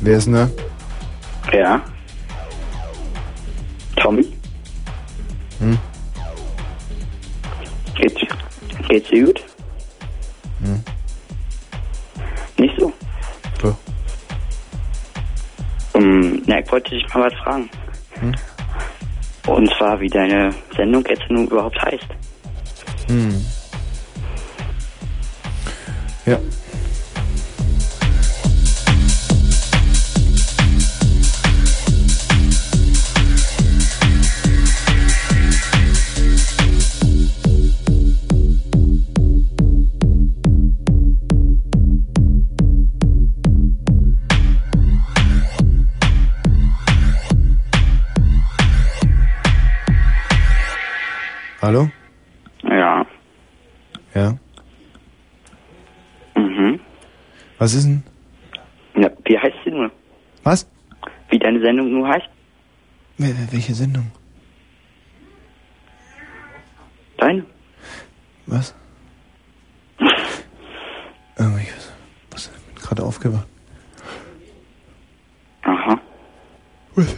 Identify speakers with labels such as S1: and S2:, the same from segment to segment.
S1: Wer ist denn da?
S2: Ja. Tommy?
S1: Hm.
S2: Geht's, geht's dir gut?
S1: Hm.
S2: Nicht so?
S1: So.
S2: Um, na, ich wollte dich mal was fragen.
S1: Hm?
S2: Und zwar, wie deine Sendung jetzt nun überhaupt heißt.
S1: Hm. Ja. Hallo?
S2: Ja.
S1: Ja.
S2: Mhm.
S1: Was ist denn?
S2: Ja, wie heißt sie nur?
S1: Was?
S2: Wie deine Sendung nur heißt?
S1: Wel- wel- Welche Sendung?
S2: Deine?
S1: Was? Ähm, ich weiß, was, ich bin gerade aufgewacht.
S2: Aha.
S1: Was?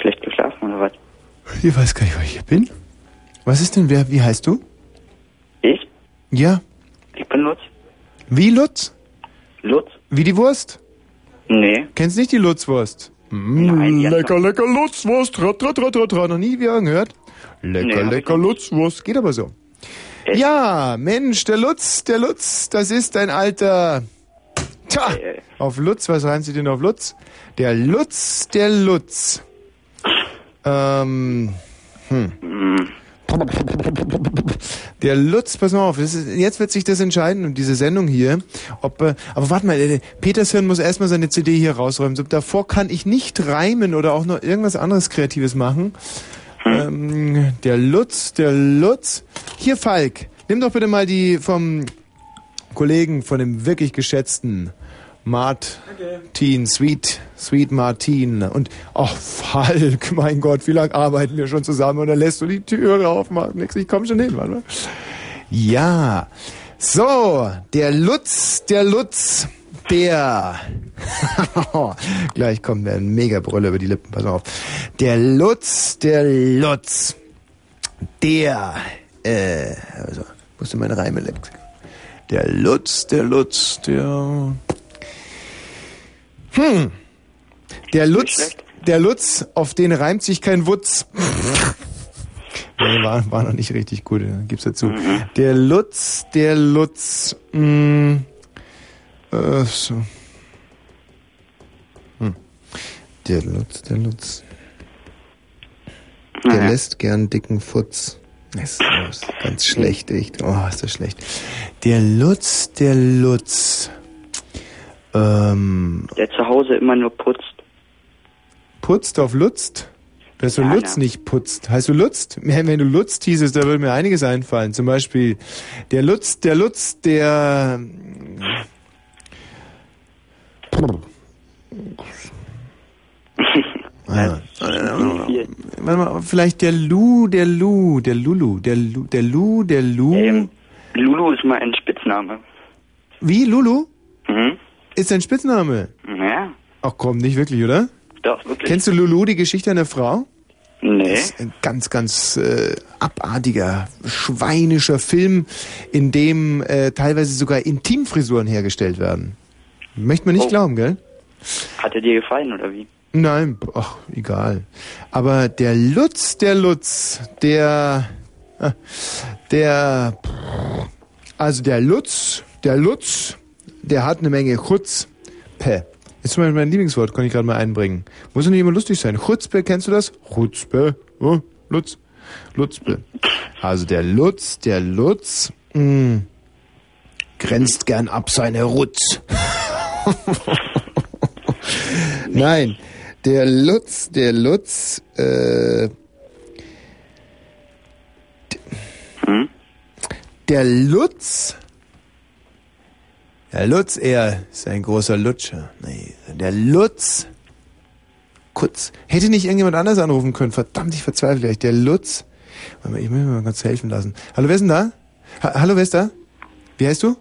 S2: Schlecht geschlafen oder was?
S1: Ich weiß gar nicht, wo ich hier bin. Was ist denn wer? Wie heißt du?
S2: Ich?
S1: Ja.
S2: Ich bin Lutz.
S1: Wie Lutz?
S2: Lutz?
S1: Wie die Wurst?
S2: Nee.
S1: Kennst nicht die Lutzwurst? Mm,
S2: Nein, die hat-
S1: lecker, lecker Lutzwurst. Rat, rat, rat, rat, rat. Noch nie wieder gehört? Lecker,
S2: Nee, hab ich
S1: lecker Lutzwurst. Geht aber so. Ja, Mensch, der Lutz, der Lutz, das ist dein alter... Tja,
S2: Äh,
S1: auf Lutz, was reimt sich denn auf Lutz? Der Lutz, der Lutz. Ähm,
S2: Mm.
S1: hm. Der Lutz, pass mal auf, das ist, jetzt wird sich das entscheiden und diese Sendung hier, ob, äh, aber warte mal, äh, Petershirn muss erstmal seine CD hier rausräumen. So, davor kann ich nicht reimen oder auch noch irgendwas anderes Kreatives machen. Ähm, der Lutz, der Lutz. Hier, Falk, nimm doch bitte mal die vom Kollegen, von dem wirklich geschätzten Martin, Sweet, Sweet Martin. Und, ach, Falk, mein Gott, wie lange arbeiten wir schon zusammen? Und dann lässt du die Türe aufmachen. Nix, ich komm schon hin, warte mal. Ja. So, der Lutz, der Lutz, der. Gleich kommt mir ein Megabrüller über die Lippen, pass auf. Der Lutz, der Lutz, der. Äh, also, musste meine Reime lex. Der Lutz, der Lutz, der. Hm. Der Lutz, der Lutz, auf den reimt sich kein Wutz. Nee, war, war noch nicht richtig gut, ne? gib's dazu.
S2: Mhm.
S1: Der Lutz, der Lutz, mh, Hm. äh, so. Hm. Der Lutz, der Lutz.
S2: Mhm.
S1: Der lässt gern dicken Futz. Das ist das ist ganz schlecht, echt. Oh, ist das schlecht. Der Lutz, der Lutz. Ähm,
S2: Der zu Hause immer nur putzt.
S1: putzt auf Lutzt? Dass du
S2: Ja,
S1: Lutz
S2: ne.
S1: nicht putzt. Heißt du Lutzt? Wenn wenn du Lutzt hießest, da würde mir einiges einfallen. Zum Beispiel der Lutz, der Lutz, der... Ah. Warte mal, vielleicht der Lu, der Lu, der Lulu, der Lu, der Lu, der Lu.
S2: Ähm, Lulu ist mal ein Spitzname.
S1: Wie, Lulu?
S2: Mhm.
S1: Ist dein Spitzname?
S2: Ja,
S1: Ach komm, nicht wirklich, oder?
S2: doch, wirklich.
S1: Kennst du Lulu, die Geschichte einer Frau?
S2: Nee.
S1: Das ist ein ganz, ganz äh, abartiger, schweinischer Film, in dem äh, teilweise sogar Intimfrisuren hergestellt werden. Möchte man nicht
S2: Oh.
S1: glauben, gell?
S2: Hat er dir gefallen oder wie?
S1: Nein, ach, egal. Aber der Lutz, der Lutz, der, der, also der Lutz, der Lutz, der hat eine Menge Chutzpe. Ist zum Beispiel mein Lieblingswort, kann ich gerade mal einbringen. Muss ja nicht immer lustig sein. Chutzpe, kennst du das? Chutzpe, oh, Lutz, Lutzpe. Also der Lutz, der Lutz, mm, mh, grenzt gern ab seine Rutz. Nein, der Lutz, der Lutz, äh, der Lutz, der Lutz, er ist ein großer Lutscher. Nee, der Lutz, Kutz. Hätte nicht irgendjemand anders anrufen können. Verdammt, ich verzweifle gleich. Der Lutz, Warte mal, ich muss mir mal ganz helfen lassen. Hallo, wer ist denn da? Ha Hallo, wer ist da? Wie heißt du?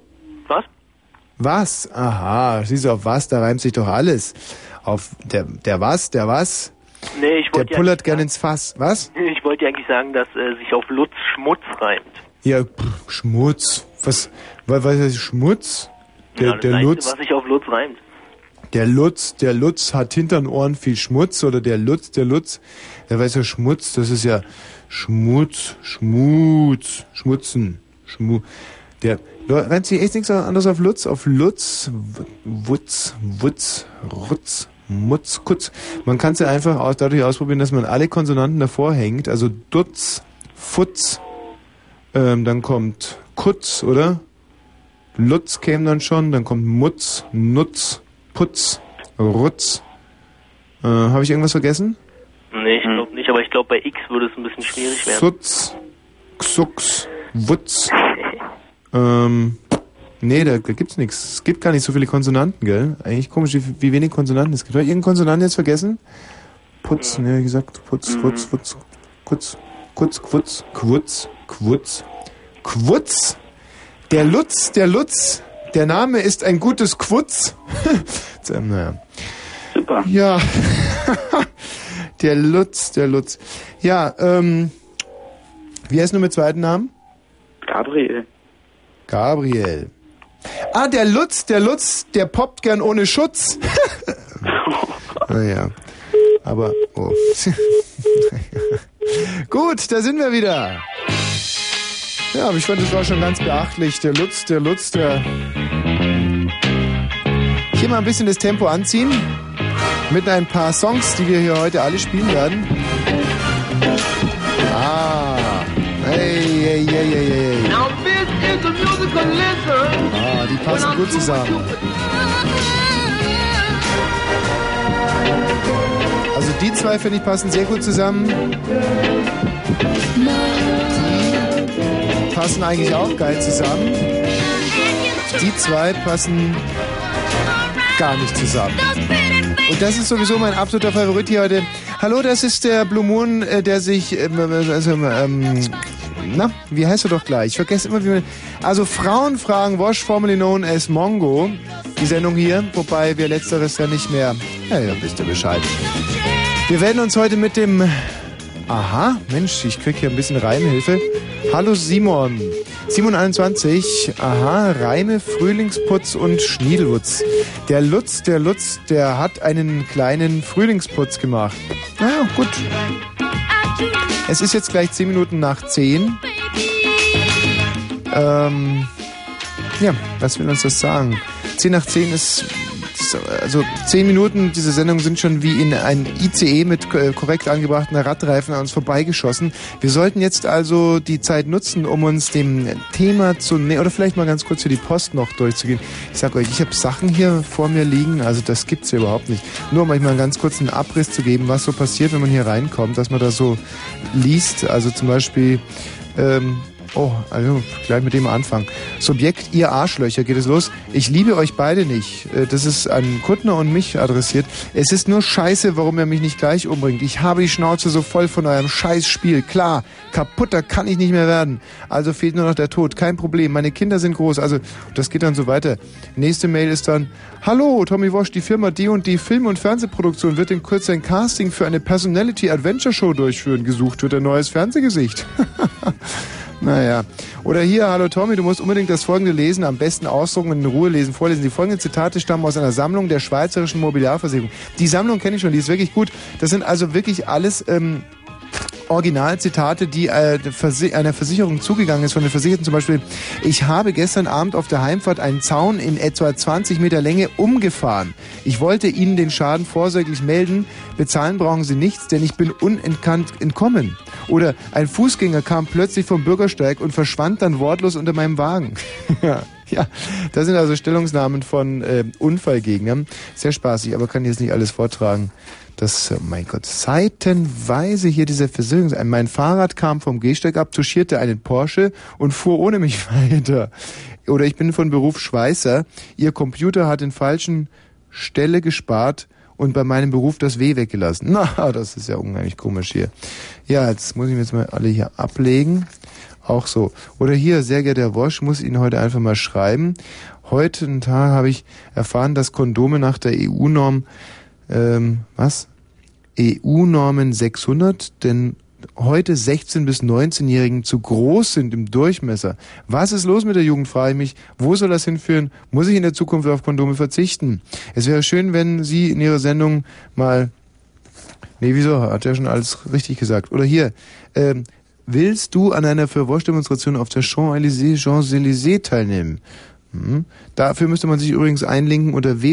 S2: Was?
S1: Was? Aha, siehst du, auf was? Da reimt sich doch alles. Auf der, der was? Der was?
S3: Nee, ich
S1: Der
S3: wollte ja ne?
S1: pullert gern ins Fass. Was?
S3: Ich wollte ja eigentlich sagen, dass äh, sich auf Lutz Schmutz reimt.
S1: Ja, pff, Schmutz. Was, was, was ist Schmutz? Der,
S3: Ja, das
S1: der
S3: Einzige,
S1: Lutz,
S3: was sich auf Lutz reimt.
S1: der Lutz, der Lutz hat hintern Ohren viel Schmutz oder der Lutz, der Lutz, der weiß ja Schmutz, das ist ja Schmutz, Schmutz, Schmutzen, Schmu. Der, Le- rennt sich echt nichts anderes auf Lutz, auf Lutz, W- Wutz, Wutz, Rutz, Mutz, Kutz. Man kann es ja einfach aus, dadurch ausprobieren, dass man alle Konsonanten davor hängt, also Dutz, Futz, ähm, dann kommt Kutz, oder? Lutz käme dann schon, dann kommt Mutz, Nutz, Putz, Rutz. Äh, Habe ich irgendwas vergessen?
S3: Nee, ich
S2: Hm.
S3: glaube nicht, aber ich glaube, bei X würde es ein bisschen schwierig werden.
S1: Sutz, Xux, Wutz. Ähm, nee, da, da gibt's nichts. Es gibt gar nicht so viele Konsonanten, gell? Eigentlich komisch, wie, wie wenig Konsonanten es gibt. Hab ich irgendeinen Konsonanten jetzt vergessen? Putz, ne, wie gesagt, Putz, Wutz, Wutz, Kutz, Kutz, Quutz, Quutz, Quutz, Quutz. Der Lutz, der Lutz. Der Name ist ein gutes Quutz. Jetzt, ähm, naja.
S2: Super.
S1: Ja. der Lutz, der Lutz. Ja, ähm, wie heißt du mit zweiten Namen?
S2: Gabriel.
S1: Gabriel. Ah, der Lutz, der Lutz, der poppt gern ohne Schutz. naja. Aber, oh. Gut, da sind wir wieder. Ja, aber ich fand, das war schon ganz beachtlich. Der Lutz, der Lutz, der. Hier mal ein bisschen das Tempo anziehen. Mit ein paar Songs, die wir hier heute alle spielen werden. Ah. Hey, hey, hey, hey, hey.
S4: Now this is a musical lesson.
S1: Ah, die passen gut zusammen. Also die zwei finde ich passen sehr gut zusammen. Die passen eigentlich auch geil zusammen. Die zwei passen gar nicht zusammen. Und das ist sowieso mein absoluter Favorit hier heute. Hallo, das ist der Blue Moon, äh, der sich, ähm, äh, also, ähm, na, wie heißt er doch gleich? Ich vergesse immer, wie man, also Frauen fragen Wash, formerly known as Mongo, die Sendung hier, wobei wir letzteres ja nicht mehr, ja, ja, wisst ihr Bescheid. Wir werden uns heute mit dem, aha, Mensch, ich krieg hier ein bisschen Reimhilfe. Hallo Simon, Simon 21, aha, Reime, Frühlingsputz und Schniedelwutz. Der Lutz, der Lutz, der hat einen kleinen Frühlingsputz gemacht. Na ja, gut. Es ist jetzt gleich 10 Minuten nach 10. Ähm, ja, was will uns das sagen? 10 nach 10 ist, ist, also 10 Minuten diese Sendung sind schon wie in ein ICE mit äh, korrekt angebrachten Radreifen an uns vorbeigeschossen. Wir sollten jetzt also die Zeit nutzen, um uns dem Thema zu nähern, oder vielleicht mal ganz kurz hier die Post noch durchzugehen. Ich sag euch, ich habe Sachen hier vor mir liegen, also das gibt's hier überhaupt nicht. Nur um euch mal einen ganz kurzen Abriss zu geben, was so passiert, wenn man hier reinkommt, dass man da so liest, also zum Beispiel, ähm, Oh, also gleich mit dem Anfang. Subjekt, ihr Arschlöcher, geht es los. Ich liebe euch beide nicht. Äh, Das ist an Kuttner und mich adressiert. Es ist nur scheiße, warum ihr mich nicht gleich umbringt. Ich habe die Schnauze so voll von eurem Scheißspiel. Klar, kaputter kann ich nicht mehr werden. Also fehlt nur noch der Tod. Kein Problem. Meine Kinder sind groß. Also, das geht dann so weiter. Nächste Mail ist dann, Hallo, Tommy Walsh, die Firma D&D Film- und Fernsehproduktion wird in Kürze ein Casting für eine Personality-Adventure-Show durchführen. Gesucht wird ein neues Fernsehgesicht. Naja. Oder hier, hallo Tommy, du musst unbedingt das folgende lesen, am besten ausdrucken und in Ruhe lesen, vorlesen. Die folgenden Zitate stammen aus einer Sammlung der Schweizerischen Mobiliarversicherung. Die Sammlung kenne ich schon, die ist wirklich gut. Das sind also wirklich alles ähm, Originalzitate, die äh, der Versi- einer Versicherung zugegangen ist, von den Versicherten zum Beispiel. Ich habe gestern Abend auf der Heimfahrt einen Zaun in etwa 20 Meter Länge umgefahren. Ich wollte Ihnen den Schaden vorsorglich melden. Bezahlen brauchen Sie nichts, denn ich bin unentkannt entkommen. Oder ein Fußgänger kam plötzlich vom Bürgersteig und verschwand dann wortlos unter meinem Wagen. ja. Ja, das sind also Stellungsnahmen von äh, Unfallgegnern. Sehr spaßig, aber kann jetzt nicht alles vortragen. Das, oh mein Gott, seitenweise hier diese Versicherung. Mein Fahrrad kam vom Gehsteig ab, touchierte einen Porsche und fuhr ohne mich weiter. Oder ich bin von Beruf Schweißer. Ihr Computer hat den falschen Stelle gespart und bei meinem Beruf das W weggelassen. Na, das ist ja unheimlich komisch hier. Ja, jetzt muss ich mir jetzt mal alle hier ablegen. Auch so. Oder hier, sehr geehrter Herr Wosch, muss ich Ihnen heute einfach mal schreiben. Heute Tag habe ich erfahren, dass Kondome nach der EU-Norm E ähm, was? EU-Normen 600, denn heute 16- bis 19-Jährigen zu groß sind im Durchmesser. Was ist los mit der Jugend, frage ich mich. Wo soll das hinführen? Muss ich in der Zukunft auf Kondome verzichten? Es wäre schön, wenn Sie in Ihrer Sendung mal... Nee, wieso? Hat ja schon alles richtig gesagt. Oder hier, ähm, willst du an einer für Wash-Demonstration auf der Champs-Élysées Champs teilnehmen? Mhm. Dafür müsste man sich übrigens einlinken unter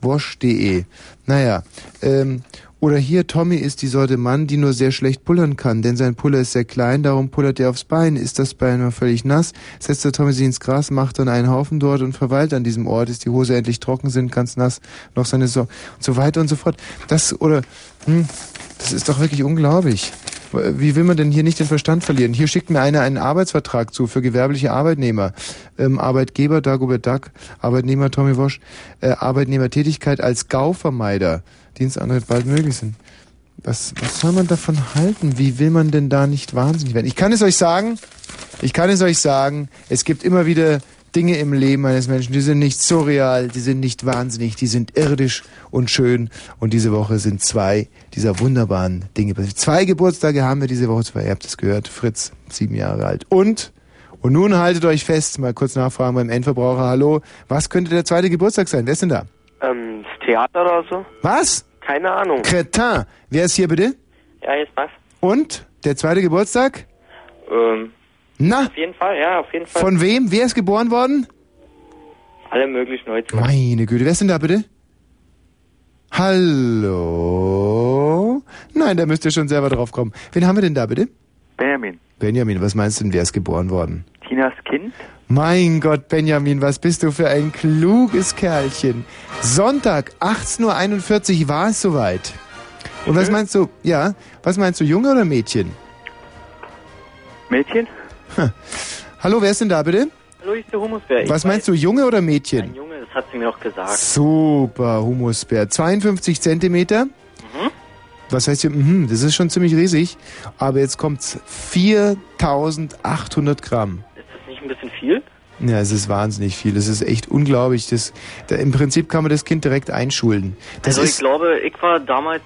S1: www.wosch.de. e. Naja, ähm, oder hier, Tommy ist die Sorte Mann, die nur sehr schlecht pullern kann, denn sein Puller ist sehr klein, darum pullert er aufs Bein. Ist das Bein mal völlig nass, setzt der Tommy sie ins Gras, macht dann einen Haufen dort und verweilt an diesem Ort, ist die Hose endlich trocken, sind ganz nass, noch seine Sorgen und so weiter und so fort. Das, oder, hm, das ist doch wirklich unglaublich. Wie will man denn hier nicht den Verstand verlieren? Hier schickt mir einer einen Arbeitsvertrag zu für gewerbliche Arbeitnehmer. Ähm, Arbeitgeber Dagobert Duck, Arbeitnehmer Tommy Wosch, äh, Arbeitnehmertätigkeit als Gauvermeider. Dienstantritt bald möglich sind. Was, was soll man davon halten? Wie will man denn da nicht wahnsinnig werden? Ich kann es euch sagen, ich kann es euch sagen, es gibt immer wieder Dinge im Leben eines Menschen, die sind nicht surreal, die sind nicht wahnsinnig, die sind irdisch und schön. Und diese Woche sind zwei dieser wunderbaren Dinge. passiert. Zwei Geburtstage haben wir diese Woche, zwei, ihr habt es gehört, Fritz, sieben Jahre alt. Und, und nun haltet euch fest, mal kurz nachfragen beim Endverbraucher, hallo, was könnte der zweite Geburtstag sein? Wer ist denn da?
S5: Ähm, das Theater oder so?
S1: Was?
S5: Keine Ahnung.
S1: Cretin, wer ist hier bitte?
S5: Ja, jetzt was?
S1: Und? Der zweite Geburtstag?
S5: Ähm,
S1: Na,
S5: auf jeden Fall, ja, auf jeden Fall.
S1: von wem? Wer ist geboren worden?
S5: alle möglichen heute.
S1: Meine Güte, wer ist denn da bitte? Hallo? Nein, da müsst ihr schon selber drauf kommen. Wen haben wir denn da bitte?
S6: Benjamin,
S1: Benjamin, was meinst du denn, wer ist geboren worden?
S6: Tinas Kind?
S1: Mein Gott, Benjamin, was bist du für ein kluges Kerlchen. Sonntag, 18.41 Uhr war es soweit. Und was meinst du, ja, was meinst du, Junge oder Mädchen?
S6: Mädchen?
S1: Hallo, wer ist denn da bitte?
S5: Hallo, ich bin Humusberg.
S1: Was meinst du, Junge oder Mädchen?
S5: Ein Junge, das hat sie mir auch gesagt.
S1: Super, Humusbär. 52 Zentimeter.
S5: Mhm.
S1: Was heißt hier? Mhm, das ist schon ziemlich riesig. Aber jetzt kommt's. 4800 Gramm.
S5: Ist das nicht ein bisschen viel?
S1: Ja, es ist wahnsinnig viel. Es ist echt unglaublich. Das, da, Im Prinzip kann man das Kind direkt einschulen. Das
S5: also ich
S1: ist,
S5: glaube, ich war damals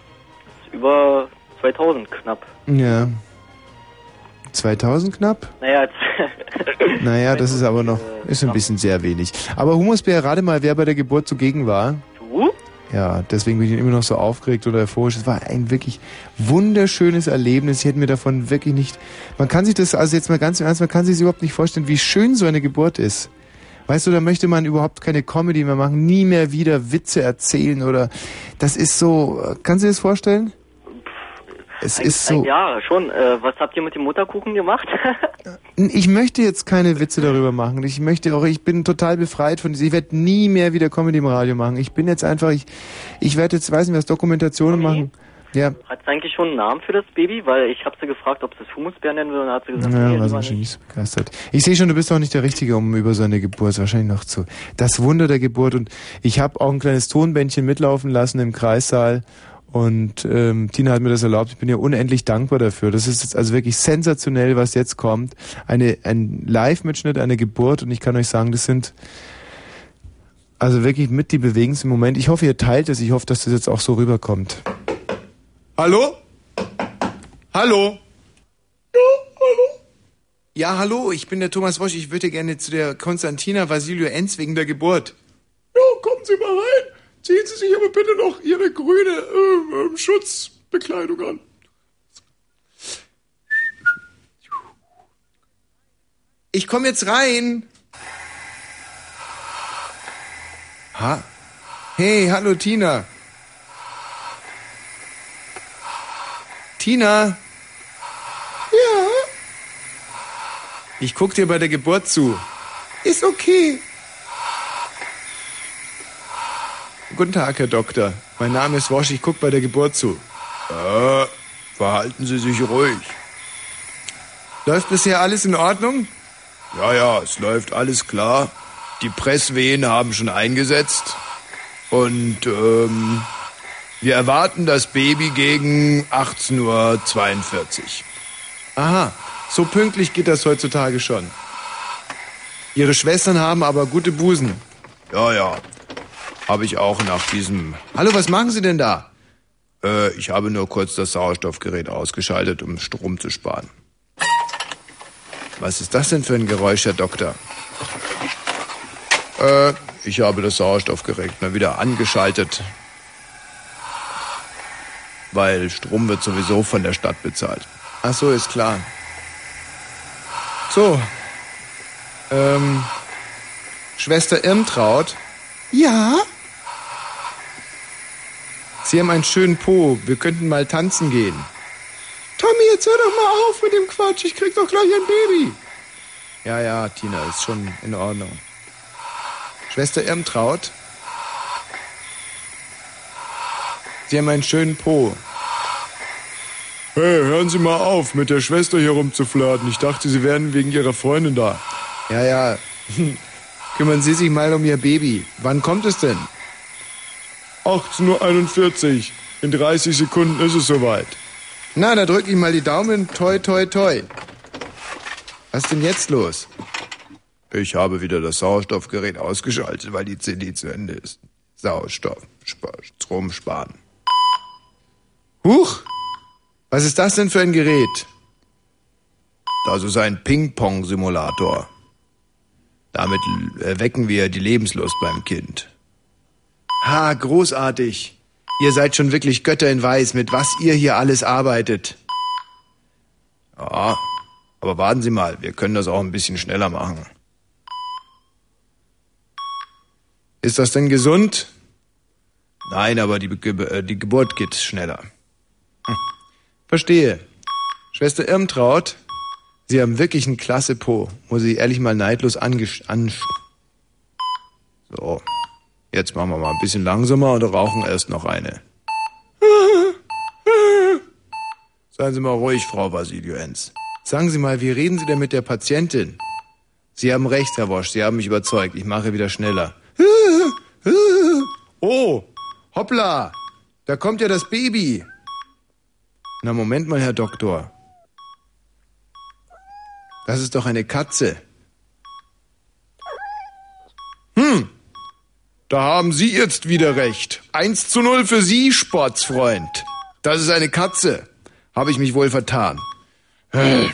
S5: über 2000 knapp.
S1: ja. 2000 knapp?
S5: Naja,
S1: Naja, das ist aber noch, ist ein bisschen sehr wenig. Aber Humusbär, rate mal, wer bei der Geburt zugegen war.
S5: du?
S1: Ja, deswegen bin ich immer noch so aufgeregt oder euphorisch. Es war ein wirklich wunderschönes Erlebnis. Ich hätte mir davon wirklich nicht. Man kann sich das, also jetzt mal ganz im Ernst, man kann sich das überhaupt nicht vorstellen, wie schön so eine Geburt ist. Weißt du, da möchte man überhaupt keine Comedy mehr machen, nie mehr wieder Witze erzählen oder. Das ist so. Kannst du dir das vorstellen? Es ist so.
S5: Ja, schon. Äh, was habt ihr mit dem Mutterkuchen gemacht?
S1: Ich möchte jetzt keine Witze darüber machen. Ich möchte auch, ich bin total befreit von diesem. Ich werde nie mehr wieder Comedy im Radio machen. Ich bin jetzt einfach, ich, ich werde jetzt, weiß nicht was, Dokumentationen machen. Ja,
S5: hat sie eigentlich schon einen Namen für das Baby? Weil ich habe sie gefragt, ob sie es Humusbär nennen will und dann hat sie gesagt,
S1: Ja,
S5: nee,
S1: war sie
S5: lieber
S1: wahrscheinlich nicht so begeistert. Ich sehe schon, du bist auch nicht der Richtige, um über seine Geburt wahrscheinlich noch zu. Das Wunder der Geburt und ich habe auch ein kleines Tonbändchen mitlaufen lassen im Kreissaal und ähm, Tina hat mir das erlaubt. Ich bin ihr unendlich dankbar dafür. Das ist jetzt also wirklich sensationell, was jetzt kommt. Eine, ein Live-Mitschnitt, eine Geburt und ich kann euch sagen, das sind also wirklich mit die bewegendsten Momente. Ich hoffe, ihr teilt es. Ich hoffe, dass das jetzt auch so rüberkommt. Hallo? Hallo? Ja, hallo, ich bin der Thomas Wosch. Ich würde gerne zu der Konstantina Vasilio Enz wegen der Geburt. Ja, kommen Sie mal rein. Ziehen Sie sich aber bitte noch Ihre grüne
S7: ähm,
S1: äh, äh, Schutzbekleidung an. Ich komme jetzt rein. Ha? Hey, hallo Tina. Tina? Ja? Ich guck dir bei der Geburt zu. Ist okay. Guten Tag, Herr Doktor. Mein Name ist Wosch, ich guck bei der Geburt zu.
S8: Ja, verhalten Sie sich ruhig.
S1: Läuft bisher alles in Ordnung?
S8: Ja, ja, es läuft alles klar. Die Presswehen haben schon eingesetzt. Und ähm, wir erwarten das Baby gegen 18.42 Uhr.
S1: Aha, so pünktlich geht das heutzutage schon. Ihre Schwestern haben aber gute Busen.
S8: Ja, ja.
S1: Habe ich auch nach diesem. Hallo, was machen Sie denn da? Äh, ich habe nur kurz das Sauerstoffgerät ausgeschaltet, um Strom zu sparen. Was ist das denn für ein Geräusch, Herr Doktor? Äh, ich habe das Sauerstoffgerät mal wieder angeschaltet. Weil Strom wird sowieso von der Stadt bezahlt. Ach so, ist klar. So. Ähm, Schwester Irmtraut,
S9: Ja?
S1: Sie haben einen schönen Po. Wir könnten mal tanzen gehen.
S9: Tommy, jetzt hör doch mal auf mit dem Quatsch. Ich krieg doch gleich ein Baby.
S1: Ja, ja, Tina, ist schon in Ordnung. Schwester Irmtraut, Sie haben einen schönen Po. Hey, hören Sie mal auf, mit der Schwester hier rumzuflirten. Ich dachte, Sie wären wegen Ihrer Freundin da. Ja, ja. Kümmern Sie sich mal um Ihr Baby. Wann kommt es denn? 18.41 Uhr. In 30 Sekunden ist es soweit. Na, da drücke ich mal die Daumen. Toi, toi, toi. Was ist denn jetzt los? Ich habe wieder das Sauerstoffgerät ausgeschaltet, weil die CD zu Ende ist. Sauerstoff, Spa- Strom sparen. Huch! Was ist das denn für ein Gerät? Das ist ein Ping-Pong-Simulator. Damit l- erwecken wir die Lebenslust beim Kind. Ha, großartig. Ihr seid schon wirklich Götter in Weiß, mit was ihr hier alles arbeitet. Ja, aber warten Sie mal, wir können das auch ein bisschen schneller machen. Ist das denn gesund? Nein, aber die, Ge äh, die Geburt geht schneller. Hm. Verstehe. Schwester Irmtraut, Sie haben wirklich einen klasse Po. Muss ich ehrlich mal neidlos angesch... Ansch so, jetzt machen wir mal ein bisschen langsamer und rauchen erst noch eine. Seien Sie mal ruhig, Frau Vasilienz. Sagen Sie mal, wie reden Sie denn mit der Patientin? Sie haben recht, Herr Wosch, Sie haben mich überzeugt. Ich mache wieder schneller. Oh, hoppla, da kommt ja das Baby. Na, Moment mal, Herr Doktor. Das ist doch eine Katze. Hm, da haben Sie jetzt wieder recht. 1 zu 0 für Sie, Sportsfreund. Das ist eine Katze. Habe ich mich wohl vertan. Äh.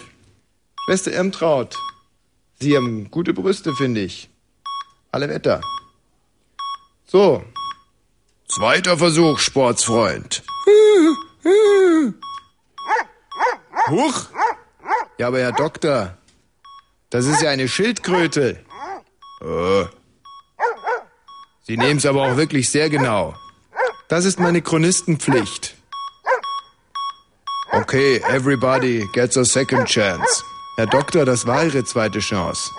S1: Schwester Irmtraut, Sie haben gute Brüste, finde ich. Alle Wetter. So. Zweiter Versuch, Sportsfreund. Huch. Ja, aber Herr Doktor, das ist ja eine Schildkröte. Äh. Sie nehmen es aber auch wirklich sehr genau. Das ist meine Chronistenpflicht. Okay, everybody gets a second chance. Herr Doktor, das war Ihre zweite Chance.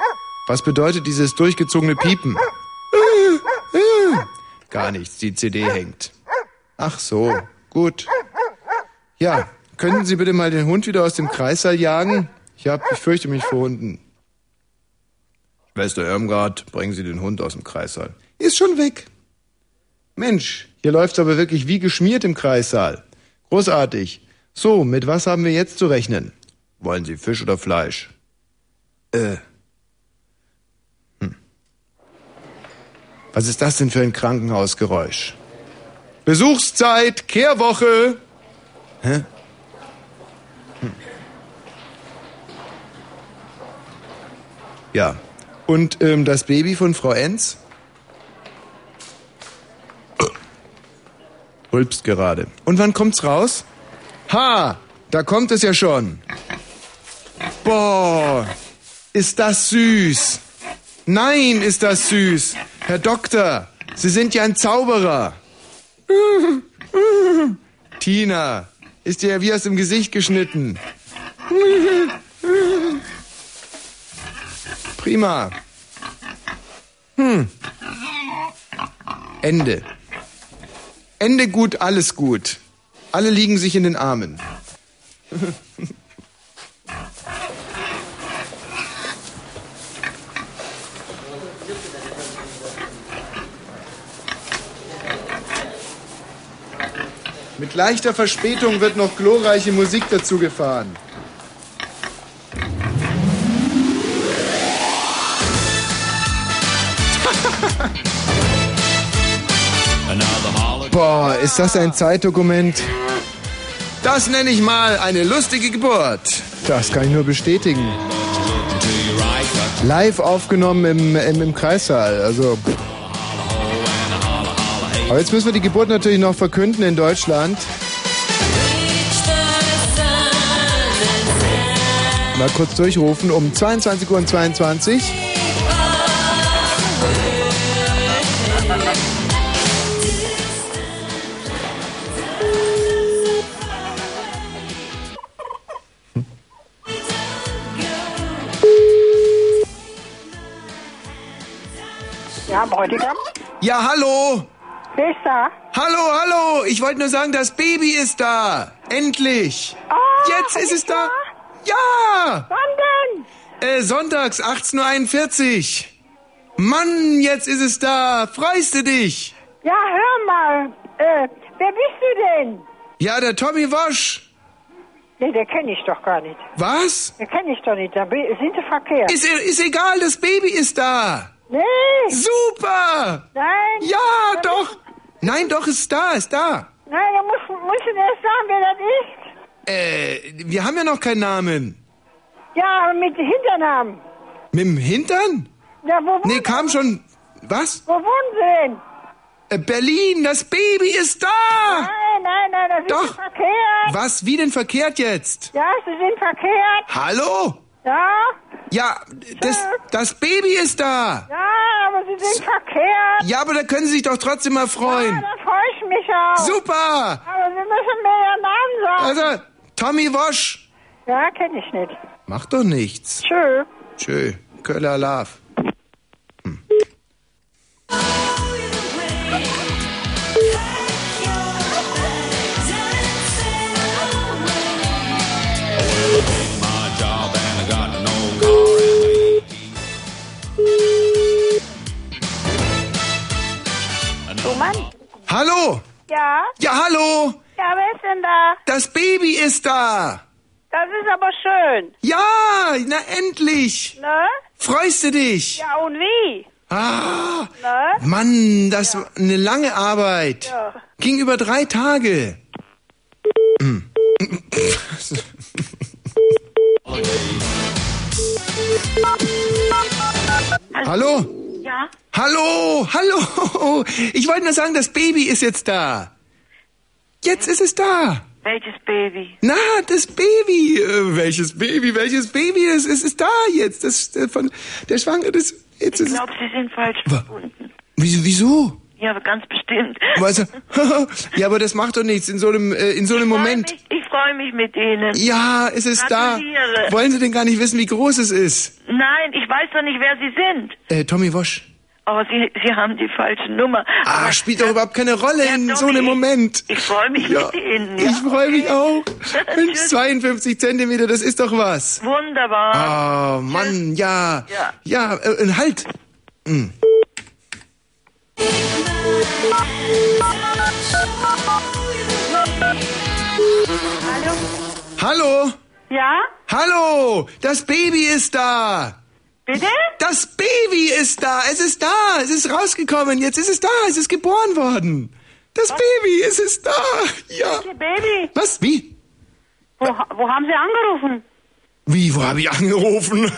S1: Was bedeutet dieses durchgezogene Piepen? Äh, äh. Gar nichts, die CD hängt. Ach so, gut. Ja, könnten Sie bitte mal den Hund wieder aus dem Kreissaal jagen? Ich, hab, ich fürchte mich vor Hunden. Schwester Irmgard, bringen Sie den Hund aus dem Kreissaal. Ist schon weg. Mensch, hier läuft's aber wirklich wie geschmiert im Kreissaal. Großartig. So, mit was haben wir jetzt zu rechnen? Wollen Sie Fisch oder Fleisch? Äh. Hm. Was ist das denn für ein Krankenhausgeräusch? Besuchszeit, Kehrwoche. Hm. Hä? Ja. Und ähm, das Baby von Frau Enz? Rülpst gerade. Und wann kommt's raus? Ha! Da kommt es ja schon. Boah! Ist das süß! Nein, ist das süß! Herr Doktor, Sie sind ja ein Zauberer! Tina, ist dir ja wie aus dem Gesicht geschnitten. Prima. Hm. Ende. Ende gut, alles gut. Alle liegen sich in den Armen. Mit leichter Verspätung wird noch glorreiche Musik dazu gefahren. Boah, ist das ein Zeitdokument?
S8: Das nenne ich mal eine lustige Geburt.
S1: Das kann ich nur bestätigen. Live aufgenommen im, im, im Kreissaal. Also. pff. Aber jetzt müssen wir die Geburt natürlich noch verkünden in Deutschland. Mal kurz durchrufen um 22.22 Uhr.
S6: Ja, Bräutigam.
S8: Ja, hallo.
S6: Wer ist da?
S8: Hallo, hallo. Ich wollte nur sagen, das Baby ist da. Endlich.
S6: Ah,
S8: Jetzt ist es da. Ja.
S6: Wann
S8: Äh, sonntags 18.41 Uhr. Mann, jetzt ist es da. Freust du dich?
S6: denn? Ja, hör mal. Äh, wer bist du denn?
S8: Ja, der Tommy Wasch.
S6: Nee, der kenne ich doch gar nicht.
S8: Was?
S6: Der kenne ich doch nicht. Da bin- sind sie verkehrt.
S8: Ist, ist egal, das Baby ist da.
S6: nee,
S8: Super.
S6: nein. Da
S8: Ja, doch. Nein, doch, ist da, ist da.
S6: Muss, nein, da muss, muss ich erst sagen, wer das ist.
S8: Äh, wir haben ja noch keinen Namen.
S6: Ja, aber mit Hinternamen.
S8: Mit dem Hintern?
S6: Ja, wo wohnen,
S8: Nee, kam schon. Was?
S6: wo wohnen sie denn?
S8: Äh, Berlin, das Baby ist da!
S6: Nein, nein, nein, da sind
S8: Doch.
S6: sie verkehrt.
S8: Was? Wie denn verkehrt jetzt?
S6: Ja, sie sind verkehrt.
S8: Hallo?
S6: Ja,
S8: Ja, das, das Baby ist
S1: Ah.
S8: da!
S6: ja, aber sie sind verkehrt.
S8: Ja, aber da können Sie sich doch trotzdem mal
S6: Ja,
S8: freuen.
S6: da freue ich mich auch.
S8: Super!
S6: Aber wir müssen mir ihren Namen sagen.
S8: Also, Tommy Wosch.
S6: Ja, kenne ich nicht.
S8: Macht doch nichts.
S6: Tschö.
S8: Tschö, Köller Love.
S1: Also-
S6: Oh Mann.
S8: Hallo?
S6: Ja,
S8: Ja, hallo!
S6: ja, wer ist denn da?
S8: Das Baby ist da!
S6: Das ist aber schön,
S8: Ja, na endlich!
S6: ne?
S8: Freust du dich?
S6: Ja, und wie?
S8: Ah,
S6: Ne?
S8: Mann, das war eine lange Arbeit. Ging über drei Tage. Hallo?
S6: Ja,
S8: Hallo, hallo. Ich wollte nur sagen, das Baby ist jetzt da. Jetzt ist es da.
S6: welches Baby?
S8: Na, das Baby. Äh, welches Baby? Welches Baby? Es ist, ist da jetzt. Das äh, von der Schwangere. Das, jetzt ist, es-
S10: glaube, Sie sind falsch
S8: Wa-
S10: verbunden.
S8: wieso? wieso?
S10: Ja, aber ganz bestimmt.
S8: Weißt du, ja, aber das macht doch nichts in so einem, äh, in so einem Moment.
S10: Ich freue mich, ich freu mich mit Ihnen.
S8: Ja, es ist da.
S10: Gratuliere.
S8: Wollen Sie denn gar nicht wissen, wie groß es ist?
S10: Nein, ich weiß doch nicht, wer Sie sind.
S8: Äh, Tommy Wosch.
S10: Aber Sie, Sie haben die falsche Nummer.
S8: Ah,
S10: aber
S8: spielt doch überhaupt keine Rolle
S10: Ja,
S8: in
S10: Tommy,
S8: so einem Moment.
S10: ich freu mich
S8: ja,
S10: mit Ihnen, ja,
S8: ich freue mich auch. Mensch,
S10: Tschüss.
S8: 52 Zentimeter, das ist doch was.
S10: wunderbar.
S8: Oh, Mann, ja.
S10: Ja.
S8: Ja, äh, äh, halt. Hallo?
S6: Ja,
S8: Hallo? Das Baby ist da.
S6: bitte?
S8: Das Baby ist da. Es ist da. Es ist rausgekommen. Jetzt ist es da. Es ist geboren worden. Das Baby, es ist da. Ja.
S6: Ihr Baby,
S8: Was? Wie?
S6: wo, wo haben Sie angerufen?
S8: Wie? Wo habe ich angerufen?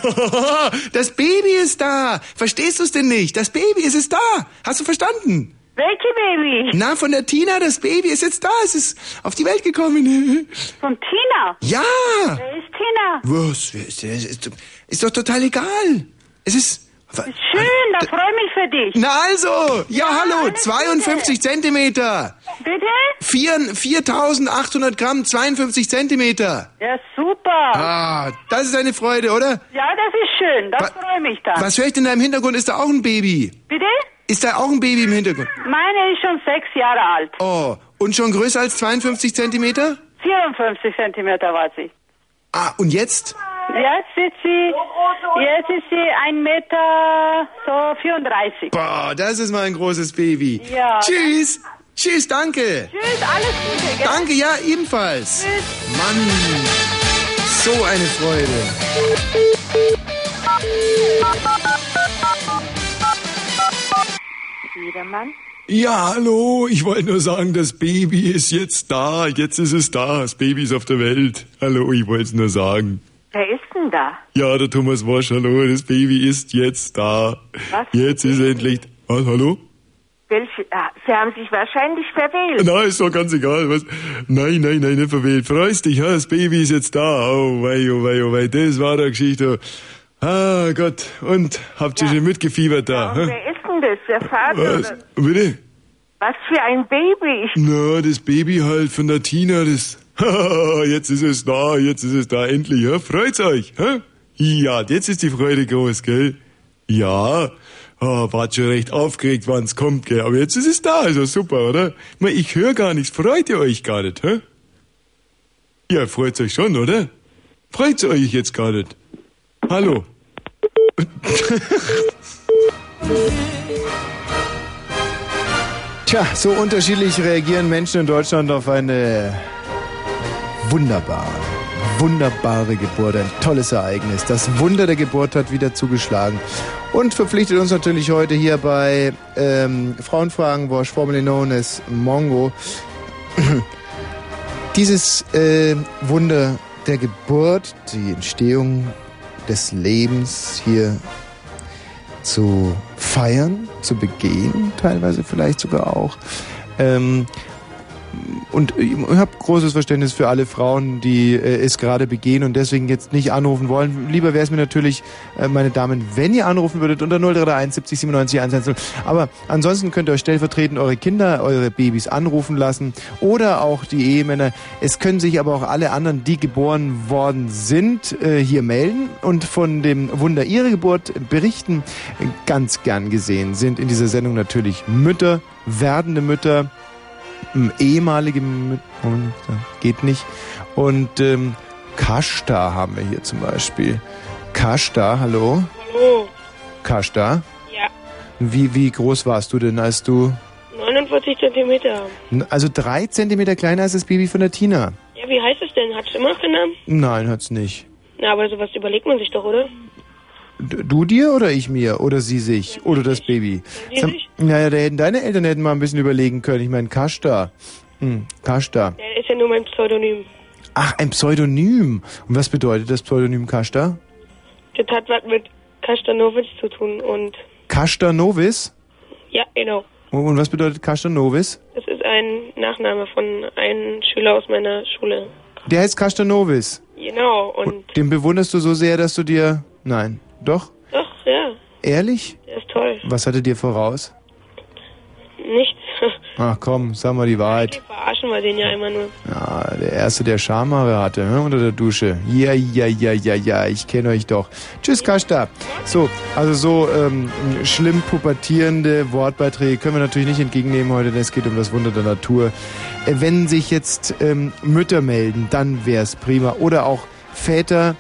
S8: das Baby ist da. Verstehst du es denn nicht? Das Baby, es ist da. Hast du verstanden?
S6: Welche Baby?
S8: Na, von der Tina, das Baby ist jetzt da. Es ist auf die Welt gekommen.
S6: Von Tina.
S8: ja.
S6: Wer ist Tina?
S8: Was? Wer Ist, der? ist, ist doch total egal. Es ist... Äh,
S6: Schön, da freue ich mich für dich.
S8: Na also, ja, hallo,
S6: alles Gute.
S8: 52 Zentimeter.
S6: Bitte?
S8: Vier- 4800 Gramm, 52 Zentimeter.
S6: Ja, super.
S8: Ah, das ist eine Freude, oder?
S6: Ja, das ist schön, da
S8: Wa-
S6: freue ich mich da.
S8: Was höre ich denn da im Hintergrund? Ist da auch ein Baby?
S6: Bitte?
S8: Ist da auch ein Baby im Hintergrund?
S6: Meine ist schon sechs Jahre alt.
S8: Oh, und schon größer als 52 Zentimeter?
S6: 54 Zentimeter war sie.
S8: Ah, und jetzt?
S6: Jetzt ist sie, jetzt ist sie ein Meter so 34.
S8: Boah, das ist mal ein großes Baby.
S6: Ja.
S8: Tschüss. Tschüss, danke.
S6: Tschüss, alles Gute. gell?
S8: Danke, ja, ebenfalls. Mann, so eine Freude.
S6: Jedermann?
S7: Ja, hallo, ich wollte nur sagen, das Baby ist jetzt da. Jetzt ist es da. Das Baby ist auf der Welt. Hallo, ich wollte es nur sagen.
S11: Wer ist denn da?
S7: Ja, der Thomas Wosch, hallo, das Baby ist jetzt da.
S11: Was?
S7: Jetzt ist endlich. Was, hallo?
S11: Welche? Ah, Sie haben sich wahrscheinlich verwählt.
S7: Na, ist doch ganz egal. Was? Nein, nein, nein, nicht verwählt. Freust dich, ha? das Baby ist jetzt da. Oh wei, oh wei, oh wei, das war der Geschichte. Ah Gott, und habt ihr schon mitgefiebert da? hä?
S11: Wer ist denn das? Der Vater?
S7: Was?
S11: oder-
S7: Bitte?
S11: Was für ein Baby? Ich,
S7: Na, das Baby halt von der Tina, das. jetzt ist es da, jetzt ist es da, endlich, ja? Freut's euch, hä? Ja, jetzt ist die Freude groß, gell? Ja. Ah, wart schon recht aufgeregt, wann's kommt, gell? Aber jetzt ist es da, also super, oder? Ma, Ich höre gar nichts, freut ihr euch gar nicht, hä? Ja, freut's euch schon, oder? Freut's euch jetzt gar nicht? Hallo?
S1: Tja, so unterschiedlich reagieren Menschen in Deutschland auf eine wunderbare, wunderbare Geburt. Ein tolles Ereignis. Das Wunder der Geburt hat wieder zugeschlagen. Und verpflichtet uns natürlich heute hier bei ähm, Frauenfragen, Bosch, formerly known as Mongo, dieses äh, Wunder der Geburt, die Entstehung des Lebens hier zu feiern, zu begehen, teilweise vielleicht sogar auch. Ähm, und ich habe großes Verständnis für alle Frauen, die äh, es gerade begehen und deswegen jetzt nicht anrufen wollen. Lieber wäre es mir natürlich, äh, meine Damen, wenn ihr anrufen würdet, unter 031 70 97 110. Aber ansonsten könnt ihr euch stellvertretend eure Kinder, eure Babys anrufen lassen oder auch die Ehemänner. Es können sich aber auch alle anderen, die geboren worden sind, äh, hier melden und von dem Wunder ihrer Geburt berichten. Ganz gern gesehen sind in dieser Sendung natürlich Mütter, werdende Mütter, ähm, ehemalige Mü- Moment, da geht nicht. Und ähm, Kashta haben wir hier zum Beispiel. Kashta, hallo?
S12: Hallo.
S1: Kashta?
S12: Ja.
S1: Wie, wie groß warst du denn, als du...
S12: 49 Zentimeter.
S1: N- Also drei Zentimeter kleiner als das Baby von der Tina?
S12: Ja, wie heißt es denn? Hat es immer noch einen Namen?
S1: Nein, hat's nicht.
S12: Na, aber sowas überlegt man sich doch, oder?
S1: D- Du dir oder ich mir? Oder sie sich? Oder das Baby?
S12: Sie
S1: Sam-
S12: sich.
S1: Naja, da hätten deine Eltern hätten mal ein bisschen überlegen können. Ich meine, Kashta. Hm, Kashta.
S12: Der ist ja nur mein Pseudonym.
S1: Ach, ein Pseudonym. Und was bedeutet das Pseudonym Kashta?
S12: Das hat was mit Kastanowitsch zu tun und
S1: Kashta Novis?
S12: ja, genau.
S1: Und was bedeutet Kashta Novis?
S12: Das ist ein Nachname von einem Schüler aus meiner Schule.
S1: Der heißt Kastanovis.
S12: Genau, und
S1: Den bewunderst du so sehr, dass du dir. Nein. Doch?
S12: doch, ja,
S1: Ehrlich?
S12: der ist toll.
S1: Was hatte dir voraus?
S12: Nichts.
S1: Ach komm, sag mal die Wahrheit.
S12: Verarschen wir den ja immer nur.
S1: Ja, der erste, der Schamhaare hatte, ne, unter der Dusche. Ja, ja, ja, ja, ja, ich kenne euch doch. Tschüss, Kashta. So, also so ähm, schlimm pubertierende Wortbeiträge können wir natürlich nicht entgegennehmen heute, denn es geht um das Wunder der Natur. Äh, wenn sich jetzt ähm, Mütter melden, dann wäre es prima. Oder auch Väter,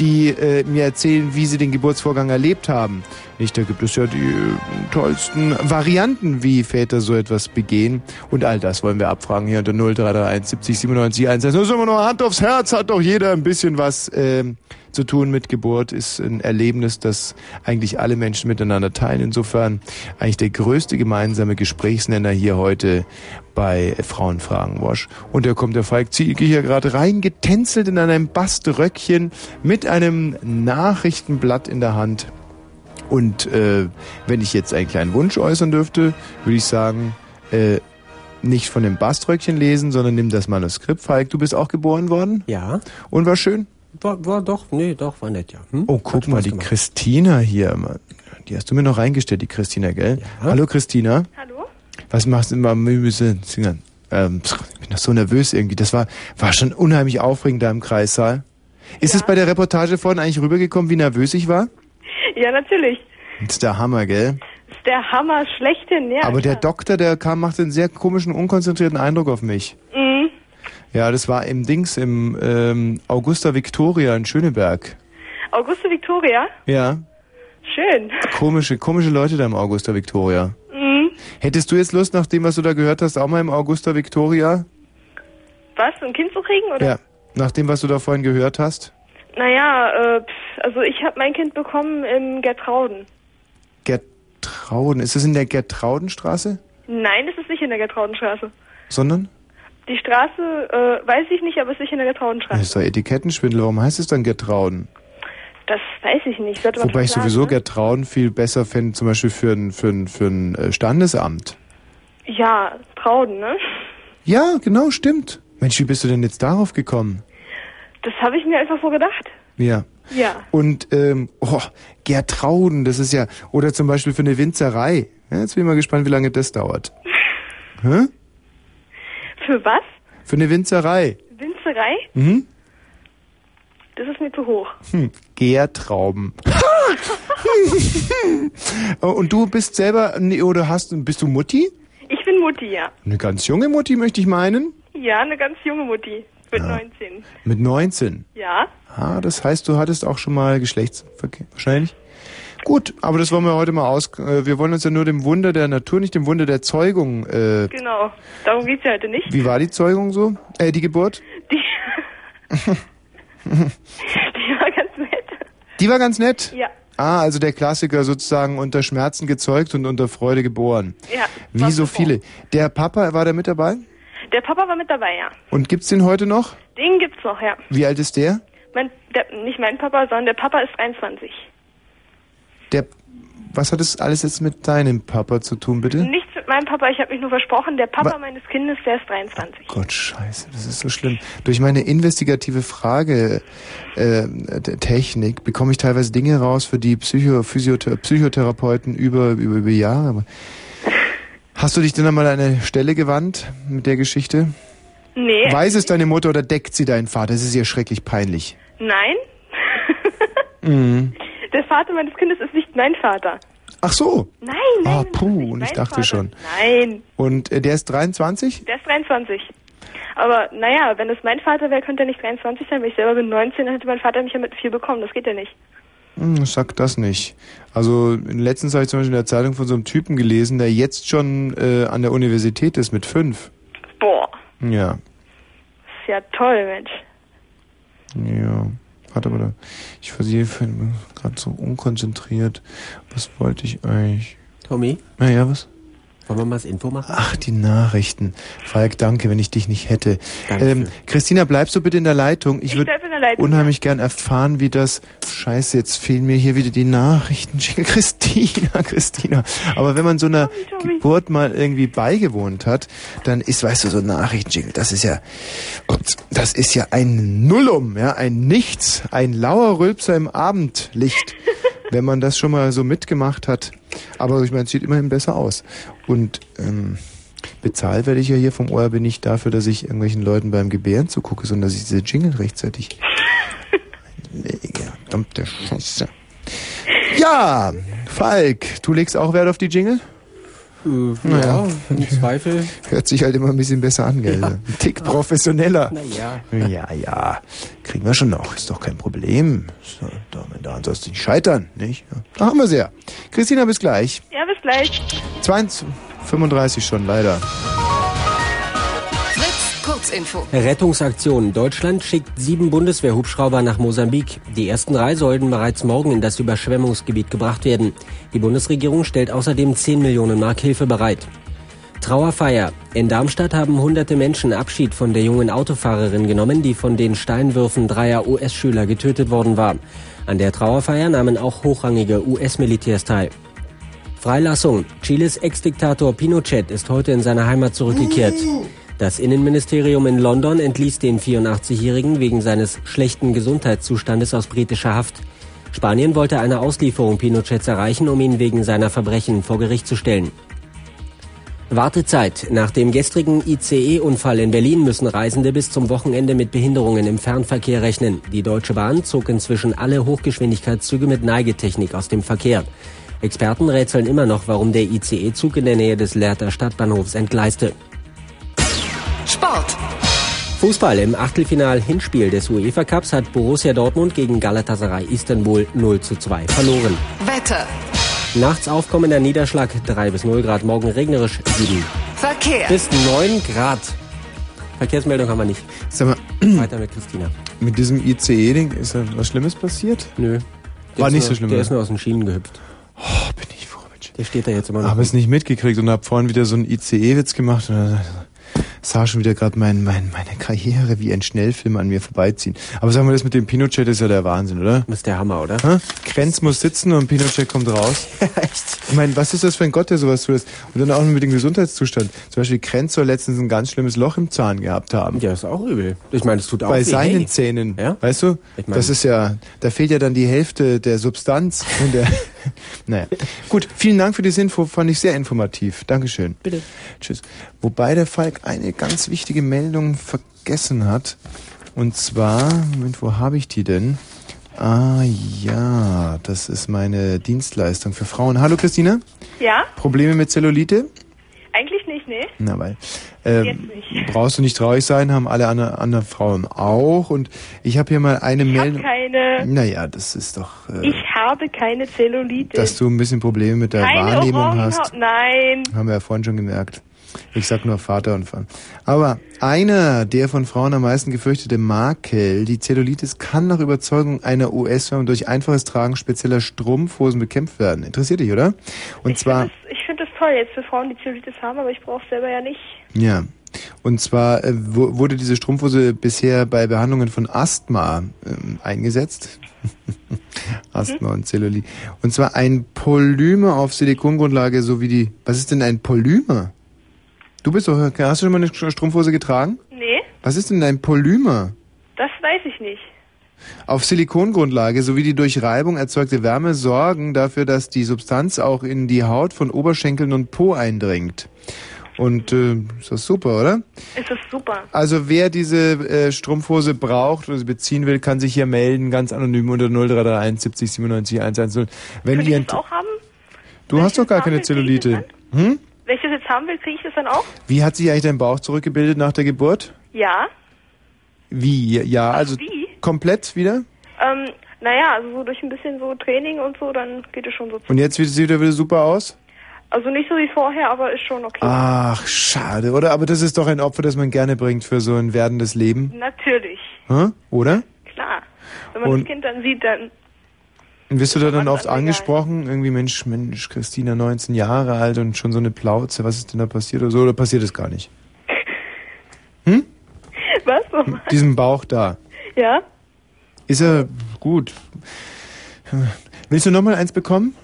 S1: die äh, mir erzählen, wie sie den Geburtsvorgang erlebt haben. Nicht, da gibt es ja die äh, tollsten Varianten, wie Väter so etwas begehen. Und all das wollen wir abfragen hier unter 0331 70 97 1. Das ist immer nur Hand aufs Herz, hat doch jeder ein bisschen was ähm, zu tun mit Geburt. Ist ein Erlebnis, das eigentlich alle Menschen miteinander teilen. Insofern eigentlich der größte gemeinsame Gesprächsnenner hier heute bei Frauenfragen Wash. Und da kommt der Falk Ziege hier gerade rein, getänzelt in einem Baströckchen mit einem Nachrichtenblatt in der Hand. Und äh, wenn ich jetzt einen kleinen Wunsch äußern dürfte, würde ich sagen, äh, nicht von dem Baströckchen lesen, sondern nimm das Manuskript. Falk, du bist auch geboren worden?
S13: Ja.
S1: Und war schön?
S13: War, war doch, nee, doch, war nett, ja. Hm?
S1: Oh, guck mal, die Christina hier. Mann. Die hast du mir noch reingestellt, die Christina, gell? Hallo, Christina.
S3: Hallo?
S1: Was machst du immer mit müssen singen? Ähm, pff, ich bin doch so nervös irgendwie. Das war, war schon unheimlich aufregend da im Kreissaal. Ist es bei der Reportage vorhin eigentlich rübergekommen, wie nervös ich war?
S3: Ja, natürlich.
S1: Das ist der Hammer, gell?
S3: Das ist der Hammer schlechthin, ja.
S1: Aber der Doktor, der kam, machte einen sehr komischen, unkonzentrierten Eindruck auf mich.
S3: Mhm.
S1: Ja, das war im Dings, im ähm, Augusta Victoria in Schöneberg.
S3: Auguste Victoria?
S1: Ja,
S3: Schön.
S1: komische, komische Leute da im Augusta Victoria.
S3: Mhm.
S1: Hättest du jetzt Lust, nach dem, was du da gehört hast, auch mal im Augusta Victoria?
S3: Was, ein Kind zu kriegen? Oder?
S1: Ja, nach dem, was du da vorhin gehört hast?
S3: Naja, äh, pff, also ich habe mein Kind bekommen in Gertrauden.
S1: Gertrauden, ist das in der Gertraudenstraße?
S14: Nein, das ist nicht in der Gertraudenstraße.
S1: Sondern?
S14: Die Straße, äh, weiß ich nicht, aber es ist nicht in der
S1: Das
S14: Gertraudenstraße.
S1: ist doch Etikettenschwindel. Warum heißt es dann Gertrauden?
S14: Das weiß ich nicht. Sollte man
S1: Wobei ich
S14: schon sagen,
S1: sowieso
S14: ne?
S1: Gertrauden viel besser fände, zum Beispiel für ein, für ein, für ein äh, Standesamt.
S14: Ja, Trauden, ne?
S1: Ja, genau, stimmt. Mensch, wie bist du denn jetzt darauf gekommen?
S14: Das habe ich mir einfach so gedacht.
S1: Ja.
S14: Ja.
S1: Und ähm, oh, Gertrauden, das ist ja. Oder zum Beispiel für eine Winzerei. Ja, jetzt bin ich mal gespannt, wie lange das dauert. Hä?
S14: Für was?
S1: Für eine Winzerei.
S14: Winzerei?
S1: Mhm.
S14: Das ist mir zu hoch.
S1: Hm. Gertrauben. Oh, Und du bist selber nee, oder hast bist du Mutti?
S14: ich bin Mutti, ja.
S1: Eine ganz junge Mutti, möchte ich meinen.
S14: Ja, eine ganz junge Mutti. Mit
S1: Ja.
S14: 19.
S1: Mit 19.
S14: Ja.
S1: Ah, das heißt, du hattest auch schon mal Geschlechtsverkehr. Wahrscheinlich. Gut, aber das wollen wir heute mal aus. äh, Wir wollen uns ja nur dem Wunder der Natur, nicht dem Wunder der Zeugung. Äh,
S14: Genau. Darum geht's ja heute nicht.
S1: wie war die Zeugung so? Äh, die Geburt?
S14: Die, die war ganz nett.
S1: Die war ganz nett.
S14: Ja.
S1: Ah, also der Klassiker sozusagen unter Schmerzen gezeugt und unter Freude geboren.
S14: Ja.
S1: Wie so viele. Der Papa war da mit dabei?
S14: Der Papa war mit dabei, ja.
S1: Und gibt's den heute noch?
S14: Den gibt's noch, ja.
S1: Wie alt ist der?
S14: Mein, der, nicht mein Papa, sondern der Papa ist 21.
S1: Der, was hat das alles jetzt mit deinem Papa zu tun, bitte?
S14: Nichts mit meinem Papa, ich habe mich nur versprochen. Der Papa
S1: Wa-
S14: meines Kindes, der ist 23.
S1: Gott, scheiße, das ist so schlimm. Durch meine investigative Frage äh, der Technik bekomme ich teilweise Dinge raus, für die Psycho Physiothera- Psychotherapeuten über, über, über Jahre. Aber hast du dich denn einmal an eine Stelle gewandt mit der Geschichte?
S14: Nee.
S1: Weiß es deine Mutter oder deckt sie deinen Vater? Das ist ihr schrecklich peinlich.
S14: Nein,
S1: Mhm.
S14: der Vater meines Kindes ist nicht mein Vater.
S1: Ach so.
S14: Nein, nein.
S1: Ah, puh, und ich dachte schon.
S14: Nein,
S1: Und äh, der ist 23?
S14: der ist 23. Aber naja, wenn es mein Vater wäre, könnte er nicht 23 sein, weil ich selber bin 19, dann hätte mein Vater mich ja mit 4 bekommen. Das geht ja nicht.
S1: Hm, sag das nicht. Also letztens habe ich zum Beispiel in der Zeitung von so einem Typen gelesen, der jetzt schon äh, an der Universität ist mit fünf.
S14: Boah,
S1: Ja,
S14: ist ja toll, Mensch.
S1: ja. Warte mal, da- ich versehe gerade so unkonzentriert. Was wollte ich eigentlich?
S15: Tommy?
S1: Naja, was?
S15: Wollen wir mal das Info machen?
S1: Ach, die Nachrichten. Falk, danke, wenn ich dich nicht hätte. Ähm,
S15: Danke.
S1: Christina, bleibst du bitte in der Leitung? Ich,
S14: Ich
S1: würde
S14: bleib in der Leitung,
S1: unheimlich gern erfahren, wie das... Scheiße, jetzt fehlen mir hier wieder die Nachrichten. Christina, Christina. Aber wenn man so einer Geburt mal irgendwie beigewohnt hat, dann ist, weißt du, so ein Nachrichtenjingle, das ist ja... Ups, das ist ja ein Nullum, ja, ein Nichts, ein lauer Rülpser im Abendlicht. wenn man das schon mal so mitgemacht hat. Aber ich meine, es sieht immerhin besser aus. Und ähm, bezahlt werde ich ja hier vom ORB nicht dafür, dass ich irgendwelchen Leuten beim Gebären zugucke, sondern dass ich diese Jingle rechtzeitig. Mega, verdammte Scheiße. Ja, Falk, du legst auch Wert auf die Jingle?
S15: Äh, ja, im Zweifel.
S1: Hört sich halt immer ein bisschen besser an, gell?
S15: Ja.
S1: Ein Tick professioneller.
S15: Naja.
S1: Ja, ja. Kriegen wir schon noch. Ist doch kein Problem. So, Damen und Herren, sollst du nicht scheitern, nicht? Ja. Da haben wir sie ja. Christina, bis gleich.
S14: Ja, bis gleich.
S1: 22, 35 schon, leider.
S16: Fritz, Kurzinfo.
S15: Rettungsaktion. Deutschland schickt sieben Bundeswehrhubschrauber nach Mosambik. Die ersten drei sollten bereits morgen in das Überschwemmungsgebiet gebracht werden. Die Bundesregierung stellt außerdem 10 Millionen Mark Hilfe bereit. Trauerfeier. In Darmstadt haben hunderte Menschen Abschied von der jungen Autofahrerin genommen, die von den Steinwürfen dreier US-Schüler getötet worden war. An der Trauerfeier nahmen auch hochrangige US-Militärs teil. Freilassung. Chiles Ex-Diktator Pinochet ist heute in seine Heimat zurückgekehrt. Das Innenministerium in London entließ den 84-Jährigen wegen seines schlechten Gesundheitszustandes aus britischer Haft. Spanien wollte eine Auslieferung Pinochets erreichen, um ihn wegen seiner Verbrechen vor Gericht zu stellen. Wartezeit. Nach dem gestrigen ICE-Unfall in Berlin müssen Reisende bis zum Wochenende mit Behinderungen im Fernverkehr rechnen. Die Deutsche Bahn zog inzwischen alle Hochgeschwindigkeitszüge mit Neigetechnik aus dem Verkehr. Experten rätseln immer noch, warum der ICE-Zug in der Nähe des Lehrter Stadtbahnhofs entgleiste.
S16: Sport.
S15: Fußball im Achtelfinal-Hinspiel des UEFA Cups hat Borussia Dortmund gegen Galatasaray Istanbul 0 zu 2 verloren.
S16: Wetter.
S15: Nachts aufkommender Niederschlag 3 bis 0 Grad, morgen regnerisch 7
S16: Verkehr.
S15: bis 9 Grad. Verkehrsmeldung haben wir nicht.
S1: Sag mal,
S15: Weiter mit Christina.
S1: Mit diesem ICE-Ding ist da was Schlimmes passiert?
S15: Nö.
S1: War
S15: Der
S1: nicht
S15: ist
S1: so
S15: nur-
S1: schlimm. ne?
S15: Der
S1: oder?
S15: ist nur aus den Schienen gehüpft.
S1: Oh, bin ich froh, Mensch.
S15: Der steht da jetzt immer noch.
S1: Habe es nicht mitgekriegt und habe vorhin wieder so einen ICE-Witz gemacht und dann sah schon wieder gerade mein, mein, meine Karriere wie ein Schnellfilm an mir vorbeiziehen. Aber sagen wir, das mit dem Pinochet ist ja der Wahnsinn, oder?
S15: Das ist der Hammer, oder?
S1: Hä? Krenz muss sitzen und Pinochet kommt raus.
S15: Echt?
S1: Ich meine, was ist das für ein Gott, der sowas tut? Und dann auch noch mit dem Gesundheitszustand. Zum Beispiel Krenz soll letztens ein ganz schlimmes Loch im Zahn gehabt haben.
S15: Ja, ist auch übel. Ich meine, es tut auch
S1: Bei
S15: weh.
S1: seinen
S15: Hey.
S1: Zähnen,
S15: Ja?
S1: weißt du?
S15: Ich mein-
S1: das ist ja, da fehlt ja dann die Hälfte der Substanz. Und der naja. Gut, vielen Dank für diese Info, fand ich sehr informativ. Dankeschön.
S15: Bitte.
S1: Tschüss. Wobei der Falk eine ganz wichtige Meldung vergessen hat. Und zwar, Moment, wo habe ich die denn? Ah ja, das ist meine Dienstleistung für Frauen. Hallo Christina?
S3: Ja?
S1: Probleme mit Zellulite?
S3: Eigentlich nicht, nee.
S1: Na, weil. Ähm,
S3: Jetzt nicht.
S1: brauchst du nicht traurig sein, haben alle andere, anderen Frauen auch. Und ich habe hier mal eine
S3: Ich
S1: Meldung.
S3: habe keine,
S1: Naja, das ist doch, äh,
S3: ich habe keine Zellulite.
S1: dass du ein bisschen Probleme mit der
S3: keine
S1: Wahrnehmung
S3: Orangenhaut-
S1: hast.
S3: Nein.
S1: Haben wir ja vorhin schon gemerkt. Ich sag nur Vater und Vater. Aber einer der von Frauen am meisten gefürchtete Makel, die Zellulitis, kann nach Überzeugung einer US-Firma durch einfaches Tragen spezieller Strumpfhosen bekämpft werden. Interessiert dich, oder? Und zwar.
S3: Ich finde das toll jetzt für Frauen, die Zellulitis haben, aber ich brauche selber ja nicht.
S1: Ja. Und zwar äh, wu- wurde diese Strumpfhose bisher bei Behandlungen von Asthma ähm, eingesetzt. Asthma und Zellulit. Und zwar ein Polymer auf Silikongrundlage sowie die. Was ist denn ein Polymer? Du bist doch. Hast du schon mal eine Str- Strumpfhose getragen?
S3: Nee,
S1: Was ist denn ein Polymer?
S3: das weiß ich nicht.
S1: Auf Silikongrundlage sowie die durch Reibung erzeugte Wärme sorgen dafür, dass die Substanz auch in die Haut von Oberschenkeln und Po eindringt. Und äh, ist das super, oder?
S3: Es ist super.
S1: Also wer diese äh, Strumpfhose braucht oder sie beziehen will, kann sich hier melden, ganz anonym unter 0331 70 97 110. Wenn
S3: Könnte
S1: ihr
S3: ich das auch haben?
S1: du hast doch gar keine Zellulite. Hm?
S3: Wenn ich das jetzt haben will, kriege ich das dann auch?
S1: Wie hat sich eigentlich dein Bauch zurückgebildet nach der Geburt?
S3: Ja.
S1: Wie? Ja, also
S3: wie?
S1: komplett wieder?
S3: Ähm, naja, also so durch ein bisschen so Training und so, dann geht es schon so.
S1: Und jetzt sieht er wieder super aus?
S3: Also nicht so wie vorher, aber ist schon okay.
S1: Ach, schade, oder? Aber das ist doch ein Opfer, das man gerne bringt für so ein werdendes Leben.
S3: Natürlich,
S1: Hä? Oder?
S3: klar. Wenn man
S1: Und-
S3: das Kind dann sieht, dann
S1: Und wirst du da dann oft angesprochen? Irgendwie, Mensch, Mensch, Christina, 19 Jahre alt und schon so eine Plauze, was ist denn da passiert oder so? Oder passiert das gar nicht?
S3: was nochmal?
S1: Diesem Bauch da.
S3: Ja?
S1: Ist er gut. Willst du nochmal eins bekommen?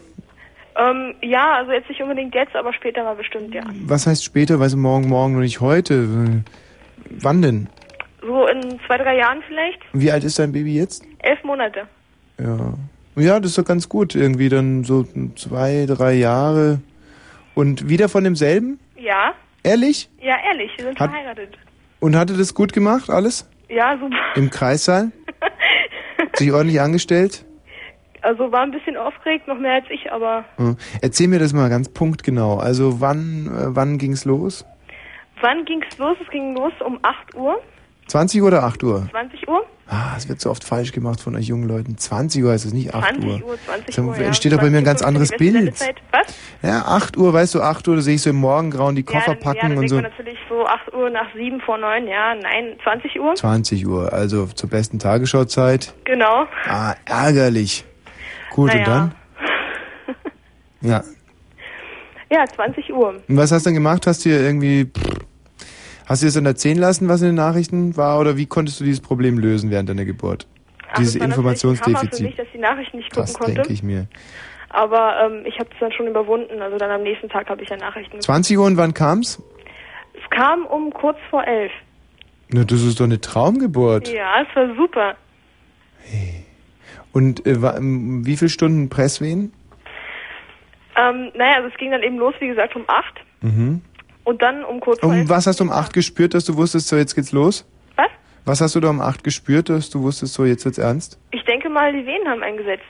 S3: Ähm, ja, also jetzt nicht unbedingt jetzt, aber später mal bestimmt, ja.
S1: Was heißt später? Weißt du, morgen, morgen und nicht heute? Wann denn?
S3: So in zwei, drei Jahren vielleicht?
S1: Wie alt ist dein Baby jetzt?
S3: Elf Monate.
S1: Ja. Ja, das ist doch ganz gut. Irgendwie dann so zwei, drei Jahre. Und wieder von demselben?
S3: Ja?
S1: Ehrlich?
S3: Ja, ehrlich, wir sind
S1: Hat-
S3: verheiratet.
S1: Und hatte das gut gemacht, alles?
S3: Ja, super.
S1: Im Kreissaal? Sich ordentlich angestellt?
S3: Also war ein bisschen aufgeregt, noch mehr als ich, aber
S1: Ja. Hm. Erzähl mir das mal ganz punktgenau. Also wann, äh, wann ging's los?
S3: wann ging's los? Es ging los um 8 Uhr,
S1: 20 Uhr oder 8 Uhr?
S3: 20 Uhr,
S1: Ah, es wird so oft falsch gemacht von euch jungen Leuten. 20 Uhr heißt es nicht 8
S3: 20
S1: Uhr.
S3: Uhr, 20
S1: Dann
S3: Uhr. Ja.
S1: entsteht doch bei mir ein ganz
S3: 20 Uhr
S1: anderes
S3: für die
S1: Bild.
S3: Westendezeit. Was?
S1: Ja, 8 Uhr, weißt du, 8 Uhr, da sehe ich so im Morgengrauen die Koffer
S3: ja, dann, ja,
S1: packen
S3: dann
S1: und
S3: denkt
S1: so.
S3: man natürlich so 8 Uhr nach 7 vor 9, ja, nein, 20 Uhr.
S1: 20 Uhr, also zur besten Tagesschauzeit.
S3: Genau.
S1: Ah, ärgerlich. Gut,
S3: Naja.
S1: und dann? Ja.
S3: Ja, 20 Uhr.
S1: Und was hast du dann gemacht? Hast du dir irgendwie, pff, hast du dir das dann erzählen lassen, was in den Nachrichten war? Oder wie konntest du dieses Problem lösen während deiner Geburt?
S3: Ach,
S1: Dieses
S3: das Also war natürlich ein Hammer für mich,
S1: Informationsdefizit.
S3: dass ich die Nachrichten nicht gucken
S1: Das
S3: konnte.
S1: denke ich mir.
S3: Aber ähm, ich habe es dann schon überwunden. Also dann am nächsten Tag habe ich ja Nachrichten. geguckt.
S1: 20 Uhr und wann kam's?
S3: Es kam um kurz vor 11.
S1: Na, das ist doch eine Traumgeburt.
S3: Ja, es war super.
S1: Und äh, wa- m, wie viele Stunden Presswehen?
S3: Ähm, naja, also es ging dann eben los, wie gesagt, um 8.
S1: Mhm.
S3: Und dann um kurz vor
S1: Und
S3: 11.
S1: was hast du um 8 gespürt, dass du wusstest, so jetzt geht's los?
S3: Was?
S1: Was hast du da um 8 gespürt, dass du wusstest, so jetzt wird's ernst?
S3: Ich denke mal, die Venen haben eingesetzt.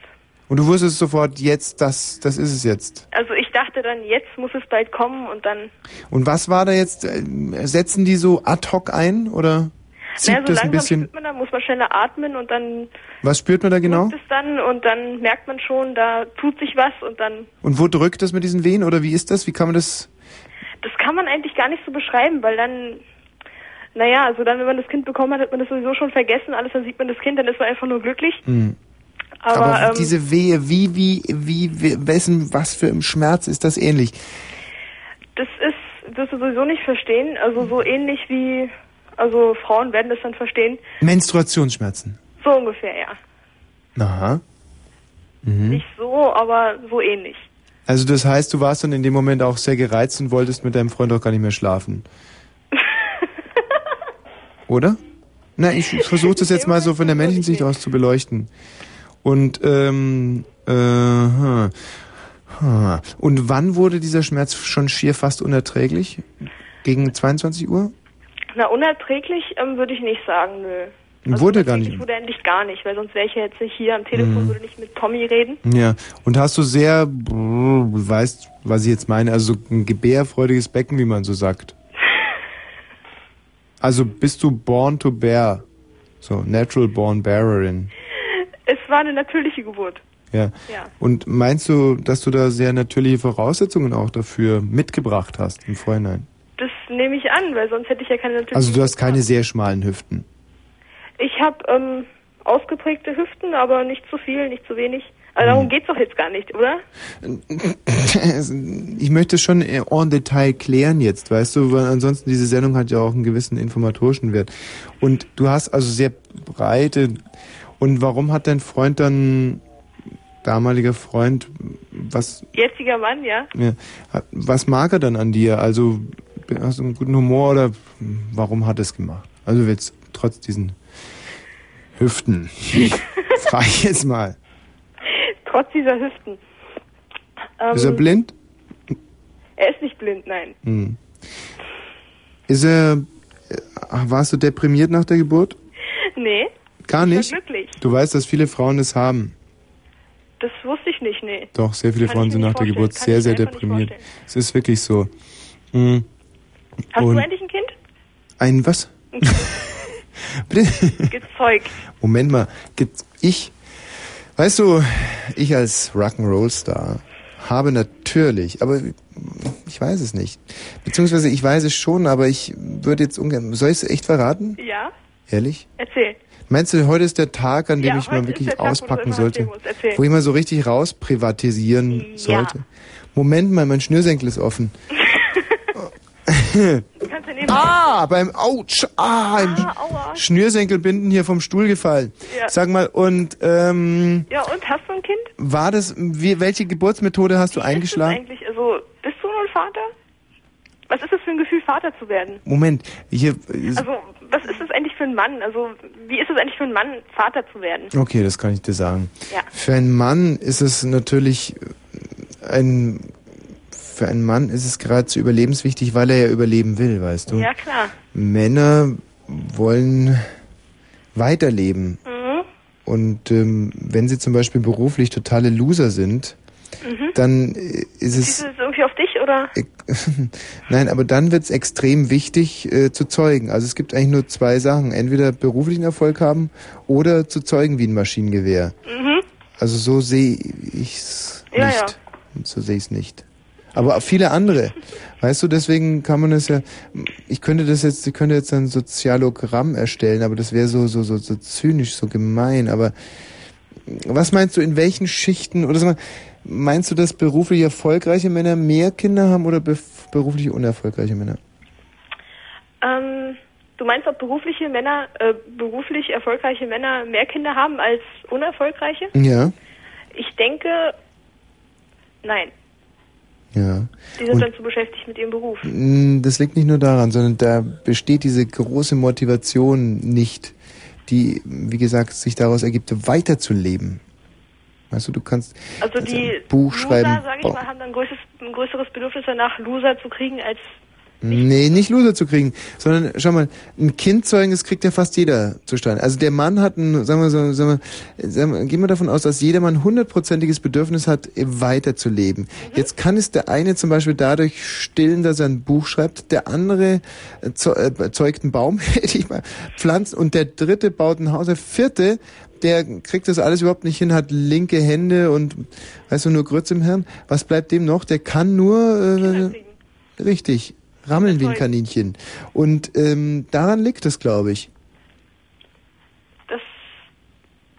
S1: Und du wusstest sofort, jetzt, das, das ist es jetzt.
S3: Also ich dachte dann, jetzt muss es bald kommen und dann...
S1: Und was war da jetzt? ähm, Setzen die so ad hoc ein oder zieht
S3: naja, so
S1: das ein
S3: langsam
S1: bisschen?
S3: spürt man, dann muss man schneller atmen und dann
S1: Was spürt man da genau?
S3: drückt es dann und dann merkt man schon, da tut sich was und dann...
S1: Und wo drückt das mit diesen Wehen oder wie ist das? Wie kann man das?
S3: Das kann man eigentlich gar nicht so beschreiben, weil dann... Naja, also dann, wenn man das Kind bekommen hat, hat man das sowieso schon vergessen, alles, dann sieht man das Kind, dann ist man einfach nur glücklich.
S1: Hm. Aber,
S3: Aber, ähm,
S1: diese Wehe, wie, wie, wie, wie, wessen, was für im Schmerz ist das ähnlich?
S3: Das ist, wirst du sowieso nicht verstehen. Also so ähnlich wie, also Frauen werden das dann verstehen.
S1: Menstruationsschmerzen.
S3: So ungefähr, ja.
S1: Aha. Mhm.
S3: Nicht so, aber so ähnlich.
S1: Also das heißt, du warst dann in dem Moment auch sehr gereizt und wolltest mit deinem Freund auch gar nicht mehr schlafen. Oder? Na, ich versuche das jetzt mal so von der männlichen Sicht aus zu beleuchten. Und ähm, äh, hm. Hm. und wann wurde dieser Schmerz schon schier fast unerträglich? Gegen 22 Uhr?
S3: Na, unerträglich ähm, würde ich nicht sagen, nö.
S1: wurde gar nicht.
S3: Ich wurde endlich gar nicht, weil sonst wäre ich ja jetzt nicht hier am Telefon,
S1: Mhm.
S3: würde nicht mit Tommy reden.
S1: Ja, und hast du sehr, weißt, was ich jetzt meine, also ein gebärfreudiges Becken, wie man so sagt. Also bist du born to bear, so natural born bearerin.
S3: Es war eine natürliche Geburt.
S1: Ja.
S3: Ja.
S1: Und meinst du, dass du da sehr natürliche Voraussetzungen auch dafür mitgebracht hast im Vorhinein?
S3: Das nehme ich an, weil sonst hätte ich ja keine natürliche
S1: Also du hast keine sehr schmalen Hüften.
S3: Ich habe ähm, ausgeprägte Hüften, aber nicht zu viel, nicht zu wenig. Also
S1: Mhm.
S3: darum geht's doch jetzt gar nicht, oder?
S1: Ich möchte es schon äh, en Detail klären jetzt, weißt du, weil ansonsten diese Sendung hat ja auch einen gewissen informatorischen Wert. Und du hast also sehr breite. Und warum hat dein Freund dann, damaliger Freund, was,
S3: Jetziger Mann, ja.
S1: ja, was mag er dann an dir? Also hast du einen guten Humor oder warum hat er es gemacht? Also jetzt trotz diesen Hüften, frage ich jetzt mal.
S3: Trotz dieser Hüften. Ähm,
S1: Ist er blind?
S3: Er ist nicht blind, nein.
S1: Hm. Ist er. äh, Warst du deprimiert nach der Geburt?
S3: Nee.
S1: Gar
S3: Ich war
S1: nicht?
S3: glücklich.
S1: Du weißt, dass viele Frauen es haben.
S3: Das wusste ich nicht, nee.
S1: Doch, sehr viele
S3: Kann
S1: Frauen
S3: ich
S1: sind
S3: mir
S1: nach
S3: nicht
S1: der Geburt
S3: vorstellen.
S1: sehr,
S3: Kann
S1: sehr
S3: ich mir einfach nicht
S1: deprimiert. Es ist wirklich so. Hm.
S3: Hast
S1: Und
S3: du endlich ein Kind?
S1: ein was?
S3: Ein Kind
S1: Bitte?
S3: gezeugt.
S1: Moment mal. Ge- Ich. Weißt du, ich als Rock'n'Roll-Star habe natürlich, aber ich weiß es nicht. Beziehungsweise ich weiß es schon, aber ich würde jetzt ungern. Soll ich es echt verraten?
S3: Ja,
S1: Ehrlich?
S3: erzähl.
S1: Meinst du, heute ist der Tag, an dem
S3: Ja,
S1: ich mal
S3: heute ist
S1: wirklich
S3: der Tag, wo du
S1: auspacken
S3: immer
S1: sollte?
S3: erzählen musst. Erzähl.
S1: Wo ich mal so richtig rausprivatisieren sollte? Moment mal, mein Schnürsenkel ist offen. ah, beim Autsch, ah, im Schnürsenkelbinden hier vom Stuhl gefallen.
S3: Ja.
S1: Sag mal, und ähm,
S3: Ja, und hast du ein Kind?
S1: war das, wie, welche Geburtsmethode hast du eingeschlagen?
S3: Eigentlich, also, bist du nun Vater? Was ist das für ein Gefühl, Vater zu werden?
S1: Moment, hier, äh,
S3: Also, was ist das eigentlich für ein Mann? Also, wie ist es eigentlich für einen Mann, Vater zu werden?
S1: Okay, das kann ich dir sagen.
S3: Ja.
S1: Für einen Mann ist es natürlich äh, ein für einen Mann ist es geradezu überlebenswichtig, weil er ja überleben will, weißt du.
S3: Ja, klar.
S1: Männer wollen weiterleben
S3: Mhm.
S1: und ähm, wenn sie zum Beispiel beruflich totale Loser sind,
S3: Mhm.
S1: dann äh, ist
S3: Siehst
S1: es
S3: du das irgendwie auf dich, oder?
S1: Nein, aber dann wird es extrem wichtig äh, zu zeugen. Also es gibt eigentlich nur zwei Sachen. Entweder beruflichen Erfolg haben oder zu zeugen wie ein Maschinengewehr.
S3: Mhm.
S1: Also so sehe ich's
S3: Ja, ja.
S1: nicht. So sehe ich's nicht. Aber auch viele andere. Weißt du, deswegen kann man das ja. Ich könnte das jetzt, ich könnte jetzt ein Sozialogramm erstellen, aber das wäre so, so, so, so zynisch, so gemein. Aber was meinst du, in welchen Schichten oder sag mal, meinst du, dass beruflich erfolgreiche Männer mehr Kinder haben oder bef- beruflich unerfolgreiche Männer?
S3: Ähm, du meinst, ob berufliche Männer, äh, beruflich erfolgreiche Männer mehr Kinder haben als unerfolgreiche?
S1: Ja.
S3: Ich denke, nein.
S1: Ja.
S3: Die sind dann zu beschäftigt mit ihrem Beruf.
S1: Mm, Das liegt nicht nur daran, sondern da besteht diese große Motivation nicht, die, wie gesagt, sich daraus ergibt, weiterzuleben. Weißt du, du kannst
S3: Also die
S1: ein Buch
S3: Loser,
S1: schreiben. oh.
S3: sag ich
S1: Boah.
S3: mal, haben dann größeres, ein größeres Bedürfnis danach, Loser zu kriegen als
S1: Nee, nicht Loser zu kriegen, sondern schau mal, ein Kind zeugen, das kriegt ja fast jeder zustande. Also der Mann hat ein, sagen wir so, sagen wir, sagen wir, gehen wir davon aus, dass jeder Mann hundertprozentiges Bedürfnis hat, weiterzuleben. Jetzt kann es der eine zum Beispiel dadurch stillen, dass er ein Buch schreibt, der andere äh, zeu- äh, zeugt einen Baum, hätte ich mal, pflanzt und der dritte baut ein Haus, der vierte der kriegt das alles überhaupt nicht hin, hat linke Hände und, weißt du, nur Grütze im Hirn. Was bleibt dem noch? Der kann nur, äh, richtig, rammeln wie ein Kaninchen. Und ähm, daran liegt es, glaube ich.
S3: das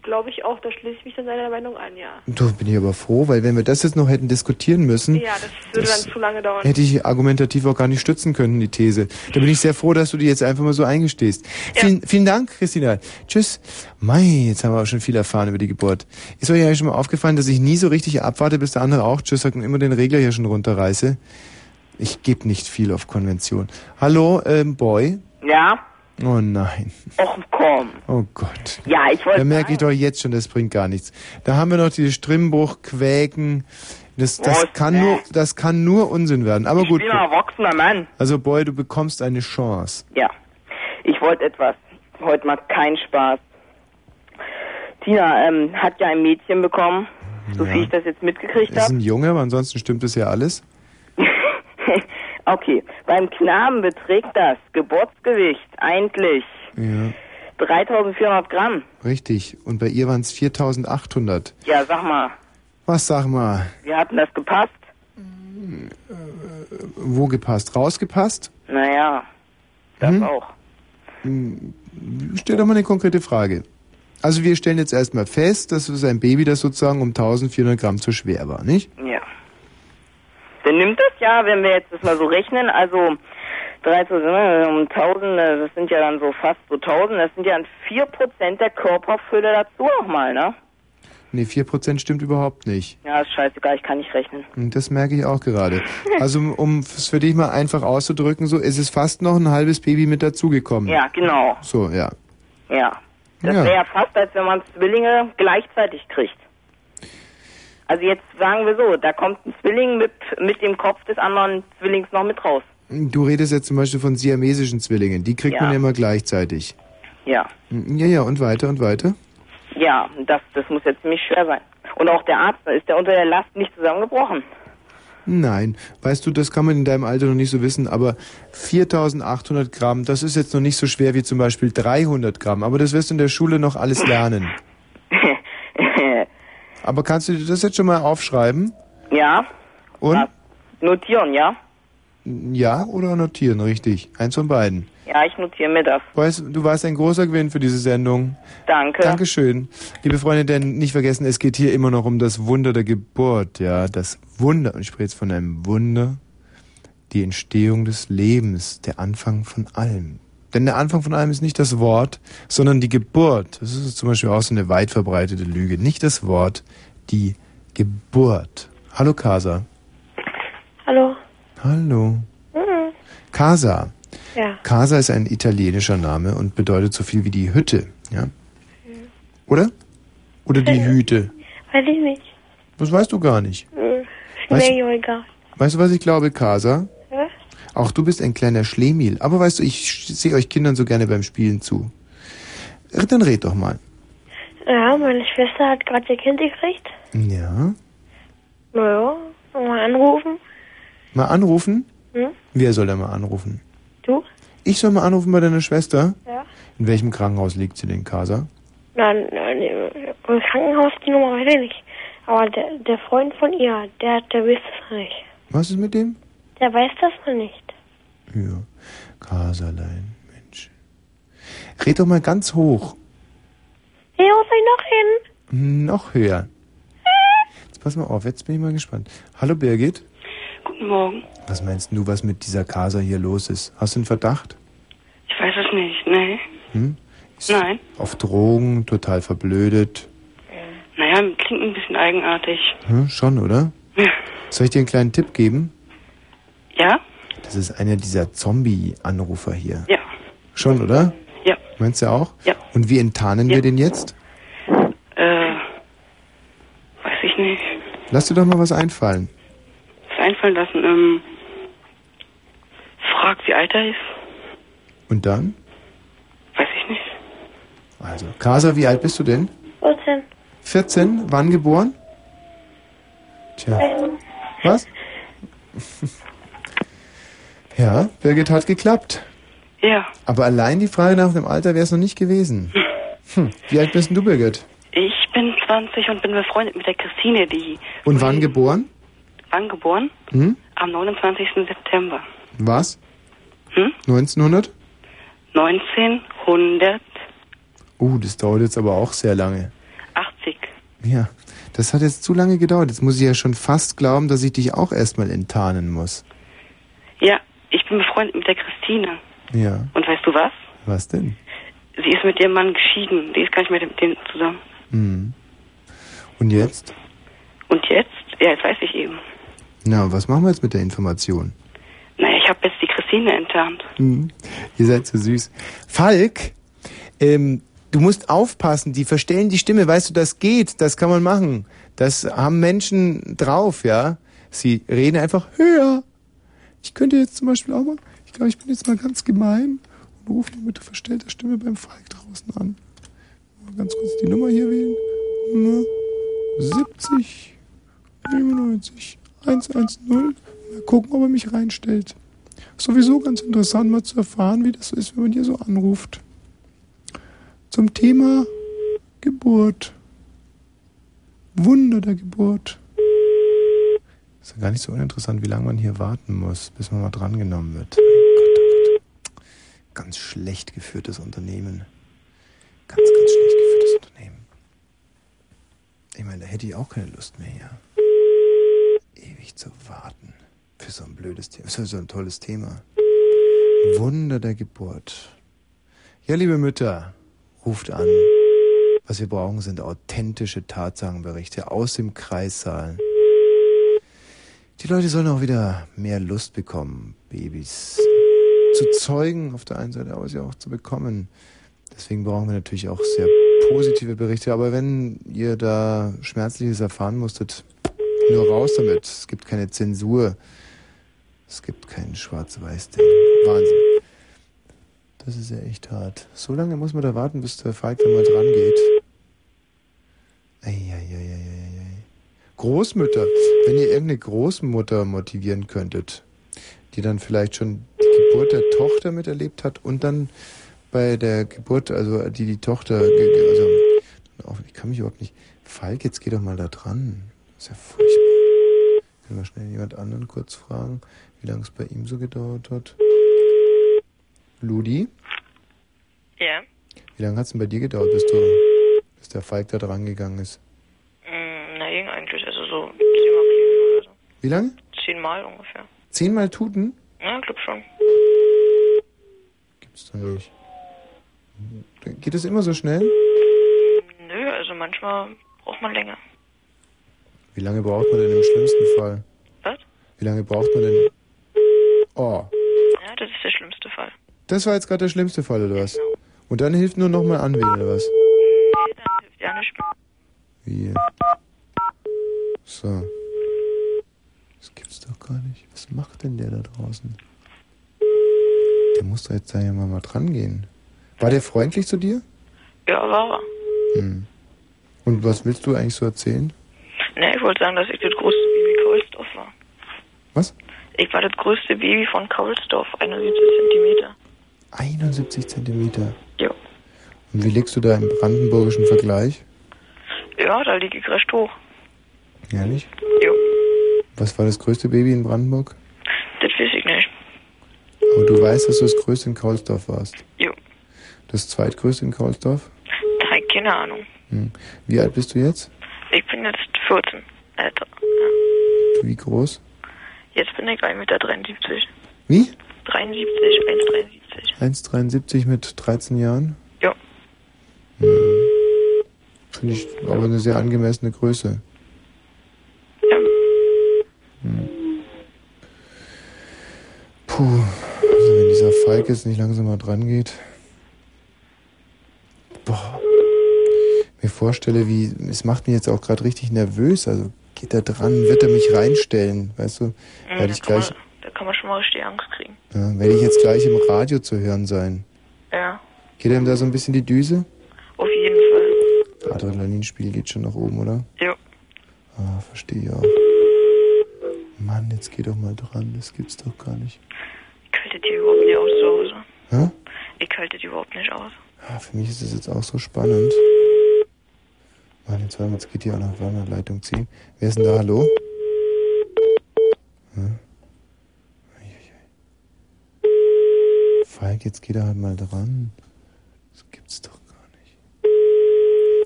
S14: glaube ich auch. Da schließe ich mich dann seiner Meinung an, ja.
S1: Da bin ich aber froh, weil wenn wir das jetzt noch hätten diskutieren müssen,
S14: Ja, das würde dann zu lange dauern.
S1: Hm. hätte ich argumentativ auch gar nicht stützen können, die These. Da bin ich sehr froh, dass du die jetzt einfach mal so eingestehst. Vielen, vielen Dank, Christina. Tschüss. Mei, jetzt haben wir auch schon viel erfahren über die Geburt. Ist euch ja schon mal aufgefallen, dass ich nie so richtig abwarte, bis der andere auch Tschüss sagt und immer den Regler hier schon runterreiße? Ich gebe nicht viel auf Konvention. Hallo, ähm, Boy?
S16: Ja?
S1: Oh nein.
S16: Och komm.
S1: Oh Gott.
S16: Ja, ich
S1: Da
S16: wollte.
S1: merke ich doch jetzt schon, das bringt gar nichts. Da haben wir noch die Strimmbruch, Quäken. Das, das, kann nur, das kann nur Unsinn werden. Aber
S16: ich
S1: gut.
S16: bin ein erwachsener Mann.
S1: Also Boy, du bekommst eine Chance.
S16: Ja. Ich wollte etwas. Heute macht keinen Spaß. Tina ähm, hat ja ein Mädchen bekommen, so
S1: Ja.
S16: wie ich das jetzt mitgekriegt
S1: Das ist
S16: habe.
S1: ein Junge, aber ansonsten stimmt das ja alles.
S16: okay. Beim Knaben beträgt das Geburtsgewicht eigentlich
S1: Ja,
S16: 3400 Gramm.
S1: richtig. Und bei ihr waren es 4800.
S16: Ja, sag mal,
S1: Was sag mal,
S16: wir hatten das gepasst.
S1: wo gepasst? Rausgepasst?
S16: Naja,
S1: Das
S16: auch.
S1: Hm, Stell doch mal eine konkrete Frage. Also wir stellen jetzt erstmal fest, dass es ein Baby, das sozusagen um 1400 Gramm zu schwer war, nicht?
S16: ja. Dann nimmt das ja, wenn wir jetzt das mal so rechnen, also 13, äh, um 1000, äh, das sind ja dann so fast so 1000, das sind ja dann 4% der Körperfülle dazu nochmal, ne?
S1: Nee, 4% stimmt überhaupt nicht.
S16: Ja, ist scheißegal, ich kann nicht rechnen.
S1: Und Das merke ich auch gerade. Also um- um es für dich mal einfach auszudrücken, so ist es fast noch ein halbes Baby mit dazugekommen.
S16: Ja, genau.
S1: So, ja.
S16: Ja. Das
S1: Hm. Ja.
S16: wäre ja fast, als wenn man Zwillinge gleichzeitig kriegt. Also jetzt sagen wir so, da kommt ein Zwilling mit, mit dem Kopf des anderen Zwillings noch mit raus.
S1: Du redest jetzt zum Beispiel von siamesischen Zwillingen. Die kriegt
S16: Ja.
S1: man ja immer gleichzeitig.
S16: Ja.
S1: Ja, ja, und weiter und weiter.
S16: Ja, das, das muss jetzt ziemlich schwer sein. Und auch der Arzt, da ist der unter der Last nicht zusammengebrochen.
S1: Nein, weißt du, das kann man in deinem Alter noch nicht so wissen, aber 4800 Gramm, das ist jetzt noch nicht so schwer wie zum Beispiel 300 Gramm, aber das wirst du in der Schule noch alles lernen. Aber kannst du dir das jetzt schon mal aufschreiben? Hm?
S16: Ja,
S1: Und?
S16: notieren, ja?
S1: Ja oder notieren, richtig. Eins von beiden.
S16: Ja, ich notiere mir das.
S1: Weißt, du warst ein großer Gewinn für diese Sendung.
S16: Danke.
S1: Dankeschön. Liebe Freunde, denn nicht vergessen, es geht hier immer noch um das Wunder der Geburt. Ja, das Wunder. Und ich spreche jetzt von einem Wunder. Die Entstehung des Lebens, der Anfang von allem. Denn der Anfang von allem ist nicht das Wort, sondern die Geburt. Das ist zum Beispiel auch so eine weit verbreitete Lüge. Nicht das Wort, die Geburt. Hallo Kasa.
S12: Hallo?
S1: Hallo.
S12: Mhm.
S1: Casa.
S12: Ja.
S1: Casa ist ein italienischer Name und bedeutet so viel wie die Hütte, ja? Oder? Oder die Hüte.
S12: Weiß ich nicht.
S1: Das weißt du gar nicht.
S12: Mhm. Ist
S1: Weißt
S12: mir
S1: du-
S12: ja egal.
S1: Weißt du, was ich glaube, Casa?
S12: Ja?
S1: Auch du bist ein kleiner Schlemiel. Aber weißt du, ich sch- sehe euch Kindern so gerne beim Spielen zu. R- Dann red doch mal.
S17: Äh,
S12: ja, meine Schwester hat gerade ihr Kind gekriegt.
S1: Ja.
S12: Naja, mal anrufen.
S1: Mal anrufen?
S12: Hm?
S1: Wer soll da mal anrufen?
S12: Du?
S1: Ich soll mal anrufen bei deiner Schwester?
S12: Ja.
S1: In welchem Krankenhaus liegt sie denn, Casa?
S12: Nein, nein, im Krankenhaus die Nummer äh, weiß ich nicht. Aber der, der Freund von ihr, der, der weiß das nicht.
S1: Was ist mit dem?
S12: Der weiß das noch nicht.
S1: Ja. Kasalein, Mensch. Red doch mal ganz hoch.
S12: Hey, wo soll ich noch hin?
S1: Noch höher. Jetzt pass mal auf, jetzt bin ich mal gespannt. Hallo Birgit.
S17: Guten Morgen.
S1: Was meinst du, was mit dieser Casa hier los ist? Hast du einen Verdacht?
S17: Ich weiß es nicht, ne?
S1: Hm?
S17: Nein.
S1: Auf Drogen, total verblödet.
S17: Naja, klingt ein bisschen eigenartig.
S1: Hm? Schon, oder?
S17: Ja.
S1: Soll ich dir einen kleinen Tipp geben?
S17: Ja?
S1: Das ist einer dieser Zombie-Anrufer hier.
S17: Ja.
S1: Schon, oder?
S17: Ja.
S1: Meinst du auch? Ja. Und wie enttarnen wir den jetzt?
S17: Äh, weiß ich nicht.
S1: Lass dir doch mal was einfallen.
S17: Was einfallen lassen, ähm, frag, wie alt er ist.
S1: Und dann?
S17: Weiß ich nicht.
S1: Also, Casa, wie alt bist du denn?
S12: 14.
S1: 14, wann geboren? Tja.
S12: Ähm,
S1: Was? ja, Birgit hat geklappt.
S17: Ja,
S1: Aber allein die Frage nach dem Alter wäre es noch nicht gewesen. Hm. Wie alt bist denn du, Birgit?
S17: ich bin 20 und bin befreundet mit der Christine, die
S1: Und wann geboren?
S17: wann geboren?
S1: Hm?
S17: Am 29. September
S1: Was?
S17: Hm?
S1: 1900?
S17: 1900.
S1: Uh, das dauert jetzt aber auch sehr lange. Ja, das hat jetzt zu lange gedauert. Jetzt muss ich ja schon fast glauben, dass ich dich auch erstmal enttarnen muss.
S17: Ja, ich bin befreundet mit der Christine.
S1: Ja.
S17: Und weißt du was?
S1: Was denn?
S17: Sie ist mit ihrem Mann geschieden. Die ist gar nicht mehr mit dem zusammen.
S1: Hm. Und jetzt?
S17: Und jetzt? Ja, jetzt weiß ich eben.
S1: Na, was machen wir jetzt mit der Information?
S17: Naja, ich habe jetzt die Christine enttarnt.
S1: Hm. Ihr seid so süß. Falk, ähm, du musst aufpassen, die verstellen die Stimme, weißt du, das geht, das kann man machen. Das haben Menschen drauf, ja. Sie reden einfach höher. Ich könnte jetzt zum Beispiel auch mal, ich glaube, ich bin jetzt mal ganz gemein und rufe nur mit verstellter Stimme beim Falk draußen an. Mal ganz kurz die Nummer hier wählen. Ne? Nummer 70 97 110. Mal gucken, ob er mich reinstellt. Sowieso ganz interessant, mal zu erfahren, wie das so ist, wenn man hier so anruft. Zum Thema Geburt. Wunder der Geburt. Ist ja gar nicht so uninteressant, wie lange man hier warten muss, bis man mal drangenommen wird. Mein Gott, oh Gott. Ganz schlecht geführtes Unternehmen. Ganz, ganz schlecht geführtes Unternehmen. Ich meine, da hätte ich auch keine Lust mehr hier. Ewig zu warten. Für so ein blödes Thema. Für so ein tolles Thema. Wunder der Geburt. Ja, liebe Mütter, ruft an. Was wir brauchen, sind authentische Tatsachenberichte aus dem Kreissaal. Die Leute sollen auch wieder mehr Lust bekommen, Babys zu zeugen auf der einen Seite, aber sie auch zu bekommen. Deswegen brauchen wir natürlich auch sehr positive Berichte. Aber wenn ihr da Schmerzliches erfahren musstet, nur raus damit. Es gibt keine Zensur. Es gibt kein Schwarz-Weiß-Ding. Wahnsinn. Das ist ja echt hart. So lange muss man da warten, bis der Falk dann mal dran geht. Eieieiei. Großmütter. Wenn ihr irgendeine Großmutter motivieren könntet, die dann vielleicht schon die Geburt der Tochter miterlebt hat und dann bei der Geburt, also die die Tochter, ge- ge- also auf- ich kann mich überhaupt nicht. Falk, jetzt geh doch mal da dran. Das ist ja furchtbar. Können wir schnell jemand anderen kurz fragen, wie lange es bei ihm so gedauert hat? Ludi,
S18: Ja.
S1: wie lange hat es denn bei dir gedauert, bis du, bis der Falk da dran gegangen ist?
S18: Mm, na, irgend eigentlich. Also so zehnmal klingen oder so.
S1: Wie lange?
S18: Zehnmal ungefähr.
S1: Zehnmal Tuten?
S18: Ja, ich glaub schon.
S1: Gibt's doch nicht. Geht es immer so schnell?
S18: Nö, also manchmal braucht man länger.
S1: Wie lange braucht man denn im schlimmsten Fall?
S18: Was?
S1: Wie lange braucht man denn? Oh,
S18: Ja, das ist der schlimmste Fall. Genau.
S1: das war jetzt gerade der schlimmste Fall, oder was? Und dann hilft nur nochmal anwählen, oder was?
S18: Ja, nicht mehr.
S1: Wie? So. Das gibt's doch gar nicht. Was macht denn der da draußen? Der muss doch jetzt da ja mal, mal dran gehen. War der freundlich zu dir?
S18: Ja, war er.
S1: Hm. Und was willst du eigentlich so erzählen?
S18: Ne, ich wollte sagen, dass ich das größte Baby Kaulsdorf war.
S1: Was?
S18: Ich war das größte Baby von Kaulsdorf, 71 Zentimeter.
S1: 71 Zentimeter.
S18: Ja.
S1: Und wie legst du da im brandenburgischen Vergleich?
S18: Ja, da liege ich recht hoch.
S1: Ehrlich?
S18: Jo.
S1: Was war das größte Baby in Brandenburg?
S18: Das weiß ich nicht.
S1: Aber du weißt, dass du das größte in Kaulsdorf warst.
S18: Jo.
S1: Das zweitgrößte in Kaulsdorf?
S18: Da hab ich keine Ahnung.
S1: Hm. Wie alt bist du jetzt?
S18: Ich bin jetzt 14. Alter.
S1: Du Wie groß?
S18: Jetzt bin ich 1,73 Meter.
S1: Wie?
S18: 73, 1,73.
S1: 1,73 mit 13 Jahren?
S18: Ja.
S1: Hm. Finde ich aber eine sehr angemessene Größe. Hm. Puh, also wenn dieser Falk jetzt nicht langsam mal dran geht. Boah. Mir vorstelle, wie, es macht mich jetzt auch gerade richtig nervös. Also geht er dran, wird er mich reinstellen, weißt du?
S18: Mhm,
S1: Werde
S18: da
S1: ich
S18: kann
S1: gleich,
S18: Man, da kann man schon mal richtig Angst kriegen.
S1: ja, werde ich jetzt gleich im Radio zu hören sein.
S18: Ja,
S1: Geht einem da so ein bisschen die Düse?
S18: auf jeden Fall.
S1: Adrenalinspiel geht schon nach oben, oder?
S18: Ja.
S1: Ah, verstehe ja. Mann, jetzt geh doch mal dran, das gibt's doch gar nicht.
S18: Ich halte die überhaupt nicht aus zu Hause.
S1: Hä?
S18: Ich halte die überhaupt nicht aus.
S1: Ah, für mich ist das jetzt auch so spannend. Mann, jetzt, warte mal, jetzt geht hier auch noch eine Leitung ziehen. Wer ist denn da? Hallo? Hä? Eieiei. Falk, jetzt geht er halt mal dran. Das gibt's doch gar nicht.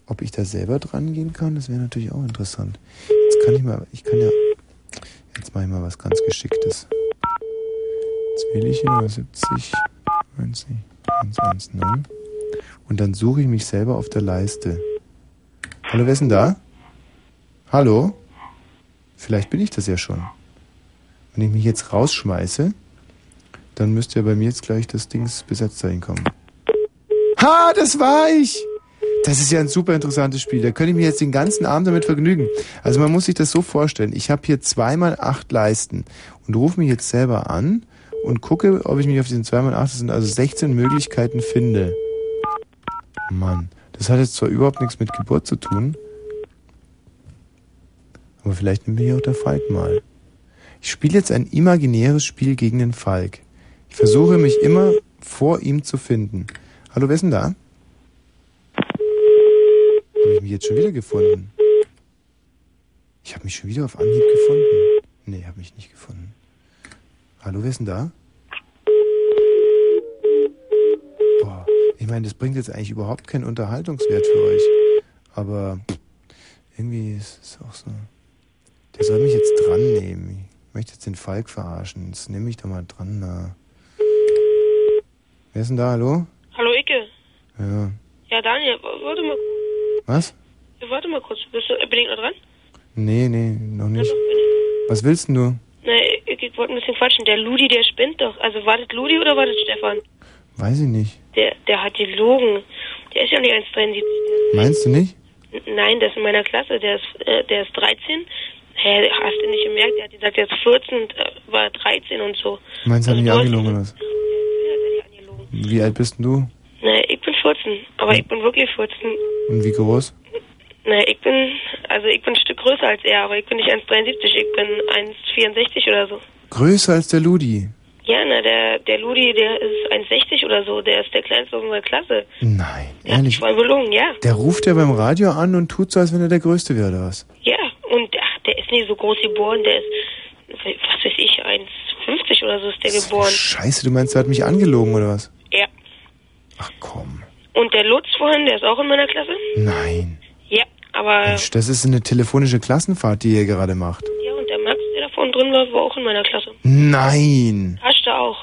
S1: ob ich da selber dran gehen kann, das wäre natürlich auch interessant. Jetzt kann ich mal, ich kann ja, jetzt mache ich mal was ganz Geschicktes. Jetzt wähle ich hier 70, 90, 110 und dann suche ich mich selber auf der Leiste. Hallo, wer ist denn da? Hallo? Vielleicht bin ich das ja schon. Wenn ich mich jetzt rausschmeiße, dann müsste ja bei mir jetzt gleich das Dings besetzt sein kommen. Ha, das war ich! Das ist ja ein super interessantes Spiel. Da könnte ich mir jetzt den ganzen Abend damit vergnügen. Also man muss sich das so vorstellen. Ich habe hier zweimal acht Leisten und rufe mich jetzt selber an und gucke, ob ich mich auf diesen zweimal acht, das sind also 16 Möglichkeiten finde. Mann, das hat jetzt zwar überhaupt nichts mit Geburt zu tun, aber vielleicht nehmen wir hier auch der Falk mal. Ich spiele jetzt ein imaginäres Spiel gegen den Falk. Ich versuche mich immer vor ihm zu finden. Hallo, wer ist denn da? Habe ich mich jetzt schon wieder gefunden? Ich habe mich schon wieder auf Anhieb gefunden. Nee, habe mich nicht gefunden. Hallo, wer ist denn da? Boah, ich meine, das bringt jetzt eigentlich überhaupt keinen Unterhaltungswert für euch. Aber pff, irgendwie ist es auch so. Der soll mich jetzt dran nehmen. Ich möchte jetzt den Falk verarschen. Jetzt nehme ich doch mal dran. Na. Wer ist denn da? Hallo?
S12: Hallo Icke.
S1: Ja.
S12: Ja, Daniel, w- warte mal,
S1: Was?
S12: warte mal kurz. Bist du, äh, bin ich noch dran?
S1: Nee, nee, noch nicht. Was willst denn du?
S12: Nein, ich, ich wollte ein bisschen quatschen. Der Ludi, der spinnt doch. Also wartet Ludi oder wartet Stefan?
S1: Weiß ich nicht.
S12: Der, der hat gelogen. Der ist ja nicht 1,73.
S1: Meinst du nicht?
S12: N- Nein, der ist in meiner Klasse. Der ist, äh, der ist 13. Hä, hast du nicht gemerkt? Der hat gesagt, der ist 14, und, äh, war 13 und so.
S1: Meinst du, hat mich angelogen oder was? Wie alt bist denn du?
S12: Nein, ich bin 14. Aber ich bin wirklich 14.
S1: Und wie groß?
S12: Nein, ich bin, also ich bin ein Stück größer als er, aber ich bin nicht 1,73. Ich bin 1,64 oder so.
S1: Größer als der Ludi.
S12: Ja, na, der, der Ludi, der ist 1,60 oder so, der ist der kleinste unserer Klasse.
S1: Nein,
S12: Ich
S1: ehrlich.
S12: war belogen, ja.
S1: Der ruft ja beim Radio an und tut so, als wenn er der Größte wäre, oder was?
S12: Ja, und ach, der ist nicht so groß geboren, der ist, was weiß ich, 1,50 oder so ist der geboren.
S1: Scheiße, du meinst, er hat mich angelogen, oder was?
S12: Ja. Und der Lutz vorhin, der ist auch in meiner Klasse?
S1: Nein.
S12: Ja, aber,
S1: Mensch, Das ist eine telefonische Klassenfahrt, die ihr gerade macht.
S12: ja, und der Max, der da vorne drin läuft, war auch in meiner Klasse.
S1: Nein.
S12: Hast du auch?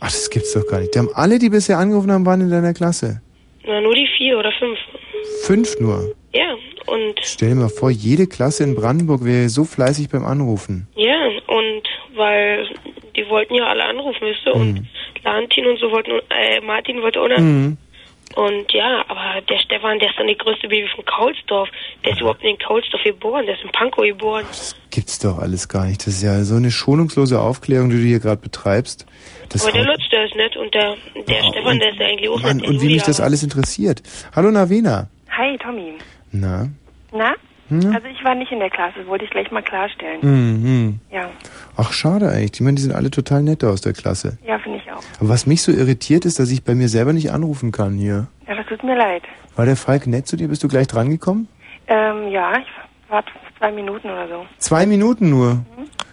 S1: Ach, das gibt's doch gar nicht. Die haben alle, die bisher angerufen haben, waren in deiner Klasse.
S12: Na, nur die vier oder fünf.
S1: Fünf nur.
S12: Ja, und,
S1: Stell dir mal vor, jede Klasse in Brandenburg wäre so fleißig beim Anrufen.
S12: ja, und, weil die wollten ja alle anrufen, wisst ihr, und
S1: Mhm.
S12: Lantin und so wollten, äh, Martin wollte auch noch.
S1: Mhm.
S12: Und ja, aber der Stefan, der ist dann die größte Baby von Kaulsdorf. Der ist überhaupt nicht in Kaulsdorf geboren, der ist in Pankow geboren.
S1: Gibt's doch alles gar nicht. Das ist ja so eine schonungslose Aufklärung, die du hier gerade betreibst. Das
S12: aber der
S1: haut-
S12: Lutz, halt der ist nett und der, der Stefan, der ist ja eigentlich auch
S1: Mann,
S12: nett.
S1: und wie mich das alles interessiert. Hallo Navena.
S19: Hi, Tommy.
S1: Na?
S19: Na?
S1: Hm?
S19: Also ich war nicht in der Klasse, wollte ich gleich mal klarstellen.
S1: Mhm.
S19: Ja,
S1: Ach, schade eigentlich. Ich meine, die sind alle total nett aus der Klasse.
S19: ja, finde ich auch.
S1: Aber was mich so irritiert ist, dass ich bei mir selber nicht anrufen kann hier.
S19: Ja, das tut mir leid.
S1: War der Falk nett zu dir? Bist du gleich drangekommen?
S19: Ähm, ja, ich warte zwei Minuten oder so.
S1: Zwei Minuten nur.
S12: Mhm.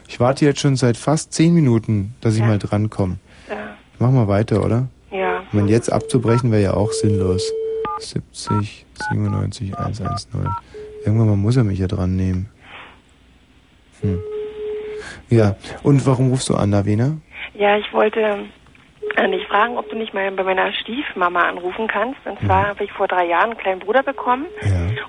S1: Ich warte jetzt schon seit fast zehn Minuten, dass ich mal drankomme.
S19: Äh,
S1: Mach mal weiter, oder?
S19: ja.
S1: Ich meine, jetzt abzubrechen wäre ja auch sinnlos. 70, 97, 110. Irgendwann mal muss er mich ja dran nehmen. Hm. Ja, und warum rufst du an, Navina?
S19: Ja, ich wollte äh, dich fragen, ob du nicht mal bei meiner Stiefmama anrufen kannst. Und
S1: Mhm.
S19: zwar habe ich vor drei Jahren einen kleinen Bruder bekommen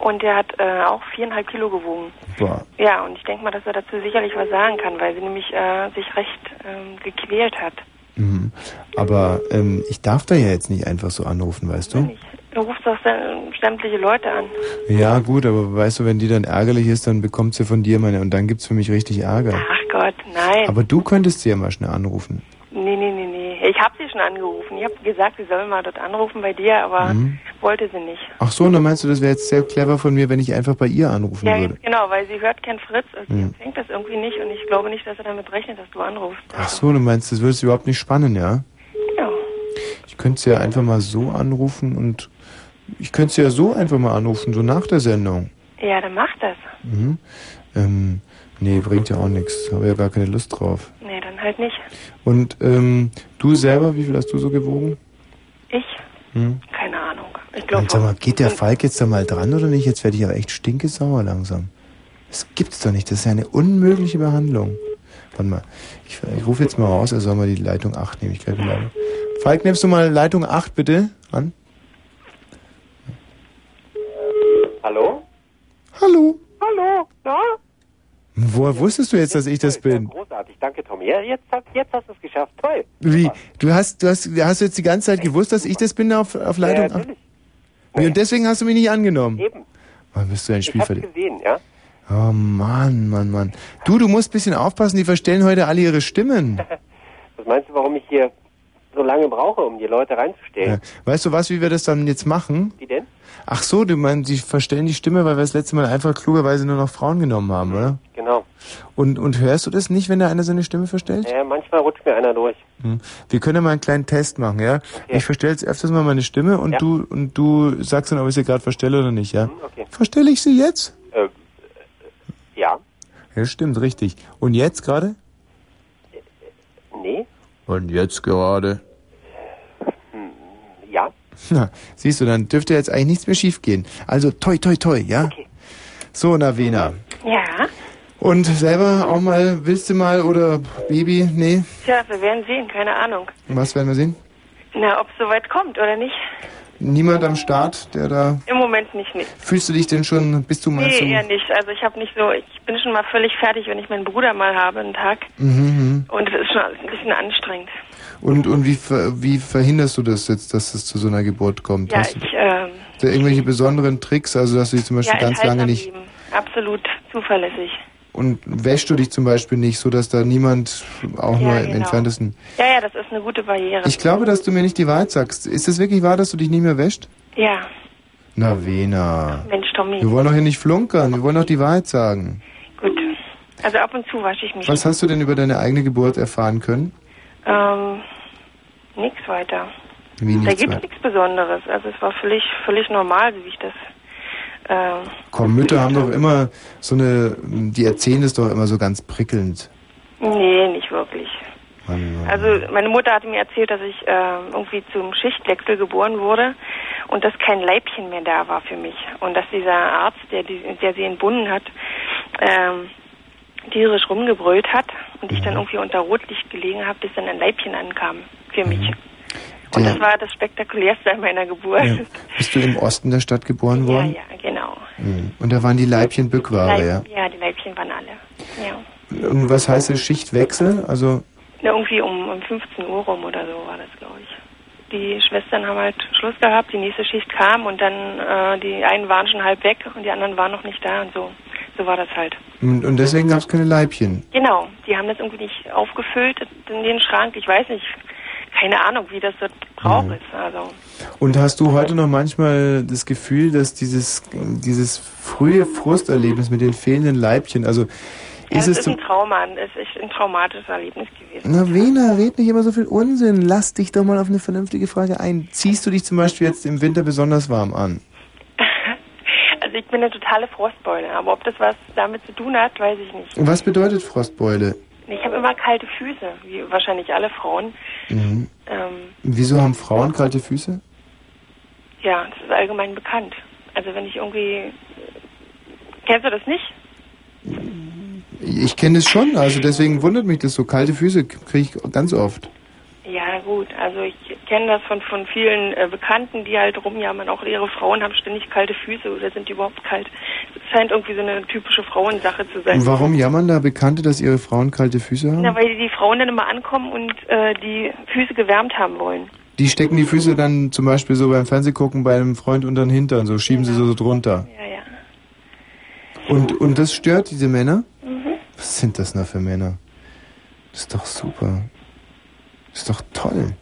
S19: und der hat äh, auch viereinhalb Kilo gewogen.
S1: Boah.
S19: Ja, und ich denke mal, dass er dazu sicherlich was sagen kann, weil sie nämlich äh, sich recht ähm, gequält hat.
S1: Mhm. Aber ähm, ich darf da ja jetzt nicht einfach so anrufen, weißt du?
S19: Du rufst doch äh, sämtliche Leute an.
S1: Ja, gut, aber weißt du, wenn die dann ärgerlich ist, dann bekommt sie von dir meine und dann gibt's für mich richtig Ärger.
S19: Ach Gott, nein.
S1: Aber du könntest sie ja mal schnell anrufen.
S19: Nee, nee, nee, nee. Ich habe sie schon angerufen. Ich habe gesagt, sie soll mal dort anrufen bei dir, aber
S1: Mhm.
S19: wollte sie nicht.
S1: Ach so, und dann meinst du, das wäre jetzt sehr clever von mir, wenn ich einfach bei ihr anrufen
S19: Ja,
S1: würde.
S19: genau, weil sie hört keinen Fritz. Also Sie
S1: Mhm.
S19: empfängt das irgendwie nicht und ich glaube nicht, dass er damit rechnet, dass du anrufst.
S1: Ach so, du meinst, das würdest du überhaupt nicht spannen, ja?
S19: Ja.
S1: Ich könnte sie ja einfach mal so anrufen und ich könnte sie ja so einfach mal anrufen, so nach der Sendung.
S19: Ja, dann mach das.
S1: Mhm. Ähm, nee, bringt ja auch nichts. Habe ja gar keine Lust drauf.
S19: Nee, dann halt nicht.
S1: Und ähm, du selber, wie viel hast du so gewogen?
S19: Ich?
S1: Hm?
S19: Keine Ahnung. Ich
S1: Und sag mal, geht der Falk jetzt da mal dran oder nicht? Jetzt werde ich aber echt stinkesauer langsam. Das gibt's doch nicht. Das ist ja eine unmögliche Behandlung. Warte mal, ich, ich rufe jetzt mal raus, er soll mal die Leitung 8 nehmen. Ich gleich die Leitung. Falk, nimmst du mal Leitung 8 bitte an?
S20: Hallo?
S1: Hallo.
S20: Hallo, na?
S1: Woher wusstest du jetzt, dass ich das bin?
S20: Großartig, danke, Tommy. Ja, jetzt, hat, jetzt hast du es geschafft. Toll.
S1: Wie? Du hast, du hast, hast du jetzt die ganze Zeit gewusst, dass ich das bin auf, auf Leitung 8? Wie, und deswegen hast du mich nicht angenommen?
S20: Eben.
S1: Mann, bist du ein
S20: Ich hab's
S1: Spielverderber.
S20: gesehen, ja?
S1: Oh Mann, Mann, Mann. Du, du musst ein bisschen aufpassen, die verstellen heute alle ihre Stimmen.
S20: Was meinst du, warum ich hier so lange brauche, um die Leute reinzustellen?
S1: Ja. Weißt du was, wie wir das dann jetzt machen?
S20: Wie denn?
S1: Ach so, du meinst, die verstellen die Stimme, weil wir das letzte Mal einfach klugerweise nur noch Frauen genommen haben, oder?
S20: Genau.
S1: Und, und hörst du das nicht, wenn da einer seine Stimme verstellt?
S20: Äh, manchmal rutscht mir einer durch.
S1: Hm. Wir können ja mal einen kleinen Test machen, ja? Ich verstelle jetzt öfters mal meine Stimme und du und du sagst dann, ob ich sie gerade verstelle oder nicht, ja?
S20: Mhm, okay.
S1: Verstelle ich sie jetzt?
S20: Äh, äh, ja?
S1: Ja, stimmt, richtig. Und jetzt gerade?
S20: Nee?
S1: Und jetzt gerade.
S20: Ja?
S1: Na, siehst du, dann dürfte jetzt eigentlich nichts mehr schiefgehen. Also toi toi toi, ja? So, Navena.
S17: Ja.
S1: Und selber auch mal, willst du mal oder Baby, nee,
S19: Tja, wir werden sehen, keine Ahnung.
S1: was werden wir sehen?
S19: Na, ob es soweit kommt oder nicht?
S1: Niemand am Start, der da.
S19: Im Moment nicht, nicht.
S1: Fühlst du dich denn schon, bist du mal
S19: Nee,
S1: so.
S19: eher nicht. Also ich habe nicht so, ich bin schon mal völlig fertig, wenn ich meinen Bruder mal habe, einen Tag.
S1: Mhm, mhm.
S19: Und es ist schon alles ein bisschen anstrengend.
S1: Und, und wie, ver, wie verhinderst du das jetzt, dass es zu so einer Geburt kommt?
S19: Ja,
S1: Hast du
S19: ich, ähm,
S1: hast du irgendwelche besonderen Tricks, also dass du dich zum Beispiel
S19: ja,
S1: ganz
S19: enthaltsam
S1: lange nicht.
S19: blieben. Absolut zuverlässig.
S1: Und wäschst du dich zum Beispiel nicht, sodass da niemand auch
S19: Ja,
S1: nur im
S19: genau.
S1: entferntesten.
S19: Ja, ja, das ist eine gute Barriere.
S1: Ich glaube, dass du mir nicht die Wahrheit sagst. Ist es wirklich wahr, dass du dich nicht mehr wäschst?
S19: Ja,
S1: Na, Wena.
S19: Mensch, Tommy.
S1: Wir wollen doch hier nicht flunkern, wir wollen doch die Wahrheit sagen.
S19: Gut. Also ab und zu wasche ich mich.
S1: Was hast du denn über deine eigene Geburt erfahren können?
S19: Ähm, nix weiter.
S1: Wie
S19: da
S1: nichts
S19: gibt's
S1: weiter.
S19: nichts Besonderes. Also es war völlig, völlig normal, wie ich das. Ähm,
S1: Komm, Mütter haben doch immer so eine, die erzählen es doch immer so ganz prickelnd.
S19: nee, nicht wirklich.
S1: Mann, Mann.
S19: Also meine Mutter hatte mir erzählt, dass ich ähm, irgendwie zum Schichtwechsel geboren wurde und dass kein Leibchen mehr da war für mich und dass dieser Arzt, der, die, der sie entbunden hat, ähm, tierisch rumgebrüllt hat und ich dann irgendwie unter Rotlicht gelegen habe, bis dann ein Leibchen ankam für mich. Und das war das Spektakulärste an meiner Geburt.
S1: Ja. Bist du im Osten der Stadt geboren
S19: Ja,
S1: worden?
S19: ja, genau.
S1: Mhm. Und da waren die Leibchen Bückware, ja.
S19: Leib, ja, die Leibchen waren alle. Ja.
S1: Und was heißt das Schichtwechsel? Also,
S19: Na, irgendwie um, um 15 Uhr rum oder so war das, glaube ich. Die Schwestern haben halt Schluss gehabt, die nächste Schicht kam und dann äh, die einen waren schon halb weg und die anderen waren noch nicht da und so. So war das halt.
S1: und, und deswegen gab es keine Leibchen.
S19: Genau, die haben das irgendwie nicht aufgefüllt in den Schrank. Ich weiß nicht, keine Ahnung, wie das dort Brauch ist. Also,
S1: Und hast du heute noch manchmal das Gefühl, dass dieses, dieses frühe Frusterlebnis mit den fehlenden Leibchen, also
S19: ja, es
S1: ist es
S19: ist
S1: zum-
S19: ein Trauma, es ist ein traumatisches Erlebnis gewesen.
S1: Na, Wena, red nicht immer so viel Unsinn. Lass dich doch mal auf eine vernünftige Frage ein. Ziehst du dich zum Beispiel jetzt im Winter besonders warm an?
S19: Also ich bin eine totale Frostbeule, aber ob das was damit zu tun hat, weiß ich nicht.
S1: Und was bedeutet Frostbeule?
S19: Ich habe immer kalte Füße, wie wahrscheinlich alle Frauen.
S1: Mhm.
S19: Ähm,
S1: Wieso haben Frauen kalte Füße?
S19: Ja, das ist allgemein bekannt. Also wenn ich irgendwie... Kennst du das nicht?
S1: Ich kenne es schon, also deswegen wundert mich das so. Kalte Füße kriege ich ganz oft.
S19: Ja, gut. Also ich kenne das von, von vielen äh, Bekannten, die halt rumjammern. Auch ihre Frauen haben ständig kalte Füße oder sind die überhaupt kalt. Es scheint irgendwie so eine typische Frauensache zu sein.
S1: Und warum jammern da Bekannte, dass ihre Frauen kalte Füße
S19: Na,
S1: haben?
S19: weil die Frauen dann immer ankommen und äh, die Füße gewärmt haben wollen.
S1: Die stecken die Füße dann zum Beispiel so beim Fernsehgucken bei einem Freund unter den Hintern, so schieben sie so drunter.
S19: Ja, ja.
S1: Und, und das stört diese Männer?
S19: Mhm.
S1: Was sind das denn für Männer? Das ist doch super. Das ist doch toll.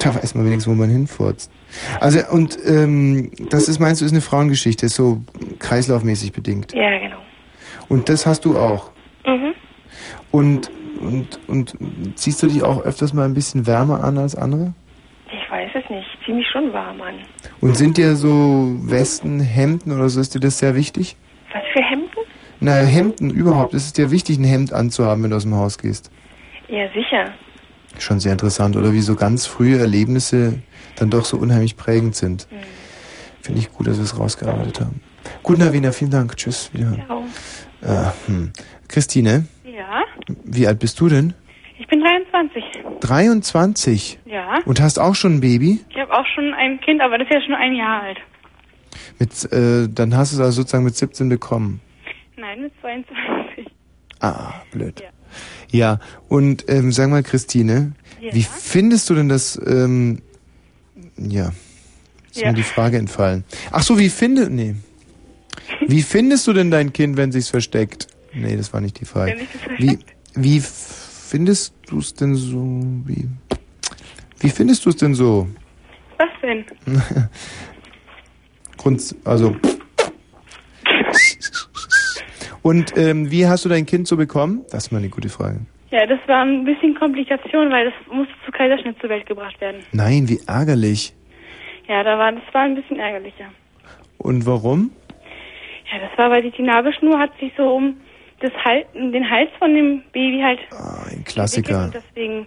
S1: Da weiß man wenigstens, wo man hinfurzt. Also, und ähm, das ist, meinst du, ist eine Frauengeschichte, ist so kreislaufmäßig bedingt.
S19: Ja, genau.
S1: Und das hast du auch.
S19: Mhm.
S1: Und, und, und ziehst du dich auch öfters mal ein bisschen wärmer an als andere?
S19: Ich weiß es nicht. Ich zieh mich schon warm an.
S1: Und sind dir so Westen, Hemden oder so, ist dir das sehr wichtig?
S19: Was für Hemden?
S1: Na, Hemden überhaupt, ist es dir wichtig, ein Hemd anzuhaben, wenn du aus dem Haus gehst?
S19: Ja, sicher.
S1: Schon sehr interessant, oder wie so ganz frühe Erlebnisse dann doch so unheimlich prägend sind. Finde ich gut, dass wir es rausgearbeitet haben. Gut, Navina, vielen Dank. Tschüss. Wieder.
S3: Ciao.
S1: Äh, hm. Christine,
S3: Ja,
S1: wie alt bist du denn?
S3: ich bin 23.
S1: 23.
S3: Ja.
S1: Und hast auch schon ein Baby?
S3: Ich habe auch schon ein Kind, aber das ist ja schon ein Jahr alt.
S1: Mit, äh, dann hast du es also sozusagen mit 17 bekommen.
S3: Nein, mit 22.
S1: Ah, blöd. Ja, und ähm, sag mal, Christine,
S3: Ja.
S1: wie findest du denn das, ähm, ja, ist
S3: Ja.
S1: mir die Frage entfallen. Ach so, wie finde, nee. Wie findest du denn dein Kind, wenn sich's versteckt? Nee, das war nicht die Frage.
S3: Wenn sich's
S1: Wie,
S3: versteckt?
S1: wie findest du es denn so, wie, wie findest du es denn so?
S3: Was denn?
S1: Grunds also. Und ähm, wie hast du dein Kind so bekommen? Das ist mal eine gute Frage.
S3: Ja, das war ein bisschen Komplikation, weil das musste zu Kaiserschnitt zur Welt gebracht werden.
S1: Nein, wie ärgerlich.
S3: Ja, da war, das war ein bisschen ärgerlicher.
S1: Und warum?
S3: Ja, das war, weil die, die Nabelschnur hat sich so um das Hal um den Hals von dem Baby halt
S1: Ein
S3: entwickelt
S1: Klassiker.
S3: und deswegen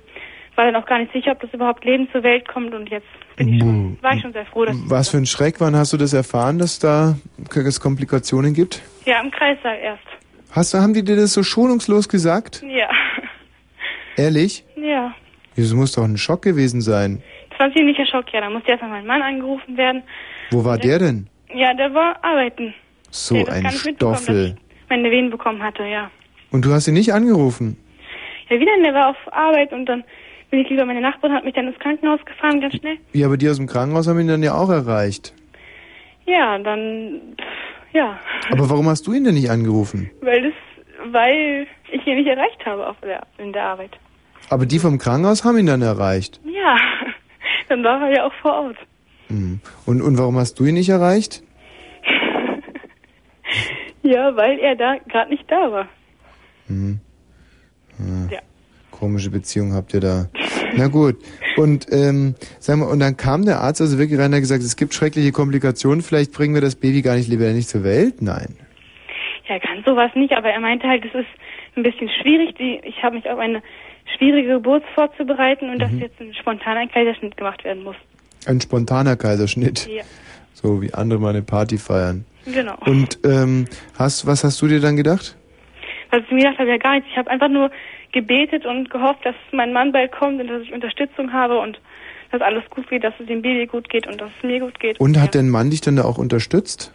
S3: war dann auch gar nicht sicher, ob das überhaupt Leben zur Welt kommt und jetzt
S1: Buh.
S3: war ich schon sehr froh, dass
S1: Was für ein Schreck. Wann hast du das erfahren, dass da es Komplikationen gibt?
S3: ja im Kreissaal erst.
S1: Hast du, haben die dir das so schonungslos gesagt?
S3: Ja,
S1: Ehrlich?
S3: ja.
S1: Das muss doch ein Schock gewesen sein.
S3: Das war ein ziemlicher Schock, ja. Da musste erstmal mein Mann angerufen werden.
S1: Wo war der denn?
S3: Ja, der war arbeiten.
S1: So
S3: der hat das
S1: ein
S3: gar nicht mitbekommen,
S1: Stoffel.
S3: dass ich meine Wehen bekommen hatte, ja.
S1: Und du hast ihn nicht angerufen?
S3: Ja, wie denn? Der war auf Arbeit und dann bin ich lieber meine Nachbarin, hat mich dann ins Krankenhaus gefahren, ganz schnell.
S1: Ja, aber die aus dem Krankenhaus haben ihn dann ja auch erreicht.
S3: Ja, dann, pff, ja,
S1: Aber warum hast du ihn denn nicht angerufen?
S3: weil das, weil ich ihn nicht erreicht habe auf der, in der Arbeit.
S1: Aber die vom Krankenhaus haben ihn dann erreicht.
S3: Ja, dann war er ja auch vor Ort.
S1: Mhm. Und, und warum hast du ihn nicht erreicht?
S3: Ja, weil er da gerade nicht da war.
S1: Mhm.
S3: Ja.
S1: Hm, Komische Beziehung habt ihr da. Na gut. Und ähm, sag mal, und dann kam der Arzt also wirklich rein und hat gesagt, es gibt schreckliche Komplikationen, vielleicht bringen wir das Baby gar nicht lebendig zur Welt. Nein.
S3: Ja, ganz sowas nicht, aber er meinte halt, es ist ein bisschen schwierig. Die, ich habe mich auf eine schwierige Geburt vorzubereiten und
S1: Mhm.
S3: dass jetzt ein spontaner Kaiserschnitt gemacht werden muss.
S1: Ein spontaner Kaiserschnitt.
S3: Ja,
S1: So wie andere mal eine Party feiern.
S3: genau.
S1: Und ähm, hast, was hast du dir dann gedacht?
S3: Also ich mir gedacht habe, ja gar nichts. Ich habe einfach nur gebetet und gehofft, dass mein Mann bald kommt und dass ich Unterstützung habe und dass alles gut geht, dass es dem Baby gut geht und dass es mir gut geht.
S1: Und hat dein Mann dich dann da auch unterstützt?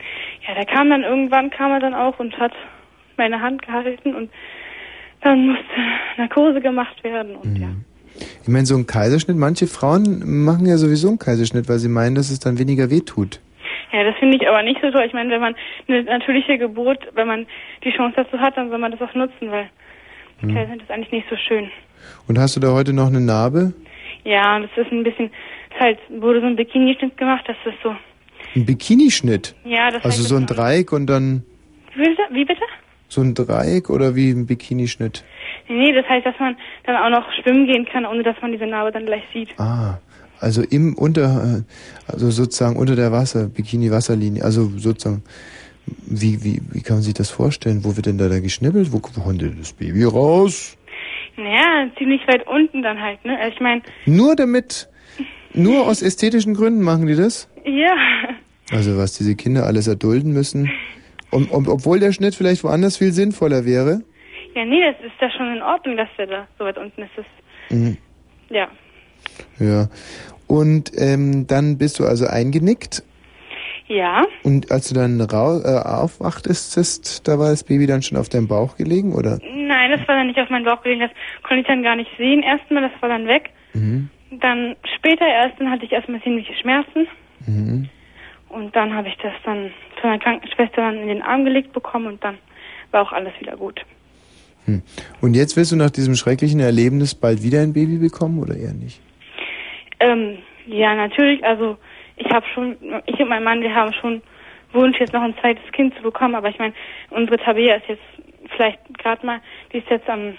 S3: Ja, der kam dann irgendwann, kam er dann auch und hat meine Hand gehalten und dann musste Narkose gemacht werden. Und ja.
S1: Ich meine, so ein Kaiserschnitt, manche Frauen machen ja sowieso einen Kaiserschnitt, weil sie meinen, dass es dann weniger wehtut.
S3: ja, das finde ich aber nicht so toll. Ich meine, wenn man eine natürliche Geburt, wenn man die Chance dazu hat, dann soll man das auch nutzen, weil
S1: Mhm.
S3: Kaiserschnitt ist eigentlich nicht so schön.
S1: Und hast du da heute noch eine Narbe?
S3: Ja, das ist ein bisschen, ist halt wurde so ein Bikini-Schnitt gemacht, das ist so,
S1: Ein Bikinischnitt?
S3: ja, das
S1: Also
S3: heißt-
S1: so ein Dreieck und dann
S3: Wie bitte? Wie bitte?
S1: so ein Dreieck oder wie ein Bikinischnitt?
S3: Nee, das heißt, dass man dann auch noch schwimmen gehen kann, ohne dass man diese Narbe dann gleich sieht.
S1: Ah, also im unter, äh, also sozusagen unter der Wasser, Bikini-Wasserlinie, also sozusagen. Wie, wie, wie kann man sich das vorstellen? Wo wird denn da, da geschnibbelt? Wo kommt denn das Baby raus?
S3: Naja, ziemlich weit unten dann halt, ne? Also ich meine,
S1: Nur damit, nur aus ästhetischen Gründen machen die das?
S3: ja,
S1: Also was diese Kinder alles erdulden müssen. Und, und, obwohl der Schnitt vielleicht woanders viel sinnvoller wäre.
S3: ja, nee, das ist ja schon in Ordnung, dass der da so weit unten ist. Das,
S1: Mhm.
S3: ja.
S1: Ja. Und ähm, dann bist du also eingenickt
S3: Ja,
S1: und als du dann rau äh, aufwachtest, ist- da war das Baby dann schon auf deinem Bauch gelegen, oder?
S3: nein, das war dann nicht auf meinen Bauch gelegen, das konnte ich dann gar nicht sehen erstmal, das war dann weg.
S1: Mhm.
S3: Dann später erst, dann hatte ich erstmal ziemliche Schmerzen
S1: Mhm.
S3: und dann habe ich das dann von der Krankenschwester dann in den Arm gelegt bekommen und dann war auch alles wieder gut.
S1: Und jetzt willst du nach diesem schrecklichen Erlebnis bald wieder ein Baby bekommen oder eher nicht?
S3: Ähm, ja, natürlich. Also ich habe schon, ich und mein Mann, wir haben schon Wunsch, jetzt noch ein zweites Kind zu bekommen. Aber ich meine, unsere Tabea ist jetzt vielleicht gerade mal, die ist jetzt am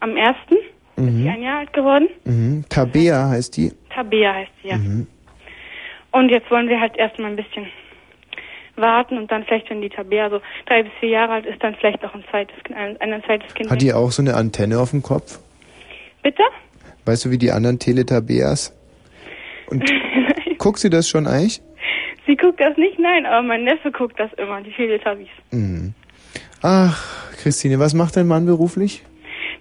S3: am ersten, die
S1: Mhm.
S3: ein Jahr alt geworden.
S1: Mhm. Tabea heißt die.
S3: Tabea heißt sie ja.
S1: Mhm.
S3: Und jetzt wollen wir halt erstmal ein bisschen warten und dann vielleicht, wenn die Tabea so drei bis vier Jahre alt ist, dann vielleicht noch ein zweites, Kind- ein, ein zweites Kind.
S1: Hat die auch so eine Antenne auf dem Kopf?
S3: Bitte?
S1: Weißt du, wie die anderen Teletabeas? Und guckt sie das schon eigentlich?
S3: Sie guckt das nicht, nein, aber mein Neffe guckt das immer, die Teletubbies.
S1: Mhm. Ach, Christine, was macht dein Mann beruflich?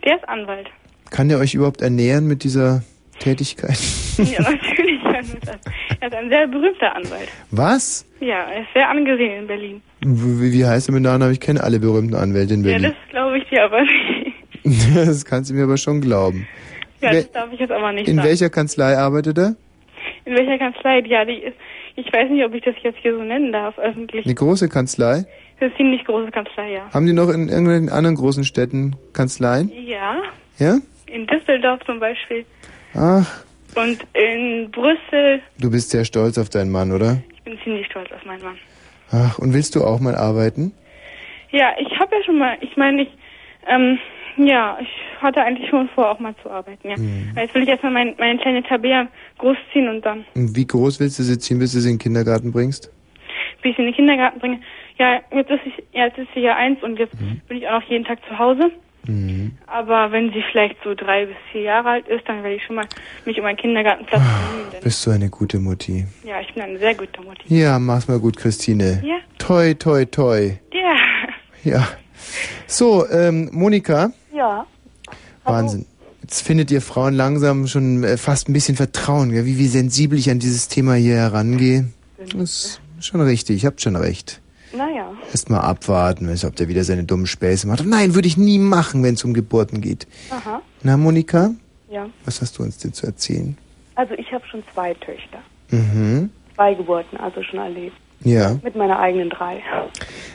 S3: Der ist Anwalt.
S1: Kann der euch überhaupt ernähren mit dieser Tätigkeit?
S3: Ja, natürlich. Er ist ein sehr berühmter Anwalt.
S1: Was?
S3: Ja, er ist sehr angesehen in Berlin.
S1: Wie, wie heißt er mit Nachnamen? Ich kenne alle berühmten Anwälte in
S3: Ja,
S1: Berlin.
S3: das glaube ich dir aber nicht.
S1: das, kannst du mir aber schon glauben.
S3: Ja,
S1: Wel-
S3: das darf ich jetzt aber nicht
S1: in
S3: sagen.
S1: welcher Kanzlei arbeitet er?
S3: in welcher Kanzlei? Ja, die ist, ich weiß nicht, ob ich das jetzt hier so nennen darf, öffentlich.
S1: Eine große Kanzlei?
S3: Das ist eine ziemlich große Kanzlei, ja.
S1: Haben die noch in irgendwelchen anderen großen Städten Kanzleien?
S3: Ja,
S1: Ja?
S3: in Düsseldorf zum Beispiel
S1: Ach,
S3: und in Brüssel.
S1: du bist sehr stolz auf deinen Mann, oder?
S3: Ich bin ziemlich stolz auf meinen Mann.
S1: Ach, und willst du auch mal arbeiten?
S3: Ja, ich habe ja schon mal, ich meine, ich, ähm, ja, ich hatte eigentlich schon vor, auch mal zu arbeiten, ja.
S1: Mhm.
S3: Aber Jetzt will ich erstmal mein, meine kleine Tabea großziehen und dann,
S1: Und wie groß willst du sie ziehen, bis du sie in den Kindergarten bringst?
S3: bis ich sie in den Kindergarten bringe. Ja, jetzt ist, ich, ja, jetzt ist sie ja eins und jetzt
S1: Mhm.
S3: bin ich auch noch jeden Tag zu Hause. Aber wenn sie vielleicht so drei bis vier Jahre alt ist, dann werde ich schon mal mich um einen Kindergartenplatz
S1: Ah.
S3: bemühen. Denn,
S1: Bist du eine gute Mutti?
S3: ja, ich bin eine sehr gute Mutter.
S1: Ja, mach's mal gut, Christine.
S3: Ja.
S1: Toi, toi, toi.
S3: Ja.
S1: Ja. So, ähm, Monika,
S21: Ja.
S1: Wahnsinn. Jetzt findet ihr Frauen langsam schon äh, fast ein bisschen Vertrauen, gell? Wie, wie sensibel ich an dieses Thema hier herangehe. Das ist schon richtig, habt schon recht.
S21: Naja.
S1: Erstmal abwarten, weißt du, ob der wieder seine dummen Späße macht. Nein, würde ich nie machen, wenn es um Geburten geht.
S21: Aha.
S1: Na, Monika,
S21: Ja.
S1: was hast du uns denn zu erzählen?
S21: Also ich habe schon zwei Töchter.
S1: Mhm.
S21: Zwei Geburten also schon erlebt.
S1: Ja.
S21: Mit meiner eigenen drei.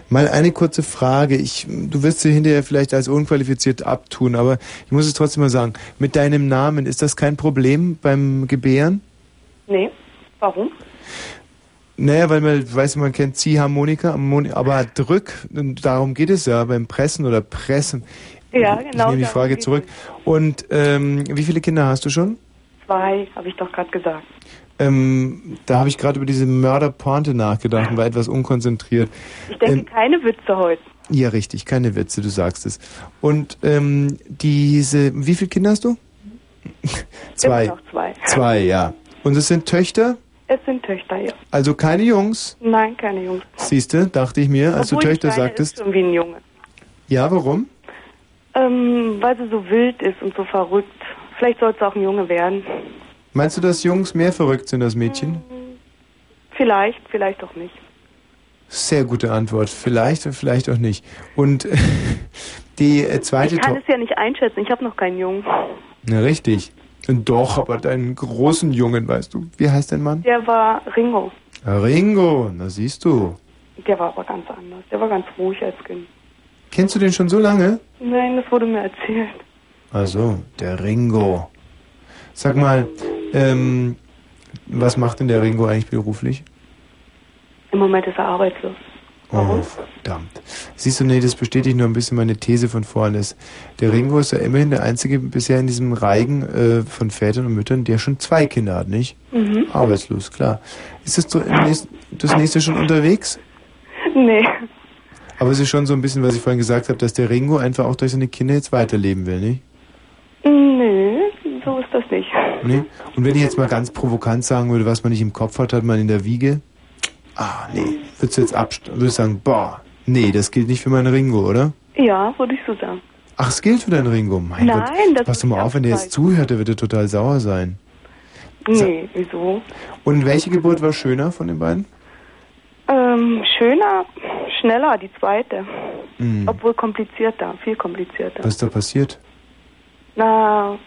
S1: Mal eine kurze Frage. Ich, du wirst sie hinterher vielleicht als unqualifiziert abtun, aber ich muss es trotzdem mal sagen. Mit deinem Namen, ist das kein Problem beim Gebären?
S21: Nee. Warum?
S1: Naja, weil man, weiß man kennt Ziehharmonika, Harmoni- aber Drück, und darum geht es ja beim Pressen oder Pressen.
S21: Ja,
S1: Ich
S21: genau.
S1: nehme die
S21: darum
S1: Frage
S21: geht's.
S1: zurück. Und ähm, wie viele Kinder hast du schon?
S21: Zwei, habe ich doch gerade gesagt.
S1: Ähm, da habe ich gerade über diese Mörderpointe nachgedacht und war etwas unkonzentriert.
S21: Ich denke,
S1: Ähm,
S21: keine Witze heute.
S1: ja, richtig, keine Witze, du sagst es. Und ähm, diese, wie viele Kinder hast du? zwei.
S21: Immer noch zwei.
S1: Zwei, ja. Und es sind Töchter,
S21: Es sind Töchter, ja.
S1: also keine Jungs.
S21: Nein, keine Jungs.
S1: Siehste, dachte ich mir, als
S21: Obwohl
S1: du
S21: die
S1: Töchter
S21: Kleine
S1: sagtest.
S21: Ist schon wie ein Junge.
S1: Ja, warum?
S21: Ähm, weil sie so wild ist und so verrückt. Vielleicht sollte sie auch ein Junge werden.
S1: Meinst du, dass Jungs mehr verrückt sind als Mädchen?
S21: Vielleicht, vielleicht auch nicht.
S1: Sehr gute Antwort. Vielleicht, vielleicht auch nicht. Und die äh, zweite
S21: Ich kann
S1: Tochter.
S21: es ja nicht einschätzen. Ich habe noch keinen Jungen.
S1: Na, richtig. Doch, aber deinen großen Jungen, weißt du. Wie heißt dein Mann?
S21: Der war Ringo.
S1: Ringo, na siehst du.
S21: Der war aber ganz anders. Der war ganz ruhig als Kind.
S1: Kennst du den schon so lange?
S21: Nein, das wurde mir erzählt.
S1: Also, der Ringo. Sag mal, ähm, was macht denn der Ringo eigentlich beruflich?
S21: Im Moment ist er arbeitslos.
S1: Oh, verdammt. Siehst du, nee, das bestätigt nur ein bisschen meine These von vorhin. Dass der Ringo ist ja immerhin der einzige bisher in diesem Reigen äh, von Vätern und Müttern, der schon zwei Kinder hat, nicht?
S22: Mm-hmm.
S21: Mhm.
S1: Ah. Arbeitslos, klar. Ist das, so im nächsten, das nächste schon unterwegs?
S21: Nee.
S1: Aber es ist schon so ein bisschen, was ich vorhin gesagt habe, dass der Ringo einfach auch durch seine Kinder jetzt weiterleben will, nicht?
S21: Nee, so ist das nicht.
S1: Nee? Und wenn ich jetzt mal ganz provokant sagen würde, was man nicht im Kopf hat, hat man in der Wiege. Ah, nee. Würdest du jetzt ab, würdest du sagen, boah, nee, das gilt nicht für meinen Ringo, oder?
S21: Ja, würde ich so sagen.
S1: Ach, es gilt für deinen Ringo. Mein
S21: Nein,
S1: Gott.
S21: das
S1: Pass doch mal auf, wenn der jetzt zuhört, der wird ja total sauer sein.
S21: Nee, wieso?
S1: Und welche Geburt war schöner von den beiden?
S21: Ähm, schöner, schneller, die zweite.
S1: Hm.
S21: Obwohl komplizierter, viel komplizierter.
S1: Was ist da passiert?
S21: Na,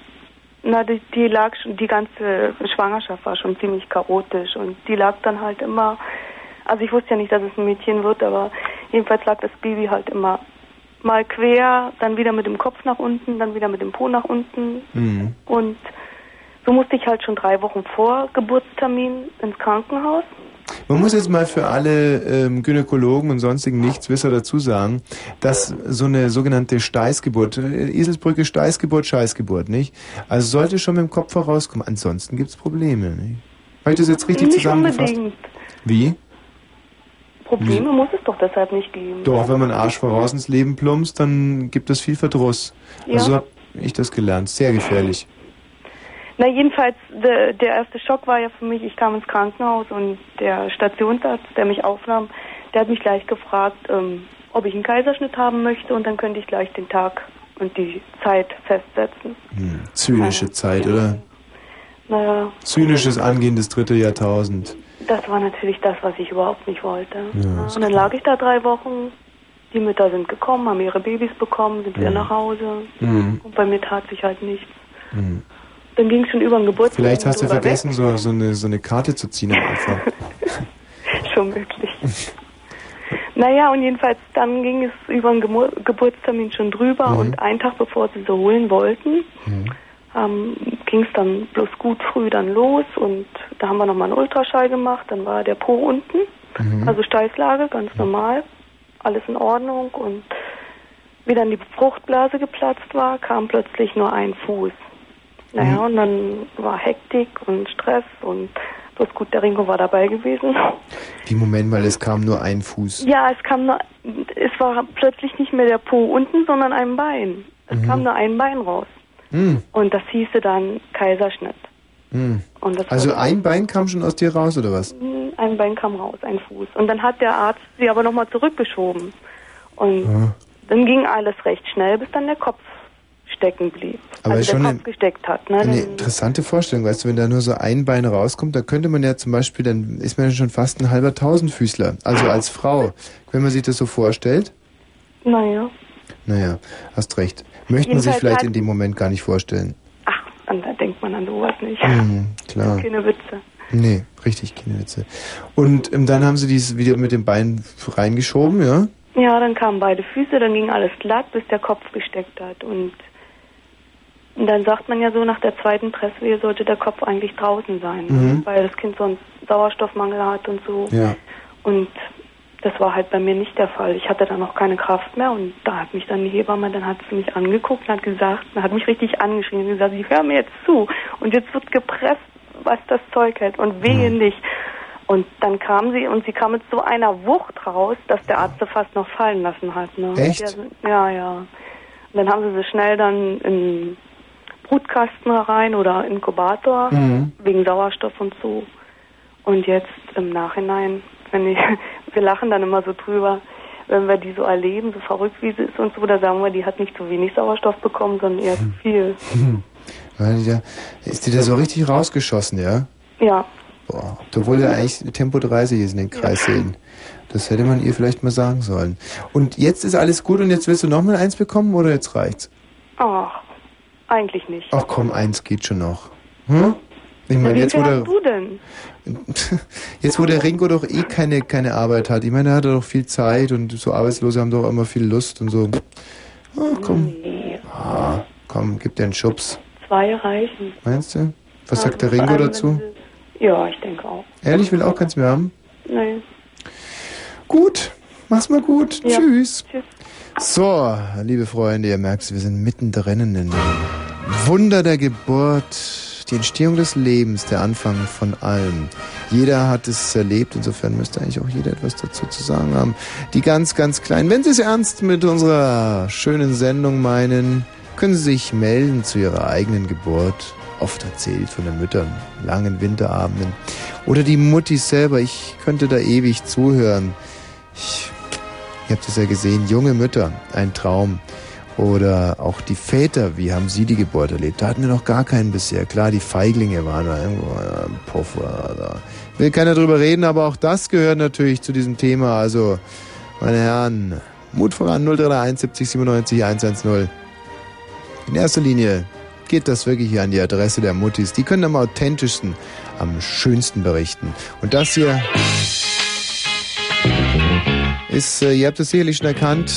S21: na, die, die lag schon, die ganze Schwangerschaft war schon ziemlich chaotisch und die lag dann halt immer, also ich wusste ja nicht, dass es ein Mädchen wird, aber jedenfalls lag das Baby halt immer mal quer, dann wieder mit dem Kopf nach unten, dann wieder mit dem Po nach unten
S1: Hm.
S21: und so musste ich halt schon drei Wochen vor Geburtstermin ins Krankenhaus.
S1: Man muss jetzt mal für alle ähm, Gynäkologen und sonstigen Nichtswisser dazu sagen, dass so eine sogenannte Steißgeburt, äh, Eselsbrücke, Steißgeburt, Scheißgeburt, nicht? Also sollte schon mit dem Kopf vorauskommen. Ansonsten gibt's Probleme, nicht? Habe ich das jetzt richtig
S21: nicht
S1: zusammengefasst?
S21: unbedingt.
S1: Wie?
S21: Probleme muss es doch deshalb nicht geben.
S1: Doch, wenn man Arsch voraus ins Leben plumpst, dann gibt es viel Verdruss.
S21: Ja.
S1: Also so habe ich das gelernt. Sehr gefährlich.
S21: Na, jedenfalls, der, der erste Schock war ja für mich, ich kam ins Krankenhaus und der Stationsarzt, der mich aufnahm, der hat mich gleich gefragt, ähm, ob ich einen Kaiserschnitt haben möchte und dann könnte ich gleich den Tag und die Zeit festsetzen.
S1: Hm, zynische Zeit, oder?
S21: Naja,
S1: Zynisches Angehen des dritten Jahrtausends.
S21: das war natürlich das, was ich überhaupt nicht wollte.
S1: Ja, ist
S21: und dann lag ich da drei Wochen. Die Mütter sind gekommen, haben ihre Babys bekommen, sind wieder
S1: Mhm.
S21: nach Hause.
S1: Mhm.
S21: Und bei mir tat sich halt nichts.
S1: Hm.
S21: Dann ging es schon über den Geburtstag.
S1: Vielleicht hast du
S21: drüber
S1: vergessen, so, so, eine, so eine Karte zu ziehen am Anfang.
S21: Weg. Schon möglich. naja, und jedenfalls dann ging es über den Gemur Geburtstermin schon drüber.
S1: Mhm.
S21: Und einen Tag bevor sie sie holen wollten,
S1: Mhm.
S21: ähm, ging es dann bloß gut früh dann los. Und da haben wir nochmal einen Ultraschall gemacht. Dann war der Po unten.
S1: Mhm.
S21: Also Steißlage, ganz normal, alles in Ordnung und wie dann die Fruchtblase geplatzt war, kam plötzlich nur ein Fuß. Naja,
S1: Mhm.
S21: und dann war Hektik und Stress und bloß gut, der Ringo war dabei gewesen.
S1: Wie, Moment mal, es kam nur ein Fuß.
S21: Ja, es kam nur, es war plötzlich nicht mehr der Po unten, sondern ein Bein. Es
S1: Mhm.
S21: kam nur ein Bein raus.
S1: Hm,
S21: Und das hieße dann Kaiserschnitt.
S1: hm.
S21: Und das
S1: Also
S21: war
S1: ein Bein kam schon aus dir raus, oder was?
S21: Ein Bein kam raus, ein Fuß. Und dann hat der Arzt sie aber nochmal zurückgeschoben. Und dann ging alles recht schnell, bis dann der Kopf stecken blieb.
S1: Aber
S21: also
S1: schon
S21: der
S1: ein-
S21: Kopf gesteckt hat. Ne?
S1: Eine
S21: Dann,
S1: interessante Vorstellung, weißt du, wenn da nur so ein Bein rauskommt, da könnte man ja zum Beispiel, dann ist man ja schon fast ein halber Tausendfüßler, also als Frau, wenn man sich das so vorstellt.
S21: naja,
S1: Naja, hast recht. Möchte man sich
S21: Jedenfalls
S1: vielleicht
S21: hat-
S1: in dem Moment gar nicht vorstellen.
S21: dann, da denkt man an sowas nicht.
S1: Hm, klar.
S21: Keine Witze.
S1: Nee, richtig, keine Witze. Und ähm, dann haben sie dieses wieder mit dem Bein reingeschoben, ja?
S21: Ja, dann kamen beide Füße, dann ging alles glatt, bis der Kopf gesteckt hat. Und, und dann sagt man ja so, nach der zweiten Presswehe sollte der Kopf eigentlich draußen sein,
S1: Mhm.
S21: weil das Kind sonst Sauerstoffmangel hat und so.
S1: Ja.
S21: Und das war halt bei mir nicht der Fall. Ich hatte dann noch keine Kraft mehr und da hat mich dann die Hebamme, dann hat sie mich angeguckt und hat gesagt, und hat mich richtig angeschrien und gesagt, ich höre mir jetzt zu und jetzt wird gepresst, was das Zeug hält und wehe
S1: Hm.
S21: nicht. Und dann kam sie und sie kam mit so einer Wucht raus, dass der Arzt sie fast noch fallen lassen hat. Ne?
S1: Echt?
S21: Ja, ja. Und dann haben sie sie schnell dann in Brutkasten rein oder Inkubator
S1: Mhm.
S21: wegen Sauerstoff und so. Und jetzt im Nachhinein, wenn ich, wir lachen dann immer so drüber, wenn wir die so erleben, so verrückt wie sie ist und so, da sagen wir, die hat nicht zu wenig Sauerstoff bekommen, sondern eher zu viel.
S1: Hm. Weil die da, ist die da so richtig rausgeschossen, ja?
S21: Ja,
S1: Boah, obwohl da eigentlich Tempo 30 ist in den Kreissälen. Das hätte man ihr vielleicht mal sagen sollen. Und jetzt ist alles gut und jetzt willst du nochmal eins bekommen oder jetzt reicht's?
S21: ach, eigentlich nicht.
S1: Ach komm, eins geht schon noch. Hm? Ich
S21: Na,
S1: meine,
S21: wie
S1: jetzt
S21: viel
S1: wo, der,
S21: hast du denn?
S1: jetzt wo der Ringo doch eh keine, keine Arbeit hat. Ich meine, er hat doch viel Zeit und so Arbeitslose haben doch immer viel Lust und so. Ach komm. Ah, komm, gib dir einen Schubs.
S21: Zwei reichen.
S1: Meinst du? Was
S21: Ja,
S1: sagt der
S21: vor
S1: Ringo
S21: allem, wenn
S1: dazu?
S21: Ja, ich denke auch.
S1: Ehrlich, will auch keins mehr haben?
S21: Nein.
S1: Gut, mach's mal gut.
S21: Ja.
S1: Tschüss. So, liebe Freunde, ihr merkt, wir sind mittendrin in den Wunder der Geburt, die Entstehung des Lebens, der Anfang von allem. Jeder hat es erlebt, insofern müsste eigentlich auch jeder etwas dazu zu sagen haben. Die ganz, ganz Kleinen, wenn Sie es ernst mit unserer schönen Sendung meinen, können Sie sich melden zu Ihrer eigenen Geburt. Oft erzählt von den Müttern, langen Winterabenden. Oder die Mutti selber, ich könnte da ewig zuhören. Ich Ihr habt es ja gesehen, junge Mütter, ein Traum. Oder auch die Väter, wie haben sie die Geburt erlebt? Da hatten wir noch gar keinen bisher. Klar, die Feiglinge waren da irgendwo äh, im Puff. äh, Da. Will keiner drüber reden, aber auch das gehört natürlich zu diesem Thema. Also, meine Herren, Mut voran 031 70 97 110. In erster Linie geht das wirklich hier an die Adresse der Muttis. Die können am authentischsten, am schönsten berichten. Und das hier ist, äh, ihr habt es sicherlich schon erkannt,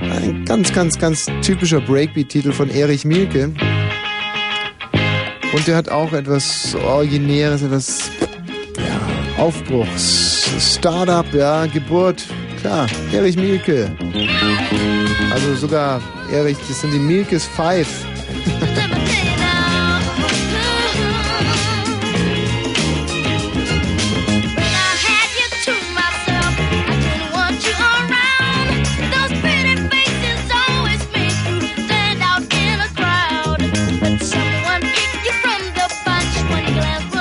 S1: ein ganz, ganz, ganz typischer Breakbeat-Titel von Erich Mielke. Und der hat auch etwas Originäres, etwas ja, Aufbruchs, Startup, ja, Geburt, klar, Erich Mielke. Also sogar, Erich, das sind die Mielkes Five.
S22: Someone picked you from the bottom.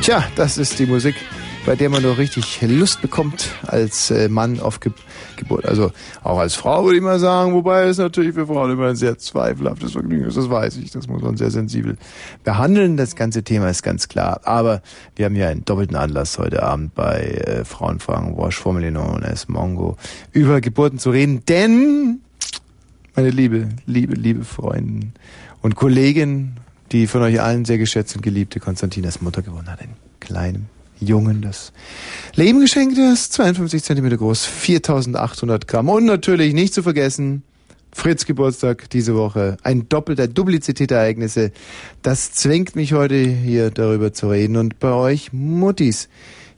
S1: Tja, das ist die Musik, bei der man doch richtig Lust bekommt als äh, Mann auf Ge Geburt. Also auch als Frau würde ich mal sagen, wobei es natürlich für Frauen immer ein sehr zweifelhaftes Vergnügen ist, das weiß ich. Das muss man sehr sensibel behandeln. Das ganze Thema ist ganz klar. Aber wir haben ja einen doppelten Anlass heute Abend bei äh, Frauenfragen Wash Formel known as Mongo über Geburten zu reden. Denn, meine liebe, liebe, liebe Freunde und Kollegin, die von euch allen sehr geschätzte und geliebte Konstantinas Mutter gewonnen hat, einen kleinen Jungen, das Leben geschenkt ist, 52 Zentimeter groß, 4800 Gramm und natürlich nicht zu vergessen, Fritz Geburtstag diese Woche, ein doppelter Duplizität der Ereignisse. Das zwingt mich heute hier darüber zu reden und bei euch Muttis.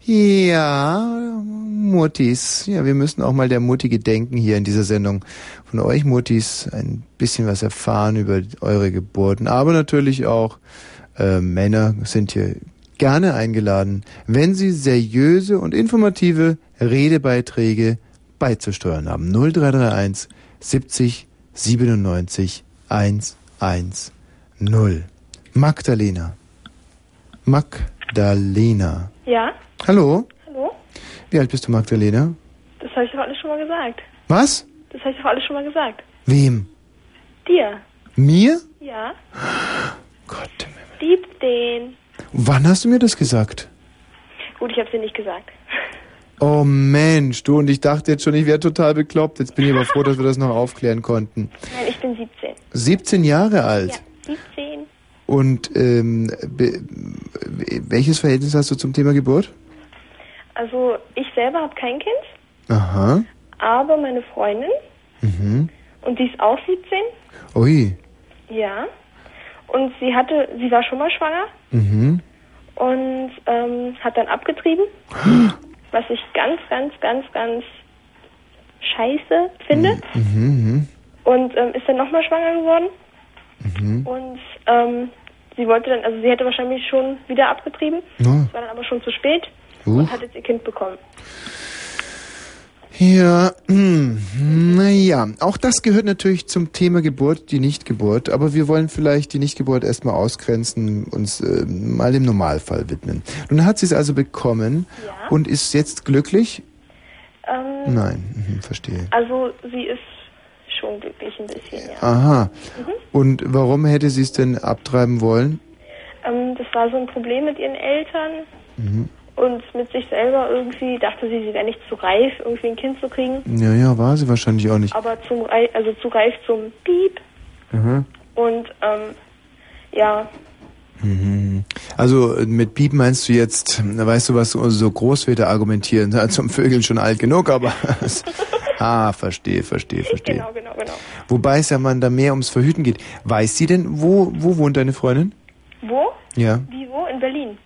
S1: Ja, Muttis. Ja, wir müssen auch mal der Mutti gedenken hier in dieser Sendung. Von euch Muttis ein bisschen was erfahren über eure Geburten. Aber natürlich auch äh, Männer sind hier gerne eingeladen, wenn sie seriöse und informative Redebeiträge beizusteuern haben. 0331 70 97 110. Magdalena. Magdalena.
S3: Ja,
S1: Hallo,
S3: hallo?
S1: wie alt bist du, Magdalena?
S3: Das habe ich doch alles schon mal gesagt.
S1: Was?
S3: Das habe ich doch alles schon mal gesagt.
S1: Wem?
S3: Dir?
S1: Mir?
S3: Ja. Gott. Lieb den.
S1: Wann hast du mir das gesagt?
S3: Gut, ich habe dir nicht gesagt.
S1: Oh Mensch, du und ich dachte jetzt schon, ich wäre total bekloppt. Jetzt bin ich aber froh, dass wir das noch aufklären konnten.
S3: Nein, ich bin 17.
S1: 17 Jahre alt.
S3: 17.
S1: Und ähm, be- w- welches Verhältnis hast du zum Thema Geburt?
S3: Also, ich selber habe kein Kind,
S1: Aha.
S3: aber meine Freundin,
S1: Mhm.
S3: und die ist auch 17,
S1: Ui.
S3: ja. Und sie hatte, sie war schon mal schwanger
S1: Mhm.
S3: und ähm, hat dann abgetrieben, was ich ganz, ganz, ganz, ganz scheiße finde.
S1: Mhm.
S3: und ähm, ist dann nochmal schwanger geworden.
S1: Mhm.
S3: Und ähm, sie wollte dann, also sie hätte wahrscheinlich schon wieder abgetrieben,
S1: Ja.
S3: es war dann aber schon zu spät
S1: Huch.
S3: und hat jetzt ihr Kind bekommen.
S1: Ja, naja, auch das gehört natürlich zum Thema Geburt, die Nichtgeburt, aber wir wollen vielleicht die Nichtgeburt erstmal ausgrenzen, uns äh, mal dem Normalfall widmen. Nun hat sie es also bekommen und ist jetzt glücklich?
S3: Ähm,
S1: Nein, mhm, verstehe.
S3: Also sie ist schon glücklich ein bisschen, ja.
S1: Aha.
S3: Mhm.
S1: Und warum hätte sie es denn abtreiben wollen?
S3: Ähm, das war so ein Problem mit ihren Eltern
S1: Mhm.
S3: und mit sich selber irgendwie, dachte sie, sie wäre nicht zu reif, irgendwie ein Kind zu kriegen.
S1: Ja, ja, war sie wahrscheinlich auch nicht.
S3: Aber zum Rei- also zu reif zum Piep
S1: Mhm.
S3: und ähm, ja,
S1: Mhm. Also äh, mit Piep meinst du jetzt, na, weißt du, was so- so Großväter argumentieren, na, zum Vögeln schon alt genug, aber ah, verstehe, verstehe, verstehe. Genau,
S3: genau, genau.
S1: Wobei es ja man da mehr ums Verhüten geht. Weiß sie denn, wo, wo wohnt deine Freundin?
S3: wo?
S1: Ja.
S3: Wie wo? In Berlin.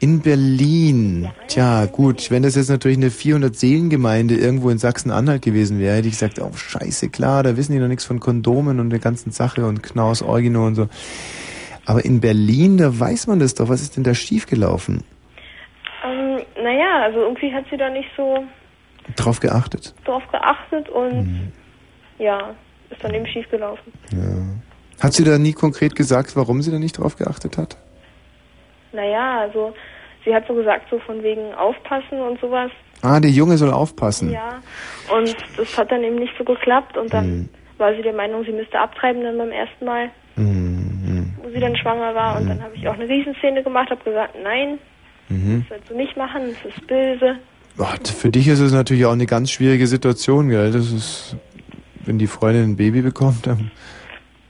S1: In Berlin. Tja, gut, wenn das jetzt natürlich eine 400-Seelengemeinde irgendwo in Sachsen-Anhalt gewesen wäre, hätte ich gesagt, oh scheiße, klar, da wissen die noch nichts von Kondomen und der ganzen Sache und Knaus, Orgino und so. Aber in Berlin, da weiß man das doch. Was ist denn da schiefgelaufen?
S3: Ähm, naja, also irgendwie hat sie da nicht so
S1: Drauf geachtet.
S3: drauf geachtet
S1: Mhm.
S3: und ja, ist dann eben schief gelaufen.
S1: Hat sie da nie konkret gesagt, warum sie da nicht drauf geachtet hat?
S3: Naja, also sie hat so gesagt, so von wegen aufpassen und sowas.
S1: Ah, der Junge soll aufpassen.
S3: Ja. Und das hat dann eben nicht so geklappt und dann
S1: Mhm.
S3: war sie der Meinung, sie müsste abtreiben dann beim ersten Mal,
S1: Mhm.
S3: wo sie dann schwanger war und dann habe ich auch eine Riesenszene gemacht, habe gesagt, nein,
S1: Mhm.
S3: das sollst du nicht machen, das ist böse.
S1: Boah, für dich ist es natürlich auch eine ganz schwierige Situation, gell? Das ist, wenn die Freundin ein Baby bekommt, dann.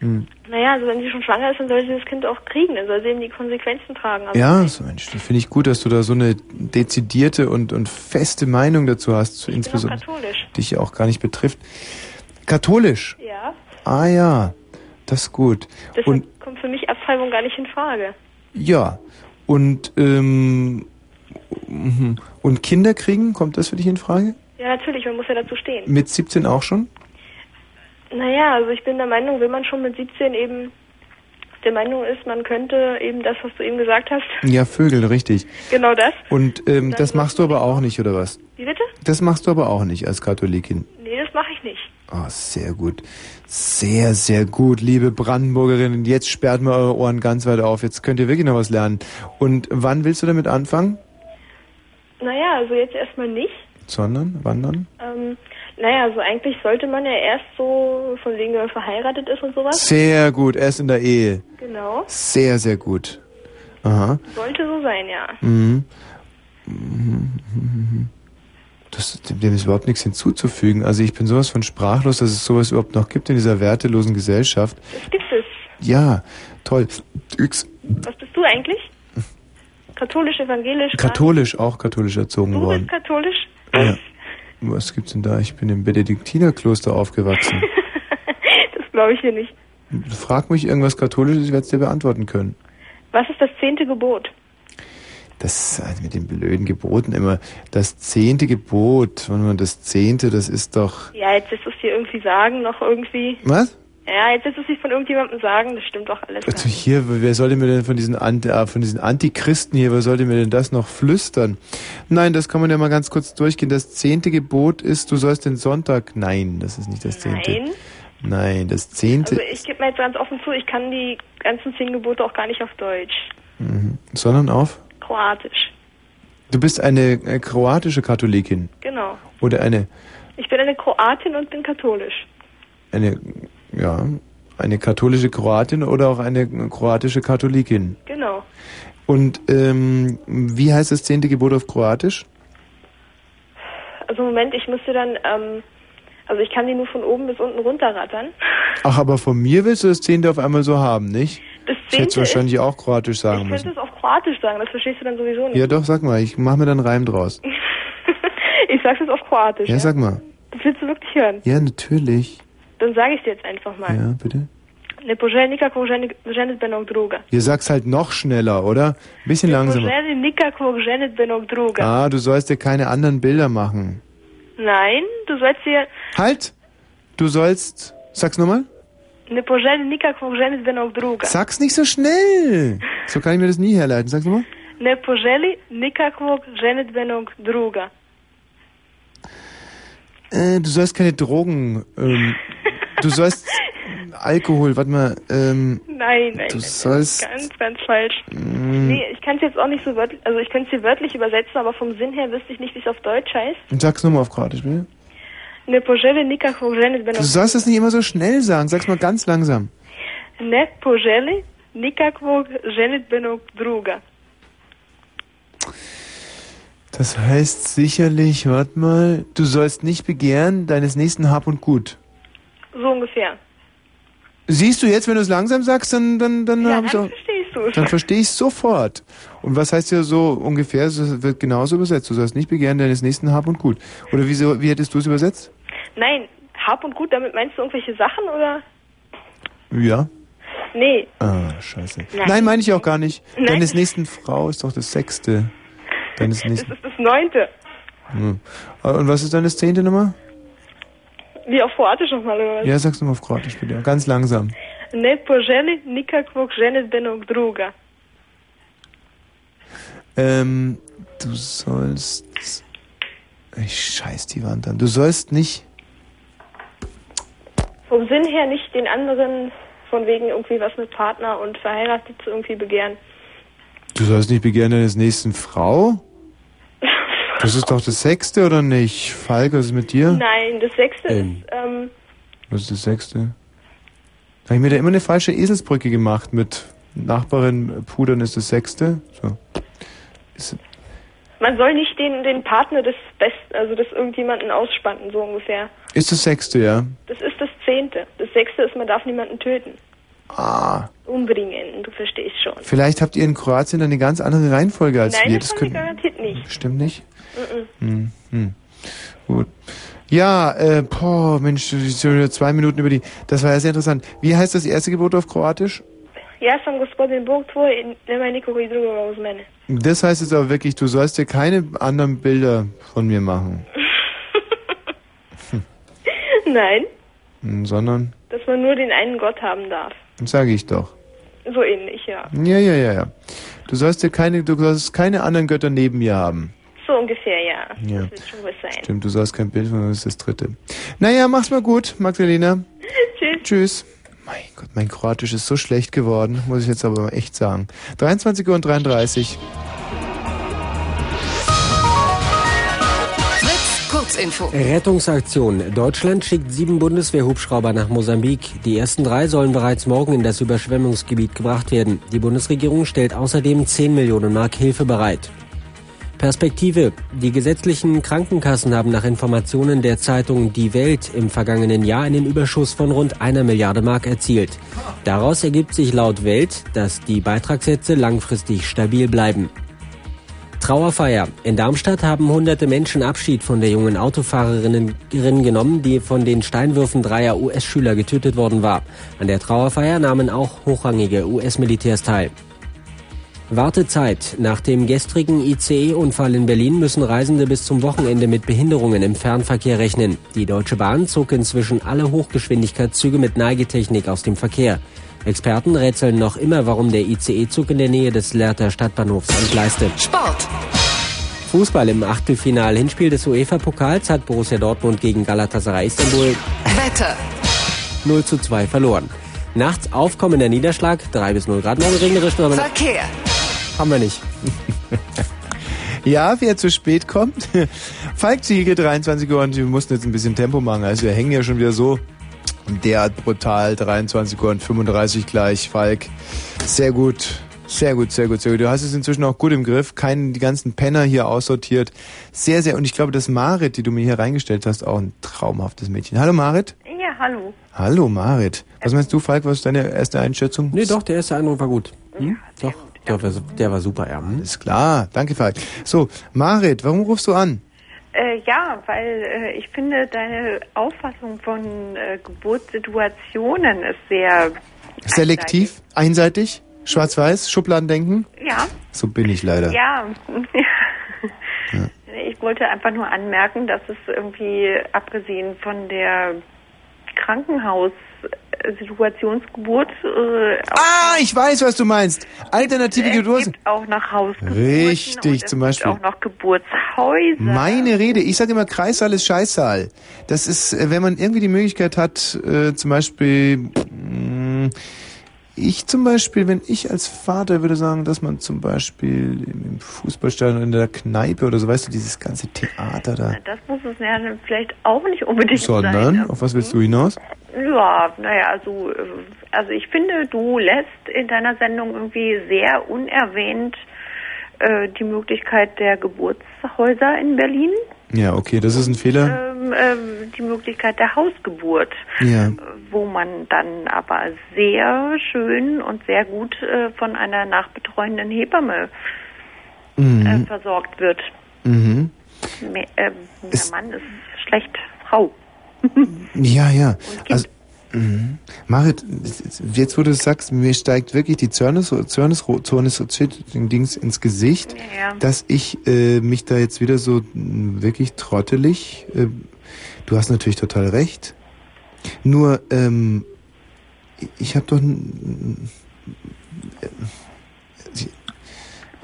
S1: Hm.
S3: Naja, also wenn sie schon schwanger ist, dann soll sie das Kind auch kriegen. Dann soll sie eben die Konsequenzen tragen. Also Aber
S1: Ja, so Mensch, das finde ich gut, dass du da so eine dezidierte und, und feste Meinung dazu hast, zu insbesondere
S3: katholisch.
S1: dich ja auch gar nicht betrifft. Katholisch?
S3: Ja.
S1: Ah ja, das ist gut.
S3: Deshalb
S1: Und
S3: kommt für mich Abtreibung gar nicht in Frage.
S1: ja, und ähm, mhm. und Kinder kriegen, kommt das für dich in Frage?
S3: Ja, natürlich, man muss ja dazu stehen.
S1: Mit 17 auch schon?
S3: Naja, also ich bin der Meinung, wenn man schon mit 17 eben der Meinung ist, man könnte eben das, was du eben gesagt hast,
S1: Ja, Vögel, richtig.
S3: genau das.
S1: Und ähm, das machst du aber auch nicht, oder was?
S3: Wie bitte?
S1: Das machst du aber auch nicht als Katholikin.
S3: Nee, das mache ich nicht.
S1: Ah, sehr gut. Sehr, sehr gut, liebe Brandenburgerinnen. Jetzt sperrt mir eure Ohren ganz weit auf. Jetzt könnt ihr wirklich noch was lernen. Und wann willst du damit anfangen?
S3: Naja, also jetzt erstmal nicht.
S1: Sondern? Wann dann?
S3: Ähm, naja, also eigentlich sollte man ja erst so, von wegen, wenn man verheiratet ist und sowas.
S1: Sehr gut, erst in der Ehe.
S3: Genau.
S1: Sehr, sehr gut. Aha.
S3: Sollte so sein, ja.
S1: Mhm. Mhm, mhm, mhm. Das, dem ist überhaupt nichts hinzuzufügen. Also ich bin sowas von sprachlos, dass es sowas überhaupt noch gibt in dieser wertelosen Gesellschaft.
S3: Das gibt es.
S1: Ja, toll. Üx-
S3: Was bist du eigentlich? Katholisch, evangelisch?
S1: Katholisch, auch katholisch erzogen
S3: Du bist
S1: worden.
S3: katholisch?
S1: Ja. Was gibt's denn da? Ich bin im Benediktinerkloster aufgewachsen.
S3: Das glaube ich hier nicht.
S1: Frag mich irgendwas Katholisches, ich werde es dir beantworten können.
S3: Was ist das zehnte Gebot?
S1: Das also mit den blöden Geboten immer. Das zehnte Gebot, wenn man das zehnte, das ist doch.
S3: Ja, jetzt ist es hier irgendwie sagen, noch irgendwie.
S1: Was?
S3: Ja, jetzt ist es sich von irgendjemandem sagen, das stimmt doch alles.
S1: Also hier, wer sollte mir denn von diesen, Ant äh, von diesen Antichristen hier, wer sollte mir denn das noch flüstern? Nein, das kann man ja mal ganz kurz durchgehen. Das zehnte Gebot ist, du sollst den Sonntag. Nein, das ist nicht das zehnte.
S3: Nein.
S1: Nein, das zehnte,
S3: Also ich gebe mir jetzt ganz offen zu, ich kann die ganzen zehn Gebote auch gar nicht auf Deutsch.
S1: mhm. sondern auf.
S3: Kroatisch.
S1: Du bist eine äh, kroatische Katholikin
S3: Genau.
S1: oder eine
S3: Ich bin eine Kroatin und bin katholisch.
S1: eine ja eine katholische Kroatin oder auch eine kroatische Katholikin.
S3: Genau.
S1: Und ähm, wie heißt das zehnte Gebot auf Kroatisch?
S3: Also Moment, ich müsste dann, ähm, also ich kann die nur von oben bis unten runterrattern.
S1: Ach, aber von mir willst du das zehnte auf einmal so haben, nicht?
S3: Das
S1: Ich hätte es
S3: zehnte
S1: wahrscheinlich auch kroatisch sagen
S3: Ich könnte es
S1: müssen.
S3: auf Kroatisch sagen, das verstehst du dann sowieso nicht.
S1: Ja, doch, sag mal, ich mache mir dann Reim draus.
S3: Ich sag's jetzt auf Kroatisch.
S1: Ja, sag mal.
S3: Das willst du wirklich hören.
S1: Ja, natürlich.
S3: Dann sage ich dir jetzt einfach mal.
S1: Ja, bitte.
S3: Ne poželjnika kog ženi- ženit benog druga.
S1: Ihr sagt's halt noch schneller, oder? Ein bisschen langsamer.
S3: Poželjnika kog ženit benog druga.
S1: Ah, du sollst dir keine anderen Bilder machen.
S3: Nein, du sollst dir
S1: Halt! Du sollst. Sag's nochmal.
S3: ne poželjnika kog ženit benog druga.
S1: Sag's nicht so schnell! So kann ich mir das nie herleiten. Sag's nochmal.
S3: Ne poželi nikakvog ženitbenog druga.
S1: Äh, du sollst keine Drogen. Ähm, du sollst Alkohol, warte mal. Ähm,
S3: Nein, nein,
S1: Du
S3: nein, das ist
S1: sollst-
S3: ganz, ganz falsch.
S1: Mm.
S3: Nee, ich kann es jetzt auch nicht so wörtlich, also ich könnte es dir wörtlich übersetzen, aber vom Sinn her wüsste ich nicht, wie es auf Deutsch heißt.
S1: sag's nochmal auf Kroatisch, bitte.
S3: Ne poželi nikakvog
S1: Du
S3: ženitbenog
S1: sollst das nicht immer so schnell sagen. Sag's mal ganz langsam.
S3: Ne poželi nikakvog ženitbenog druga.
S1: Das heißt sicherlich, warte mal, du sollst nicht begehren deines nächsten Hab und Gut.
S3: So ungefähr.
S1: Siehst du jetzt, wenn du es langsam sagst, dann dann dann
S3: Ja,
S1: hab ich's
S3: dann
S1: auch,
S3: verstehst du es.
S1: dann verstehe ich sofort. Und was heißt ja so ungefähr? Es wird genauso übersetzt. Du sollst nicht begehren deines nächsten Hab und Gut. Oder wieso? Wie hättest du es übersetzt?
S3: Nein, hab und gut, damit meinst du irgendwelche Sachen oder?
S1: Ja.
S3: Nee,
S1: Ah, scheiße.
S3: Nein.
S1: Nein, meine ich auch gar nicht.
S3: Nein.
S1: Deines nächsten Frau ist doch das sechste. Deines nächsten.
S3: das neunte.
S1: Hm. Und was ist deines zehnte Nummer?
S3: Wie auf Kroatisch nochmal oder was?
S1: Ja, sag's nochmal auf Kroatisch bitte. Ganz langsam.
S3: Ne poželi nikakvog ženitbenog druga.
S1: Ähm, du sollst. Ich scheiß die Wand an. Du sollst nicht.
S3: Vom Sinn her nicht den anderen von wegen irgendwie was mit Partner und verheiratet zu irgendwie begehren.
S1: Du sollst nicht begehren deines nächsten Frau? Das ist doch das sechste, oder nicht? Falk, was ist mit dir?
S3: Nein, das sechste
S1: Ähm.
S3: ist, ähm,
S1: Was ist das sechste? Habe ich mir da immer eine falsche Eselsbrücke gemacht mit Nachbarin äh, pudern ist das sechste? So. Ist,
S3: man soll nicht den, den Partner des Besten, also des irgendjemanden ausspannen, so ungefähr.
S1: ist das sechste, ja?
S3: Das ist das zehnte. Das sechste ist, man darf niemanden töten.
S1: Ah.
S22: umbringen. Du verstehst schon.
S1: Vielleicht habt ihr in Kroatien eine ganz andere Reihenfolge als
S22: Nein,
S1: wir.
S22: das haben wir garantiert nicht.
S1: Bestimmt nicht.
S22: Mhm.
S1: Hm, hm. Gut. Ja, äh, boah, Mensch, zwei Minuten über die. Das war ja sehr interessant. Wie heißt das erste Gebot auf Kroatisch?
S22: Ja sam gospodin Bog tvoj i nema nikoga i drugoga uz mene.
S1: Das heißt jetzt aber wirklich, du sollst dir keine anderen Bilder von mir machen,
S22: Nein,
S1: Hm, sondern,
S22: dass man nur den einen Gott haben darf.
S1: sage ich doch.
S22: So ähnlich, ja.
S1: Ja, ja, ja, ja. Du sollst dir keine, du sollst keine anderen Götter neben mir haben.
S22: So ungefähr, ja.
S1: Ja.
S22: Das wird schon was sein.
S1: Stimmt, du sollst kein Bild von mir, das ist das dritte. Naja, mach's mal gut, Magdalena.
S22: Tschüss.
S1: Tschüss. Mein Gott, mein Kroatisch ist so schlecht geworden, muss ich jetzt aber echt sagen. 23 Uhr und 33.
S3: Fritz, Kurzinfo.
S1: Äh,
S15: Rettungsaktion. Deutschland schickt sieben Bundeswehrhubschrauber nach Mosambik. Die ersten drei sollen bereits morgen in das Überschwemmungsgebiet gebracht werden. Die Bundesregierung stellt außerdem 10 Millionen Mark Hilfe bereit. Perspektive. Die gesetzlichen Krankenkassen haben nach Informationen der Zeitung Die Welt im vergangenen Jahr einen Überschuss von rund einer Milliarde Mark erzielt. Daraus ergibt sich laut Welt, dass die Beitragssätze langfristig stabil bleiben. Trauerfeier. In Darmstadt haben hunderte Menschen Abschied von der jungen Autofahrerin genommen, die von den Steinwürfen dreier US-Schüler getötet worden war. An der Trauerfeier nahmen auch hochrangige US-Militärs teil. Wartezeit. Nach dem gestrigen ICE-Unfall in Berlin müssen Reisende bis zum Wochenende mit Behinderungen im Fernverkehr rechnen. Die Deutsche Bahn zog inzwischen alle Hochgeschwindigkeitszüge mit Neigetechnik aus dem Verkehr. Experten rätseln noch immer, warum der ICE-Zug in der Nähe des Lehrter Stadtbahnhofs entgleiste.
S3: Sport.
S15: Fußball im Achtelfinal-Hinspiel des UEFA-Pokals hat Borussia Dortmund gegen Galatasaray Istanbul
S3: Wetter.
S15: 0 zu 2 verloren. Nachts aufkommender Niederschlag, 3 bis 0 Grad, morgen regnerisch, aber
S3: Verkehr.
S15: haben wir nicht.
S1: Ja, wer zu spät kommt. Falk Ziege, 23 Uhr und wir mussten jetzt ein bisschen Tempo machen. Also wir hängen ja schon wieder so derart brutal. 23 Uhr und 35 gleich, Falk. Sehr gut. Sehr gut, sehr gut, sehr gut. Du hast es inzwischen auch gut im Griff. Keinen, die ganzen Penner hier aussortiert. Sehr, sehr. Und ich glaube, dass Marit, die du mir hier reingestellt hast, auch ein traumhaftes Mädchen. Hallo Marit.
S23: Ja, hallo.
S1: Hallo Marit. Was meinst du, Falk? Was ist deine erste Einschätzung?
S15: Nee, doch, der erste Eindruck war gut.
S23: Hm?
S15: Doch, der war, der war super, ja. Hm?
S1: Ist klar. Danke, Falk. So, Marit, warum rufst du an?
S23: Äh, ja, weil äh, ich finde, deine Auffassung von äh, Geburtssituationen ist sehr.
S1: Selektiv, einseitig, schwarz-weiß, Schubladendenken?
S23: Ja.
S1: So bin ich leider.
S23: Ja. ich wollte einfach nur anmerken, dass es irgendwie, abgesehen von der Krankenhaus-Situationsgeburt, äh,
S1: Ah, ich weiß, was du meinst. Alternative
S23: es
S1: Geburten.
S23: gibt auch nach Haus
S1: Richtig, zum Beispiel.
S23: auch noch Geburtshäuser.
S1: Meine Rede, ich sage immer, Kreissaal ist Scheißsaal. Das ist, äh, wenn man irgendwie die Möglichkeit hat, äh, zum Beispiel, mh, ich zum Beispiel, wenn ich als Vater würde sagen, dass man zum Beispiel im im Fußballstadion in der Kneipe oder so, weißt du, dieses ganze Theater da.
S23: Das muss es ja vielleicht auch nicht unbedingt sein.
S1: Sondern, auf was willst du hinaus?
S23: Ja, naja, also, äh, also ich finde, du lässt in deiner Sendung irgendwie sehr unerwähnt äh, die Möglichkeit der Geburtshäuser in Berlin,
S1: Ja, okay, das ist ein Fehler.
S23: ähm, ähm, die Möglichkeit der Hausgeburt,
S1: Ja.
S23: wo man dann aber sehr schön und sehr gut äh, von einer nachbetreuenden Hebamme äh,
S1: Mhm.
S23: versorgt wird.
S1: Mhm.
S23: Mehr, äh, der Mann ist schlecht, Frau.
S1: Ja, ja. Also, mhm. Marit, jetzt wo du es sagst, mir steigt wirklich die Zornes, Zornes, Zornes, Dings ins Gesicht,
S23: Ja.
S1: dass ich äh, mich da jetzt wieder so mh, wirklich trottelig. Äh, du hast natürlich total recht. Nur, ähm, ich- ich habe doch. n- n- äh,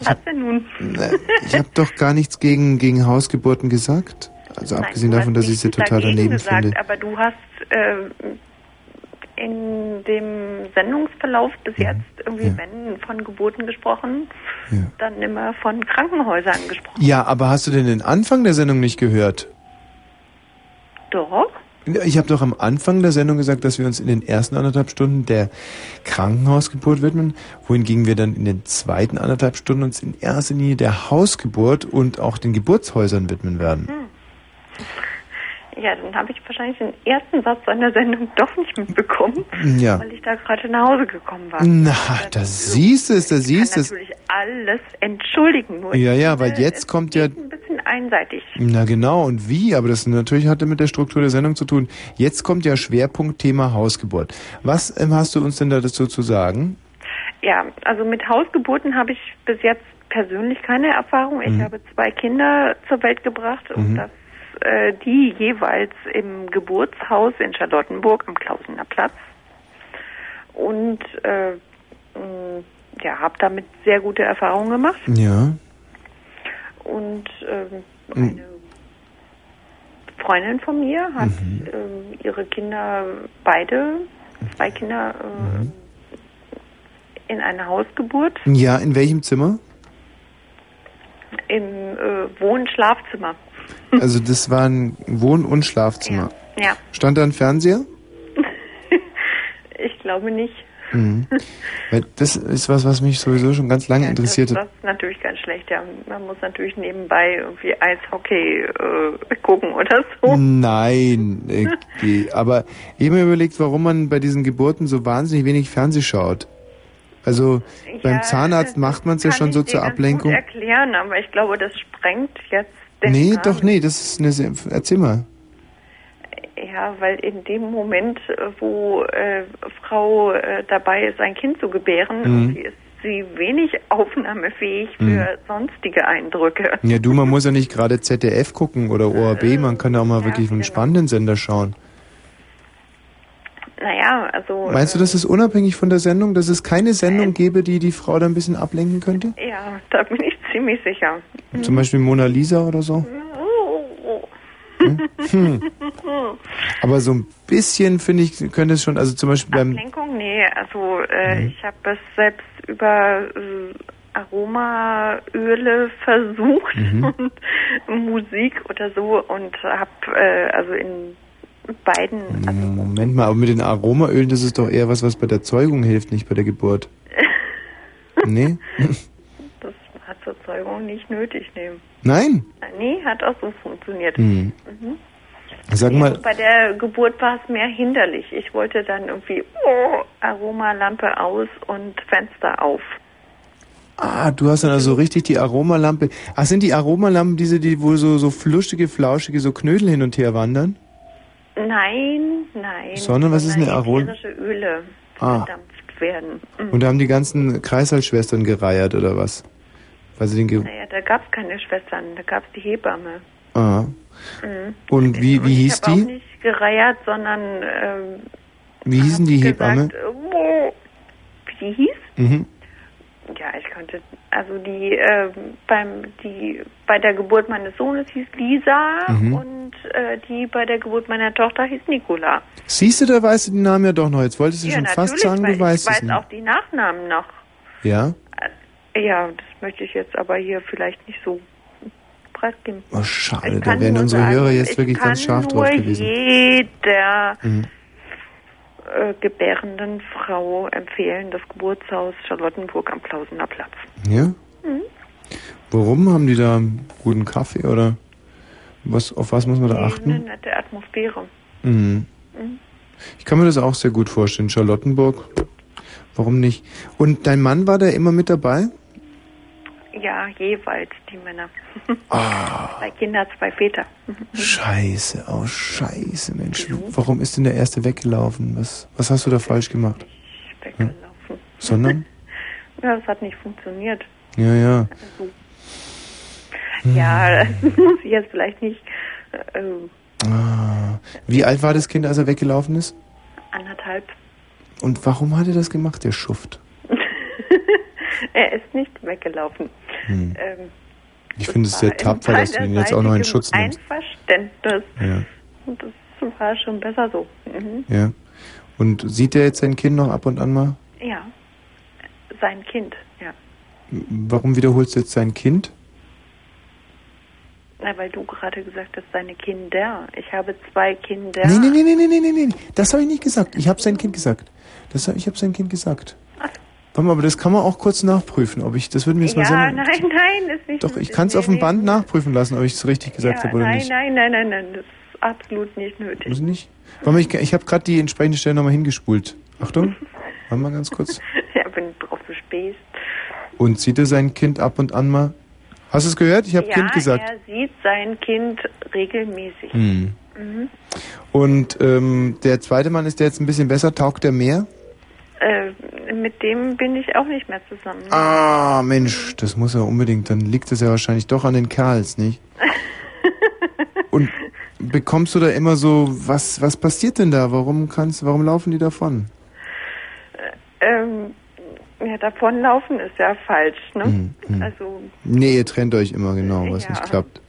S23: Was denn nun?
S1: Äh, Ich habe doch gar nichts gegen, gegen Hausgeburten gesagt. Also
S23: Nein,
S1: abgesehen
S23: du
S1: davon,
S23: hast
S1: dass ich sie
S23: nichts
S1: total
S23: dagegen
S1: daneben
S23: gesagt,
S1: finde.
S23: Aber du hast ähm, in dem Sendungsverlauf bis jetzt irgendwie, wenn von Geburten gesprochen, dann immer von Krankenhäusern gesprochen.
S1: Ja, aber hast du denn den Anfang der Sendung nicht gehört?
S23: Doch.
S1: Ich habe doch am Anfang der Sendung gesagt, dass wir uns in den ersten anderthalb Stunden der Krankenhausgeburt widmen, wohingegen wir dann in den zweiten anderthalb Stunden uns in erster Linie der Hausgeburt und auch den Geburtshäusern widmen werden.
S23: Ja, dann habe ich wahrscheinlich den ersten Satz seiner Sendung doch nicht mitbekommen,
S1: Mm, Ja.
S23: weil ich da gerade nach Hause gekommen war.
S1: Na, da siehst du es, da siehst du es.
S23: Natürlich alles entschuldigen, nur
S1: Ja,
S23: ich
S1: ja,
S23: finde,
S1: weil jetzt kommt ja.
S23: es ist ein bisschen einseitig.
S1: Na genau, und wie? Aber das natürlich hatte mit der Struktur der Sendung zu tun. Jetzt kommt ja Schwerpunktthema Hausgeburt. Was ähm, hast du uns denn da dazu zu sagen?
S23: Ja, also mit Hausgeburten habe ich bis jetzt persönlich keine Erfahrung. Ich
S1: Mhm.
S23: habe zwei Kinder zur Welt gebracht und
S1: Mhm.
S23: das äh, die jeweils im Geburtshaus in Charlottenburg am Klausener Platz und äh, mh, ja, habe damit sehr gute Erfahrungen gemacht
S1: Ja.
S23: und ähm,
S1: Mhm.
S23: Freundin von mir hat
S1: Mhm.
S23: ähm, ihre Kinder beide, zwei Kinder
S1: Mhm.
S23: äh, in einer Hausgeburt
S1: Ja, in welchem Zimmer?
S23: im äh, Wohn-Schlafzimmer.
S1: Also das waren Wohn- und Schlafzimmer.
S23: Ja,
S1: Stand da ein Fernseher?
S23: ich glaube nicht.
S1: Mhm. Weil das ist was, was mich sowieso schon ganz lange interessiert
S23: Das
S1: hat.
S23: ist natürlich ganz schlecht. Ja, man muss natürlich nebenbei irgendwie Eishockey äh, gucken oder so.
S1: Nein, äh, die- aber ich habe mir überlegt, warum man bei diesen Geburten so wahnsinnig wenig Fernseh schaut. Also beim Zahnarzt macht man es ja schon so zur Ablenkung.
S23: Gut erklären, aber ich glaube, das sprengt jetzt den
S1: Nee,
S23: Rahmen.
S1: doch, nee, das ist eine. Se- Erzähl mal.
S23: Ja, weil in dem Moment, äh, wo äh, Frau äh, dabei ist, ein Kind zu gebären,
S1: Mhm.
S23: irgendwie ist sie wenig aufnahmefähig für
S1: Mhm.
S23: sonstige Eindrücke.
S1: Ja, du, man muss ja nicht gerade ZDF gucken oder ORB, man kann Äh, ja genau. auch mal wirklich einen spannenden Sender schauen.
S23: Naja, also.
S1: Meinst du, das ist unabhängig von der Sendung, dass es keine Sendung gäbe, die die Frau da ein bisschen ablenken könnte?
S23: äh, Ja, da bin ich ziemlich sicher. Mhm. Oh,
S1: Zum Beispiel Mona Lisa oder so? Hm. Aber so ein bisschen, finde ich, könnte es schon, also zum Beispiel beim...
S23: Ablenkung? Nee, also äh,
S1: Mhm.
S23: ich habe es selbst über äh, Aromaöle versucht
S1: Mhm.
S23: und Musik oder so und habe äh, also in beiden
S1: Mhm. Moment mal, aber mit den Aromaölen, das ist doch eher was, was bei der Zeugung hilft, nicht bei der Geburt. Nee?
S23: Das war zur Zeugung nicht nötig nehmen.
S1: Nein?
S23: Nee, hat auch so funktioniert.
S1: Hm.
S23: Mhm. Also
S1: Sag mal,
S23: Bei der Geburt war es mehr hinderlich. Ich wollte dann irgendwie oh, Aromalampe aus und Fenster auf.
S1: ah, du hast dann also richtig die Aromalampe. Ach, sind die Aromalampen diese, die wohl so, so fluschige, flauschige, so Knödel hin und her wandern?
S23: Nein, nein.
S1: Sondern was ist eine Arom-
S23: Ätherische Öle
S1: Ah.
S23: verdampft werden. Mhm.
S1: Und da haben die ganzen Kreißsaalschwestern gereiert, oder was? Weil sie den Ge
S23: Naja, da gab es keine Schwestern, da gab es die Hebamme.
S1: ah.
S23: Mhm.
S1: Und wie, wie hieß
S23: ich habe auch
S1: die?
S23: nicht gereiert, sondern ähm,
S1: Wie hießen die Hebamme?
S23: gesagt, äh, wo- wie die hieß?
S1: Mhm.
S23: Ja, ich konnte, also die, ähm, beim, die bei der Geburt meines Sohnes hieß Lisa
S1: Mhm.
S23: und äh, die bei der Geburt meiner Tochter hieß Nicola.
S1: Siehst du, da weißt du den Namen ja doch noch. Jetzt wolltest du
S23: ja,
S1: schon fast
S23: natürlich,
S1: sagen,
S23: weil
S1: du
S23: ich
S1: weißt es
S23: weiß
S1: nicht.
S23: auch die Nachnamen noch.
S1: Ja?
S23: Ja, das möchte ich jetzt aber hier vielleicht nicht so preisgeben.
S1: Oh, schade,
S23: Ich
S1: da
S23: kann
S1: wären
S23: nur
S1: unsere
S23: sagen,
S1: Hörer jetzt
S23: ich
S1: wirklich ganz
S23: kann
S1: scharf
S23: nur
S1: drauf gewesen.
S23: jeder
S1: Mhm.
S23: äh, gebärenden Frau empfehlen das Geburtshaus Charlottenburg am Klausener Platz.
S1: Ja?
S23: Mhm.
S1: Warum haben die da einen guten Kaffee oder was, auf was muss man da
S23: Die haben Eine
S1: achten?
S23: nette Atmosphäre.
S1: Mhm.
S23: Mhm.
S1: Ich kann mir das auch sehr gut vorstellen. Charlottenburg, warum nicht? Und dein Mann war da immer mit dabei?
S23: Ja, jeweils die Männer.
S1: Ah.
S23: Zwei Kinder, zwei Väter.
S1: Scheiße, oh Scheiße, Mensch. Warum ist denn der Erste weggelaufen? Was, was hast du da falsch gemacht? Ja. Sondern?
S23: Ja, das hat nicht funktioniert.
S1: Ja, ja. Hm.
S23: Also, ja, das muss ich jetzt vielleicht nicht äh,
S1: Ah. Wie alt war das Kind, als er weggelaufen ist?
S23: anderthalb
S1: Und warum hat er das gemacht, der Schuft?
S23: Er ist nicht weggelaufen.
S1: Hm.
S23: Ähm,
S1: Ich finde es sehr
S23: war
S1: tapfer,
S23: in
S1: dass du ihn jetzt auch noch in Schutz nimmst.
S23: Einverständnis.
S1: Ja,
S23: Und das war schon besser so. Mhm.
S1: ja. Und sieht er jetzt sein Kind noch ab und an mal?
S23: Ja. Sein Kind, ja.
S1: Warum wiederholst du jetzt sein Kind?
S23: Na, weil du gerade gesagt hast, seine Kinder. Ich habe zwei Kinder.
S1: Nee, nee, nee, nee, nee, nee, nee, nee. Das habe ich nicht gesagt. Ich habe sein Kind gesagt. Das hab, ich habe sein Kind gesagt. Warte mal, aber das kann man auch kurz nachprüfen, ob ich, das würden wir jetzt
S23: ja,
S1: mal selber...
S23: nein, nein, ist nicht.
S1: Doch, ich kann es auf dem Band nachprüfen lassen, ob ich es richtig gesagt
S23: ja,
S1: habe oder
S23: nein,
S1: nicht.
S23: nein, nein, nein, nein, das ist absolut nicht nötig.
S1: Muss nicht? Warte mal, ich, ich habe gerade die entsprechende Stelle nochmal hingespult. Achtung, warte mal ganz kurz.
S23: ja, bin drauf gespäßt.
S1: Und sieht er sein Kind ab und an mal? Hast du es gehört? Ich habe
S23: ja,
S1: Kind gesagt.
S23: er sieht sein Kind regelmäßig.
S1: Hm.
S23: Mhm.
S1: Und ähm, der zweite Mann ist der jetzt ein bisschen besser, taugt der mehr?
S23: Äh, mit dem bin ich auch nicht mehr zusammen.
S1: Ah, Mensch, das muss er unbedingt. Dann liegt es ja wahrscheinlich doch an den Kerls, nicht? Und bekommst du da immer so, was, was passiert denn da? Warum kannst, warum laufen die davon?
S23: Ähm, ja, davonlaufen ist ja falsch, ne?
S1: Mhm,
S23: Also,
S1: Nee, ihr trennt euch immer genau, was
S23: Ja.
S1: nicht klappt.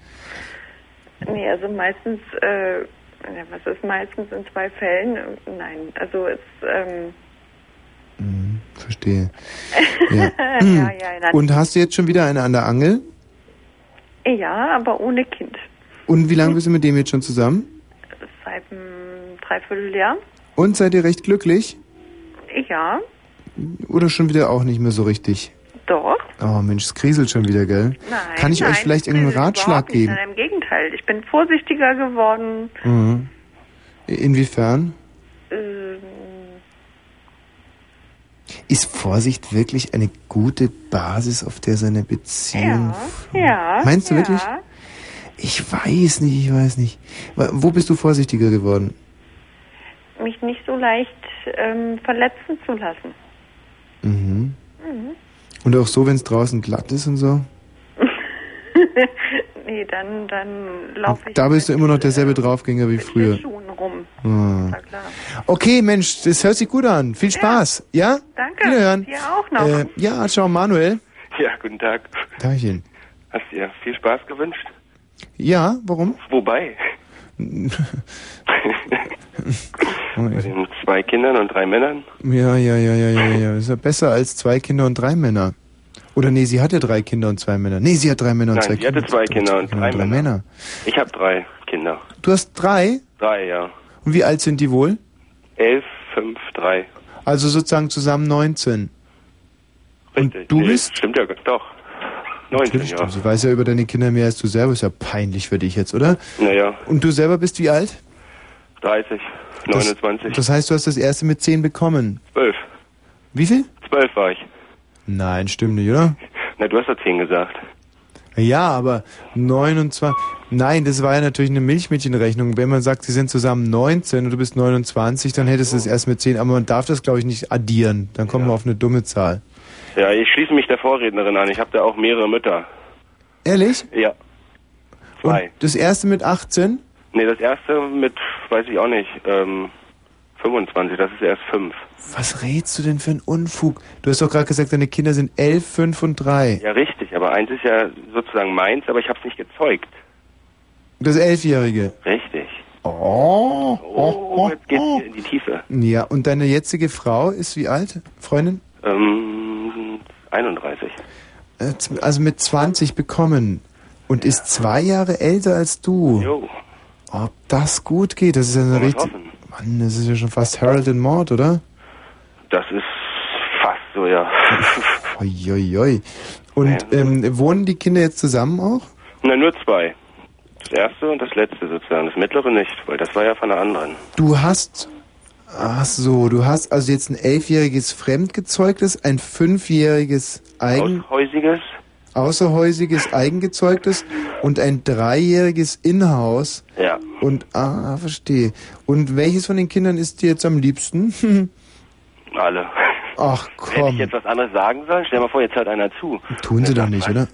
S23: nee, also meistens, äh, ja, was ist meistens in zwei Fällen? Äh, Nein, also es, ähm,
S1: Verstehe. Ja. Hm.
S23: ja, ja, dann,
S1: Und hast du jetzt schon wieder eine an der Angel?
S23: ja, aber ohne Kind.
S1: Und wie
S23: Mhm.
S1: lange bist du mit dem jetzt schon zusammen?
S23: Seit einem Dreivierteljahr.
S1: Und seid ihr recht glücklich?
S23: Ja,
S1: Oder schon wieder auch nicht mehr so richtig?
S23: doch.
S1: Oh Mensch, es kriselt schon wieder, gell?
S23: Nein,
S1: Kann ich
S23: nein,
S1: euch
S23: das
S1: vielleicht irgendeinen
S23: überhaupt
S1: Ratschlag
S23: nicht.
S1: geben?
S23: Nein, Im Gegenteil, ich bin vorsichtiger geworden.
S1: Mhm. Inwiefern?
S23: Ähm,
S1: Ist Vorsicht wirklich eine gute Basis, auf der seine Beziehung...
S23: ja.
S1: Mhm. Meinst du
S23: ja.
S1: wirklich? Ich weiß nicht, ich weiß nicht. Wa- Wo bist du vorsichtiger geworden?
S23: Mich nicht so leicht ähm, verletzen zu lassen.
S1: Mhm.
S23: Mhm.
S1: Und auch so, wenn es draußen glatt ist und so?
S23: nee, dann, dann laufe ich
S1: Da bist du immer noch derselbe Draufgänger wie früher.
S23: schon rum.
S1: Ah. Okay, Mensch, das hört sich gut an. Viel Spaß, ja?
S23: Danke,
S1: Wiederhören.
S23: dir auch noch.
S1: Äh, ja, ciao, Manuel.
S2: Ja, guten Tag.
S1: Dankeschön.
S2: Hast dir viel Spaß gewünscht?
S1: Ja, warum?
S2: Wobei, bei den zwei Kindern und drei Männern,
S1: Ja, ja, ja, ja, ja, ja. Ist ja besser als zwei Kinder und drei Männer. Oder nee, sie hatte drei Kinder und zwei Männer. Nee, sie hat drei Männer und
S2: Nein,
S1: zwei
S2: sie hatte
S1: Kinder.
S2: zwei Kinder und drei
S1: drei Männer.
S2: ich habe drei Kinder.
S1: Du hast drei?
S2: Drei, ja.
S1: Und wie alt sind die wohl?
S2: Elf, fünf, drei.
S1: Also sozusagen zusammen 19.
S2: Richtig. Du bist? Stimmt ja, doch. 19 Jahre.
S1: Sie weiß ja über deine Kinder mehr als du selber. Ist ja peinlich für dich jetzt, oder?
S2: Naja,
S1: Und du selber bist wie alt?
S2: 30, 29,
S1: Das heißt, du hast das erste mit 10 bekommen.
S2: 12.
S1: Wie viel?
S2: 12 war ich.
S1: Nein, stimmt nicht, oder?
S2: Na, du hast ja 10 gesagt.
S1: Ja, aber 29. Nein, das war ja natürlich eine Milchmädchenrechnung. Wenn man sagt, sie sind zusammen 19 und du bist 29, dann hättest du es erst mit 10. Aber man darf das, glaube ich, nicht addieren. Dann kommen wir auf eine dumme Zahl.
S2: Ja, ich schließe mich der Vorrednerin an. Ich habe da auch mehrere Mütter.
S1: Ehrlich?
S2: Ja. Zwei.
S1: Das erste mit 18?
S2: Nee, das erste mit, weiß ich auch nicht, ähm, 25, das ist erst 5.
S1: Was redst du denn für einen Unfug? Du hast doch gerade gesagt, deine Kinder sind 11, 5 und 3.
S2: Ja, richtig, aber eins ist ja sozusagen meins, aber ich habe es nicht gezeugt.
S1: Das Elfjährige.
S2: Richtig.
S1: Oh,
S2: Oh, jetzt geht's hier in die Tiefe.
S1: Ja, und deine jetzige Frau ist wie alt? Freundin?
S2: Ähm, 31.
S1: Äh, z- Also mit 20 bekommen. Und ist zwei Jahre älter als du.
S2: Jo.
S1: Ob das gut geht, das ist ja eine
S2: Wollen wir's
S1: richtig. Mann, das ist ja schon fast Harold and Mord, oder?
S2: Das ist fast so, ja.
S1: Uiuiui. Und ähm, wohnen die Kinder jetzt zusammen auch?
S2: Na, ne, nur zwei. Das erste und das letzte sozusagen. Das mittlere nicht, weil das war ja von der anderen.
S1: Du hast. Ach so, du hast also jetzt ein elfjähriges Fremdgezeugtes, ein fünfjähriges Eigen.
S2: Häusiges?
S1: außerhäusiges Eigengezeugtes und ein dreijähriges Inhouse.
S2: Ja.
S1: Und, ah, verstehe. Und welches von den Kindern ist dir jetzt am liebsten?
S2: Alle.
S1: Ach
S2: Hätte ich
S1: Ah, komm,
S2: jetzt was anderes sagen sollen? Stell dir mal vor, jetzt hört einer zu.
S1: tun sie doch nicht, oder?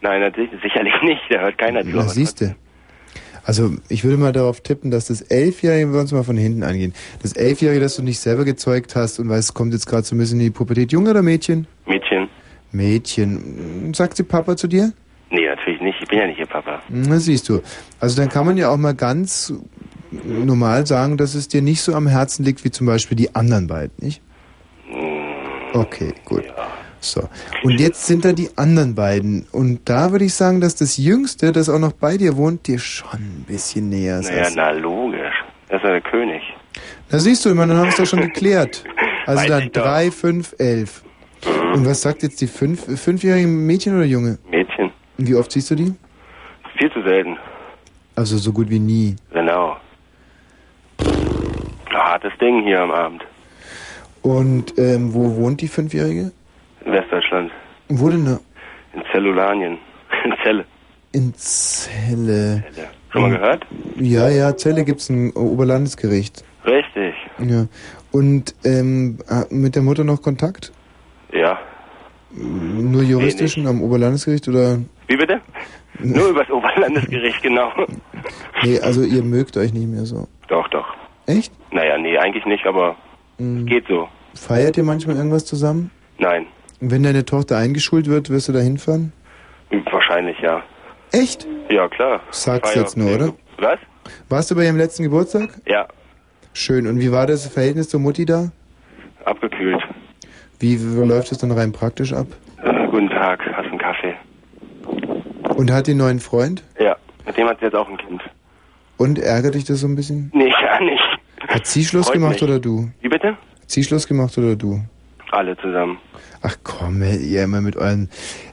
S2: Nein, natürlich, sicherlich nicht. Da hört keiner zu.
S1: Na,
S2: aber
S1: siehst du. Also, ich würde mal darauf tippen, dass das Elfjährige, wenn wir uns mal von hinten angehen, das Elfjährige, das du nicht selber gezeugt hast und weißt, es kommt jetzt gerade so ein bisschen in die Pubertät, Junge oder Mädchen?
S2: Mädchen?
S1: Mädchen. Sagt sie Papa zu dir?
S2: Nee, natürlich nicht. Ich bin ja nicht ihr Papa.
S1: Na, siehst du. Also dann kann man ja auch mal ganz normal sagen, dass es dir nicht so am Herzen liegt wie zum Beispiel die anderen beiden, nicht?
S2: Mm.
S1: Okay, gut. So. Und jetzt sind da die anderen beiden. Und da würde ich sagen, dass das Jüngste, das auch noch bei dir wohnt, dir schon ein bisschen näher ist.
S2: naja,
S1: als-
S2: na logisch. Das ist ja der König.
S1: Na siehst du, ich meine, dann haben wir es doch schon geklärt. Also
S2: Weiß
S1: dann 3, 5, 11. Und was sagt jetzt die fünf, fünfjährige Mädchen oder Junge?
S2: Mädchen.
S1: Wie oft siehst du die?
S2: Viel zu selten.
S1: Also so gut wie nie.
S2: Genau. Hartes Ding hier am Abend.
S1: Und ähm, wo wohnt die Fünfjährige?
S2: In Westdeutschland.
S1: Wo denn da?
S2: In Zellulanien. In Zelle.
S1: In Celle.
S2: Schon mal gehört?
S1: Ja, ja, Celle gibt's ein Oberlandesgericht.
S2: Richtig.
S1: Ja. Und ähm, ha- mit der Mutter noch Kontakt?
S2: Ja.
S1: Nur juristischen am Oberlandesgericht oder?
S2: Wie bitte? Nur übers Oberlandesgericht, genau.
S1: Nee, also ihr mögt euch nicht mehr so.
S2: Doch, doch.
S1: Echt?
S2: Naja, nee, eigentlich nicht, aber
S1: Mhm.
S2: geht so.
S1: Feiert ihr manchmal irgendwas zusammen?
S2: Nein.
S1: Und wenn deine Tochter eingeschult wird, wirst du da hinfahren?
S2: Wahrscheinlich ja.
S1: Echt?
S2: Ja, klar.
S1: Sag's
S2: Feier-
S1: jetzt nur, oder?
S2: Was?
S1: Warst du bei ihrem letzten Geburtstag?
S2: Ja,
S1: Schön. Und wie war das Verhältnis zur Mutti da?
S2: abgekühlt.
S1: Wie, wie läuft es dann rein praktisch ab?
S2: Äh, guten Tag, hast du einen Kaffee?
S1: Und hat die einen neuen Freund?
S2: Ja, mit dem hat sie jetzt auch ein Kind.
S1: Und ärgert dich das so ein bisschen?
S2: Nee, gar nicht.
S1: Hat sie Schluss
S2: Freut
S1: gemacht
S2: mich.
S1: oder du?
S2: Wie bitte?
S1: Hat sie Schluss gemacht oder du?
S2: Alle zusammen.
S1: Ach komm, ey, ihr immer mit euren...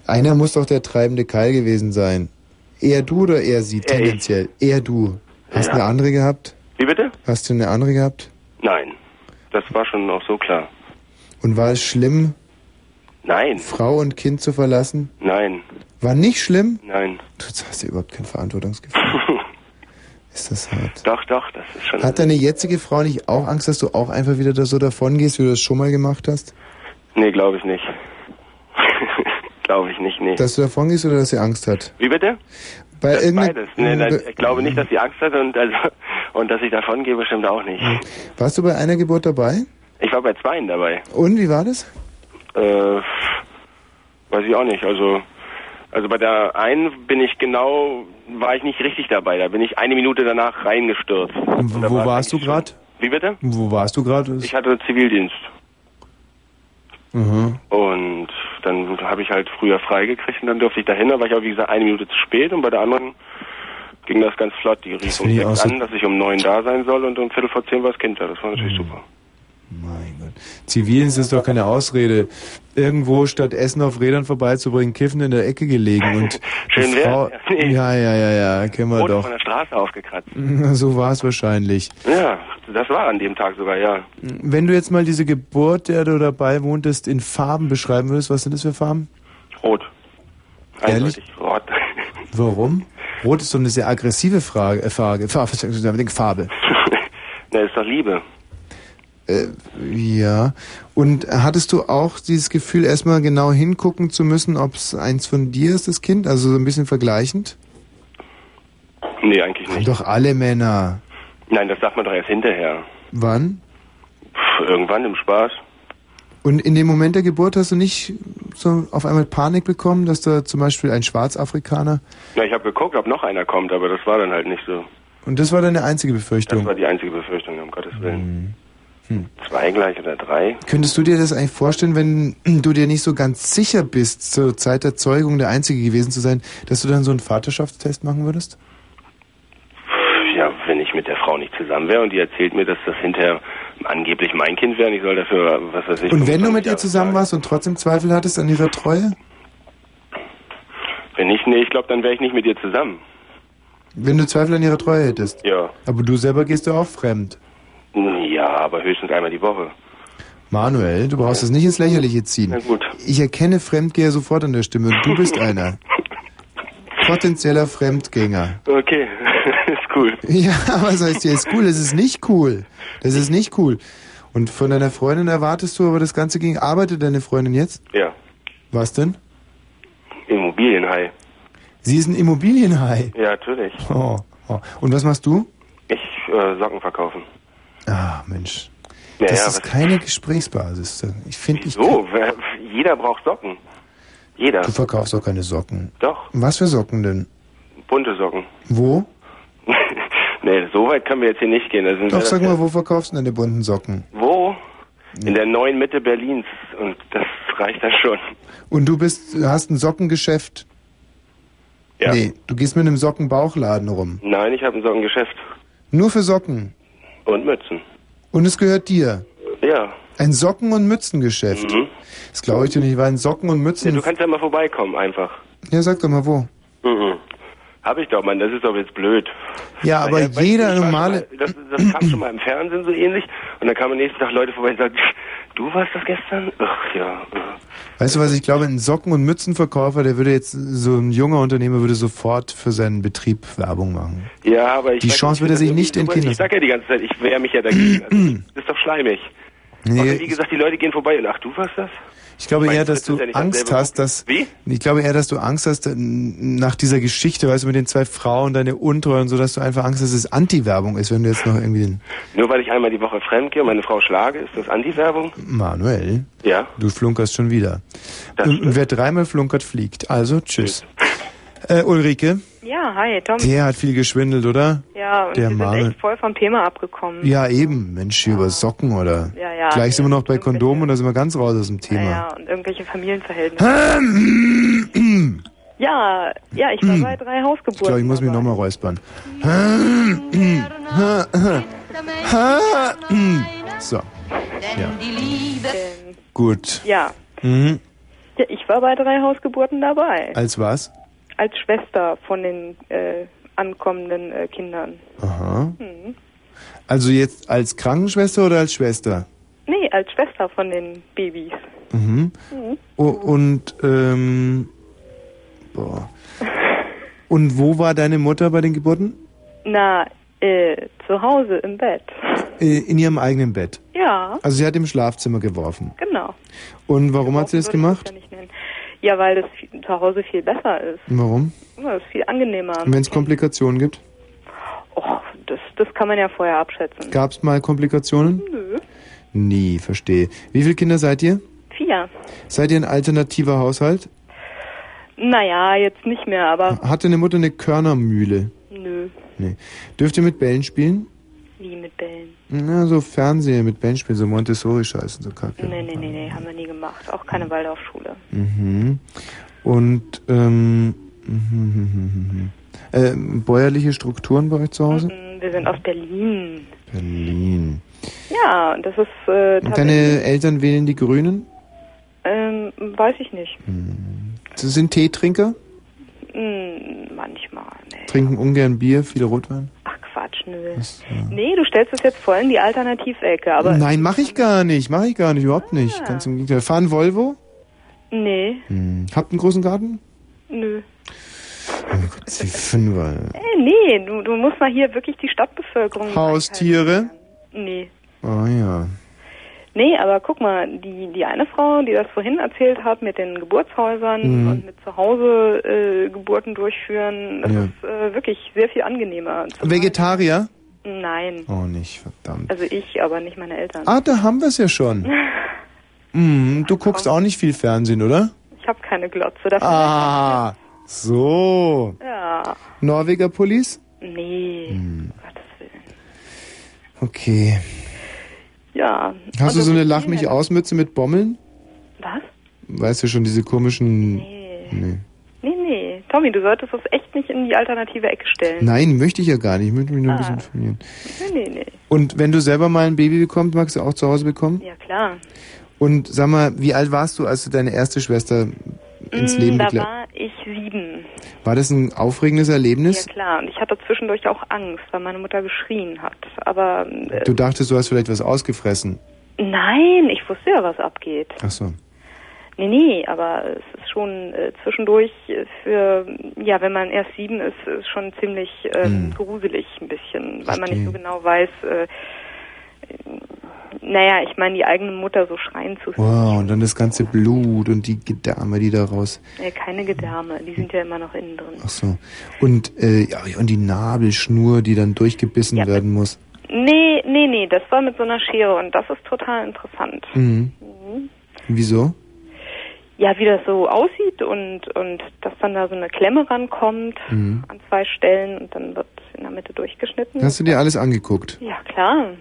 S1: Einer muss doch der treibende Keil gewesen sein. Eher du oder eher sie, tendenziell? Eher du. Hast
S2: Ja.
S1: eine andere gehabt?
S2: Wie bitte?
S1: Hast du eine andere gehabt?
S2: Nein. Das war schon auch so klar.
S1: Und war es schlimm,
S2: Nein,
S1: Frau und Kind zu verlassen?
S2: nein,
S1: War nicht schlimm?
S2: nein.
S1: Du hast ja überhaupt kein Verantwortungsgefühl. Ist das hart.
S2: Doch, doch, das ist schon.
S1: Hat deine jetzige Frau nicht auch Angst, dass du auch einfach wieder da so davon gehst, wie du das schon mal gemacht hast?
S2: Nee, glaube ich nicht. glaube ich nicht, nee.
S1: Dass du davon gehst oder dass sie Angst hat?
S2: Wie bitte?
S1: Bei irgendeiner-
S2: Beides. Nee, nein, ich glaube nicht, dass sie Angst hat und, also, und dass ich davon gehe, bestimmt auch nicht.
S1: Hm. Warst du bei einer Geburt dabei?
S2: Ich war bei zweien dabei.
S1: Und wie war das?
S2: Äh, weiß ich auch nicht. Also, also bei der einen bin ich genau, war ich nicht richtig dabei. Da bin ich eine Minute danach reingestürzt.
S1: Wo, warst du gerade?
S2: Wie bitte?
S1: Wo warst du gerade?
S2: Ich hatte Zivildienst
S1: Mhm.
S2: und dann habe ich halt früher freigekriegt und dann durfte ich dahin. Da war ich aber wie gesagt eine Minute zu spät und bei der anderen ging das ganz flott. Die rief um
S1: finde ich auch
S2: sechs
S1: so-
S2: an, dass ich um neun da sein soll und um viertel vor zehn war das Kind da. Das war natürlich
S1: Mhm.
S2: super.
S1: Zivildienst ist doch keine Ausrede. Irgendwo statt Essen auf Rädern vorbeizubringen, kiffen in der Ecke gelegen und
S2: Schön
S1: die
S2: wär's.
S1: Frau, ja, ja, ja, ja, kennen wir
S2: Oder
S1: doch.
S2: von der Straße aufgekratzt.
S1: So war es wahrscheinlich.
S2: Ja, das war an dem Tag sogar, ja.
S1: Wenn du jetzt mal diese Geburt, der du dabei wohntest, in Farben beschreiben würdest, was sind das für Farben?
S2: Rot. Eindeutig rot.
S1: Warum? Rot ist so eine sehr aggressive Frage, äh, Farbe, Farbe, Farbe.
S2: Na, ist doch Liebe.
S1: Äh, ja. Und hattest du auch dieses Gefühl, erstmal genau hingucken zu müssen, ob es eins von dir ist, das Kind? Also so ein bisschen vergleichend?
S2: Nee, eigentlich
S1: Haben
S2: nicht.
S1: Doch alle Männer.
S2: Nein, das sagt man doch erst hinterher.
S1: Wann?
S2: Pff, irgendwann im Spaß.
S1: Und in dem Moment der Geburt hast du nicht so auf einmal Panik bekommen, dass da zum Beispiel ein Schwarzafrikaner.
S2: Na, ich habe geguckt, ob noch einer kommt, aber das war dann halt nicht so.
S1: Und das war deine einzige
S2: Das
S1: Befürchtung.
S2: war die einzige Befürchtung, um Gottes Willen. Zwei gleich oder drei?
S1: Könntest du dir das eigentlich vorstellen, wenn du dir nicht so ganz sicher bist, zur Zeit der Zeugung der Einzige gewesen zu sein, dass du dann so einen Vaterschaftstest machen würdest?
S2: Pff, Ja, wenn ich mit der Frau nicht zusammen wäre und die erzählt mir, dass das hinterher angeblich mein Kind wäre und ich soll dafür, was weiß ich,
S1: Und wenn du mit ihr zusammen warst und trotzdem Zweifel hattest an ihrer Treue?
S2: wenn ich, nee, ich glaube, dann wäre ich nicht mit ihr zusammen.
S1: Wenn du Zweifel an ihrer Treue hättest.
S2: Ja.
S1: Aber du selber gehst ja auch fremd.
S2: Hm, Ja, aber höchstens einmal die Woche.
S1: Manuel, du brauchst es nicht ins Lächerliche ziehen.
S2: Na gut.
S1: Ich erkenne Fremdgeher sofort an der Stimme und du bist einer. Potenzieller Fremdgänger.
S2: Okay, ist cool.
S1: Ja, was heißt hier ist cool? Das ist nicht cool. Das ist nicht cool. Und von deiner Freundin erwartest du aber das Ganze gegen. Arbeitet deine Freundin jetzt?
S2: Ja,
S1: Was denn?
S2: Immobilienhai.
S1: Sie ist ein Immobilienhai.
S2: Ja, natürlich.
S1: Oh, oh. Und was machst du?
S2: Ich äh, Socken verkaufen.
S1: Ah, Mensch.
S2: Ja,
S1: das
S2: ja,
S1: ist
S2: was-
S1: keine Gesprächsbasis. Ich finde, ich.
S2: So, wer, jeder braucht Socken. Jeder.
S1: Du verkaufst doch keine Socken.
S2: Doch,
S1: Was für Socken denn?
S2: bunte Socken.
S1: Wo?
S2: nee, so weit können wir jetzt hier nicht gehen. Das sind
S1: Doch,
S2: wir-
S1: sag mal, wo verkaufst du denn deine bunten Socken?
S2: Wo? In der neuen Mitte Berlins. Und das reicht dann schon.
S1: Und du bist, hast ein Sockengeschäft?
S2: Ja.
S1: Nee, du gehst mit einem Sockenbauchladen rum.
S2: Nein, ich habe ein Sockengeschäft.
S1: Nur für Socken.
S2: Und Mützen.
S1: Und es gehört dir.
S2: Ja.
S1: Ein Socken- und Mützengeschäft.
S2: Mhm.
S1: Das glaube ich dir nicht, weil ein Socken- und
S2: ja.
S1: Mützen...
S2: Du kannst ja mal vorbeikommen, einfach.
S1: Ja, sag doch mal, wo?
S2: Mhm. Hab ich doch, Mann, das ist doch jetzt blöd.
S1: Ja, aber
S2: Naja, weißt du,
S1: jeder
S2: ich war
S1: normale.
S2: schon Mal, das, das kam schon mal im Fernsehen so ähnlich. Und dann kam am nächsten Tag Leute vorbei und sagten, du warst das gestern? Ach ja.
S1: Weißt du was, ich glaube, ein Socken- und Mützenverkäufer, der würde jetzt, so ein junger Unternehmer würde sofort für seinen Betrieb Werbung machen.
S2: Ja, aber ich...
S1: Die
S2: sag
S1: Chance
S2: ich
S1: wird er sich
S2: finde
S1: nicht
S2: das irgendwie super.
S1: entgehen
S2: Ich sag ja die ganze Zeit, ich wehre mich ja dagegen. Also, das ist doch schleimig.
S1: Nee,
S2: Aber wie gesagt, die Leute gehen vorbei und ach, du warst das?
S1: ich glaube eher, dass du
S2: ist ja nicht
S1: Angst
S2: dasselbe
S1: hast, dass.
S2: Wie?
S1: Ich glaube eher, dass du Angst hast, äh, nach dieser Geschichte, weißt du, mit den zwei Frauen, deine Untreue und so, dass du einfach Angst hast, dass es Anti-Werbung ist, wenn du jetzt noch irgendwie den.
S2: Nur weil ich einmal die Woche fremd gehe und meine Frau schlage, ist das Anti-Werbung?
S1: Manuel.
S2: Ja.
S1: Du flunkerst schon wieder. Und wer dreimal flunkert, fliegt. Also, tschüss. Äh, Ulrike,
S3: Ja, hi, Tom.
S1: der hat viel geschwindelt, oder?
S3: ja, und
S1: der
S3: wir sind
S1: Manuel.
S3: echt voll vom Thema abgekommen.
S1: Ja, eh, eben. Mensch, hier über Socken oder.
S3: Ja, ja.
S1: Gleich sind wir noch bei Kondomen und da sind wir ganz raus aus dem Thema. Ähm. Hm.
S3: Ja, und irgendwelche Familienverhältnisse. ja, ja, ich war bei drei
S1: Ich glaube, ich
S3: Hausgeburten.
S1: muss mich nochmal räuspern. So. Ja,
S3: Ähm,
S1: gut.
S3: ja.
S1: Mhm.
S3: ja, ich war bei drei Hausgeburten dabei.
S1: Als was?
S3: Als Schwester von den äh, ankommenden äh, Kindern.
S1: Aha.
S3: Hm.
S1: Also jetzt als Krankenschwester oder als Schwester?
S3: Nee, als Schwester von den Babys.
S1: Mhm.
S3: Hm.
S1: O und, ähm, boah. Und wo war deine Mutter bei den Geburten?
S3: Na, äh, zu Hause im Bett.
S1: Äh, In ihrem eigenen Bett.
S3: Ja,
S1: Also sie hat im Schlafzimmer geworfen.
S3: genau.
S1: Und warum hat sie das gemacht?
S3: Ja, weil das viel- zu Hause viel besser ist.
S1: Warum?
S3: Ja, das ist viel angenehmer.
S1: Wenn es Komplikationen gibt?
S3: Das, das kann man ja vorher abschätzen.
S1: Gab es mal Komplikationen?
S3: Nö.
S1: Nie, verstehe. Wie viele Kinder seid ihr?
S3: Vier.
S1: Seid ihr ein alternativer Haushalt?
S3: Naja, jetzt nicht mehr, aber
S1: Hat deine Mutter eine Körnermühle?
S3: nö.
S1: Nee. Dürft ihr mit Bällen spielen?
S3: Wie mit Bällen?
S1: Na, so Fernsehen mit Bällen spielen, so Montessori-Scheiß und so Kacke.
S3: Nee, nee, nee, nee, haben wir nie gemacht. Auch keine Waldorfschule.
S1: Mhm. Und, ähm, mhm, mhm, mhm, mhm. ähm, bäuerliche Strukturen bei euch zu Hause?
S3: Mhm, Wir sind aus Berlin.
S1: Berlin.
S3: Ja, das ist äh,
S1: Und deine
S3: tatsächlich.
S1: Eltern wählen die Grünen?
S3: Ähm, weiß ich nicht.
S1: Sie sind Teetrinker?
S3: Hm, manchmal. Nee.
S1: Trinken ungern Bier, viel Rotwein?
S3: Ach Quatsch, nö. Nee, du stellst es jetzt voll in die Alternativecke, aber. Ah.
S1: Nein, mache ich gar nicht, mache ich gar nicht, überhaupt nicht. Ganz im Gegenteil. Fahren Volvo?
S3: Nee,
S1: Hm. Habt einen großen Garten?
S3: nö.
S1: Sie Fünfer.
S3: Ey, Äh, nee, du, du musst mal hier wirklich die Stadtbevölkerung.
S1: Haustiere?
S3: Nee.
S1: Oh ja.
S3: Nee, aber guck mal, die, die eine Frau, die das vorhin erzählt hat mit den Geburtshäusern
S1: Mhm.
S3: und mit zu Hause äh, Geburten durchführen, das
S1: Ja.
S3: ist äh, wirklich sehr viel angenehmer.
S1: Vegetarier?
S3: Nein,
S1: Oh, nicht, verdammt.
S3: also ich, aber nicht meine Eltern.
S1: Ah, da haben wir es ja schon. Hm, du guckst auch nicht viel Fernsehen, oder?
S3: Ich habe keine Glotze dafür.
S1: Ah, so.
S3: Ja, Hm.
S1: Norweger Police? Hm.
S3: nee.
S1: Okay.
S3: Ja.
S1: Hast du
S3: Und
S1: so eine
S3: das-
S1: Lach mich ausmütze mit Bommeln?
S3: Was?
S1: Weißt du schon, diese komischen.
S3: Nee.
S1: Nee.
S3: Nee, nee. Tommy, du solltest das echt nicht in die alternative Ecke stellen.
S1: Nein, möchte ich ja gar nicht. Ich möchte mich nur ein
S3: Ah.
S1: bisschen informieren.
S3: Nee, nee, nee.
S1: Und wenn du selber mal ein Baby bekommst, magst du auch zu Hause bekommen?
S3: Ja, klar.
S1: Und sag mal, wie alt warst du, als du deine erste Schwester ins
S3: Mm,
S1: Leben
S3: da
S1: geklärt
S3: war ich sieben.
S1: War das ein aufregendes Erlebnis?
S3: Ja klar, und ich hatte zwischendurch auch Angst, weil meine Mutter geschrien hat. Aber äh,
S1: Du dachtest, du hast vielleicht was ausgefressen.
S3: nein, ich wusste ja, was abgeht.
S1: Ach so.
S3: Nee, nee, aber es ist schon äh, zwischendurch äh, für, ja, wenn man erst sieben ist, ist schon ziemlich ähm, gruselig ein bisschen, weil man nicht so genau weiß, äh, äh, naja, ich meine, die eigene Mutter so schreien zu hören.
S1: Wow, und dann das ganze Blut und die Gedärme, die da raus.
S3: Äh, keine Gedärme, die sind ja immer noch innen drin.
S1: Ach so. Und, äh, ja, und die Nabelschnur, die dann durchgebissen werden muss.
S3: Nee, nee, nee, das war mit so einer Schere und das ist total interessant.
S1: Mhm.
S3: Mhm.
S1: Wieso?
S3: Ja, wie das so aussieht und, und dass dann da so eine Klemme rankommt
S1: Mhm.
S3: an zwei Stellen und dann wird in der Mitte durchgeschnitten.
S1: Hast du dir alles angeguckt?
S3: Ja, klar.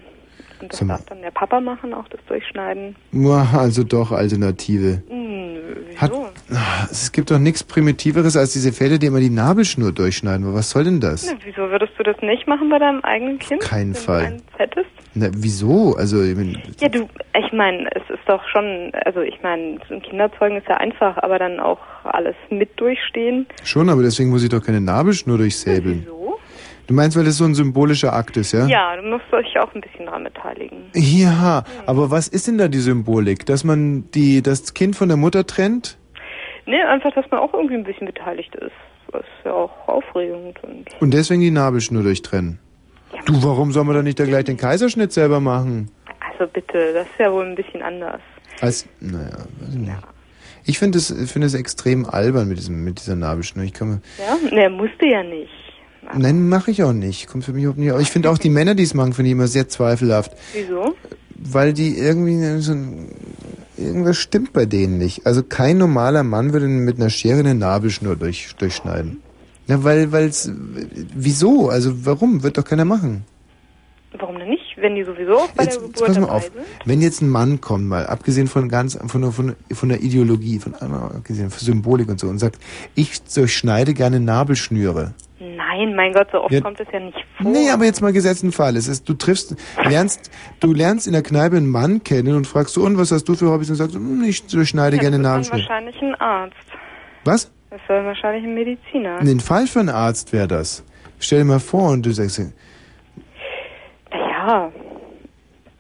S3: Und das
S1: Sag mal.
S3: darf dann der Papa machen, auch das Durchschneiden.
S1: Uah, Also doch Alternative.
S3: Hm, wieso?
S1: Hat, Ah, es gibt doch nichts Primitiveres als diese Väter, die immer die Nabelschnur durchschneiden. Aber was soll denn das?
S3: Na, wieso würdest du das nicht machen bei deinem eigenen Kind?
S1: Keinen
S3: wenn
S1: Fall.
S3: Du eins hättest?
S1: Na, wieso? Also, ich meine,
S3: Ja, du, ich meine, es ist doch schon, also ich meine, so ein Kinderzeugen ist ja einfach, aber dann auch alles mit durchstehen.
S1: schon, aber deswegen muss ich doch keine Nabelschnur durchsäbeln.
S3: Wieso?
S1: Du meinst, weil das so ein symbolischer Akt ist, ja?
S3: Ja, du musst dich auch ein bisschen daran beteiligen.
S1: Ja, aber was ist denn da die Symbolik? Dass man die, das Kind von der Mutter trennt?
S3: Ne, einfach, dass man auch irgendwie ein bisschen beteiligt ist. Das ist ja auch aufregend und
S1: Und deswegen die Nabelschnur durchtrennen. Du, warum soll man da nicht da gleich den Kaiserschnitt selber machen?
S3: also bitte, das ist ja wohl ein bisschen anders.
S1: Als, naja, weiß ich nicht. Ich finde es finde es extrem albern mit diesem mit dieser Nabelschnur. Ich kann mir,
S3: Ja? Ne, musste ja nicht.
S1: nein, mache ich auch nicht. Kommt für mich überhaupt nicht. Aber ich finde auch die Männer, die es machen, finde ich immer sehr zweifelhaft,
S3: Wieso?
S1: weil die irgendwie so ein, irgendwas stimmt bei denen nicht. Also kein normaler Mann würde mit einer Schere eine Nabelschnur durch, durchschneiden. Na, weil weil's wieso? Also warum? Wird doch keiner machen.
S3: Warum denn nicht, wenn die sowieso auch bei der
S1: Jetzt, jetzt
S3: Geburt
S1: pass mal
S3: dabei
S1: auf.
S3: sind?
S1: Wenn jetzt ein Mann kommt, mal abgesehen von ganz von, von, von der Ideologie, von abgesehen von Symbolik und so und sagt, ich durchschneide gerne Nabelschnüre.
S3: Nein, mein Gott, so oft
S1: Ja.
S3: kommt es ja nicht
S1: Nee, aber jetzt mal gesetzten Fall. Es ist, du triffst, lernst, du lernst in der Kneipe einen Mann kennen und fragst so, und was hast du für Hobbys? Und sagst, hm, ich durchschneide gerne
S3: dann
S1: Nabelschnüre.
S3: wahrscheinlich ein Arzt.
S1: Was?
S3: Das soll wahrscheinlich ein Mediziner.
S1: Ein Fall für einen Arzt wäre das. Stell dir mal vor und du sagst,
S3: Ja.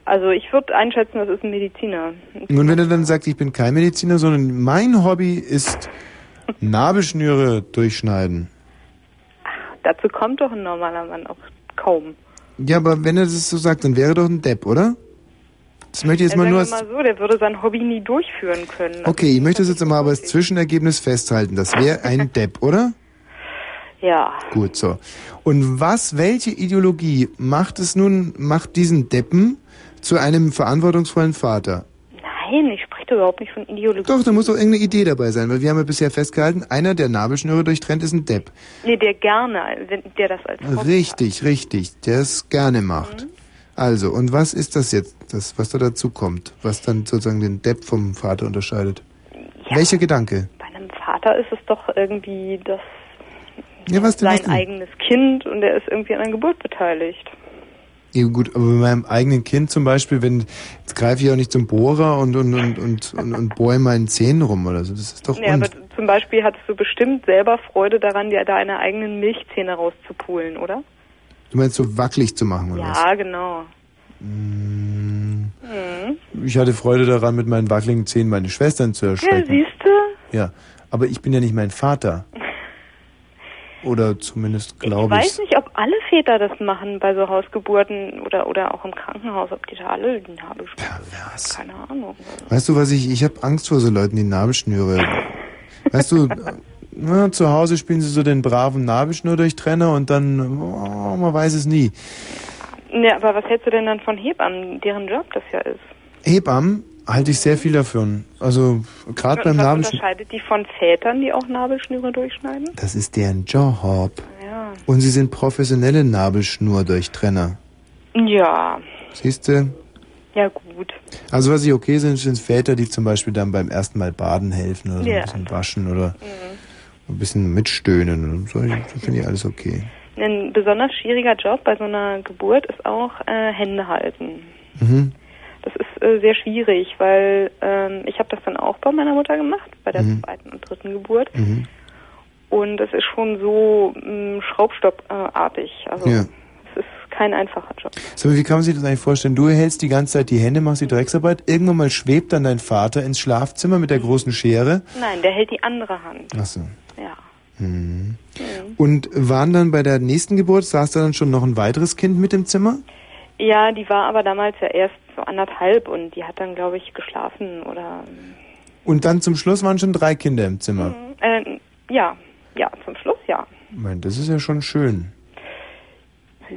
S3: Also ich würde einschätzen, das ist ein Mediziner.
S1: Und wenn er dann sagt, ich bin kein Mediziner, sondern mein Hobby ist Nabelschnüre durchschneiden.
S3: Dazu kommt doch ein normaler Mann auch kaum.
S1: Ja, aber wenn er das so sagt, dann wäre er doch ein Depp, oder? Das möchte ich jetzt
S3: Ja,
S1: mal
S3: sagen wir
S1: nur als...
S3: mal so, der würde sein Hobby nie durchführen können.
S1: Okay, ich möchte das jetzt mal aber als Zwischenergebnis festhalten. Das wäre ein Depp, oder?
S3: Ja.
S1: Gut, so. Und was, welche Ideologie macht es nun, macht diesen Deppen zu einem verantwortungsvollen Vater?
S3: Nein, ich spreche da überhaupt nicht von Ideologie.
S1: Doch, da muss doch irgendeine Idee dabei sein, weil wir haben ja bisher festgehalten, einer, der Nabelschnüre durchtrennt, ist ein Depp.
S3: Nee, der gerne, wenn der das als Hobby.
S1: Richtig, richtig, der es gerne macht. Also, und was ist das jetzt, das, was da dazu kommt, was dann sozusagen den Depp vom Vater unterscheidet? Welcher Gedanke?
S3: Bei einem Vater ist es doch irgendwie das
S1: Ja, was denn? Was
S3: sein
S1: denn?
S3: eigenes Kind und er ist irgendwie an der Geburt beteiligt.
S1: Ja, gut, aber bei meinem eigenen Kind zum Beispiel, wenn, jetzt greife ich auch nicht zum Bohrer und, und, und, und, und, und bohre in meinen Zähnen rum oder so, das ist doch
S3: Ja,
S1: und.
S3: aber zum Beispiel hattest du bestimmt selber Freude daran, dir deine eigenen Milchzähne rauszupulen, oder?
S1: Du meinst so wackelig zu machen oder
S3: Ja, genau.
S1: Hm.
S3: Hm.
S1: was? Ich hatte Freude daran, mit meinen wackeligen Zähnen meine Schwestern zu
S3: Ja,
S1: erschrecken.
S3: siehst du?
S1: Ja, aber ich bin ja nicht mein Vater. Oder zumindest
S3: Ich
S1: glaube
S3: weiß nicht, ob alle Väter das machen bei so Hausgeburten oder, oder auch im Krankenhaus, ob die da alle die Nabel
S1: Pervers.
S3: Keine Ahnung.
S1: Weißt du, was ich, ich habe Angst vor so Leuten, die Nabelschnüre. Weißt du, na, zu Hause spielen sie so den braven Nabelschnur durch Trenner und dann, oh, man weiß es nie.
S3: Ja, aber was hältst du denn dann von Hebammen, deren Job das ja ist?
S1: Hebammen halte ich sehr viel davon. Also, gerade beim
S3: Und was
S1: Nabelschnur.
S3: unterscheidet die von Vätern, die auch Nabelschnüre durchschneiden? Ah,
S1: Das ist deren Job.
S3: Ja.
S1: Und sie sind professionelle Nabelschnurdurchtrenner.
S3: Ja,
S1: Siehst du?
S3: ja gut.
S1: Also, was ich okay sind, sind Väter, die zum Beispiel dann beim ersten Mal baden helfen oder so
S3: Ja.
S1: ein bisschen waschen oder ein bisschen mitstöhnen. Und so, so finde ich alles okay.
S3: Ein besonders schwieriger Job bei so einer Geburt ist auch äh, Hände halten.
S1: Mhm.
S3: Das ist äh, sehr schwierig, weil ähm, ich habe das dann auch bei meiner Mutter gemacht, bei der
S1: Mhm.
S3: zweiten und dritten Geburt.
S1: Mhm.
S3: Und es ist schon so mh, schraubstockartig. Also
S1: Ja.
S3: es ist kein einfacher Job.
S1: Sag mal, wie kann man sich das eigentlich vorstellen? Du hältst die ganze Zeit die Hände, machst die Drecksarbeit, irgendwann mal schwebt dann dein Vater ins Schlafzimmer mit der großen Schere.
S3: Nein, der hält die andere Hand.
S1: Achso.
S3: Ja.
S1: Mhm. Und waren dann bei der nächsten Geburt, saß da dann schon noch ein weiteres Kind mit im Zimmer?
S3: Ja, die war aber damals ja erst so anderthalb und die hat dann, glaube ich, geschlafen oder
S1: Und dann zum Schluss waren schon drei Kinder im Zimmer.
S3: äh, ja, ja, zum Schluss ja.
S1: Mein, das ist ja schon schön.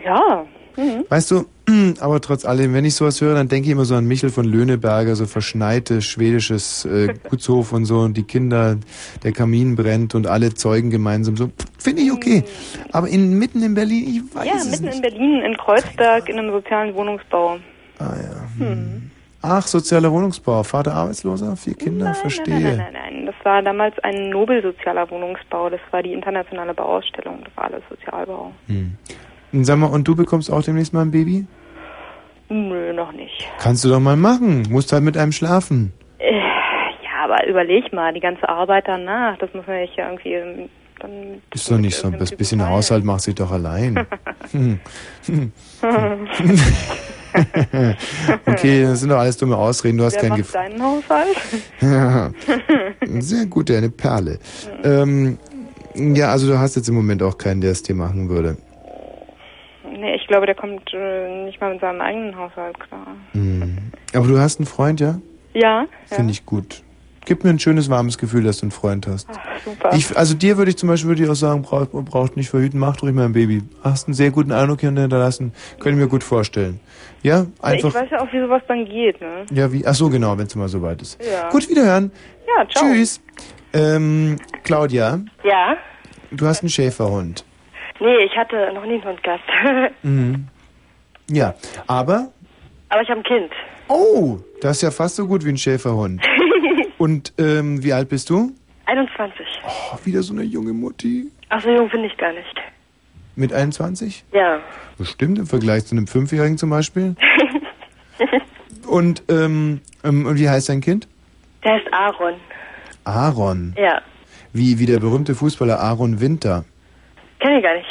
S3: Ja. Mhm.
S1: Weißt du, aber trotz allem, wenn ich sowas höre, dann denke ich immer so an Michel von Löhneberger, so verschneites schwedisches äh, Gutshof und so und die Kinder, der Kamin brennt und alle Zeugen gemeinsam so. Finde ich okay. Aber in, mitten in Berlin, ich weiß
S3: Mhm. Ja,
S1: es
S3: mitten in Berlin, in Kreuzberg, in einem sozialen Wohnungsbau.
S1: Ah ja. Ach, sozialer Wohnungsbau. Vater arbeitsloser, vier Kinder, verstehe.
S3: Nein, nein, nein, nein. Das war damals ein nobelsozialer Wohnungsbau. Das war die internationale Bauausstellung. Das war alles Sozialbau.
S1: Und sag mal, und du bekommst auch demnächst mal ein Baby?
S3: Nö, noch nicht.
S1: Kannst du doch mal machen. Musst halt mit einem schlafen.
S3: Äh, ja, aber überleg mal, die ganze Arbeit danach, das muss man sich ja irgendwie ähm, dann.
S1: Ist doch nicht so. Das bisschen Haushalt macht sie doch allein. Hm. Hm. okay, das sind doch alles dumme Ausreden. Du hast
S3: Wer
S1: kein
S3: macht
S1: Gefühl.
S3: deinen Haushalt?
S1: Ja, sehr gut, eine Perle. Ähm, ja, also du hast jetzt im Moment auch keinen, der es dir machen würde.
S3: nee, ich glaube, der kommt äh, nicht mal mit seinem eigenen Haushalt klar.
S1: Hm. Aber du hast einen Freund, ja?
S3: Ja?
S1: Finde ich gut. Gibt mir ein schönes, warmes Gefühl, dass du einen Freund hast.
S3: Super.
S1: Ich, also dir würde ich zum Beispiel würde ich auch sagen, braucht, braucht nicht verhüten, mach ruhig mal ein Baby. Hast einen sehr guten Eindruck hier hinterlassen. Könnte mir gut vorstellen. Ja,
S3: Einfach. Ich
S1: einfach.
S3: weiß ja auch, wie sowas dann geht, ne?
S1: Ja, wie, ach so, genau, wenn es mal so weit ist.
S3: Ja.
S1: Gut, wiederhören.
S3: Ja, ciao.
S1: Tschüss. Ähm, Claudia,
S17: Ja?
S1: du hast einen Schäferhund.
S17: Nee, ich hatte noch nie einen Hund gehabt.
S1: Mhm. Ja, aber,
S17: Aber ich habe ein Kind.
S1: oh, das ist ja fast so gut wie ein Schäferhund. Und ähm, wie alt bist du?
S17: 21.
S1: Oh, wieder so eine junge Mutti.
S17: Ach so jung bin ich gar nicht.
S1: Mit 21?
S17: Ja.
S1: Bestimmt im Vergleich zu einem Fünfjährigen zum Beispiel. Und ähm, ähm, und wie heißt dein Kind?
S17: Der heißt Aaron.
S1: Aaron.
S17: Ja.
S1: Wie, wie der berühmte Fußballer Aaron Winter.
S17: Kenne ich gar nicht.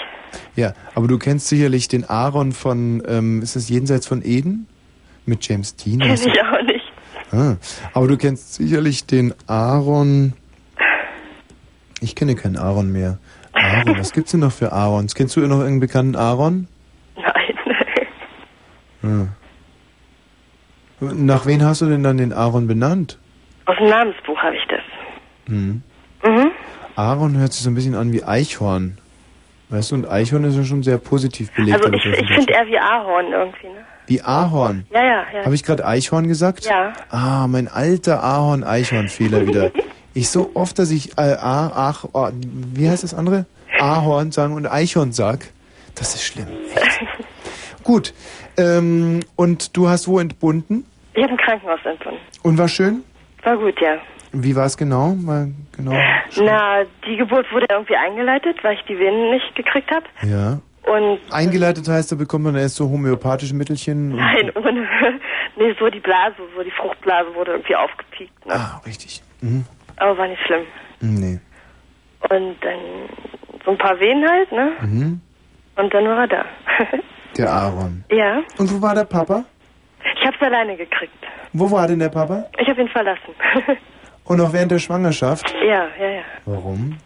S1: Ja, aber du kennst sicherlich den Aaron von, ähm, ist es jenseits von Eden? Mit James Dean?
S8: Hm.
S17: Kenne
S1: Was-
S17: ich auch nicht.
S1: Ah, aber du kennst sicherlich den Aaron. Ich kenne keinen Aaron mehr. Aaron, was gibt's denn noch für Aarons? Kennst du noch irgendeinen bekannten Aaron? Nein. Nach wen hast du denn dann den Aaron benannt?
S17: Aus dem Namensbuch habe ich das.
S1: Hm.
S17: Mhm.
S1: Aaron hört sich so ein bisschen an wie Eichhorn. Weißt du, und Eichhorn ist ja schon sehr positiv belegt.
S17: Also
S1: bei der
S17: ich, ich
S1: Öffentlichkeit.
S17: finde eher wie Ahorn irgendwie, ne?
S1: wie Ahorn.
S17: Ja, ja, ja.
S1: Habe ich gerade Eichhorn gesagt?
S17: Ja.
S1: Ah, mein alter Ahorn-Eichhorn-Fehler wieder. Ich so oft, dass ich äh, A, Ach, oh, wie heißt das andere? Ahorn sagen und Eichhorn sag. Das ist schlimm. Echt. Gut. Ähm, und du hast wo entbunden?
S17: Ich habe ein Krankenhaus entbunden.
S1: Und war schön?
S17: War gut, ja.
S1: Wie war es genau? Mal genau.
S17: Na, die Geburt wurde irgendwie eingeleitet, weil ich die Venen nicht gekriegt habe.
S1: Ja.
S17: Und
S1: Eingeleitet heißt, da bekommt man erst so homöopathische Mittelchen. Und,
S17: nein, ohne. nee, so die Blase, so die Fruchtblase wurde irgendwie aufgepiekt. Ne?
S1: Ah, richtig. Mhm.
S17: Aber war nicht schlimm.
S1: Nee.
S17: Und dann so ein paar Venen halt, ne?
S1: Mhm.
S17: Und dann war er da.
S1: Der Aaron.
S17: ja.
S1: Und wo war der Papa?
S17: Ich hab's alleine gekriegt.
S1: Wo war denn der Papa?
S17: Ich habe ihn verlassen.
S1: Und auch während der Schwangerschaft?
S17: ja, ja, ja.
S1: Warum?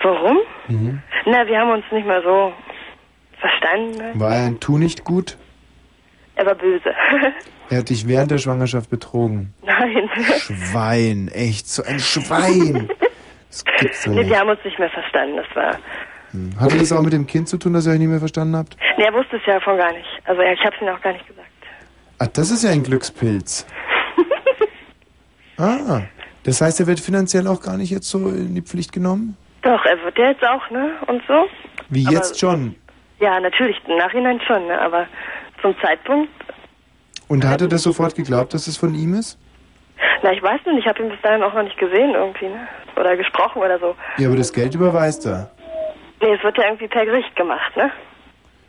S17: Warum?
S1: Mhm.
S17: Na, wir haben uns nicht mehr so verstanden. Ne?
S1: War er ein Tu nicht gut?
S17: Er war böse.
S1: Er hat dich während der Schwangerschaft betrogen.
S17: Nein.
S1: Schwein, echt, so ein Schwein. Das gibt's doch
S17: Nee,
S1: nicht.
S17: wir haben uns nicht mehr verstanden. Das war.
S1: Hm. Hatte das auch mit dem Kind zu tun, dass ihr euch nicht mehr verstanden habt?
S17: Nee, er wusste es ja von gar nicht. Also ja, ich hab's ihm auch gar nicht gesagt.
S1: Ah, das ist ja ein Glückspilz. Ah, das heißt, er wird finanziell auch gar nicht jetzt so in die Pflicht genommen?
S17: Doch, er wird ja jetzt auch, ne? Und so.
S1: Wie
S17: Aber-
S1: jetzt schon.
S17: Ja, natürlich, im Nachhinein schon, ne? Aber zum Zeitpunkt,
S1: Und hat er das sofort geglaubt, dass es von ihm ist?
S17: na, ich weiß nicht, ich habe ihn bis dahin auch noch nicht gesehen irgendwie, ne? Oder gesprochen oder so.
S1: Ja, aber das Geld überweist er.
S17: Nee, es wird ja irgendwie per Gericht gemacht, ne?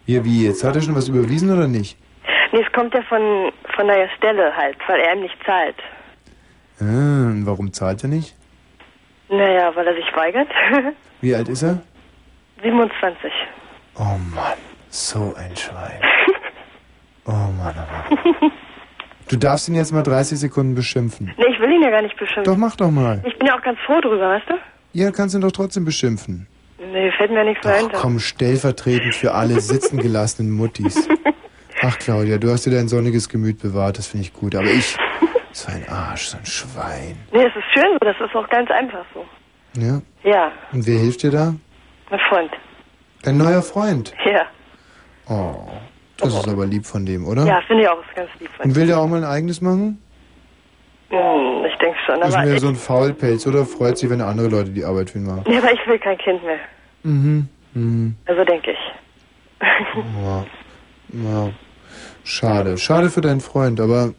S1: Ja, wie jetzt? Hat er schon was überwiesen oder nicht?
S17: Nee, es kommt ja von, von der Stelle halt, weil er ihm nicht zahlt.
S1: Ah, und warum zahlt er nicht?
S17: Naja, weil er sich weigert.
S1: Wie alt ist er?
S17: 27.
S1: Oh Mann, so ein Schwein. Oh Mann, oh Mann. Du darfst ihn jetzt mal 30 Sekunden beschimpfen.
S17: Nee, ich will ihn ja gar nicht beschimpfen.
S1: Doch, mach doch mal.
S17: Ich bin ja auch ganz froh drüber, weißt du?
S1: Ja, kannst ihn doch trotzdem beschimpfen.
S17: Nee, fällt mir nichts mehr ein. da.
S1: Komm, stellvertretend für alle sitzen gelassenen Muttis. Ach, Claudia, du hast dir dein sonniges Gemüt bewahrt, das finde ich gut. Aber ich, so ein Arsch, so ein Schwein.
S17: Nee, es ist schön so, das ist auch ganz einfach so.
S1: Ja?
S17: Ja,
S1: Und wer hilft dir da?
S17: mein Freund.
S1: Dein neuer Freund.
S17: Ja,
S1: Oh, das ist aber lieb von dem, oder?
S17: ja finde ich auch, ist ganz lieb.
S1: Und will der auch mal ein eigenes machen?
S17: Hm, ich denke schon,
S1: ist
S17: aber
S1: mir
S17: ich,
S1: so ein Faulpelz, oder freut sich, wenn andere Leute die Arbeit für ihn machen?
S17: nee, aber ich will kein Kind mehr.
S1: Mhm. Mhm.
S17: Also denke ich.
S1: Ja. ja. Schade. Schade für deinen Freund, aber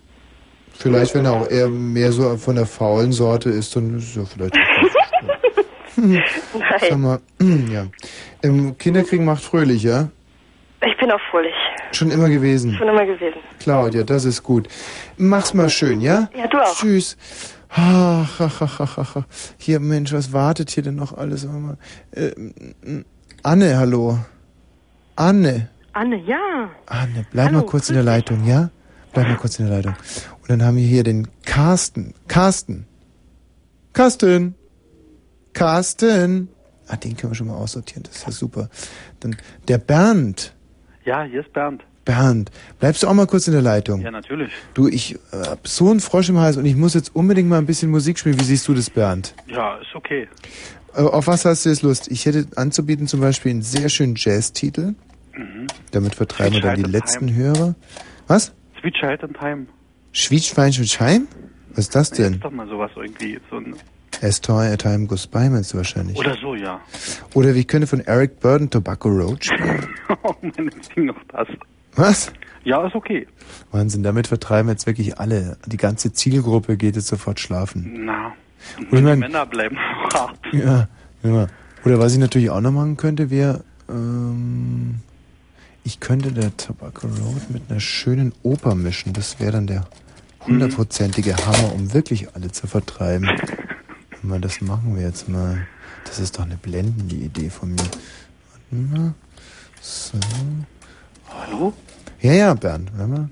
S1: vielleicht, wenn er auch eher mehr so von der faulen Sorte ist, dann ist er vielleicht. Nein. Sag mal, ja. Ähm, Kinderkriegen macht fröhlich, ja?
S17: Ich bin auch fröhlich.
S1: Schon immer gewesen.
S17: Schon immer gewesen.
S1: Claudia, das ist gut. Mach's mal schön, ja?
S17: Ja, du auch.
S1: Tschüss. Ha, ha, ha, ha, ha, ha. Hier, Mensch, was wartet hier denn noch alles? Warte mal. Äh, m- Anne, hallo. Anne.
S4: Anne, ja.
S1: Anne, bleib mal kurz in der Leitung, ja? Bleib mal kurz in der Leitung. Und dann haben wir hier den Carsten. Carsten. Carsten. Carsten. Ah, den können wir schon mal aussortieren, das ist ja super. Dann der Bernd.
S5: Ja, hier ist Bernd.
S1: Bernd, bleibst du auch mal kurz in der Leitung?
S5: Ja, natürlich.
S1: Du, ich äh, hab so einen Frosch im Hals und ich muss jetzt unbedingt mal ein bisschen Musik spielen. Wie siehst du das, Bernd?
S5: Ja, ist okay.
S1: Äh, auf was hast du jetzt Lust? Ich hätte anzubieten zum Beispiel einen sehr schönen Jazz-Titel.
S5: Mhm.
S1: Damit vertreiben wir dann die letzten Hörer. Was?
S5: Sweet Child and Time.
S1: Schwietschweinchen Scheim? Was ist das
S5: Ist
S1: denn?
S5: doch mal sowas irgendwie. So ein,
S1: As tall a time goes by, meinst du wahrscheinlich?
S5: oder so, ja.
S1: Oder wie könnte von Eric Burden Tobacco Road spielen?
S5: Oh, meine Ding noch das.
S1: Was?
S5: Ja, ist okay.
S1: Wahnsinn, damit vertreiben jetzt wirklich alle. Die ganze Zielgruppe geht jetzt sofort schlafen.
S5: Na.
S1: Und ich
S5: die
S1: mein-
S5: Männer bleiben hart.
S1: Ja, ja. Oder was ich natürlich auch noch machen könnte, wäre, ähm, ich könnte der Tobacco Road mit einer schönen Oper mischen. Das wäre dann der hundertprozentige Hammer, um wirklich alle zu vertreiben. Warte Mal, das machen wir jetzt mal. Das ist doch eine blendende Idee von mir. Warte mal. So.
S5: Hallo?
S1: Ja, ja, Bernd. Warte mal.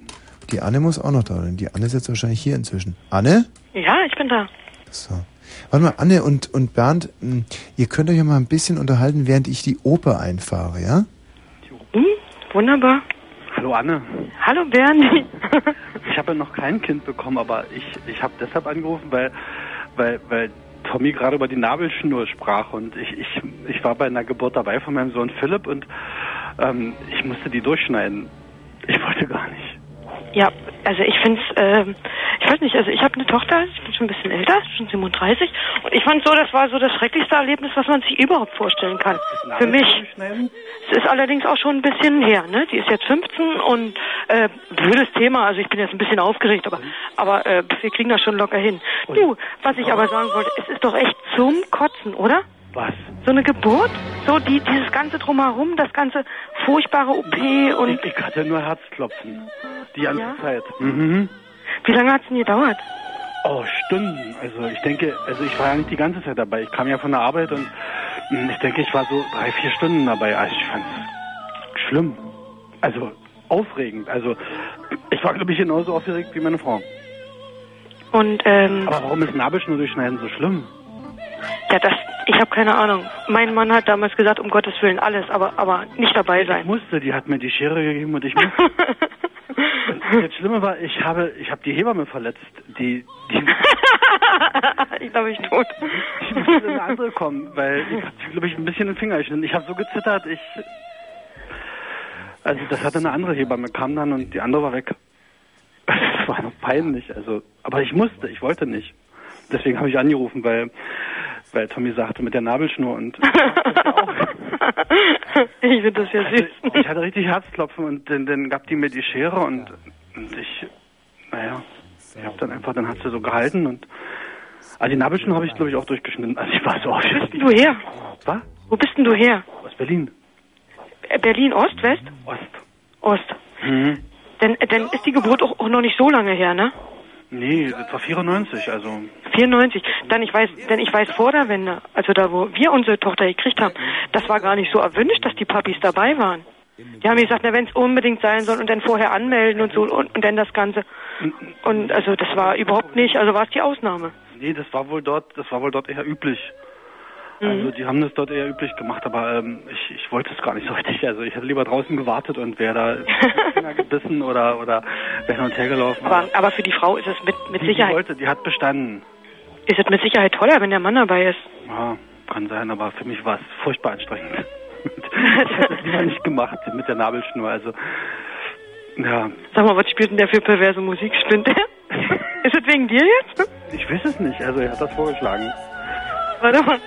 S1: Die Anne muss auch noch da sein. Die Anne ist jetzt wahrscheinlich hier inzwischen. Anne?
S4: Ja, ich bin da.
S1: So. Warte mal, Anne und, und Bernd, m, ihr könnt euch ja mal ein bisschen unterhalten, während ich die Oper einfahre, ja?
S4: Hm? Wunderbar.
S5: Hallo, Anne.
S4: Hallo Bernie.
S5: Ich habe ja noch kein Kind bekommen, aber ich, ich habe deshalb angerufen, weil, weil, weil Tommy gerade über die Nabelschnur sprach und ich, ich, ich war bei einer Geburt dabei von meinem Sohn Philipp und ähm, ich musste die durchschneiden. Ich wollte gar nicht.
S4: Ja, also ich find's, ähm, ich weiß nicht, also ich habe eine Tochter, ich bin schon ein bisschen älter, schon 37 und ich fand so, das war so das schrecklichste Erlebnis, was man sich überhaupt vorstellen kann. Für mich. Es ist allerdings auch schon ein bisschen her, ne? Die ist jetzt 15 und äh, blödes Thema, also ich bin jetzt ein bisschen aufgeregt, aber aber äh, wir kriegen das schon locker hin. Du, was ich aber sagen wollte, es ist doch echt zum Kotzen, oder?
S5: Was?
S4: So eine Geburt, so die dieses ganze drumherum, das ganze furchtbare OP und
S5: Ich hatte nur Herzklopfen. Die ganze
S4: Ja?
S5: Zeit. Mhm.
S4: Wie lange hat's denn gedauert?
S5: Oh, Stunden. Also ich denke, also ich war ja nicht die ganze Zeit dabei. Ich kam ja von der Arbeit und mh, ich denke, ich war so drei, vier Stunden dabei. Also ich fand's schlimm. Also aufregend. Also ich war, glaube ich, genauso aufgeregt wie meine Frau.
S4: Und ähm,
S5: Aber warum ist Nabelschnur durchschneiden so schlimm?
S4: ja, das, ich habe keine Ahnung. Mein Mann hat damals gesagt, um Gottes Willen alles, aber aber nicht dabei
S5: Ich
S4: sein.
S5: musste, die hat mir die Schere gegeben und ich musste. Und das Schlimme war, ich habe, ich habe die Hebamme verletzt. Die, die
S4: ich glaube, ich tot.
S5: Ich musste in eine andere kommen, weil ich hatte, glaube ich, ein bisschen den Finger geschnitten. Ich habe so gezittert, ich... Also das hatte eine andere Hebamme, kam dann und die andere war weg. Das war noch peinlich, also... Aber ich musste, ich wollte nicht. Deswegen habe ich angerufen, weil... Weil Tommy sagte, mit der Nabelschnur und...
S4: ich finde das ja
S5: süß. Also Ich hatte richtig Herzklopfen und dann, dann gab die mir die Schere und, und ich... Naja, ich habe dann einfach... Dann hat sie so gehalten und... Also die Nabelschnur habe ich, glaube ich, auch durchgeschnitten. Also ich war so aufgeregt.
S4: Wo bist denn du her?
S5: Was?
S4: Wo bist denn du her?
S5: Aus Berlin.
S4: Äh, Berlin Ost, West?
S5: Ost.
S4: Ost.
S5: Mhm.
S4: Denn äh, dann ist die Geburt auch, auch noch nicht so lange her, ne?
S5: Nee, das war 94, also.
S4: 94. Dann ich weiß, denn ich weiß vor der Wende, also da wo wir unsere Tochter gekriegt haben, das war gar nicht so erwünscht, dass die Papis dabei waren. Die haben gesagt, na wenn es unbedingt sein soll und dann vorher anmelden und so und, und dann das Ganze. Und also das war überhaupt nicht, also war es die Ausnahme.
S5: Nee, das war wohl dort, das war wohl dort eher üblich.
S4: Mhm.
S5: Also die haben das dort eher üblich gemacht, aber ähm, ich, ich wollte es gar nicht so richtig. Also ich hätte lieber draußen gewartet und wäre da in den Finger gebissen oder oder wäre hin und her gelaufen.
S4: Aber, aber für die Frau ist es mit, mit
S5: die, Die
S4: Sicherheit
S5: wollte, die hat bestanden.
S4: ist es mit Sicherheit toller, wenn der Mann dabei ist.
S5: Ja, kann sein, aber für mich war es furchtbar anstrengend. ich hätte es lieber nicht gemacht mit der Nabelschnur. Also ja,
S4: Sag mal, was spielt denn der für perverse Musik? Spinnt der? ist es wegen dir jetzt?
S5: ich weiß es nicht. Also er hat das vorgeschlagen.
S4: Warte mal.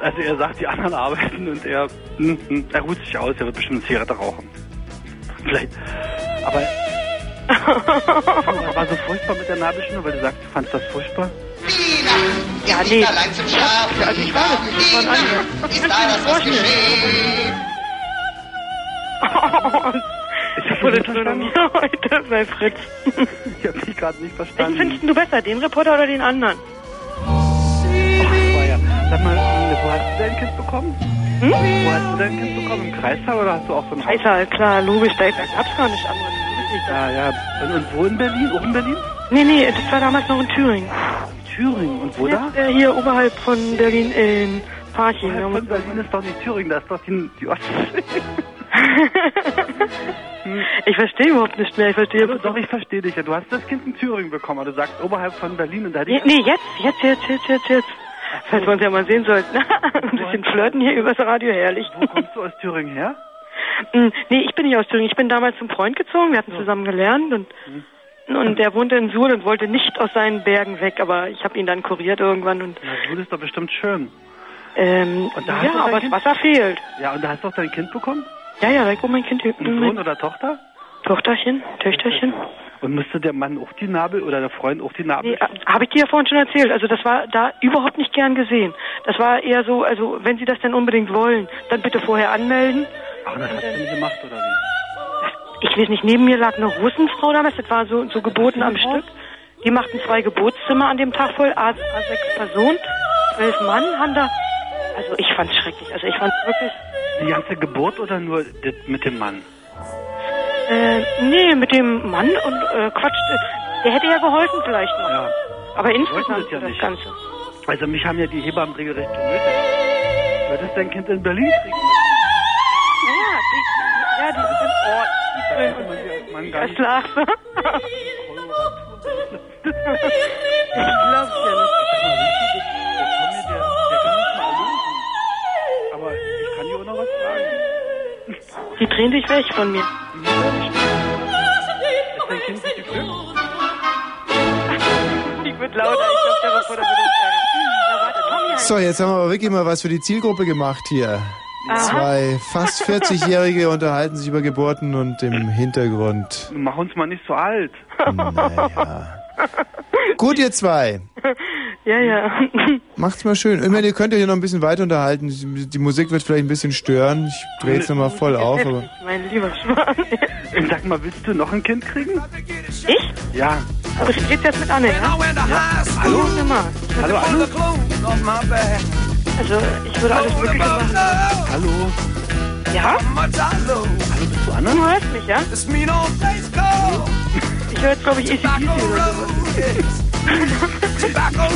S5: Also er sagt, die anderen arbeiten und er, hm, hm, er ruht sich aus, er wird bestimmt eine Zigarette rauchen. Vielleicht. Aber er war so furchtbar mit der Nabelschnur, weil du sagst, du fandst das furchtbar.
S4: Ja, nee. Also ich war das nicht, das war ein anderer. Oh, Ich kann es mir nicht vorstellen.
S5: Ich
S4: Politologie heute bei Fritz.
S5: Ich habe dich gerade nicht
S4: Welchen
S5: verstanden.
S4: findest du besser, den Reporter oder den anderen?
S5: War ja- Sag mal, wo hast du dein Kind bekommen? Hm? Wo hast du dein Kind bekommen? Im Kreissaal oder hast du auch so ein
S4: Kreissaal, klar, logisch, da gab's gar nicht anderes.
S5: Ja, Ah, ja. Und, und wo in Berlin? Auch in Berlin?
S4: Nee, nee, das war damals noch in Thüringen.
S5: Thüringen, und wo da?
S4: Äh, hier oberhalb von Berlin in Parchim.
S5: Oberhalb von Berlin ist doch nicht Thüringen, da ist doch die, die Ostsee.
S4: Ich verstehe überhaupt nicht mehr, ich verstehe.
S5: Also Doch, doch, ich verstehe dich ja. Du hast das Kind in Thüringen bekommen, aber du sagst oberhalb von Berlin und da hätte
S4: Nee,
S5: ich...
S4: nee, jetzt, jetzt, jetzt, jetzt, jetzt, jetzt. Falls wir uns ja mal sehen sollten. Ein bisschen flirten hier übers Radio, herrlich.
S5: Wo kommst du aus Thüringen her?
S4: Mm, Nee, ich bin nicht aus Thüringen. Ich bin damals zum Freund gezogen. Wir hatten zusammen gelernt und, und der wohnte in Suhl und wollte nicht aus seinen Bergen weg, aber ich habe ihn dann kuriert irgendwann und
S5: Na, Suhl ist doch bestimmt schön.
S4: ähm,
S5: Und da hast du
S4: ja,
S5: dein
S4: aber das
S5: Kind-
S4: Wasser fehlt.
S5: Ja, und da hast du auch dein Kind bekommen?
S4: Ja, ja, da kommt mein Kind hin.
S5: Ein Sohn oder Tochter?
S4: Tochterchen, Töchterchen.
S5: Und müsste der Mann oh, auch die Nabel oder der Freund auch die Nabel?
S4: Nee, habe ich dir ja vorhin schon erzählt. Also das war da überhaupt nicht gern gesehen. Das war eher so, also wenn Sie das denn unbedingt wollen, dann bitte vorher anmelden.
S5: Ach, das hast du nicht gemacht, oder wie?
S4: Ich weiß nicht, neben mir lag eine Russenfrau damals, das war so, so geboten am Stück. Die machten zwei Geburtszimmer an dem Tag voll, A, A sechs Personen, zwölf Mann haben da. Also ich fand's schrecklich. Also ich fand's wirklich.
S5: Die ganze Geburt oder nur das mit dem Mann?
S4: Äh, nee, mit dem Mann und äh, Quatsch, äh, der hätte ja geholfen vielleicht noch.
S5: Ja.
S4: Aber
S5: Die
S4: insgesamt
S5: wollten das ja
S4: das
S5: nicht.
S4: Ganze.
S5: Also mich haben ja die Hebammen regelrecht genötigt. Du hättest dein Kind in Berlin kriegen
S4: Ja, die, ja, die sind Ort. Die schön und
S5: müssen.
S4: das lachst du. Ich glaub's ja nicht.
S5: Aber ich kann dir auch noch was fragen.
S4: Die drehen dich weg von mir.
S5: Ist dein Kind nicht geglückt?
S4: Ich wird lauter, ich glaub, der Reporter wird uns ärgern. Na, warte, Tommy heißt-
S1: So, jetzt haben wir aber wirklich mal was für die Zielgruppe gemacht hier.
S4: Aha.
S1: Zwei fast 40-Jährige unterhalten sich über Geburten und im Hintergrund.
S5: Mach uns mal nicht so alt.
S1: Gut, ihr zwei.
S4: Ja, ja.
S1: Macht's mal schön. Ich meine, ihr könnt ja hier noch ein bisschen weiter unterhalten. Die Musik wird vielleicht ein bisschen stören. Ich drehe jetzt nochmal voll auf. Aber
S4: Mein lieber Schwan.
S5: Und sag mal, willst du noch ein Kind kriegen?
S4: Ich?
S5: Ja.
S4: Aber ich rede jetzt mit Anne, ja? Hallo?
S5: Hallo, hallo.
S4: Also, ich würde alles Mögliche machen.
S5: Hallo.
S4: Ja?
S8: Hallo, bist
S5: du Anna?
S4: Du hörst mich, ja? Ich höre jetzt, glaube ich, eh ACDC oder sowas.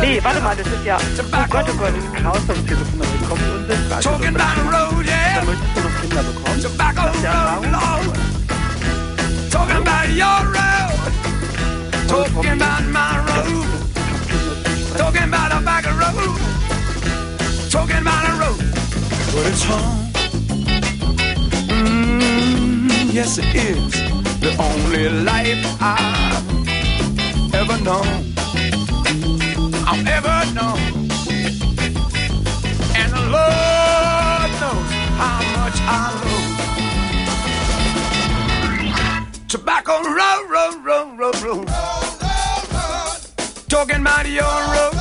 S4: Nee, warte mal, das ist ja... Oh Gott, oh Gott.
S5: Chaos am Telefon, aber kommt unsichtbar.
S8: Talking about a road, yeah.
S5: Da möchtest du noch Kinder bekommen?
S8: Tobacco road, Lord. Talking about your road. Talking about my road. Talking about a back road. Talking about a road. But it's home. Mm, yes, it is. The only life I've ever known. I've ever known. And the Lord knows how much I love. Tobacco road, road, road, road, road. Talking about your road.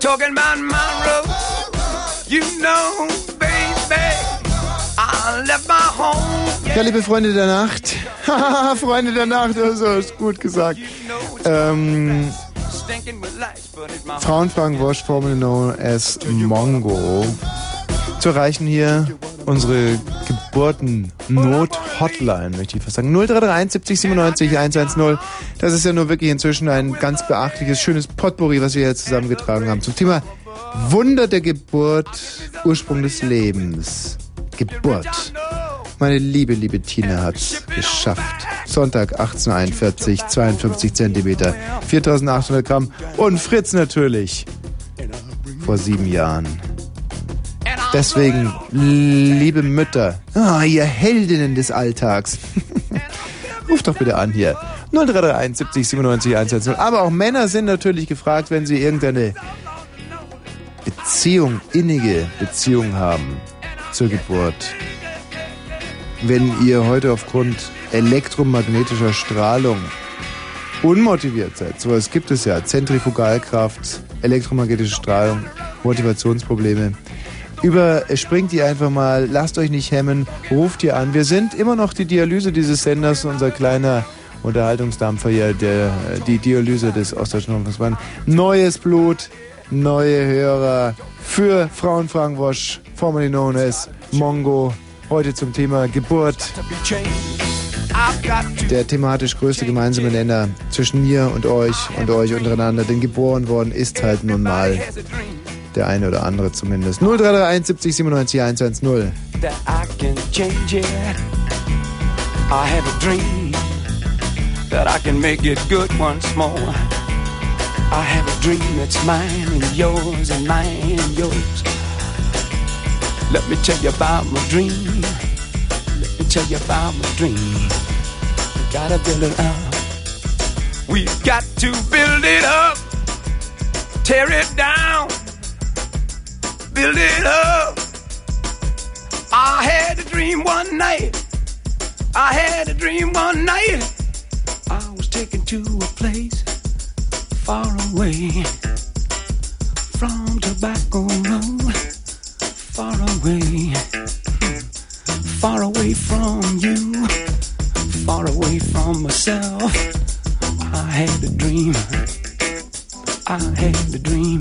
S8: Talking about my road. You know, baby, I left my home.
S1: ja, liebe Freunde der Nacht. Haha, Freunde der Nacht, also ist gut gesagt. Ähm,
S8: Stinking with lights, but it's my
S1: Frauen fragen Wash, formerly known as Mongo. Zu erreichen hier unsere Geburten-Not-Hotline, möchte ich fast sagen. 0331 70 97 110. Das ist ja nur wirklich inzwischen ein ganz beachtliches, schönes Potpourri, was wir hier zusammengetragen haben. Zum Thema Wunder der Geburt, Ursprung des Lebens. Geburt. Meine liebe, liebe Tina hat's geschafft. Sonntag 1841, 52 Zentimeter, 4800 Gramm und Fritz natürlich. Vor sieben Jahren. Deswegen, liebe Mütter, ah, ihr Heldinnen des Alltags. Ruft doch bitte an hier. 0331 70 97 110. Aber auch Männer sind natürlich gefragt, wenn sie irgendeine Beziehung, innige Beziehung haben zur Geburt. Wenn ihr heute aufgrund elektromagnetischer Strahlung unmotiviert seid, sowas gibt es ja, Zentrifugalkraft, elektromagnetische Strahlung, Motivationsprobleme, Überspringt die einfach mal, lasst euch nicht hemmen, ruft ihr an. Wir sind immer noch die Dialyse dieses Senders, unser kleiner Unterhaltungsdampfer hier, der, äh, die Dialyse des Ostdeutschen Rundfunks Bayern. Neues Blut, neue Hörer für Frauenfragen Wosch, formerly known as Mongo. Heute zum Thema Geburt. Der thematisch größte gemeinsame Nenner zwischen mir und euch und euch untereinander, denn geboren worden ist halt nun mal der eine oder andere zumindest. 0331 70 97 110.
S24: that I can change it. I have a dream that I can make it good once more. I have a dream that's mine and yours and mine and yours. Let me tell you about my dream. Let me tell you about my dream. We gotta build it up. We've got to build it up. Tear it down. Build it up. I had a dream one night. I had a dream one night. I was taken to a place far away from Tobacco Road. Far away, far away from you, far away from myself. I had a dream. I had a dream.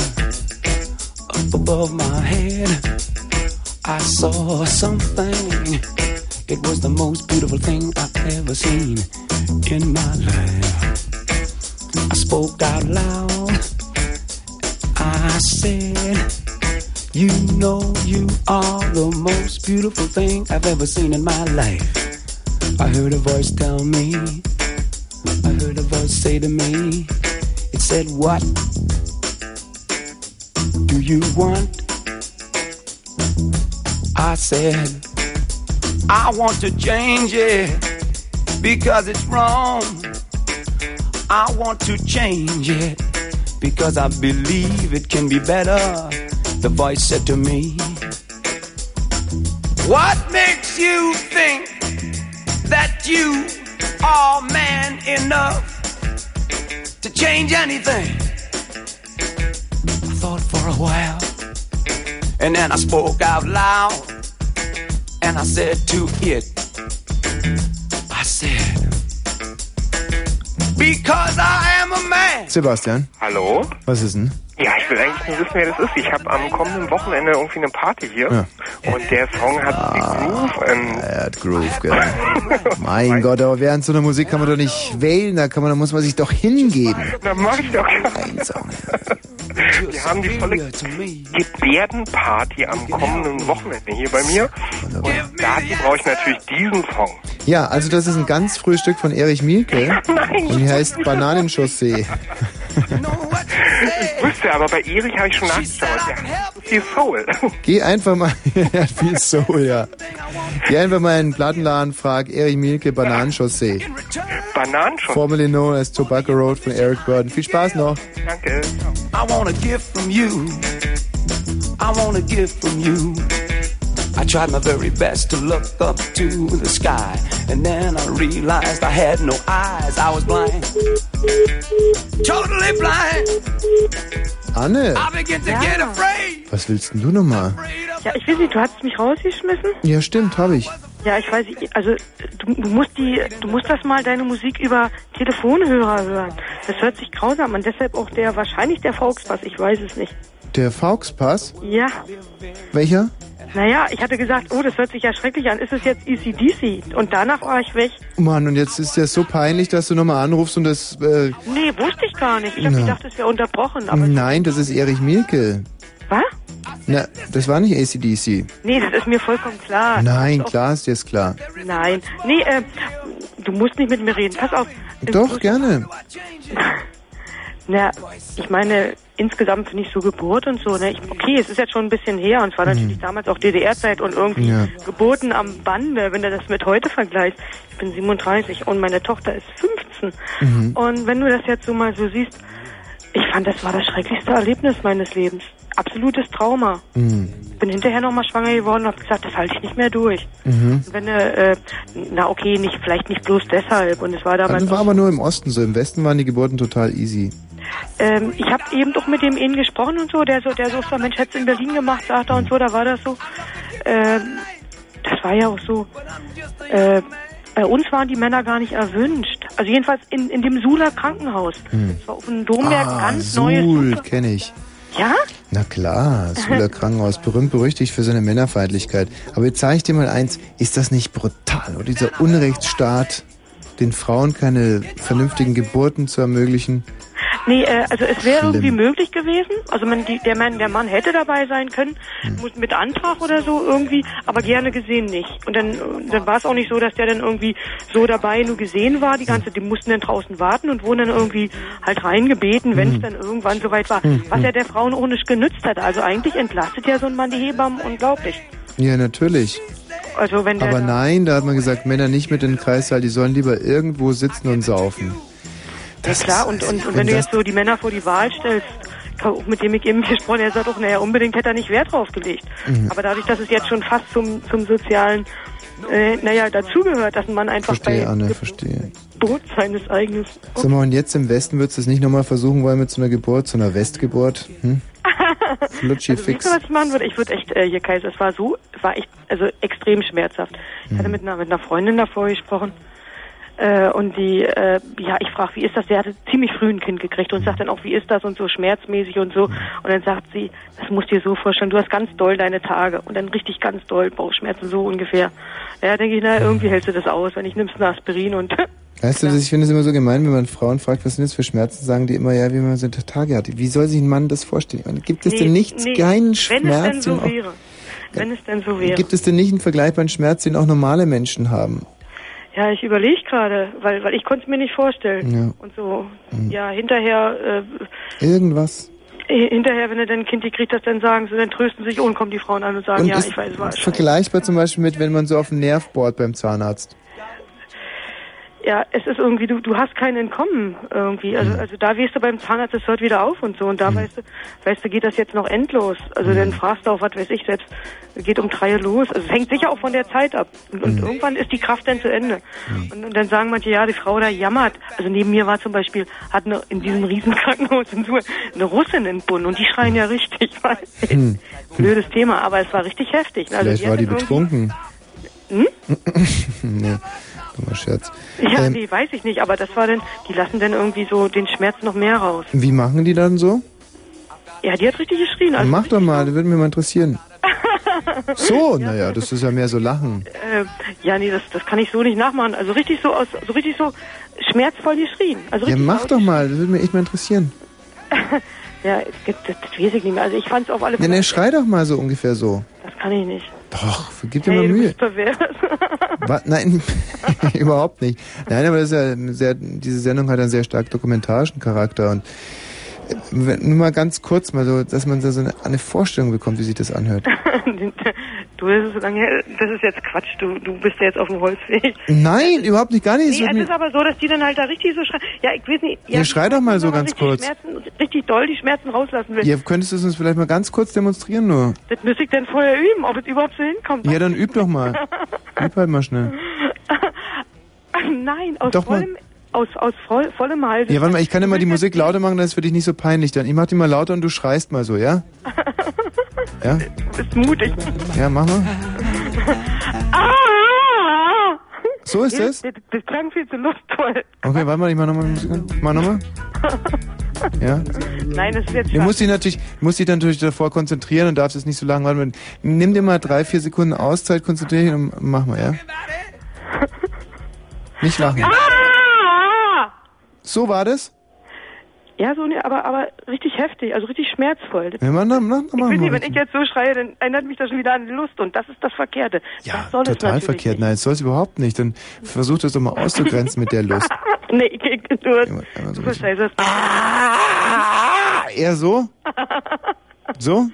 S24: Up above my head. I saw something. It was the most beautiful thing I've ever seen in my life. I spoke out loud. I said, You know, you are the most beautiful thing I've ever seen in my life. I heard a voice tell me, I heard a voice say to me, It said, What do you want? I said, I want to change it because it's wrong. I want to change it because I believe it can be better. The voice said to me, What makes you think that you are man enough to change anything? I thought for a while. And then I spoke out loud and I said to it, I said, Because I am a man.
S1: Sebastian,
S6: Hallo?
S1: was ist denn?
S6: Ja, ich will eigentlich nur wissen, wer das ist. Ich habe am kommenden Wochenende irgendwie eine Party hier. Und der Song hat Groove. Ähm,
S1: Ah, er hat Groove, gell? Mein Gott, aber während so einer Musik kann man doch nicht wählen, da, kann man, da muss man sich doch hingeben.
S6: da mach ich doch Wir haben die volle Gebärdenparty am
S1: Genau.
S6: kommenden Wochenende hier bei mir. Und dazu brauche ich natürlich diesen Song.
S1: Ja, also das ist ein ganz frühes Stück von Erich Mielke.
S6: Nein.
S1: Und die heißt Bananenchaussee.
S6: Ich wüsste, aber bei Erich habe ich schon nachgeschaut. Der hat viel Soul.
S1: Geh einfach mal, ja, viel Soul, ja. Geh einfach mal in den Plattenladen, frag Erich Mielke Bananenchaussee.
S6: Bananen schon.
S1: Formerly known as Tobacco Road von Eric Burden. Viel Spaß noch.
S6: Danke.
S24: I want a gift from you. I want a gift from you. I tried my very best to look up to the sky, and then I realized I had no eyes. I was blind, totally blind.
S1: Anne,
S24: I began to get afraid.
S1: was willst denn du nochmal?
S4: Ja, ich weiß nicht, du hast mich rausgeschmissen.
S1: Ja, stimmt, habe ich.
S4: Ja, ich weiß, nicht, also du, du musst die, du musst das mal deine Musik über Telefonhörer hören. Das hört sich grausam an, deshalb auch der wahrscheinlich der Volkspass, ich weiß es nicht.
S1: Der Fauxpass?
S4: Ja,
S1: Welcher?
S4: naja, ich hatte gesagt, oh, das hört sich ja schrecklich an. Ist es jetzt E ECDC? Und danach war ich weg.
S1: Mann, und jetzt ist das so peinlich, dass du nochmal anrufst und das... Äh,
S4: Nee, wusste ich gar nicht. Ich habe
S1: Na.
S4: gedacht, es wäre unterbrochen. Aber
S1: nein, das ist Erich Mielke.
S4: was?
S1: Na, das war nicht ACDC.
S4: Nee, das ist mir vollkommen klar.
S1: Nein, klar ist jetzt klar.
S4: Nein. Nee, äh, du musst nicht mit mir reden. Pass auf. Äh,
S1: Doch, gerne.
S4: Na, ich meine, insgesamt finde ich so Geburt und so, ne? Ich, okay, es ist jetzt schon ein bisschen her und es war natürlich damals auch DDR-Zeit und irgendwie
S24: Ja.
S4: Geburten am Bande, wenn du das mit heute vergleichst. Ich bin 37 und meine Tochter ist 15.
S1: mhm,
S4: Und wenn du das jetzt so mal so siehst, ich fand, das war das schrecklichste Erlebnis meines Lebens. Absolutes Trauma. Bin hinterher nochmal schwanger geworden und habe gesagt, das halte ich nicht mehr durch.
S1: Mhm.
S4: Und Wenn, äh, äh, na
S1: Also
S4: okay, nicht, vielleicht nicht bloß deshalb. Und es war damals
S1: Das war aber nur im Osten so. Im Westen waren die Geburten total easy.
S4: ähm, ich habe eben doch mit dem einen gesprochen und so, der so, der so, so Mensch, hätt's in Berlin gemacht, sagt er und so, da war das so. Ähm, das war ja auch so. Äh, bei uns waren die Männer gar nicht erwünscht. Also jedenfalls in, in dem Suhler Krankenhaus.
S1: Hm.
S4: Das war auf dem Domberg
S1: ah,
S4: ganz neues.
S1: Suhl kenne ich.
S4: Ja?
S1: Na klar, Suhler Krankenhaus, berühmt berüchtigt für seine Männerfeindlichkeit. Aber jetzt zeige ich dir mal eins, ist das nicht brutal, oder dieser Unrechtsstaat, den Frauen keine vernünftigen Geburten zu ermöglichen?
S4: Nee, äh, also es wäre
S1: Schlimm.
S4: irgendwie möglich gewesen. Also man, die, der, Mann, der Mann hätte dabei sein können,
S1: Hm.
S4: muss mit Antrag oder so irgendwie, aber gerne gesehen nicht. Und dann, äh, dann war es auch nicht so, dass der dann irgendwie so dabei nur gesehen war. Die ganze, die mussten dann draußen warten und wurden dann irgendwie halt reingebeten, wenn es
S1: Hm.
S10: Mhm.
S4: dann irgendwann soweit war.
S1: Mhm.
S4: Was ja der Frauen auch nicht genützt hat. Also eigentlich entlastet ja so ein Mann die Hebammen unglaublich.
S1: Ja, natürlich.
S4: Also wenn der
S1: Aber nein, da hat man gesagt, Männer nicht mit in den Kreissaal, die sollen lieber irgendwo sitzen und saufen.
S4: Ja klar, und, und, und
S1: wenn
S4: wenn du
S1: das-
S4: jetzt so die Männer vor die Wahl stellst, auch mit dem ich eben gesprochen habe, er sagt doch, naja, unbedingt hätte er nicht Wert drauf gelegt.
S1: Mhm.
S4: Aber dadurch, dass es jetzt schon fast zum, zum sozialen, äh, naja, dazugehört, dass ein Mann einfach
S1: Verstehe,
S4: bei
S1: Anne, verstehe.
S4: Geburt seines eigenen...
S1: Sag mal, und jetzt im Westen würdest du es nicht nochmal versuchen wollen mit so einer Geburt, so einer Westgeburt? Hm? Flutschi
S4: Also, siehst
S1: fix.
S4: du, was ich machen würde? Ich würde echt, äh, hier Kaiser, es war so, es war echt, also extrem schmerzhaft. Ich
S1: Mhm.
S4: hatte mit einer, mit einer Freundin davor gesprochen. Äh, und die, äh, ja, ich frage, wie ist das? Der hatte ziemlich früh ein Kind gekriegt und sagt dann auch, wie ist das und so schmerzmäßig und so. Und dann sagt sie, das musst du dir so vorstellen, du hast ganz doll deine Tage und dann richtig ganz doll Bauchschmerzen, so ungefähr. Ja, denke ich, na, irgendwie hältst du das aus, wenn ich nimmst eine Aspirin und
S1: Weißt du, das- ich finde es immer so gemein, wenn man Frauen fragt, was sind das für Schmerzen, sagen die immer, ja, wie man so Tage hat. Wie soll sich ein Mann das vorstellen? Ich meine, gibt es
S4: Nee,
S1: denn nichts,
S4: nee,
S1: keinen Schmerz?
S4: Wenn es denn so
S1: den auch-
S4: wäre. Wenn es denn so wäre.
S1: Gibt es denn nicht einen vergleichbaren Schmerz, den auch normale Menschen haben?
S4: Ja, ich überlege gerade, weil, weil ich konnte es mir nicht vorstellen.
S1: Ja.
S4: Und so, ja, hinterher,
S1: Irgendwas?
S4: äh, h- hinterher, wenn er dann ein Kind kriegt, das dann sagen sie, dann trösten sich und kommen die Frauen an und sagen,
S1: Und
S4: ja,
S1: ist
S4: ich weiß, war scheiße.
S1: vergleichbar zum Beispiel mit, wenn man so auf den Nerv bohrt beim Zahnarzt.
S4: Ja, es ist irgendwie, du, du hast kein Entkommen irgendwie.
S1: Mhm.
S4: Also, also da weißt du beim Zahnarzt, es hört wieder auf und so. Und da weißt du, weißt du, geht das jetzt noch endlos. Also
S1: Mhm.
S4: dann fragst du auch, was weiß ich selbst, geht um drei Uhr los. Also es hängt sicher auch von der Zeit ab. Und, und
S1: Mhm.
S4: irgendwann ist die Kraft dann zu Ende. Und, und dann sagen manche, ja, die Frau da jammert. Also neben mir war zum Beispiel, hat eine, in diesem Riesenkrankenhaus in Suhl eine Russin entbunden und die schreien ja richtig. weißt du.
S1: Hm.
S4: Blödes Thema, aber es war richtig heftig. Also
S1: Vielleicht
S4: wir
S1: war die
S4: hatten Also, irgendwie-
S1: betrunken.
S4: Hm?
S1: nee, dummer Scherz.
S4: Ja,
S1: Ähm,
S4: nee, weiß ich nicht, aber das war dann, die lassen dann irgendwie so den Schmerz noch mehr raus.
S1: Wie machen die dann so?
S4: Ja, die hat richtig geschrien. Also,
S1: Mach doch mal, das würde mich mal interessieren. So, naja, das ist ja mehr so Lachen.
S4: äh, ja, nee, das, das kann ich so nicht nachmachen. Also richtig so aus, so richtig so schmerzvoll geschrien. Also
S1: Ja,
S4: richtig
S1: mach doch mal, das würde mich echt mal interessieren.
S4: ja, das, das weiß ich nicht mehr. Also ich fand's auf alle
S1: Ja,
S4: Fälle,
S1: ne, schrei doch mal so ungefähr so.
S4: das kann ich nicht.
S1: Doch, gib dir mal
S4: Hey, du
S1: Mühe.
S4: bist pervers.
S1: Wa- Nein, überhaupt nicht. Nein, aber das ist ja sehr, diese Sendung hat einen sehr stark dokumentarischen Charakter und äh, wenn- nur mal ganz kurz mal so, dass man da so eine, eine Vorstellung bekommt, wie sich das anhört.
S4: du, das ist so lange, her. das ist jetzt Quatsch. Du, du bist ja jetzt auf dem Holzweg.
S1: Nein, überhaupt nicht, gar nicht.
S4: Nee, also
S1: Das
S4: es
S1: wird
S4: ist
S1: mir-
S4: aber so, dass die dann halt da richtig so schreien. Ja, ich weiß nicht. Ja,
S1: Ja, schrei doch mal so ganz
S4: richtig
S1: kurz.
S4: Schmerzen, richtig doll die Schmerzen rauslassen will.
S1: Ja, könntest du es uns vielleicht mal ganz kurz demonstrieren nur?
S4: Das müsste ich dann vorher üben, ob es überhaupt so hinkommt.
S1: Ja, dann üb doch mal. Üb halt mal schnell.
S4: Nein, aus
S1: Doch mal.
S4: vollem, aus, aus voll, vollem Halse.
S1: Ja, warte mal, ich kann immer die Musik lauter machen, dann ist es für dich nicht so peinlich. Dann ich mach die mal lauter und du schreist mal so, ja? Ja?
S4: Bist mutig.
S1: Ja, mach mal.
S4: Ah!
S1: So ist
S4: Ja,
S1: es?
S4: Das, das klang viel zu lustvoll.
S1: Okay, warte mal, ich mach nochmal die Musik an. Mach nochmal. Ja?
S4: Nein, das ist jetzt
S1: Du musst dich natürlich, musst dich natürlich davor konzentrieren und darfst es nicht so lange warten. Nimm dir mal drei, vier Sekunden Auszeit, konzentrier dich und mach mal, ja? Nicht lachen.
S4: Ah!
S1: So war das?
S4: Ja, so, ne, aber, aber richtig heftig, also richtig schmerzvoll. Das-
S1: Ja, mach, mach, mach,
S4: Ich
S1: mach
S4: will
S1: mal.
S4: nicht, wenn ich jetzt so schreie, dann erinnert mich das schon wieder an Lust und das ist das Verkehrte. Ja, das soll
S1: Total
S4: es natürlich.
S1: verkehrt. Nein, das soll es überhaupt nicht. Dann versuch das doch mal auszugrenzen mit der Lust.
S4: Nee, ich, ich, du, du verscheißerst.
S1: Ah, Eher so? So?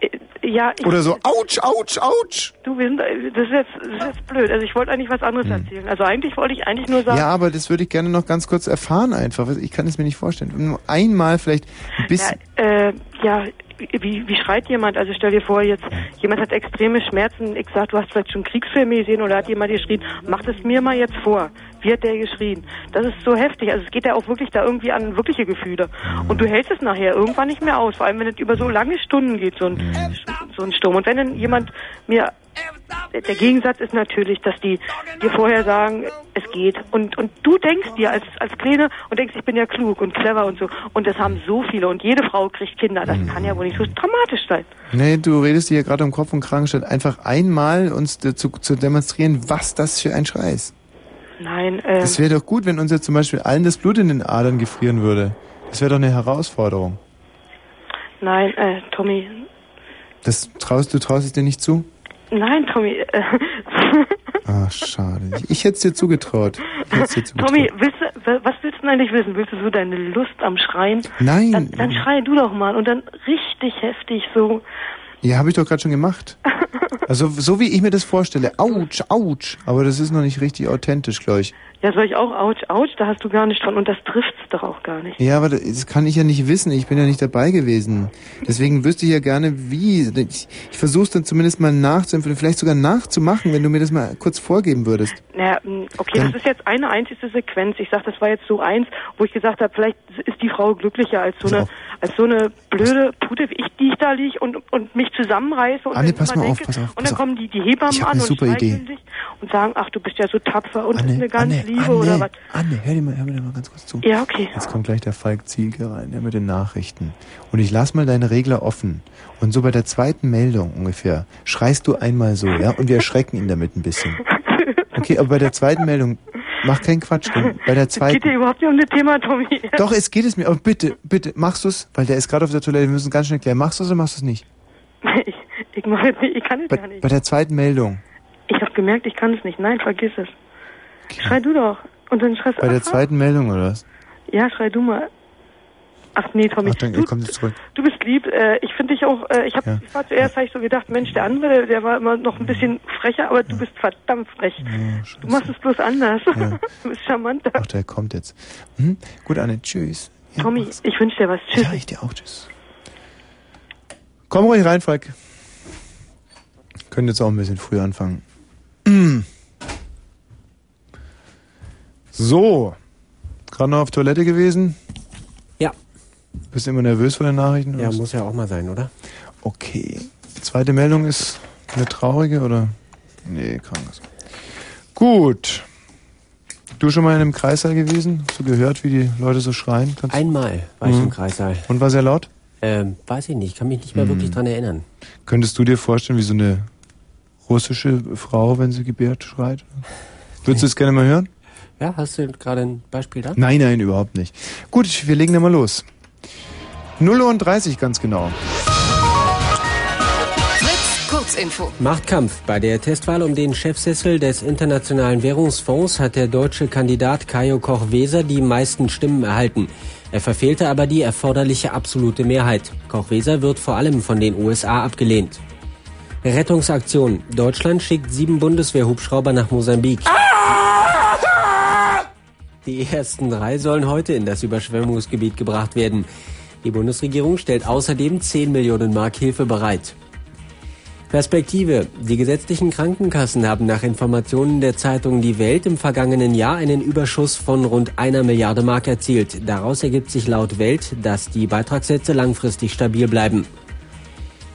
S4: Äh, Ja, ich,
S1: Oder so, ouch, ouch, ouch.
S4: Du, wir sind, äh, das ist jetzt, das ist jetzt blöd. Also ich wollte eigentlich was anderes erzählen. Also eigentlich wollte ich eigentlich nur sagen,
S1: Hm. Ja, aber das würde ich gerne noch ganz kurz erfahren einfach. Ich kann es mir nicht vorstellen. Nur einmal vielleicht ein bisschen.
S4: äh, ja, wie, wie schreit jemand? Also stell dir vor, jetzt jemand hat extreme Schmerzen. Ich sag, du hast vielleicht schon Kriegsfilme gesehen oder hat jemand geschrien, mach das mir mal jetzt vor. Wie hat der geschrien? Das ist so heftig. Also es geht ja auch wirklich da irgendwie an wirkliche Gefühle. Und du hältst es nachher irgendwann nicht mehr aus. Vor allem, wenn es über so lange Stunden geht, so ein, so ein Sturm. Und wenn dann jemand mir der Gegensatz ist natürlich, dass die dir vorher sagen, es geht. Und, und du denkst dir als, als Kleine und denkst, ich bin ja klug und clever und so. Und das haben so viele. Und jede Frau kriegt Kinder. Das kann ja wohl nicht so dramatisch sein.
S1: Nee, du redest hier gerade um Kopf und Kragen, statt einfach einmal uns dazu zu demonstrieren, was das für ein Scheiß.
S4: Nein, äh,
S1: Das wäre doch gut, wenn uns jetzt zum Beispiel allen das Blut in den Adern gefrieren würde. Das wäre doch eine Herausforderung.
S4: nein, äh, Tommy.
S1: Das traust, du traust es dir nicht zu?
S4: Nein, Tommy. Äh, Hm?
S1: Ah, schade. Ich- Ich hätte es dir zugetraut. Ich hätte es dir zugetraut.
S4: Tommy, willst, du- wa- was willst du denn eigentlich wissen? Willst du so deine Lust am Schreien?
S1: Nein.
S4: Dann, dann schrei du doch mal und dann richtig heftig so.
S1: Ja, habe ich doch gerade schon gemacht. Also so wie ich mir das vorstelle. Autsch, autsch. Aber das ist noch nicht richtig authentisch, glaube ich.
S4: Ja, soll ich auch, ouch, ouch, da hast du gar nicht von und das trifft's doch auch gar nicht.
S1: Ja, aber das- das kann ich ja nicht wissen. Ich bin ja nicht dabei gewesen. Deswegen wüsste ich ja gerne, wie. Ich, ich versuche es dann zumindest mal nachzuempfinden, vielleicht sogar nachzumachen, wenn du mir das mal kurz vorgeben würdest.
S4: Naja, mh, hm, okay, das ist jetzt eine einzige Sequenz. Ich sag, das war jetzt so eins, wo ich gesagt habe, vielleicht ist die Frau glücklicher als so eine, als so eine blöde Pute wie ich, die ich da lieg und, und mich zusammenreiße und
S1: Anne,
S4: dann
S1: pass
S4: immer
S1: mal auf,
S4: denke,
S1: pass auf, pass
S4: und dann
S1: auf.
S4: kommen die, die Hebammen
S1: Ich hab
S4: an
S1: eine
S4: und
S1: super
S4: streicheln
S1: Idee.
S4: dich und sagen, ach, du bist ja so tapfer und eine ganz
S1: Anne,
S4: liebe
S1: Anne,
S4: oder was.
S1: Anne, hör dir, mal, hör mir da mal ganz kurz zu.
S4: Ja, okay.
S1: Jetzt kommt gleich der Falk Zielke rein, der mit den Nachrichten. Und ich lass mal deinen Regler offen. Und so bei der zweiten Meldung ungefähr schreist du einmal so, ja? Und wir erschrecken ihn damit ein bisschen. Okay, aber bei der zweiten Meldung, mach keinen Quatsch. Denn bei der
S4: Es geht
S1: zweiten.
S4: dir überhaupt nicht um das Thema, Tommy.
S1: Doch, es geht es mir. Aber bitte, bitte, machst du's? Weil der ist gerade auf der Toilette, wir müssen ganz schnell klären. Machst du's oder machst du's nicht?
S4: Ich, ich, mach jetzt nicht, ich kann es
S1: Bei,
S4: gar nicht.
S1: bei der zweiten Meldung.
S4: Ich habe gemerkt, ich kann es nicht. Nein, vergiss es. Schrei du doch. Und dann schreist
S1: Bei der
S4: ach,
S1: zweiten Meldung, oder was?
S4: Ja, schrei du mal. Ach nee, Tommy,
S1: Achtung, ihr kommt jetzt zurück.
S4: du bist lieb. Äh, ich finde dich auch, äh, ich, hab,
S1: Ja.
S4: ich war zuerst, habe ich so gedacht, Mensch, der andere, der, der war immer noch ein bisschen frecher, aber du bist verdammt frech. du machst es bloß anders. du bist charmanter.
S1: Oh, Ach, der kommt jetzt. Hm? Gut, Anne, tschüss.
S4: Tommy, ich wünsche dir was. Tschüss.
S1: Ja, ich dir auch. Tschüss. Komm ruhig rein, Falk. Können jetzt auch ein bisschen früher anfangen. So. Gerade noch auf Toilette gewesen?
S15: Ja.
S1: Bist du immer nervös vor den Nachrichten?
S15: Ja, muss ja auch mal sein, oder?
S1: Okay. Die zweite Meldung ist eine traurige oder? Nee, krankes. Gut. Du schon mal in einem Kreißsaal gewesen? Hast du gehört, wie die Leute so schreien? Kannst Mhm.
S15: Einmal war ich im Kreißsaal.
S1: Und war sehr laut? Hm.
S15: Ähm, weiß ich nicht, kann mich nicht mehr wirklich dran erinnern.
S1: Könntest du dir vorstellen, wie so eine russische Frau, wenn sie gebärt, schreit? Würdest du es gerne mal hören?
S15: Ja, hast du gerade ein Beispiel da?
S1: Nein, nein, überhaupt nicht. Gut, wir legen dann mal los. 0 und 30 ganz genau.
S10: Fritz, Kurzinfo.
S15: Machtkampf. Bei der Testwahl um den Chefsessel des Internationalen Währungsfonds hat der deutsche Kandidat Kajo Koch-Weser die meisten Stimmen erhalten. Er verfehlte aber die erforderliche absolute Mehrheit. Koch-Weser wird vor allem von den USA abgelehnt. Rettungsaktion. Deutschland schickt sieben Bundeswehrhubschrauber nach Mosambik. Die ersten drei sollen heute in das Überschwemmungsgebiet gebracht werden. Die Bundesregierung stellt außerdem 10 Millionen Mark Hilfe bereit. Perspektive. Die gesetzlichen Krankenkassen haben nach Informationen der Zeitung Die Welt im vergangenen Jahr einen Überschuss von rund einer Milliarde Mark erzielt. Daraus ergibt sich laut Welt, dass die Beitragssätze langfristig stabil bleiben.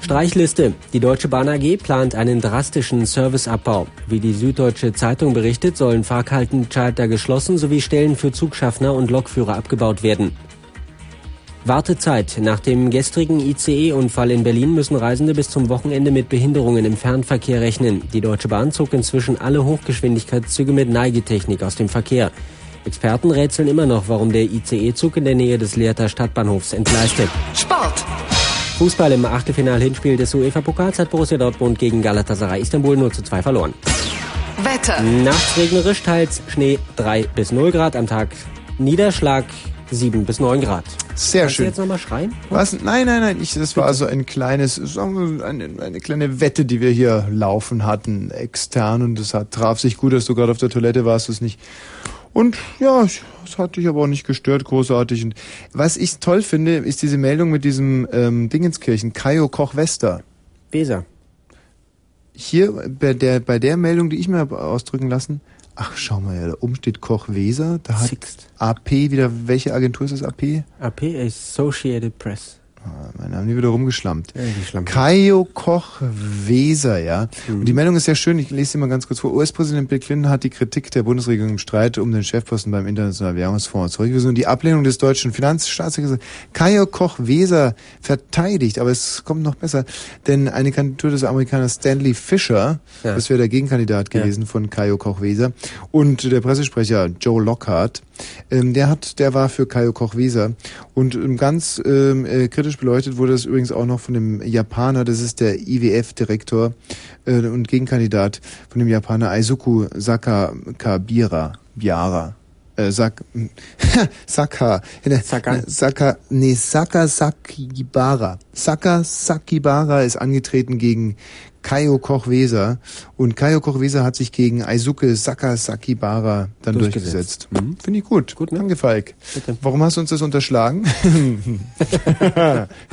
S15: Streichliste. Die Deutsche Bahn AG plant einen drastischen Serviceabbau. Wie die Süddeutsche Zeitung berichtet, sollen Fahrkartenschalter geschlossen sowie Stellen für Zugschaffner und Lokführer abgebaut werden. Wartezeit. Nach dem gestrigen ICE-Unfall in Berlin müssen Reisende bis zum Wochenende mit Behinderungen im Fernverkehr rechnen. Die Deutsche Bahn zog inzwischen alle Hochgeschwindigkeitszüge mit Neigetechnik aus dem Verkehr. Experten rätseln immer noch, warum der ICE-Zug in der Nähe des Lehrter Stadtbahnhofs entgleiste.
S10: Sport.
S15: Fußball im Achtelfinal-Hinspiel des UEFA-Pokals hat Borussia Dortmund gegen Galatasaray Istanbul 0 zu 2 verloren.
S10: Wetter.
S15: Nachts regnerisch, teils Schnee 3 bis 0 Grad, am Tag Niederschlag 7 bis 9 Grad.
S1: Sehr
S15: Kannst
S1: schön.
S15: Du jetzt nochmal schreien?
S1: Was? Nein, nein, nein. Ich, das war also ein kleines, sagen wir, eine, eine kleine Wette, die wir hier laufen hatten, extern. Und es hat, traf sich gut, dass du gerade auf der Toilette warst, es nicht. Und ja, ich- es hat dich aber auch nicht gestört, großartig. Und was ich toll finde, ist diese Meldung mit diesem ähm, Dingenskirchen, Kaio Koch-Wester.
S15: Weser.
S1: Hier bei der, bei der Meldung, die ich mir habe ausdrücken lassen, Ach, schau mal, her, da oben steht Koch Weser. Da hat AP wieder, welche Agentur ist das AP?
S15: AP Associated Press.
S1: Ah, Meine haben Äh, die wieder rumgeschlampt.
S15: Ja, die schlampen.
S1: Kaio Koch Weser, ja. Und die Meldung ist sehr schön, ich lese sie mal ganz kurz vor. US-Präsident Bill Clinton hat die Kritik der Bundesregierung im Streit um den Chefposten beim Internationalen Währungsfonds zurückgewiesen und die Ablehnung des deutschen Finanzstaatssekretärs Kaio Koch Weser verteidigt. Aber es kommt noch besser, denn eine Kandidatur des Amerikaners Stanley Fischer,
S15: Ja.
S1: das wäre der Gegenkandidat
S15: Ja.
S1: gewesen von Kaio Koch-Weser, und der Pressesprecher Joe Lockhart, ähm, der hat, der war für Kaio Koch-Weser. Und ähm, ganz ähm, äh, kritisch beleuchtet wurde das übrigens auch noch von dem Japaner, das ist der IWF-Direktor äh, und Gegenkandidat von dem Japaner Aizuku Sakakabira. Biara. Äh, Sak Saka. Saka. Saka. Nee, Saka Sakibara. Saka Sakibara ist angetreten gegen Kaio Koch-Weser. Und Kaio Koch-Weser hat sich gegen Aizuke Saka Sakibara dann durchgesetzt.
S15: Durchgesetzt.
S1: Finde ich gut. gut ne? Danke, Falk. Warum hast du uns das unterschlagen?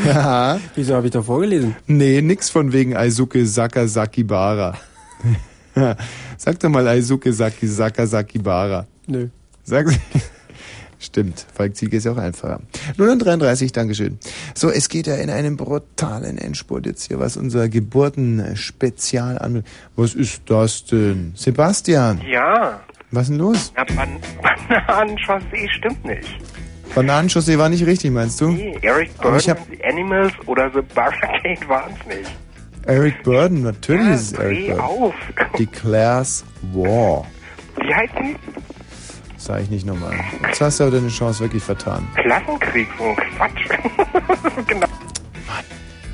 S1: ja.
S15: Wieso habe ich da vorgelesen?
S1: Nee, nix von wegen Aizuke Saka Sakibara. Sag doch mal Aizuke Saki Saka Sakibara.
S15: Nö.
S1: Sag Stimmt, Falk Ziege ist ja auch einfacher. 033, Dankeschön. So, es geht ja in einem brutalen Endspurt jetzt hier, was unser Geburtenspezial anbelangt. Was ist das denn? Sebastian,
S6: Ja,
S1: was ist denn los?
S6: na, Ban Bananenchaussee stimmt nicht.
S1: Bananenschussee war nicht richtig, meinst du?
S6: Nee, Eric
S1: Aber ich
S6: Burden,
S1: hab-
S6: und The Animals oder The Barricade waren es nicht.
S1: Eric Burden, natürlich ist es Eric
S6: Dreh
S1: Burden.
S6: auf.
S1: Declares War.
S6: Wie heißt die?
S1: Sag ich nicht nochmal. Jetzt hast du aber deine Chance wirklich vertan.
S6: Klassenkrieg, so ein Quatsch.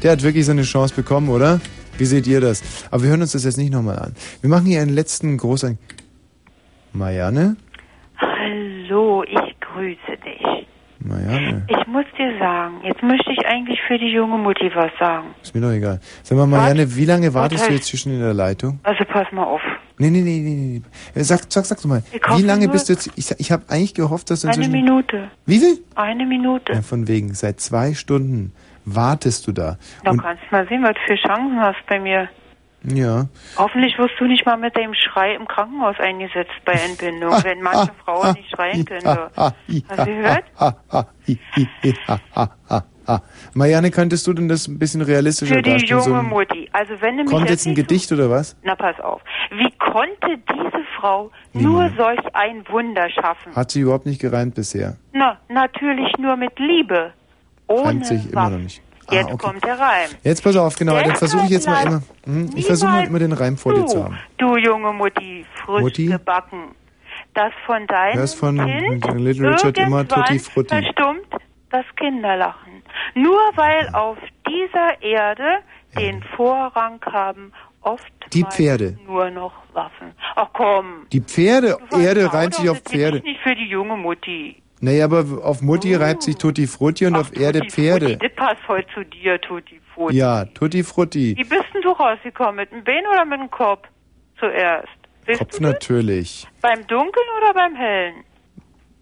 S1: Der hat wirklich seine Chance bekommen, oder? Wie seht ihr das? Aber wir hören uns das jetzt nicht nochmal an. Wir machen hier einen letzten großen... Marianne?
S11: Hallo, ich grüße dich.
S1: Marianne,
S11: Ich muss dir sagen, jetzt möchte ich eigentlich für die junge Mutti was sagen.
S1: ist mir doch egal. Sag mal, Marianne, wie lange wartest du
S11: Warte.
S1: jetzt hier schon in der Leitung?
S11: Also pass mal auf.
S1: Nee, nee, nee, nee, nee. Äh, Sag, sag, sag doch mal,
S11: Ich hoffe
S1: wie lange
S11: nur-
S1: bist du jetzt... Ich, ich habe eigentlich gehofft, dass du
S11: Eine
S1: inzwischen...
S11: Minute.
S1: Wie viel?
S11: Eine Minute.
S1: Ja, von wegen, seit zwei Stunden wartest du da.
S11: Da kannst du mal sehen, was für Chancen hast bei mir.
S1: Ja.
S11: Hoffentlich wirst du nicht mal mit deinem Schrei im Krankenhaus eingesetzt bei Entbindung, wenn manche
S1: Ah,
S11: Frauen nicht schreien können.
S1: Hast
S11: Hast du gehört?
S1: ah, Marianne, könntest du denn das ein bisschen realistischer
S11: Für die
S1: darstellen? so
S11: junge
S1: ein-
S11: Mutti. Also wenn du mich
S1: Kommt jetzt ein
S11: nicht so-
S1: Gedicht oder was?
S11: Na pass auf. Wie konnte diese Frau nur solch ein Wunder schaffen?
S1: Hat sie überhaupt nicht gereimt bisher.
S11: Na, natürlich nur mit Liebe. Ohne
S1: Reimt sich Ah, immer noch
S11: Waffen.
S1: nicht.
S11: Jetzt kommt der Reim.
S1: Jetzt pass auf, genau. Jetzt versuche ich jetzt mal immer. Hm, ich versuche mal immer den Reim vor dir zu haben.
S11: Du junge Mutti, frisch
S1: Mutti?
S11: gebacken, das von deinem
S1: Hörst von
S11: Kind
S1: Little Richard immer
S11: irgendwann
S1: Tutti Frutti.
S11: verstummt das Kinderlachen. Nur weil auf dieser Erde den Vorrang haben oft
S1: Die Pferde.
S11: nur noch Waffen. Ach komm,
S1: Die Pferde, Erde reimt sich auf Pferde.
S11: nicht für die junge Mutti.
S1: Naja, aber auf Mutti reimt sich Tutti Frutti und auf Erde Pferde.
S11: Das passt heute zu dir, Tutti Frutti.
S1: Ja, Tutti
S11: Wie
S1: Frutti.
S11: bist denn du rausgekommen? Mit dem Bein oder mit dem Kopf zuerst? Bist
S1: Kopf
S11: du
S1: natürlich.
S11: beim Dunkeln oder beim Hellen?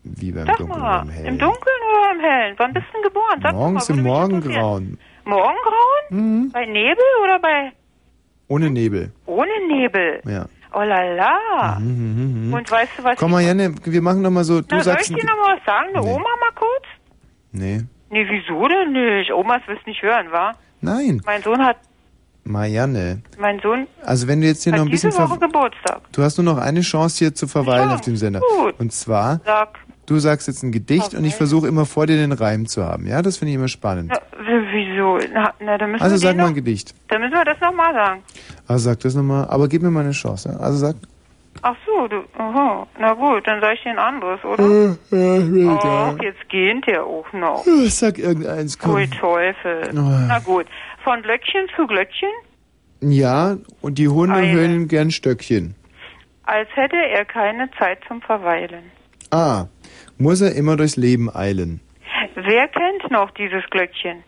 S1: Wie beim
S11: Sag
S1: Dunkeln.
S11: mal,
S1: beim Hellen.
S11: im Dunkeln oder im Hellen? Wann bist du denn geboren? Sag
S1: Morgens
S11: doch mal,
S1: im
S11: würde mich
S1: Morgengrauen.
S11: interessieren. Morgengrauen?
S1: Mhm.
S11: Bei Nebel oder bei
S1: Ohne Nebel.
S11: ohne Nebel?
S1: Ja.
S11: Oh la la.
S1: Mhm, mhm.
S11: Und weißt du was?
S1: Komm, Marianne, wir machen doch mal so. Du
S11: Na, soll ich
S1: sagst.
S11: dir noch mal was sagen? Eine
S1: Nee.
S11: Oma mal kurz?
S1: Nee.
S11: Nee, wieso denn nicht? Omas wirst nicht hören, wa?
S1: Nein,
S11: Mein Sohn hat,
S1: Marianne.
S11: mein Sohn
S1: Also wenn du jetzt hier noch
S11: hat
S1: ein bisschen
S11: diese Woche
S1: ver
S11: Geburtstag.
S1: Du hast nur noch eine Chance hier zu verweilen auf dem Sender.
S11: gut.
S1: Und zwar,
S11: Sag.
S1: du sagst jetzt ein Gedicht und ich versuche immer vor dir den Reim zu haben. Ja, das finde ich immer spannend.
S11: Na, w- wieso? Na, na dann müssen
S1: also
S11: wir
S1: sag
S11: den
S1: mal
S11: noch
S1: ein Gedicht.
S11: Dann müssen wir das nochmal sagen.
S1: Also sag das nochmal, aber gib mir mal eine Chance. ja? Also sag.
S11: Ach so, du, aha. na gut, dann sag ich dir ein anderes, oder?
S1: Hm,
S11: Oh.
S1: Ja,
S11: Och, jetzt gehen der auch noch.
S1: Äh, Sag irgendeins,
S11: Ui
S1: komm.
S11: Teufel.
S1: Ah.
S11: Na gut, von Glöckchen zu Glöckchen,
S1: Ja, und die Hunde
S11: Eine.
S1: hören gern Stöckchen.
S11: als hätte er keine Zeit zum Verweilen.
S1: Ah, muss er immer durchs Leben eilen.
S11: Wer kennt noch dieses Glöckchen?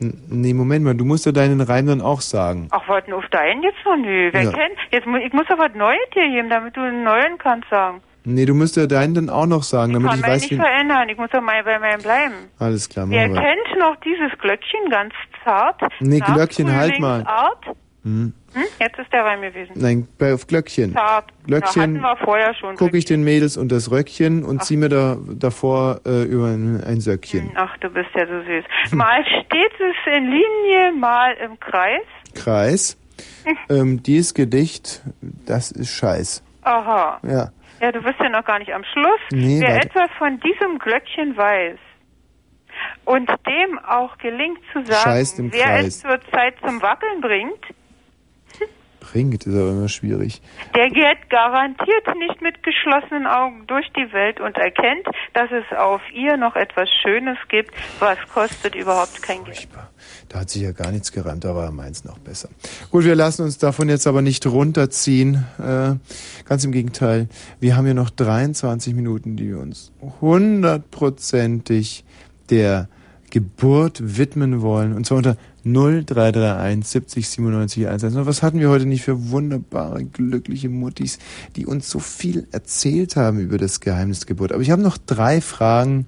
S1: N nee, Moment mal, du musst ja deinen Reim dann auch sagen.
S11: Ach, warten auf deinen jetzt noch nie. Wer
S1: Ja.
S11: kennt? Jetzt, mu- ich muss doch was Neues dir geben, damit du einen neuen kannst sagen.
S1: Nee, du musst ja deinen dann auch noch sagen, damit
S11: Kann
S1: ich
S11: man
S1: weiß,
S11: nicht
S1: wie...
S11: verändern, ich muss doch mal bei meinem bleiben.
S1: Alles klar,
S11: Wer
S1: machen wir.
S11: kennt noch dieses Glöckchen ganz zart?
S1: Nee, Glöckchen, halt mal.
S11: Art?
S1: Hm.
S11: Hm? Hm? Jetzt ist der Wein gewesen.
S1: Nein, bei, auf Glöckchen.
S11: Zart.
S1: Glöckchen
S11: Na, hatten wir vorher schon.
S1: gucke ich den Mädels unter das Röckchen und ziehe mir da, davor äh, über ein, ein Söckchen.
S11: Ach, du bist ja so süß. Mal steht es in Linie, mal im Kreis.
S1: Kreis.
S11: Hm.
S1: ähm, dieses Gedicht, das ist Scheiß.
S11: Aha.
S1: Ja.
S11: Ja, du bist ja noch gar nicht am Schluss.
S1: Nee,
S11: Wer
S1: warte.
S11: etwas von diesem Glöckchen weiß und dem auch gelingt zu
S1: Scheiß
S11: sagen,
S1: dem
S11: wer es
S1: Kreis.
S11: zur Zeit zum Wackeln bringt,
S1: Ringt ist aber immer schwierig.
S11: der geht garantiert nicht mit geschlossenen Augen durch die Welt und erkennt, dass es auf ihr noch etwas Schönes gibt, was kostet überhaupt kein Geld.
S1: Da hat sich ja gar nichts gereimt, da war meins noch besser. Gut, wir lassen uns davon jetzt aber nicht runterziehen. Äh, ganz im Gegenteil, wir haben hier noch 23 Minuten, die wir uns hundertprozentig der Geburt widmen wollen. Und zwar unter 0331 70 97 110. Und Was hatten wir heute nicht für wunderbare, glückliche Muttis, die uns so viel erzählt haben über das Geheimnis der Geburt. Aber ich habe noch drei Fragen,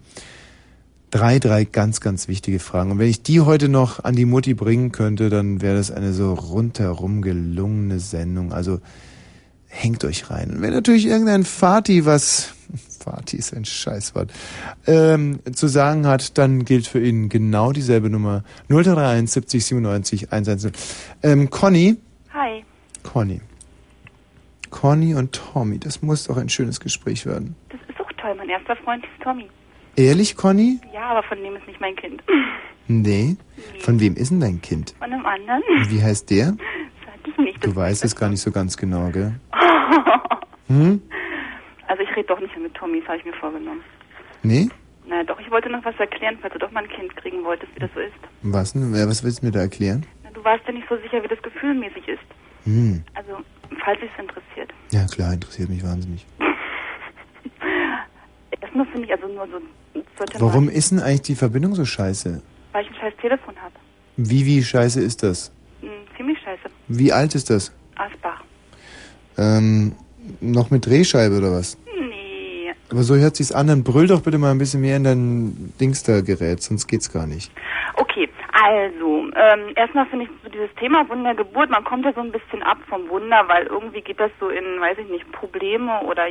S1: drei, drei ganz, ganz wichtige Fragen. Und wenn ich die heute noch an die Mutti bringen könnte, dann wäre das eine so rundherum gelungene Sendung. Also hängt euch rein. Und wenn natürlich irgendein Fati was, Fati ist ein Scheißwort, ähm, zu sagen hat, dann gilt für ihn genau dieselbe Nummer. 0331 70 97 110. Ähm, Conny,
S14: Hi.
S1: Conny. Conny und Tommy, das muss doch ein schönes Gespräch werden.
S14: Das ist auch toll. Mein erster Freund ist Tommy.
S1: Ehrlich, Conny?
S14: Ja, aber von dem ist nicht mein Kind.
S1: Nee. Von wem ist denn dein Kind?
S14: Von einem anderen.
S1: Wie heißt der?
S14: Sag ich nicht.
S1: Du weißt es gar nicht so ganz genau, gell? Hm?
S14: Also ich rede doch nicht mehr mit Tommy, das habe ich mir vorgenommen.
S1: Nee?
S14: Na doch, ich wollte noch was erklären, falls du doch mal ein Kind kriegen wolltest, wie das so ist.
S1: Was denn? Äh, Was willst du mir da erklären?
S14: Na, du warst ja nicht so sicher, wie das gefühlmäßig ist.
S1: Hm.
S14: Also, falls es interessiert.
S1: Ja klar, interessiert mich wahnsinnig.
S14: Erstmal finde ich also nur so zur Thematik,
S1: Warum ist denn eigentlich die Verbindung so scheiße?
S14: weil ich ein scheiß Telefon habe.
S1: Wie, wie scheiße ist das?
S14: Hm, ziemlich scheiße.
S1: Wie alt ist das?
S14: Asbach.
S1: Ähm, noch mit Drehscheibe oder was?
S14: Nee.
S1: Aber so hört sich's an, dann brüll doch bitte mal ein bisschen mehr in dein Dingster-Gerät, sonst geht's gar nicht.
S14: Okay, also, ähm, erstmal finde ich so dieses Thema Wundergeburt, man kommt ja so ein bisschen ab vom Wunder, weil irgendwie geht das so in, weiß ich nicht, Probleme oder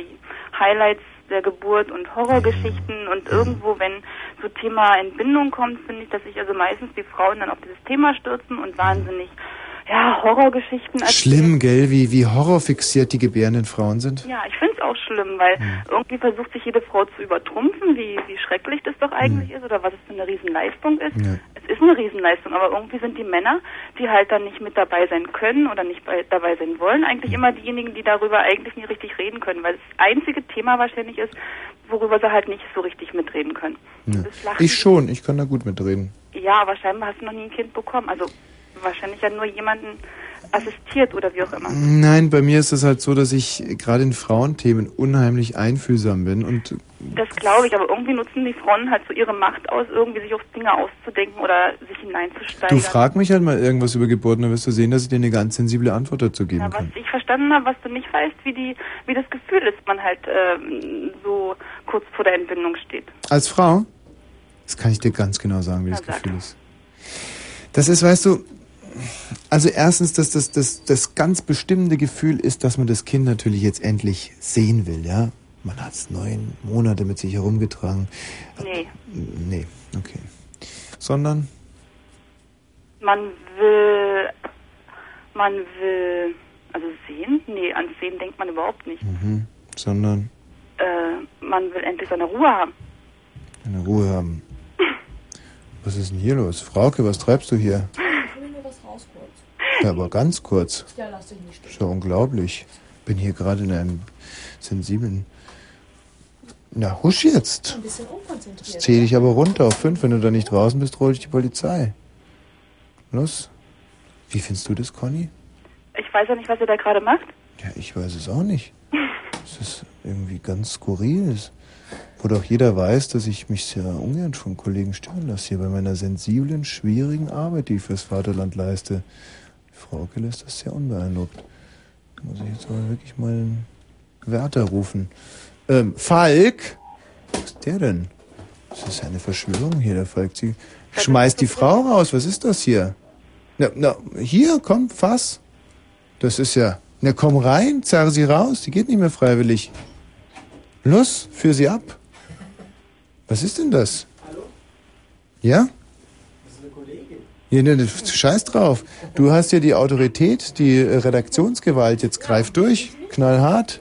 S14: Highlights der Geburt und Horrorgeschichten und irgendwo, wenn so Thema Entbindung kommt, finde ich, dass sich also meistens die Frauen dann auf dieses Thema stürzen und wahnsinnig, ja, Horrorgeschichten
S1: Schlimm, gell, wie, wie horrorfixiert die gebärenden Frauen sind? Hm.
S14: Ja, ich finde es auch schlimm, weil irgendwie versucht sich jede Frau zu übertrumpfen, wie, wie schrecklich das doch
S1: Hm.
S14: eigentlich ist oder was es für eine Riesenleistung ist. Es ist eine Riesenleistung, aber irgendwie sind die Männer, die halt dann nicht mit dabei sein können oder nicht bei, dabei sein wollen, eigentlich
S1: Hm.
S14: immer diejenigen, die darüber eigentlich nie richtig reden können, weil das einzige Thema wahrscheinlich ist, worüber sie halt nicht so richtig mitreden können.
S1: Ja.
S14: Das lachen
S1: Ich schon, ich kann da gut mitreden.
S14: Ja, aber scheinbar hast du noch nie ein Kind bekommen. Also wahrscheinlich ja nur jemanden assistiert oder wie auch immer.
S1: Nein, bei mir ist es halt so, dass ich gerade in Frauenthemen unheimlich einfühlsam bin und
S14: Das glaube ich, aber irgendwie nutzen die Frauen halt so ihre Macht aus, irgendwie sich auf Dinge auszudenken oder sich hineinzusteigern.
S1: du frag mich halt mal irgendwas über Geburten, dann wirst du sehen, dass ich dir eine ganz sensible Antwort dazu geben
S14: Na, was
S1: kann.
S14: ich verstanden habe, was du nicht weißt, wie die, wie das Gefühl ist, man halt ähm, so kurz vor der Entbindung steht.
S1: Als Frau? Das kann ich dir ganz genau sagen, wie
S14: Na,
S1: das
S14: sag.
S1: Gefühl ist. Das ist, weißt du, also erstens, dass das, das, das ganz bestimmende Gefühl ist, dass man das Kind natürlich jetzt endlich sehen will, ja. Man hat es neun Monate mit sich herumgetragen.
S14: Nee,
S1: Nee, okay. Sondern,
S14: man will, man will, also sehen? Nee, ans Sehen denkt man überhaupt nicht.
S1: mhm, sondern
S14: Äh, man will endlich seine Ruhe haben.
S1: eine Ruhe haben. Was ist denn hier los? Frauke, was treibst du hier?
S16: will nur was rausholen.
S1: Ja, aber ganz kurz.
S16: Ja, lass dich nicht
S1: Ist ja unglaublich. Bin hier gerade in einem sensiblen. Na, husch jetzt.
S16: Ein bisschen unkonzentriert.
S1: Jetzt zähle ich aber runter auf fünf. Wenn du da nicht draußen bist, hole ich die Polizei. Los. Wie findest du das, Conny?
S14: Ich weiß ja nicht, was ihr da gerade macht.
S1: Ja, ich weiß es auch nicht. Es ist irgendwie ganz skurril. Es- Wo doch jeder weiß, dass ich mich sehr ungern von Kollegen stören lasse hier bei meiner sensiblen, schwierigen Arbeit, die ich fürs Vaterland leiste. Frauke lässt das sehr unbeeindruckt. Da muss ich jetzt aber wirklich mal den Wärter rufen. Ähm, Falk? Was ist der denn? Das ist eine Verschwörung hier, der Falk. Sie schmeißt die Frau raus. Was ist das hier? Na, na, hier, komm, fass. Das ist ja. Na komm rein, zerre sie raus, die geht nicht mehr freiwillig. Los, führ sie ab. Was ist denn das? Ja? Ja, ne, ne, scheiß drauf. Du hast ja die Autorität, die äh, Redaktionsgewalt. Jetzt greif durch. Knallhart.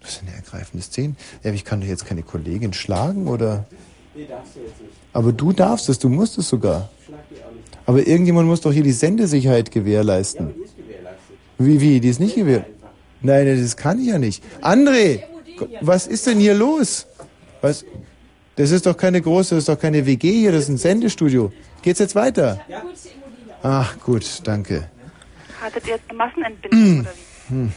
S1: Das sind ja ergreifende Szenen. Ja, aber ich kann doch jetzt keine Kollegin schlagen, oder?
S12: Nee, darfst du jetzt nicht.
S1: Aber du darfst es, du musst es sogar.
S12: Schlag die auch nicht.
S1: Aber irgendjemand muss doch hier die Sendesicherheit gewährleisten.
S12: Die ist gewährleistet.
S1: Wie, wie? Die ist nicht gewährleistet. Nein, nein, das kann ich ja nicht. André, was ist denn hier los? Was? Das ist doch keine große, das ist doch keine WG hier, das ist ein Sendestudio. Geht's jetzt weiter? Ach gut, danke.
S14: Hattet ihr jetzt eine Massenentbindung oder wie?
S1: Hm.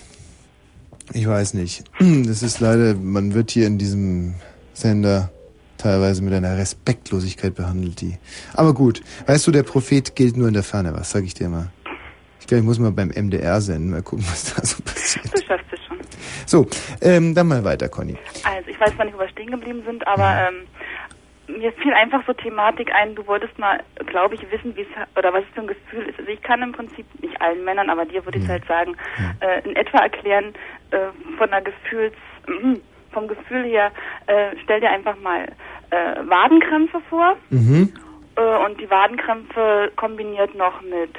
S1: Ich weiß nicht. Das ist leider, man wird hier in diesem Sender teilweise mit einer Respektlosigkeit behandelt, die. Aber gut, weißt du, der Prophet gilt nur in der Ferne, was sag ich dir mal. Ich glaube, ich muss mal beim MDR senden, mal gucken, was da so passiert.
S14: Du schaffst es schon.
S1: So, ähm, dann mal weiter, Conny.
S14: Also, ich weiß zwar nicht, wo wir stehen geblieben sind, aber ähm, mir fiel einfach so Thematik ein. Du wolltest mal, glaube ich, wissen, wie es oder was es für ein Gefühl ist. Also, ich kann im Prinzip nicht allen Männern, aber dir würde ich halt sagen, äh, in etwa erklären äh, von der Gefühls mhm, vom Gefühl her. Äh, stell dir einfach mal äh, Wadenkrämpfe vor
S1: Mhm.
S14: äh, und die Wadenkrämpfe kombiniert noch mit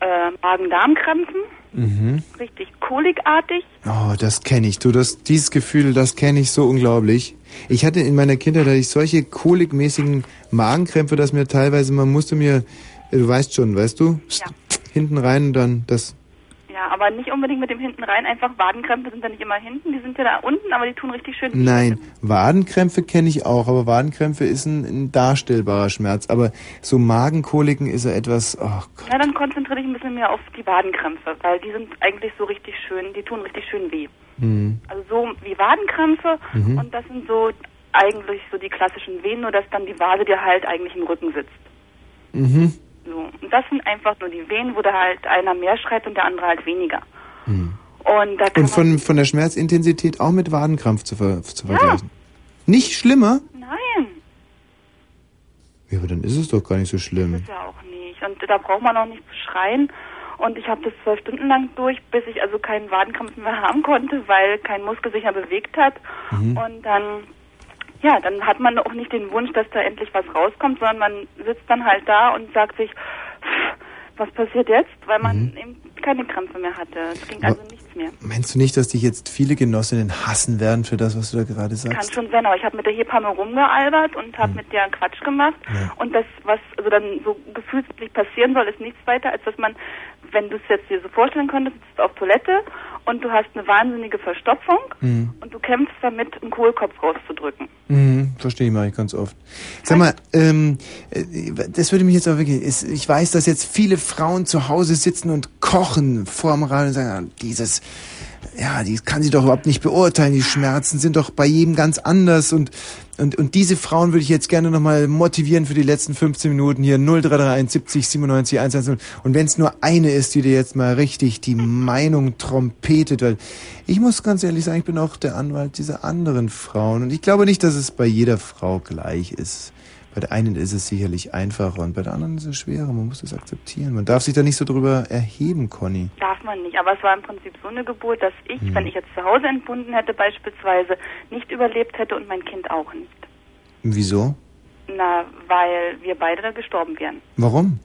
S14: äh, Magen-Darm-Krämpfen,
S1: Mhm.
S14: richtig kolikartig.
S1: Oh, das kenne ich. Du, das, dieses Gefühl, das kenne ich so unglaublich. Ich hatte in meiner Kindheit hatte ich solche kolikmäßigen Magenkrämpfe, dass mir teilweise, man musste mir, äh, du weißt schon, weißt du,
S14: Ja.
S1: hinten rein und dann das.
S14: Ja, aber nicht unbedingt mit dem hinten rein. Einfach Wadenkrämpfe sind ja nicht immer hinten, die sind ja da unten, aber die tun richtig schön.
S1: Nein, Wadenkrämpfe kenne ich auch, aber Wadenkrämpfe ist ein, ein darstellbarer Schmerz. Aber so Magenkoliken ist ja etwas, oh
S14: Na, dann konzentriere dich ein bisschen mehr auf die Wadenkrämpfe, weil die sind eigentlich so richtig schön, die tun richtig schön weh.
S1: Hm.
S14: Also so wie Wadenkrämpfe
S1: Mhm.
S14: und das sind so eigentlich so die klassischen Wehen, nur dass dann die Wade dir halt eigentlich im Rücken sitzt.
S1: Mhm.
S14: So. Und das sind einfach nur die Wehen, wo da halt einer mehr schreit und der andere halt weniger. Und da kann
S1: Mhm. Und von, von der Schmerzintensität auch mit Wadenkrampf zu, ver, zu vergleichen. Nicht schlimmer?
S14: man, nein,
S1: Ja, aber dann ist es doch gar nicht so schlimm.
S14: ist ja auch nicht. Und da braucht man auch nicht zu schreien. Und ich habe das zwölf Stunden lang durch, bis ich also keinen Wadenkrampf mehr haben konnte, weil kein Muskel sich mehr bewegt hat.
S1: Mhm.
S14: Und dann, ja, dann hat man auch nicht den Wunsch, dass da endlich was rauskommt, sondern man sitzt dann halt da und sagt sich, "Pff, was passiert jetzt? Weil man eben keine Krämpfe mehr hatte. Es ging also
S1: Mhm. Aber-
S14: nichts mehr.
S1: Meinst du nicht, dass dich jetzt viele Genossinnen hassen werden für das, was du da gerade
S14: Kann
S1: sagst?
S14: schon sein, aber ich habe mit der Hebamme rumgealbert und habe mit der Quatsch gemacht. Und das, was also dann so gefühlsmäßig passieren soll, ist nichts weiter, als dass man, wenn du es jetzt dir so vorstellen könntest, sitzt auf Toilette und du hast eine wahnsinnige Verstopfung
S1: Mhm.
S14: und du kämpfst damit, einen Kohlkopf rauszudrücken.
S1: Mhm, verstehe ich mal ganz oft. Sag mal, ähm, äh, das würde mich jetzt auch wirklich. ist- Ich weiß, dass jetzt viele Frauen zu Hause sitzen und kochen vorm Radio und sagen, ah, dieses, ja, die kann sie doch überhaupt nicht beurteilen. Die Schmerzen sind doch bei jedem ganz anders und und und diese Frauen würde ich jetzt gerne nochmal motivieren für die letzten 15 Minuten hier 0331 70 97 110. Und wenn es nur eine ist, die dir jetzt mal richtig die Meinung trompetet, weil ich muss ganz ehrlich sagen, ich bin auch der Anwalt dieser anderen Frauen. Und ich glaube nicht, dass es bei jeder Frau gleich ist. Bei der einen ist es sicherlich einfacher und bei der anderen ist es schwerer. Man muss das akzeptieren. Man darf sich da nicht so drüber erheben, Conny.
S14: Darf man nicht, aber es war im Prinzip so eine Geburt, dass ich, wenn ich jetzt zu Hause entbunden hätte beispielsweise, nicht überlebt hätte und mein Kind auch nicht.
S1: Wieso?
S14: Na, weil wir beide da gestorben wären.
S1: Warum?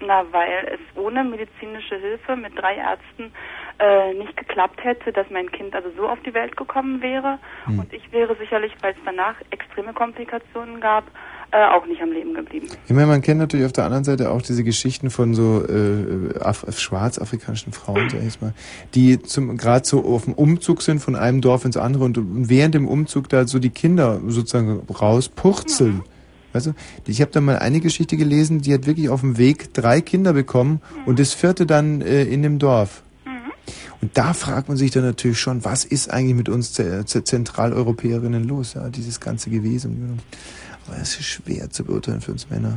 S14: Na, weil es ohne medizinische Hilfe mit drei Ärzten äh, nicht geklappt hätte, dass mein Kind also so auf die Welt gekommen wäre.
S1: Hm.
S14: Und ich wäre sicherlich, weil es danach extreme Komplikationen gab, äh, auch nicht am Leben geblieben.
S1: Ich meine, man kennt natürlich auf der anderen Seite auch diese Geschichten von so äh, Af schwarzafrikanischen Frauen, sag ich jetzt mal, die zum gerade so auf dem Umzug sind von einem Dorf ins andere und während dem Umzug da so die Kinder sozusagen rauspurzeln. Weißt du, ich habe da mal eine Geschichte gelesen, die hat wirklich auf dem Weg drei Kinder bekommen und das vierte dann äh, in dem Dorf. Und da fragt man sich dann natürlich schon, was ist eigentlich mit uns Z Z Zentraleuropäerinnen los, ja, dieses ganze Gewesen. Aber es ist schwer zu beurteilen für uns Männer.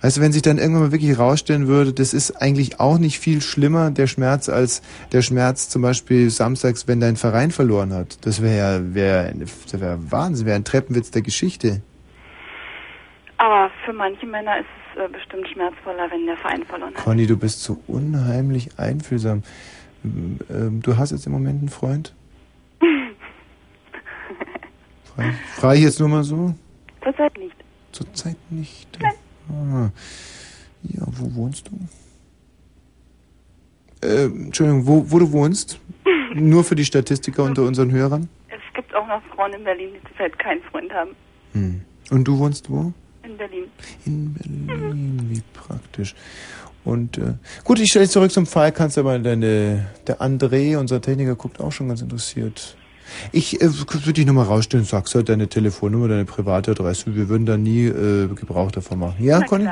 S1: Weißt du, wenn sich dann irgendwann mal wirklich rausstellen würde, das ist eigentlich auch nicht viel schlimmer, der Schmerz, als der Schmerz zum Beispiel samstags, wenn dein Verein verloren hat. Das wäre ja wär, das wär Wahnsinn, wäre ein Treppenwitz der Geschichte.
S14: Aber für manche Männer ist es äh, bestimmt schmerzvoller, wenn der Verein verloren hat.
S1: Conny, du bist so unheimlich einfühlsam. M- ähm, Du hast jetzt im Moment einen Freund? Frage ich- Frage ich jetzt nur mal so?
S14: Zurzeit nicht.
S1: Zurzeit nicht. Ah. Ja, wo wohnst du? Äh, Entschuldigung, wo, wo du wohnst? Nur für die Statistiker unter unseren Hörern.
S14: Es gibt auch noch Frauen in Berlin, die zurzeit keinen Freund haben.
S1: Hm. Und du wohnst wo?
S14: In Berlin.
S1: In Berlin, wie praktisch. Und äh, gut, ich stelle dich zurück zum Fall. Kannst aber deine, der André, unser Techniker, guckt auch schon ganz interessiert. Ich äh, würde dich nochmal rausstellen, sagst halt deine Telefonnummer, deine private Adresse. Wir würden da nie äh, Gebrauch davon machen. Ja, Conny?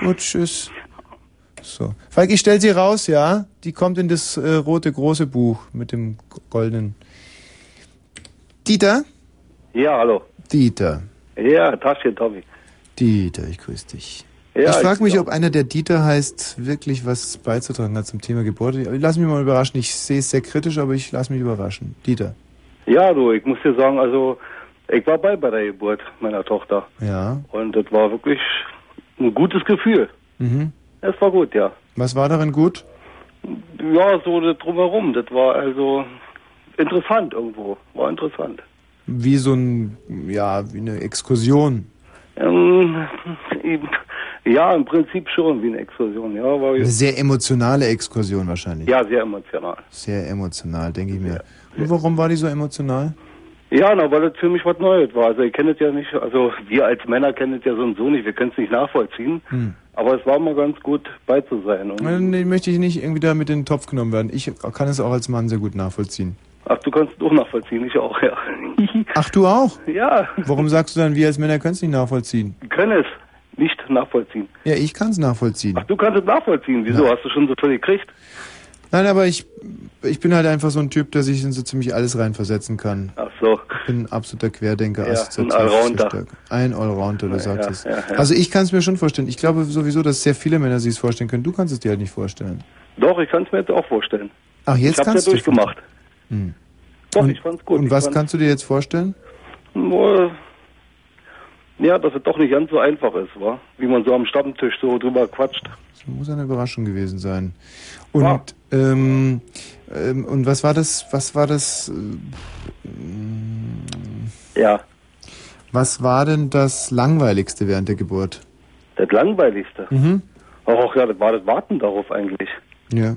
S1: Gut, tschüss. So. Falk, ich stell sie raus, ja? Die kommt in das äh, rote große Buch mit dem goldenen. Dieter?
S25: Ja, hallo.
S1: Dieter.
S25: Ja, Tasche, Tommy.
S1: Dieter, ich grüße dich.
S25: Ja,
S1: ich frage
S25: ich
S1: mich,
S25: glaub-
S1: ob einer, der Dieter heißt, wirklich was beizutragen hat zum Thema Geburt. Ich lass mich mal überraschen. Ich sehe es sehr kritisch, aber ich lasse mich überraschen. Dieter.
S25: Ja, du, ich muss dir sagen, also, ich war bei bei der Geburt meiner Tochter.
S1: Ja.
S25: Und das war wirklich ein gutes Gefühl.
S1: Mhm.
S25: Es war gut, ja.
S1: Was war darin gut?
S25: Ja, so das drumherum, das war also interessant irgendwo. War interessant.
S1: Wie so ein, ja, wie eine Exkursion.
S25: Ähm, ja, im Prinzip schon, wie eine Explosion. Ja, war
S1: Eine sehr emotionale Exkursion wahrscheinlich.
S25: ja, sehr emotional.
S1: Sehr emotional, denke ich mir. Und warum war die so emotional?
S25: Ja, na, weil das für mich was Neues war. Also, ihr kennt es ja nicht, also, wir als Männer kennen es ja so und so nicht, wir können es nicht nachvollziehen.
S1: Hm.
S25: Aber es war mal ganz gut, bei zu sein. Und
S1: Nee, möchte ich nicht irgendwie da mit in den Topf genommen werden. Ich kann es auch als Mann sehr gut nachvollziehen.
S25: Ach, du kannst es auch nachvollziehen, ich auch, ja.
S1: Ach, du auch?
S25: Ja.
S1: Warum sagst du dann, wir als Männer können es nicht nachvollziehen?
S25: Können es nicht nachvollziehen.
S1: Ja, ich kann es nachvollziehen.
S25: Du kannst es nachvollziehen, wieso? Hast du schon so viel gekriegt?
S1: Nein, aber ich, ich bin halt einfach so ein Typ, der sich in so ziemlich alles reinversetzen kann.
S25: Ach so.
S1: Ich bin ein absoluter Querdenker.
S25: Ja, ein
S1: assoziativ-
S25: Allrounder.
S1: stark. Ein Allrounder, du
S25: Ja,
S1: sagst es.
S25: ja, ja.
S1: Also ich kann es mir schon vorstellen. Ich glaube sowieso, dass sehr viele Männer sich es vorstellen können. Du kannst es dir halt nicht vorstellen.
S25: Doch, ich kann es mir jetzt auch vorstellen.
S1: Ach, jetzt
S25: ich hab's
S1: kannst
S25: ja
S1: du-
S25: durchgemacht.
S1: Hm.
S25: Doch,
S1: Und-
S25: ich fand's gut.
S1: Und
S25: Ich
S1: was
S25: fand's-
S1: kannst du dir jetzt vorstellen?
S25: Nur, ja, dass es doch nicht ganz so einfach ist, wa? Wie man so am Stammtisch so drüber quatscht.
S1: Das muss eine Überraschung gewesen sein. Und, ähm, ähm, und was war das, was war das, äh,
S25: Ja,
S1: was war denn das Langweiligste während der Geburt?
S25: das Langweiligste.
S1: Mhm.
S25: Auch ja, das war das Warten darauf eigentlich.
S1: Ja. Hm.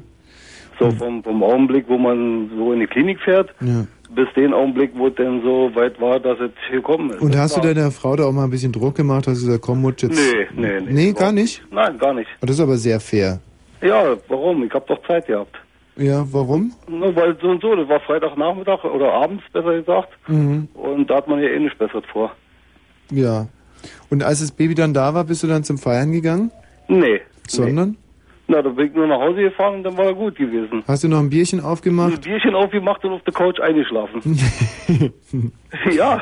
S25: So vom, vom Augenblick, wo man so in die Klinik fährt,
S1: ja.
S25: bis den Augenblick, wo es denn so weit war, dass es hier kommen ist.
S1: Und
S25: Das
S1: hast du
S25: war-
S1: deiner Frau da auch mal ein bisschen Druck gemacht? Hast du gesagt, komm Mutsch, jetzt...
S25: Nee, nee, nee.
S1: Nee, gar nicht?
S25: Nein, gar nicht.
S1: Oh, Das ist aber sehr fair.
S25: Ja, warum? Ich hab doch Zeit gehabt.
S1: Ja, warum?
S25: Nur weil so und so, das war Freitagnachmittag oder abends, besser gesagt.
S1: Mhm.
S25: Und da hat man ja eh nichts Besseres vor.
S1: Ja. Und als das Baby dann da war, bist du dann zum Feiern gegangen?
S25: Nee.
S1: Sondern?
S25: Na, da bin ich nur nach Hause gefahren und dann war er gut gewesen.
S1: Hast du noch ein Bierchen
S25: Ein
S1: aufgemacht?
S25: Bierchen aufgemacht und auf der Couch eingeschlafen. ja.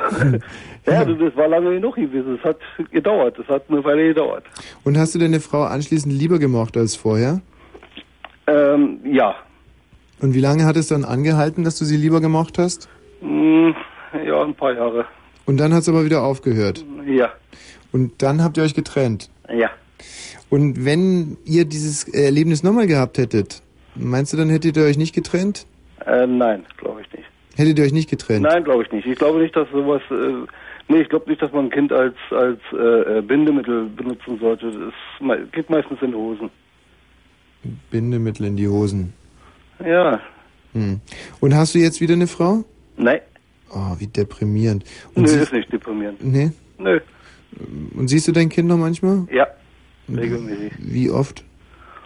S25: ja, du, das war lange genug gewesen. Es hat gedauert. Es hat eine Weile gedauert.
S1: Und hast du deine Frau anschließend lieber gemocht als vorher?
S25: Ähm, ja.
S1: Und wie lange hat es dann angehalten, dass du sie lieber gemocht hast?
S25: Hm, ja, ein paar Jahre.
S1: Und dann hat es aber wieder aufgehört.
S25: Ja.
S1: Und dann habt ihr euch getrennt.
S25: Ja.
S1: Und wenn ihr dieses Erlebnis nochmal gehabt hättet, meinst du, dann hättet ihr euch nicht getrennt?
S25: Äh, nein, glaube ich nicht.
S1: Hättet ihr euch nicht getrennt?
S25: Nein, glaube ich nicht. Ich glaube nicht, dass sowas. Äh, nee, ich glaube nicht, dass man ein Kind als als äh, äh, Bindemittel benutzen sollte. Das ist, mei- geht meistens in die Hosen.
S1: Bindemittel in die Hosen.
S25: Ja.
S1: Hm. Und hast du jetzt wieder eine Frau?
S25: Nein.
S1: Oh, wie deprimierend. Und
S25: Nö,
S1: sie-
S25: ist nicht deprimierend.
S1: Nee?
S25: Nö.
S1: Und siehst du dein Kind noch manchmal?
S25: Ja.
S1: Mhm.
S25: Regelmäßig.
S1: Wie oft?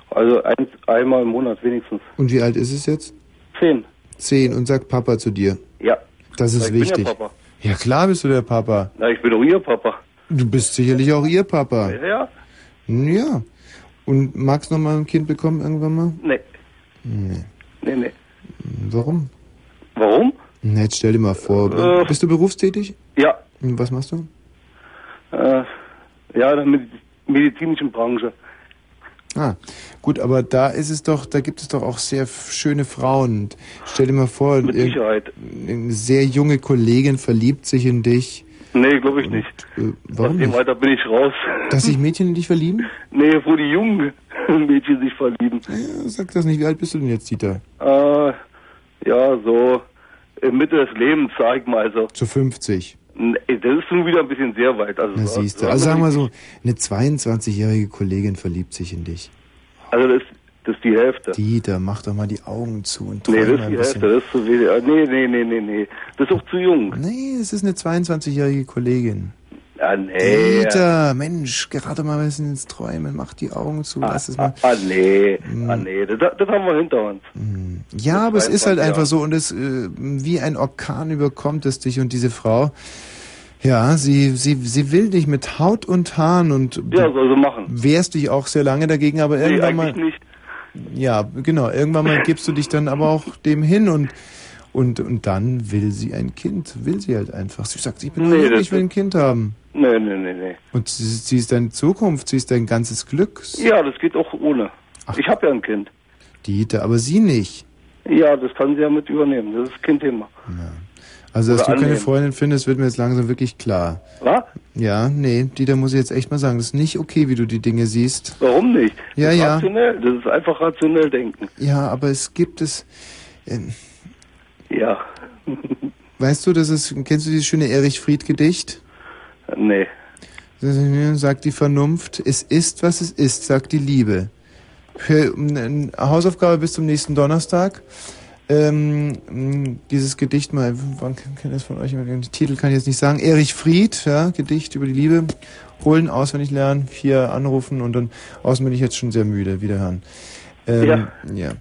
S25: Also ein, einmal im Monat wenigstens.
S1: Und wie alt ist es jetzt?
S25: Zehn.
S1: Zehn. Und sagt Papa zu dir.
S25: Ja.
S1: Das ist
S25: ich Bin
S1: wichtig.
S25: ja, Papa.
S1: ja, klar bist du der Papa.
S25: Na, ich bin doch ihr Papa.
S1: Du bist sicherlich auch ihr Papa. Hm,
S25: Ja, ja.
S1: Ja. Und magst du noch mal ein Kind bekommen irgendwann mal?
S25: Nee.
S1: Nee.
S25: Nee, nee.
S1: Warum?
S25: Warum?
S1: Na, jetzt stell dir mal vor.
S25: Äh.
S1: Bist du berufstätig?
S25: Ja.
S1: Und Was machst du?
S25: Äh, ja, in der Medi- medizinischen Branche.
S1: Ah, gut, aber da ist es doch, da gibt es doch auch sehr f- schöne Frauen. Und Stell dir mal vor,
S25: Mit
S1: irg-
S25: Sicherheit.
S1: eine sehr junge Kollegin verliebt sich in dich
S25: Nee, glaube ich nicht.
S1: Äh, warum
S25: Aus dem
S1: nicht?
S25: Alter bin ich raus.
S1: Dass sich Mädchen in dich verlieben?
S25: Nee, wo die jungen Mädchen sich verlieben.
S1: Sag das nicht. Wie alt bist du denn jetzt, Dieter?
S25: Äh, ja, so äh, Mitte des Lebens, sag ich mal so.
S1: Zu 50.
S25: Nee, das ist schon wieder ein bisschen sehr weit. Also,
S1: Na, siehst du. Also sagen wir so, eine 22-jährige Kollegin verliebt sich in dich.
S25: also das, das ist die Hälfte.
S1: Dieter, mach doch mal die Augen zu und träum
S25: Nee, das
S1: mal
S25: ist
S1: ein
S25: die
S1: bisschen.
S25: Hälfte, das ist zu wenig. Ah, Nee, nee, nee, nee, nee. Das ist auch zu jung.
S1: Nee, es ist eine 22-jährige Kollegin.
S25: Ah, nee.
S1: Dieter, Mensch, gerade mal ein bisschen ins Träumen, mach die Augen zu, lass es mal. Hm.
S25: Ah, nee. Ah, nee. Das, das haben wir hinter uns.
S1: Ja, aber es ist halt
S25: 22
S1: einfach
S25: Jahre.
S1: so und es äh, wie ein Orkan überkommt es dich und diese Frau. Ja, sie, sie, sie will dich mit Haut und Haaren und
S25: Ja, soll sie machen.
S1: wehrst dich auch sehr lange dagegen, aber
S25: Nee,
S1: irgendwann
S25: eigentlich
S1: mal.
S25: nicht.
S1: Ja, genau, irgendwann mal gibst du dich dann aber auch dem hin und und und dann will sie ein Kind, will sie halt einfach. Sie sagt, ich bin
S25: Nee,
S1: jung,
S25: das
S1: ich will
S25: ist-
S1: ein Kind haben.
S25: Nee, nee, nee, nee.
S1: Und sie, sie ist deine Zukunft, sie ist dein ganzes Glück,
S25: Ja, das geht auch ohne. Ich habe ja ein Kind.
S1: Dieter, aber sie nicht.
S25: Ja, das kann sie ja mit übernehmen. Das ist kein Thema.
S1: Also, dass
S25: Oder
S1: du keine
S25: annehmen.
S1: Freundin findest, wird mir jetzt langsam wirklich klar.
S25: Was?
S1: Ja, nee, Dieter, muss ich jetzt echt mal sagen, das ist nicht okay, wie du die Dinge siehst.
S25: Warum nicht?
S1: Ja,
S25: das ist
S1: ja.
S25: Rationell. Das ist einfach rationell denken.
S1: Ja, aber es gibt es. ähm,
S25: Ja.
S1: weißt du, das ist. Kennst du dieses schöne Erich Fried-Gedicht?
S25: Nee.
S1: Sagt die Vernunft, es ist, was es ist, sagt die Liebe. Für, ähm, Hausaufgabe bis zum nächsten Donnerstag. Ähm, mh, dieses Gedicht mal, wann kennt das von euch? Den Titel kann ich jetzt nicht sagen. Erich Fried, ja, Gedicht über die Liebe. Holen, auswendig lernen, vier anrufen und dann außen bin ich jetzt schon sehr müde, wiederhören. Ähm,
S25: Ja.
S1: ja.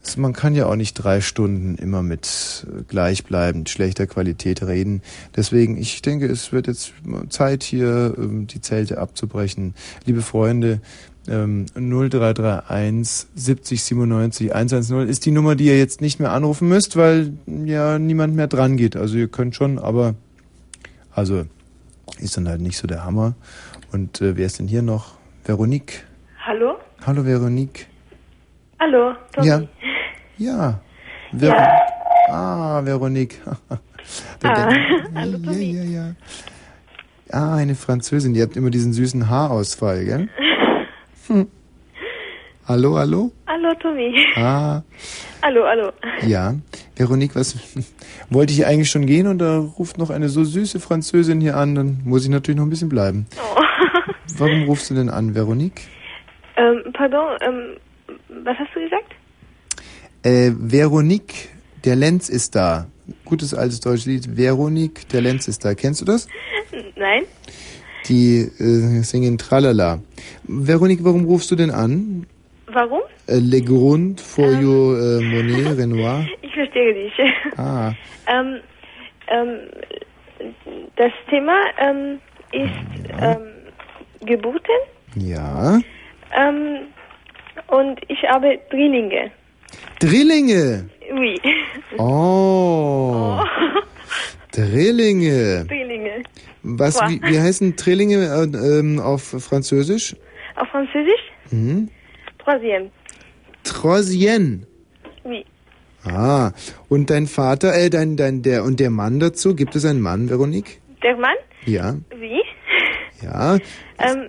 S1: Also man kann ja auch nicht drei Stunden immer mit äh, gleichbleibend schlechter Qualität reden. Deswegen, ich denke, es wird jetzt Zeit hier, ähm, die Zelte abzubrechen. Liebe Freunde, ähm, 0331 70 97 110 ist die Nummer, die ihr jetzt nicht mehr anrufen müsst, weil mm, ja niemand mehr dran geht. Also ihr könnt schon, aber also ist dann halt nicht so der Hammer. Und äh, wer ist denn hier noch? Veronique.
S18: Hallo?
S1: Hallo Veronique.
S18: Hallo, Tommy.
S1: Ja. Ja. Ver
S18: Ja.
S1: Ah, Veronique. Da
S18: Ah.
S1: denk-
S18: Hallo,
S1: Tommy. Ja, ja, ja. Ah, eine Französin, die hat immer diesen süßen Haarausfall, gell? Hm. Hallo, hallo?
S18: Hallo, Tommy.
S1: Ah,
S18: Hallo, hallo.
S1: ja. Veronique, was wollte ich eigentlich schon gehen und da ruft noch eine so süße Französin hier an, dann muss ich natürlich noch ein bisschen bleiben. Warum rufst du denn an, Veronique?
S18: Ähm, pardon, ähm, was hast du gesagt?
S1: Äh, Veronique, der Lenz ist da. Gutes altes deutsches Lied. Veronique, der Lenz ist da. Kennst du das?
S18: Nein?
S1: Die äh, singen Tralala. Veronique, warum rufst du denn an?
S18: Warum?
S1: Äh, Le Grund for your äh, Monet, Renoir.
S18: Ich verstehe dich.
S1: Ah,
S18: ähm, ähm, das Thema ähm, ist ähm, Geburten
S1: ja.
S18: ähm, und ich habe Drillinge.
S1: Drillinge.
S18: Oui.
S1: Oh. Drillinge.
S18: Drillinge.
S1: Was,
S18: Wow.
S1: wie, wie heißen Drillinge äh, ähm, auf Französisch?
S18: Auf Französisch?
S1: Mhm.
S18: Troisième.
S1: Troisième.
S18: Oui.
S1: Ah, und dein Vater, äh, dein, dein, der, und der Mann dazu, gibt es einen Mann, Veronique?
S18: Der Mann?
S1: Ja,
S18: Oui.
S1: ja.
S18: Ähm,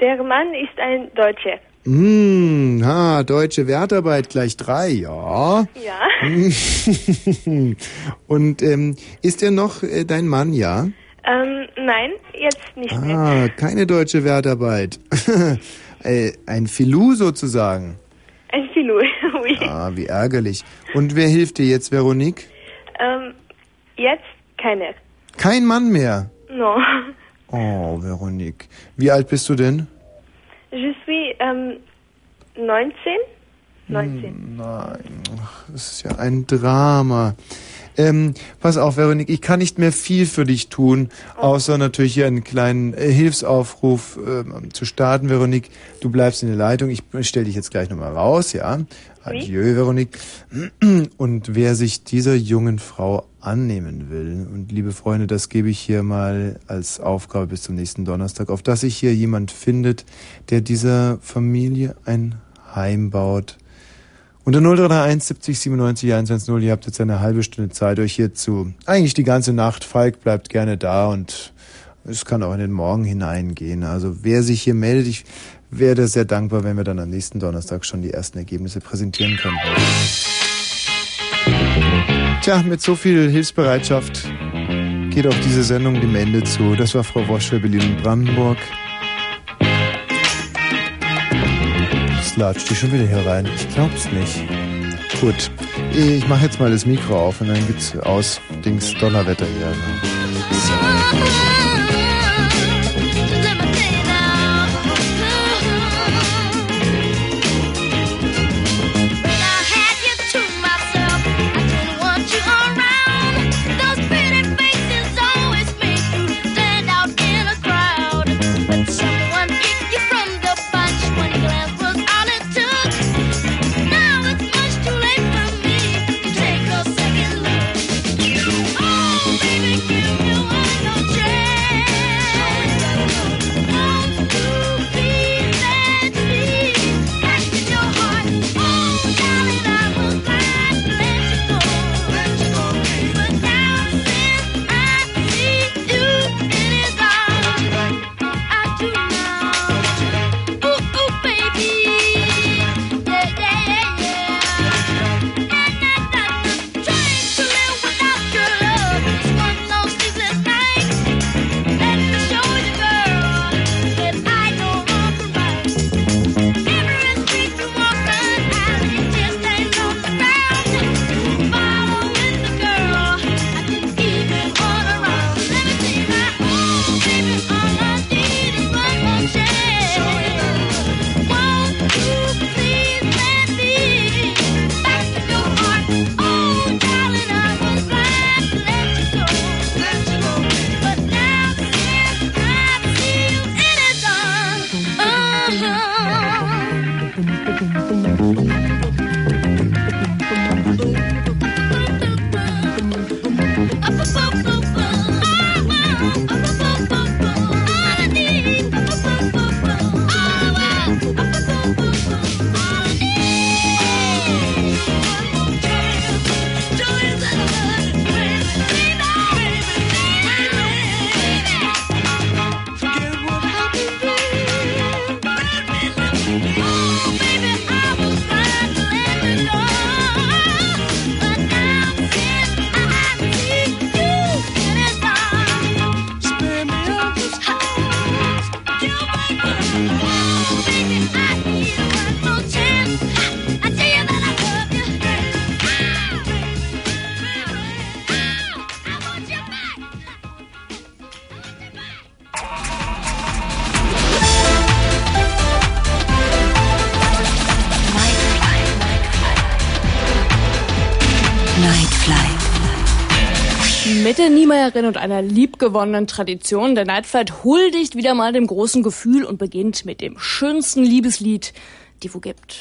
S18: der Mann ist ein Deutscher.
S1: Hm, ha, deutsche Wertarbeit gleich drei, ja.
S18: Ja.
S1: Hm. und ähm, ist er noch äh, dein Mann, ja?
S18: Ähm, nein, jetzt nicht mehr.
S1: Ah, keine deutsche Wertarbeit. äh, ein Filou sozusagen.
S18: Ein Filou, oui.
S1: Ah, wie ärgerlich. Und wer hilft dir jetzt, Veronique?
S18: Ähm, jetzt keiner.
S1: Kein Mann mehr.
S18: No.
S1: Oh, Veronique. Wie alt bist du denn?
S18: Je suis ähm, 19. 19.
S1: Hm, Nein, ach, das ist ja ein Drama. Ähm, pass auf, Veronique, ich kann nicht mehr viel für dich tun, außer natürlich hier einen kleinen äh, Hilfsaufruf ähm, zu starten, Veronique. Du bleibst in der Leitung. Ich stelle dich jetzt gleich nochmal raus, ja? Adieu, Veronique. Und wer sich dieser jungen Frau annehmen will, und liebe Freunde, das gebe ich hier mal als Aufgabe bis zum nächsten Donnerstag, auf dass sich hier jemand findet, der dieser Familie ein Heim baut, Unter 0331 70 97 110, ihr habt jetzt eine halbe Stunde Zeit, euch hier zu. Eigentlich die ganze Nacht. Falk bleibt gerne da und es kann auch in den Morgen hineingehen. Also wer sich hier meldet, ich wäre sehr dankbar, wenn wir dann am nächsten Donnerstag schon die ersten Ergebnisse präsentieren könnten. Tja, mit so viel Hilfsbereitschaft geht auch diese Sendung dem Ende zu. Das war Frau Wosch für Berlin-Brandenburg. Jetzt latscht die schon wieder hier rein. Ich glaub's nicht. Gut, ich mache jetzt mal das Mikro auf und dann gibt's aus Dings Donnerwetter hier.
S22: Mit der Niemeyerin und einer liebgewonnenen Tradition, der Nightflight huldigt wieder mal dem großen Gefühl und beginnt mit dem schönsten Liebeslied, die wo gibt.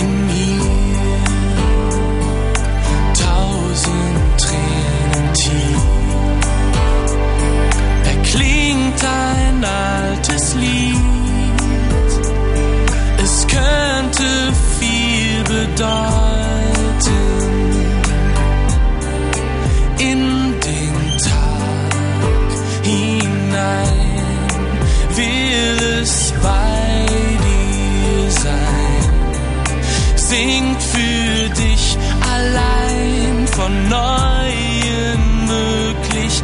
S26: In mir tausend Tränen tief. Erklingt ein altes Lied. Es könnte viel bedeuten. In den Tag hinein will es bei dir sein singt für dich allein von neuen Möglichkeiten.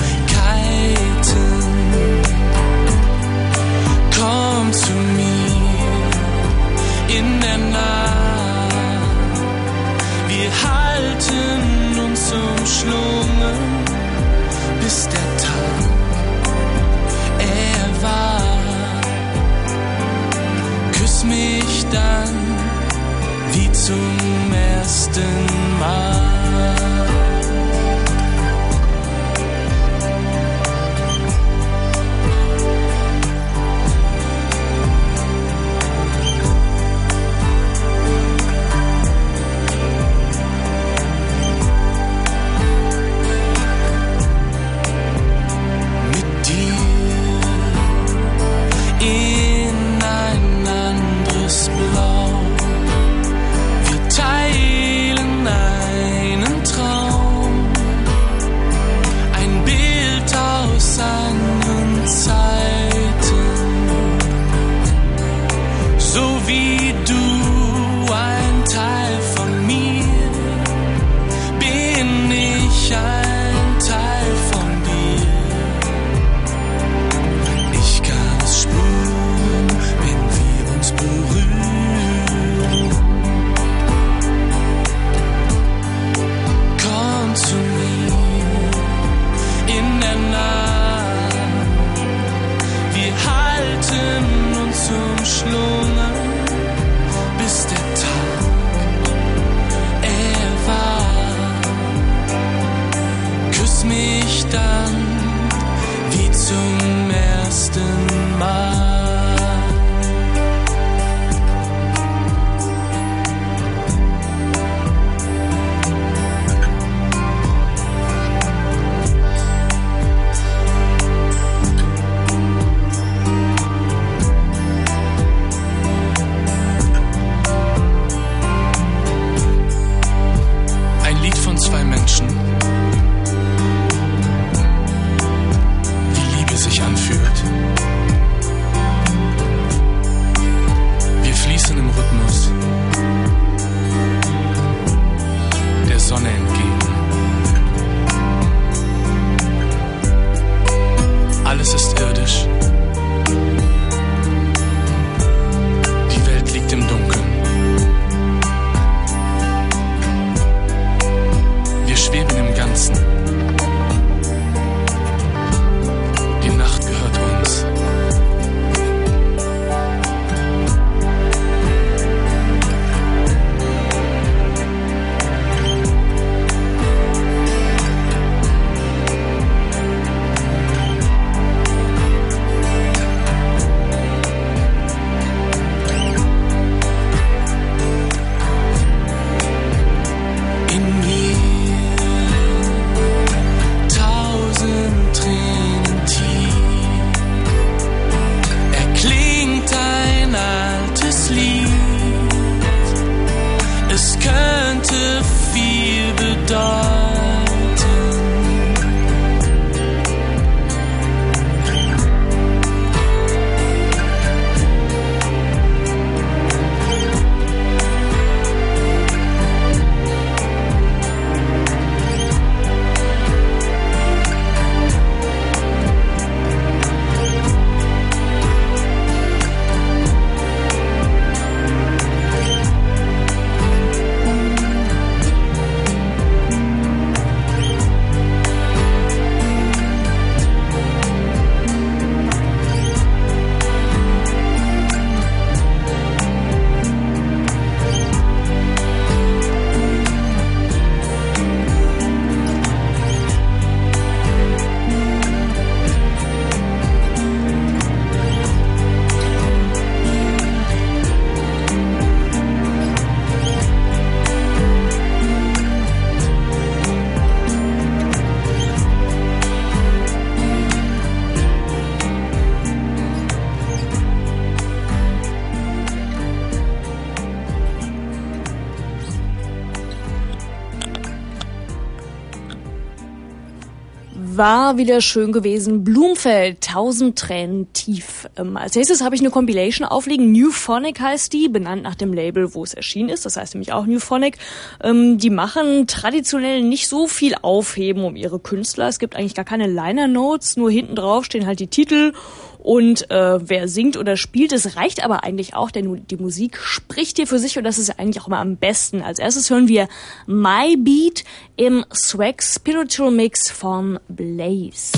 S26: Komm zu mir in der Nacht, wir halten uns umschlungen, bis der Tag erwacht. Küss mich dann wie zum ersten
S27: war wieder schön gewesen. Blumfeld, tausend Tränen tief. Ähm, als nächstes habe ich eine Compilation aufliegen. New Phonic heißt die, benannt nach dem Label, wo es erschienen ist. Das heißt nämlich auch New Phonic. Ähm, die machen traditionell nicht so viel Aufheben um ihre Künstler. Es gibt eigentlich gar keine Liner Notes, nur hinten drauf stehen halt die Titel und äh, wer singt oder spielt. Es reicht aber eigentlich auch, denn nu- die Musik spricht hier für sich und das ist ja eigentlich auch immer am besten. Als erstes hören wir My Beat im Swag Spiritual Mix von Blaze.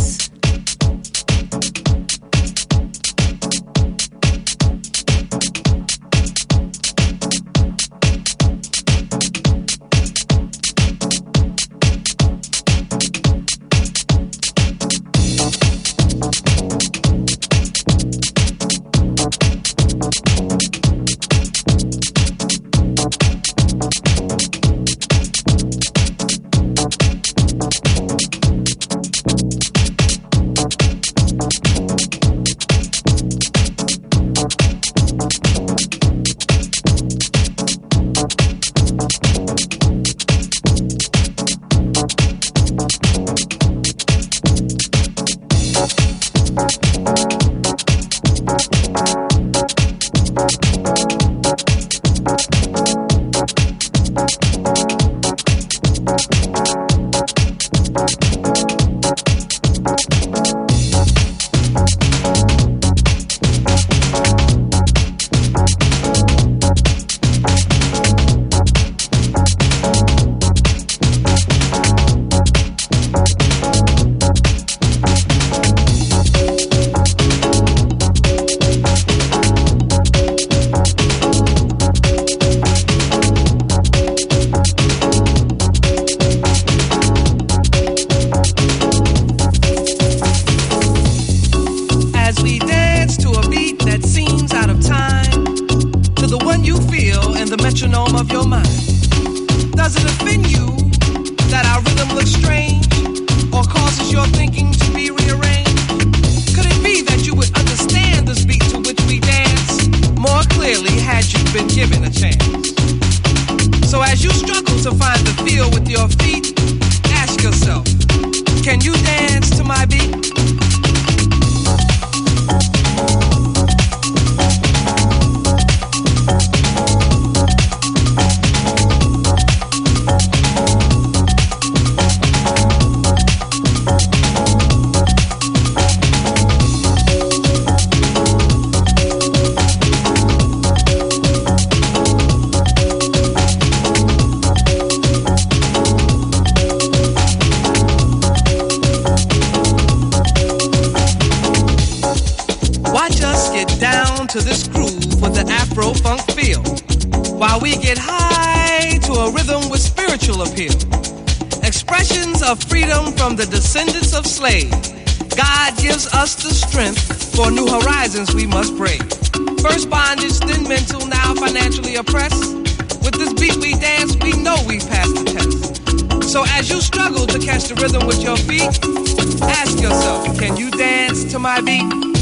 S28: as we dance to a beat that seems out of time to the one you feel in the metronome of your mind. Does it offend you that our rhythm looks strange or causes your thinking to be rearranged? Could it be that you would understand this beat to which we dance more clearly had you been given a chance? So as you struggle to find the feel with your feet, ask yourself, can you dance to my beat? Watch us get down to this groove with the Afro funk feel, while we get high to a rhythm with spiritual appeal. Expressions of freedom from the descendants of slaves. God gives us the strength for new horizons we must brave. First bondage, then mental, now financially oppressed. With this beat we dance, we know we passed the test. So as you struggle to catch the rhythm with your feet, ask yourself, can you dance to my beat?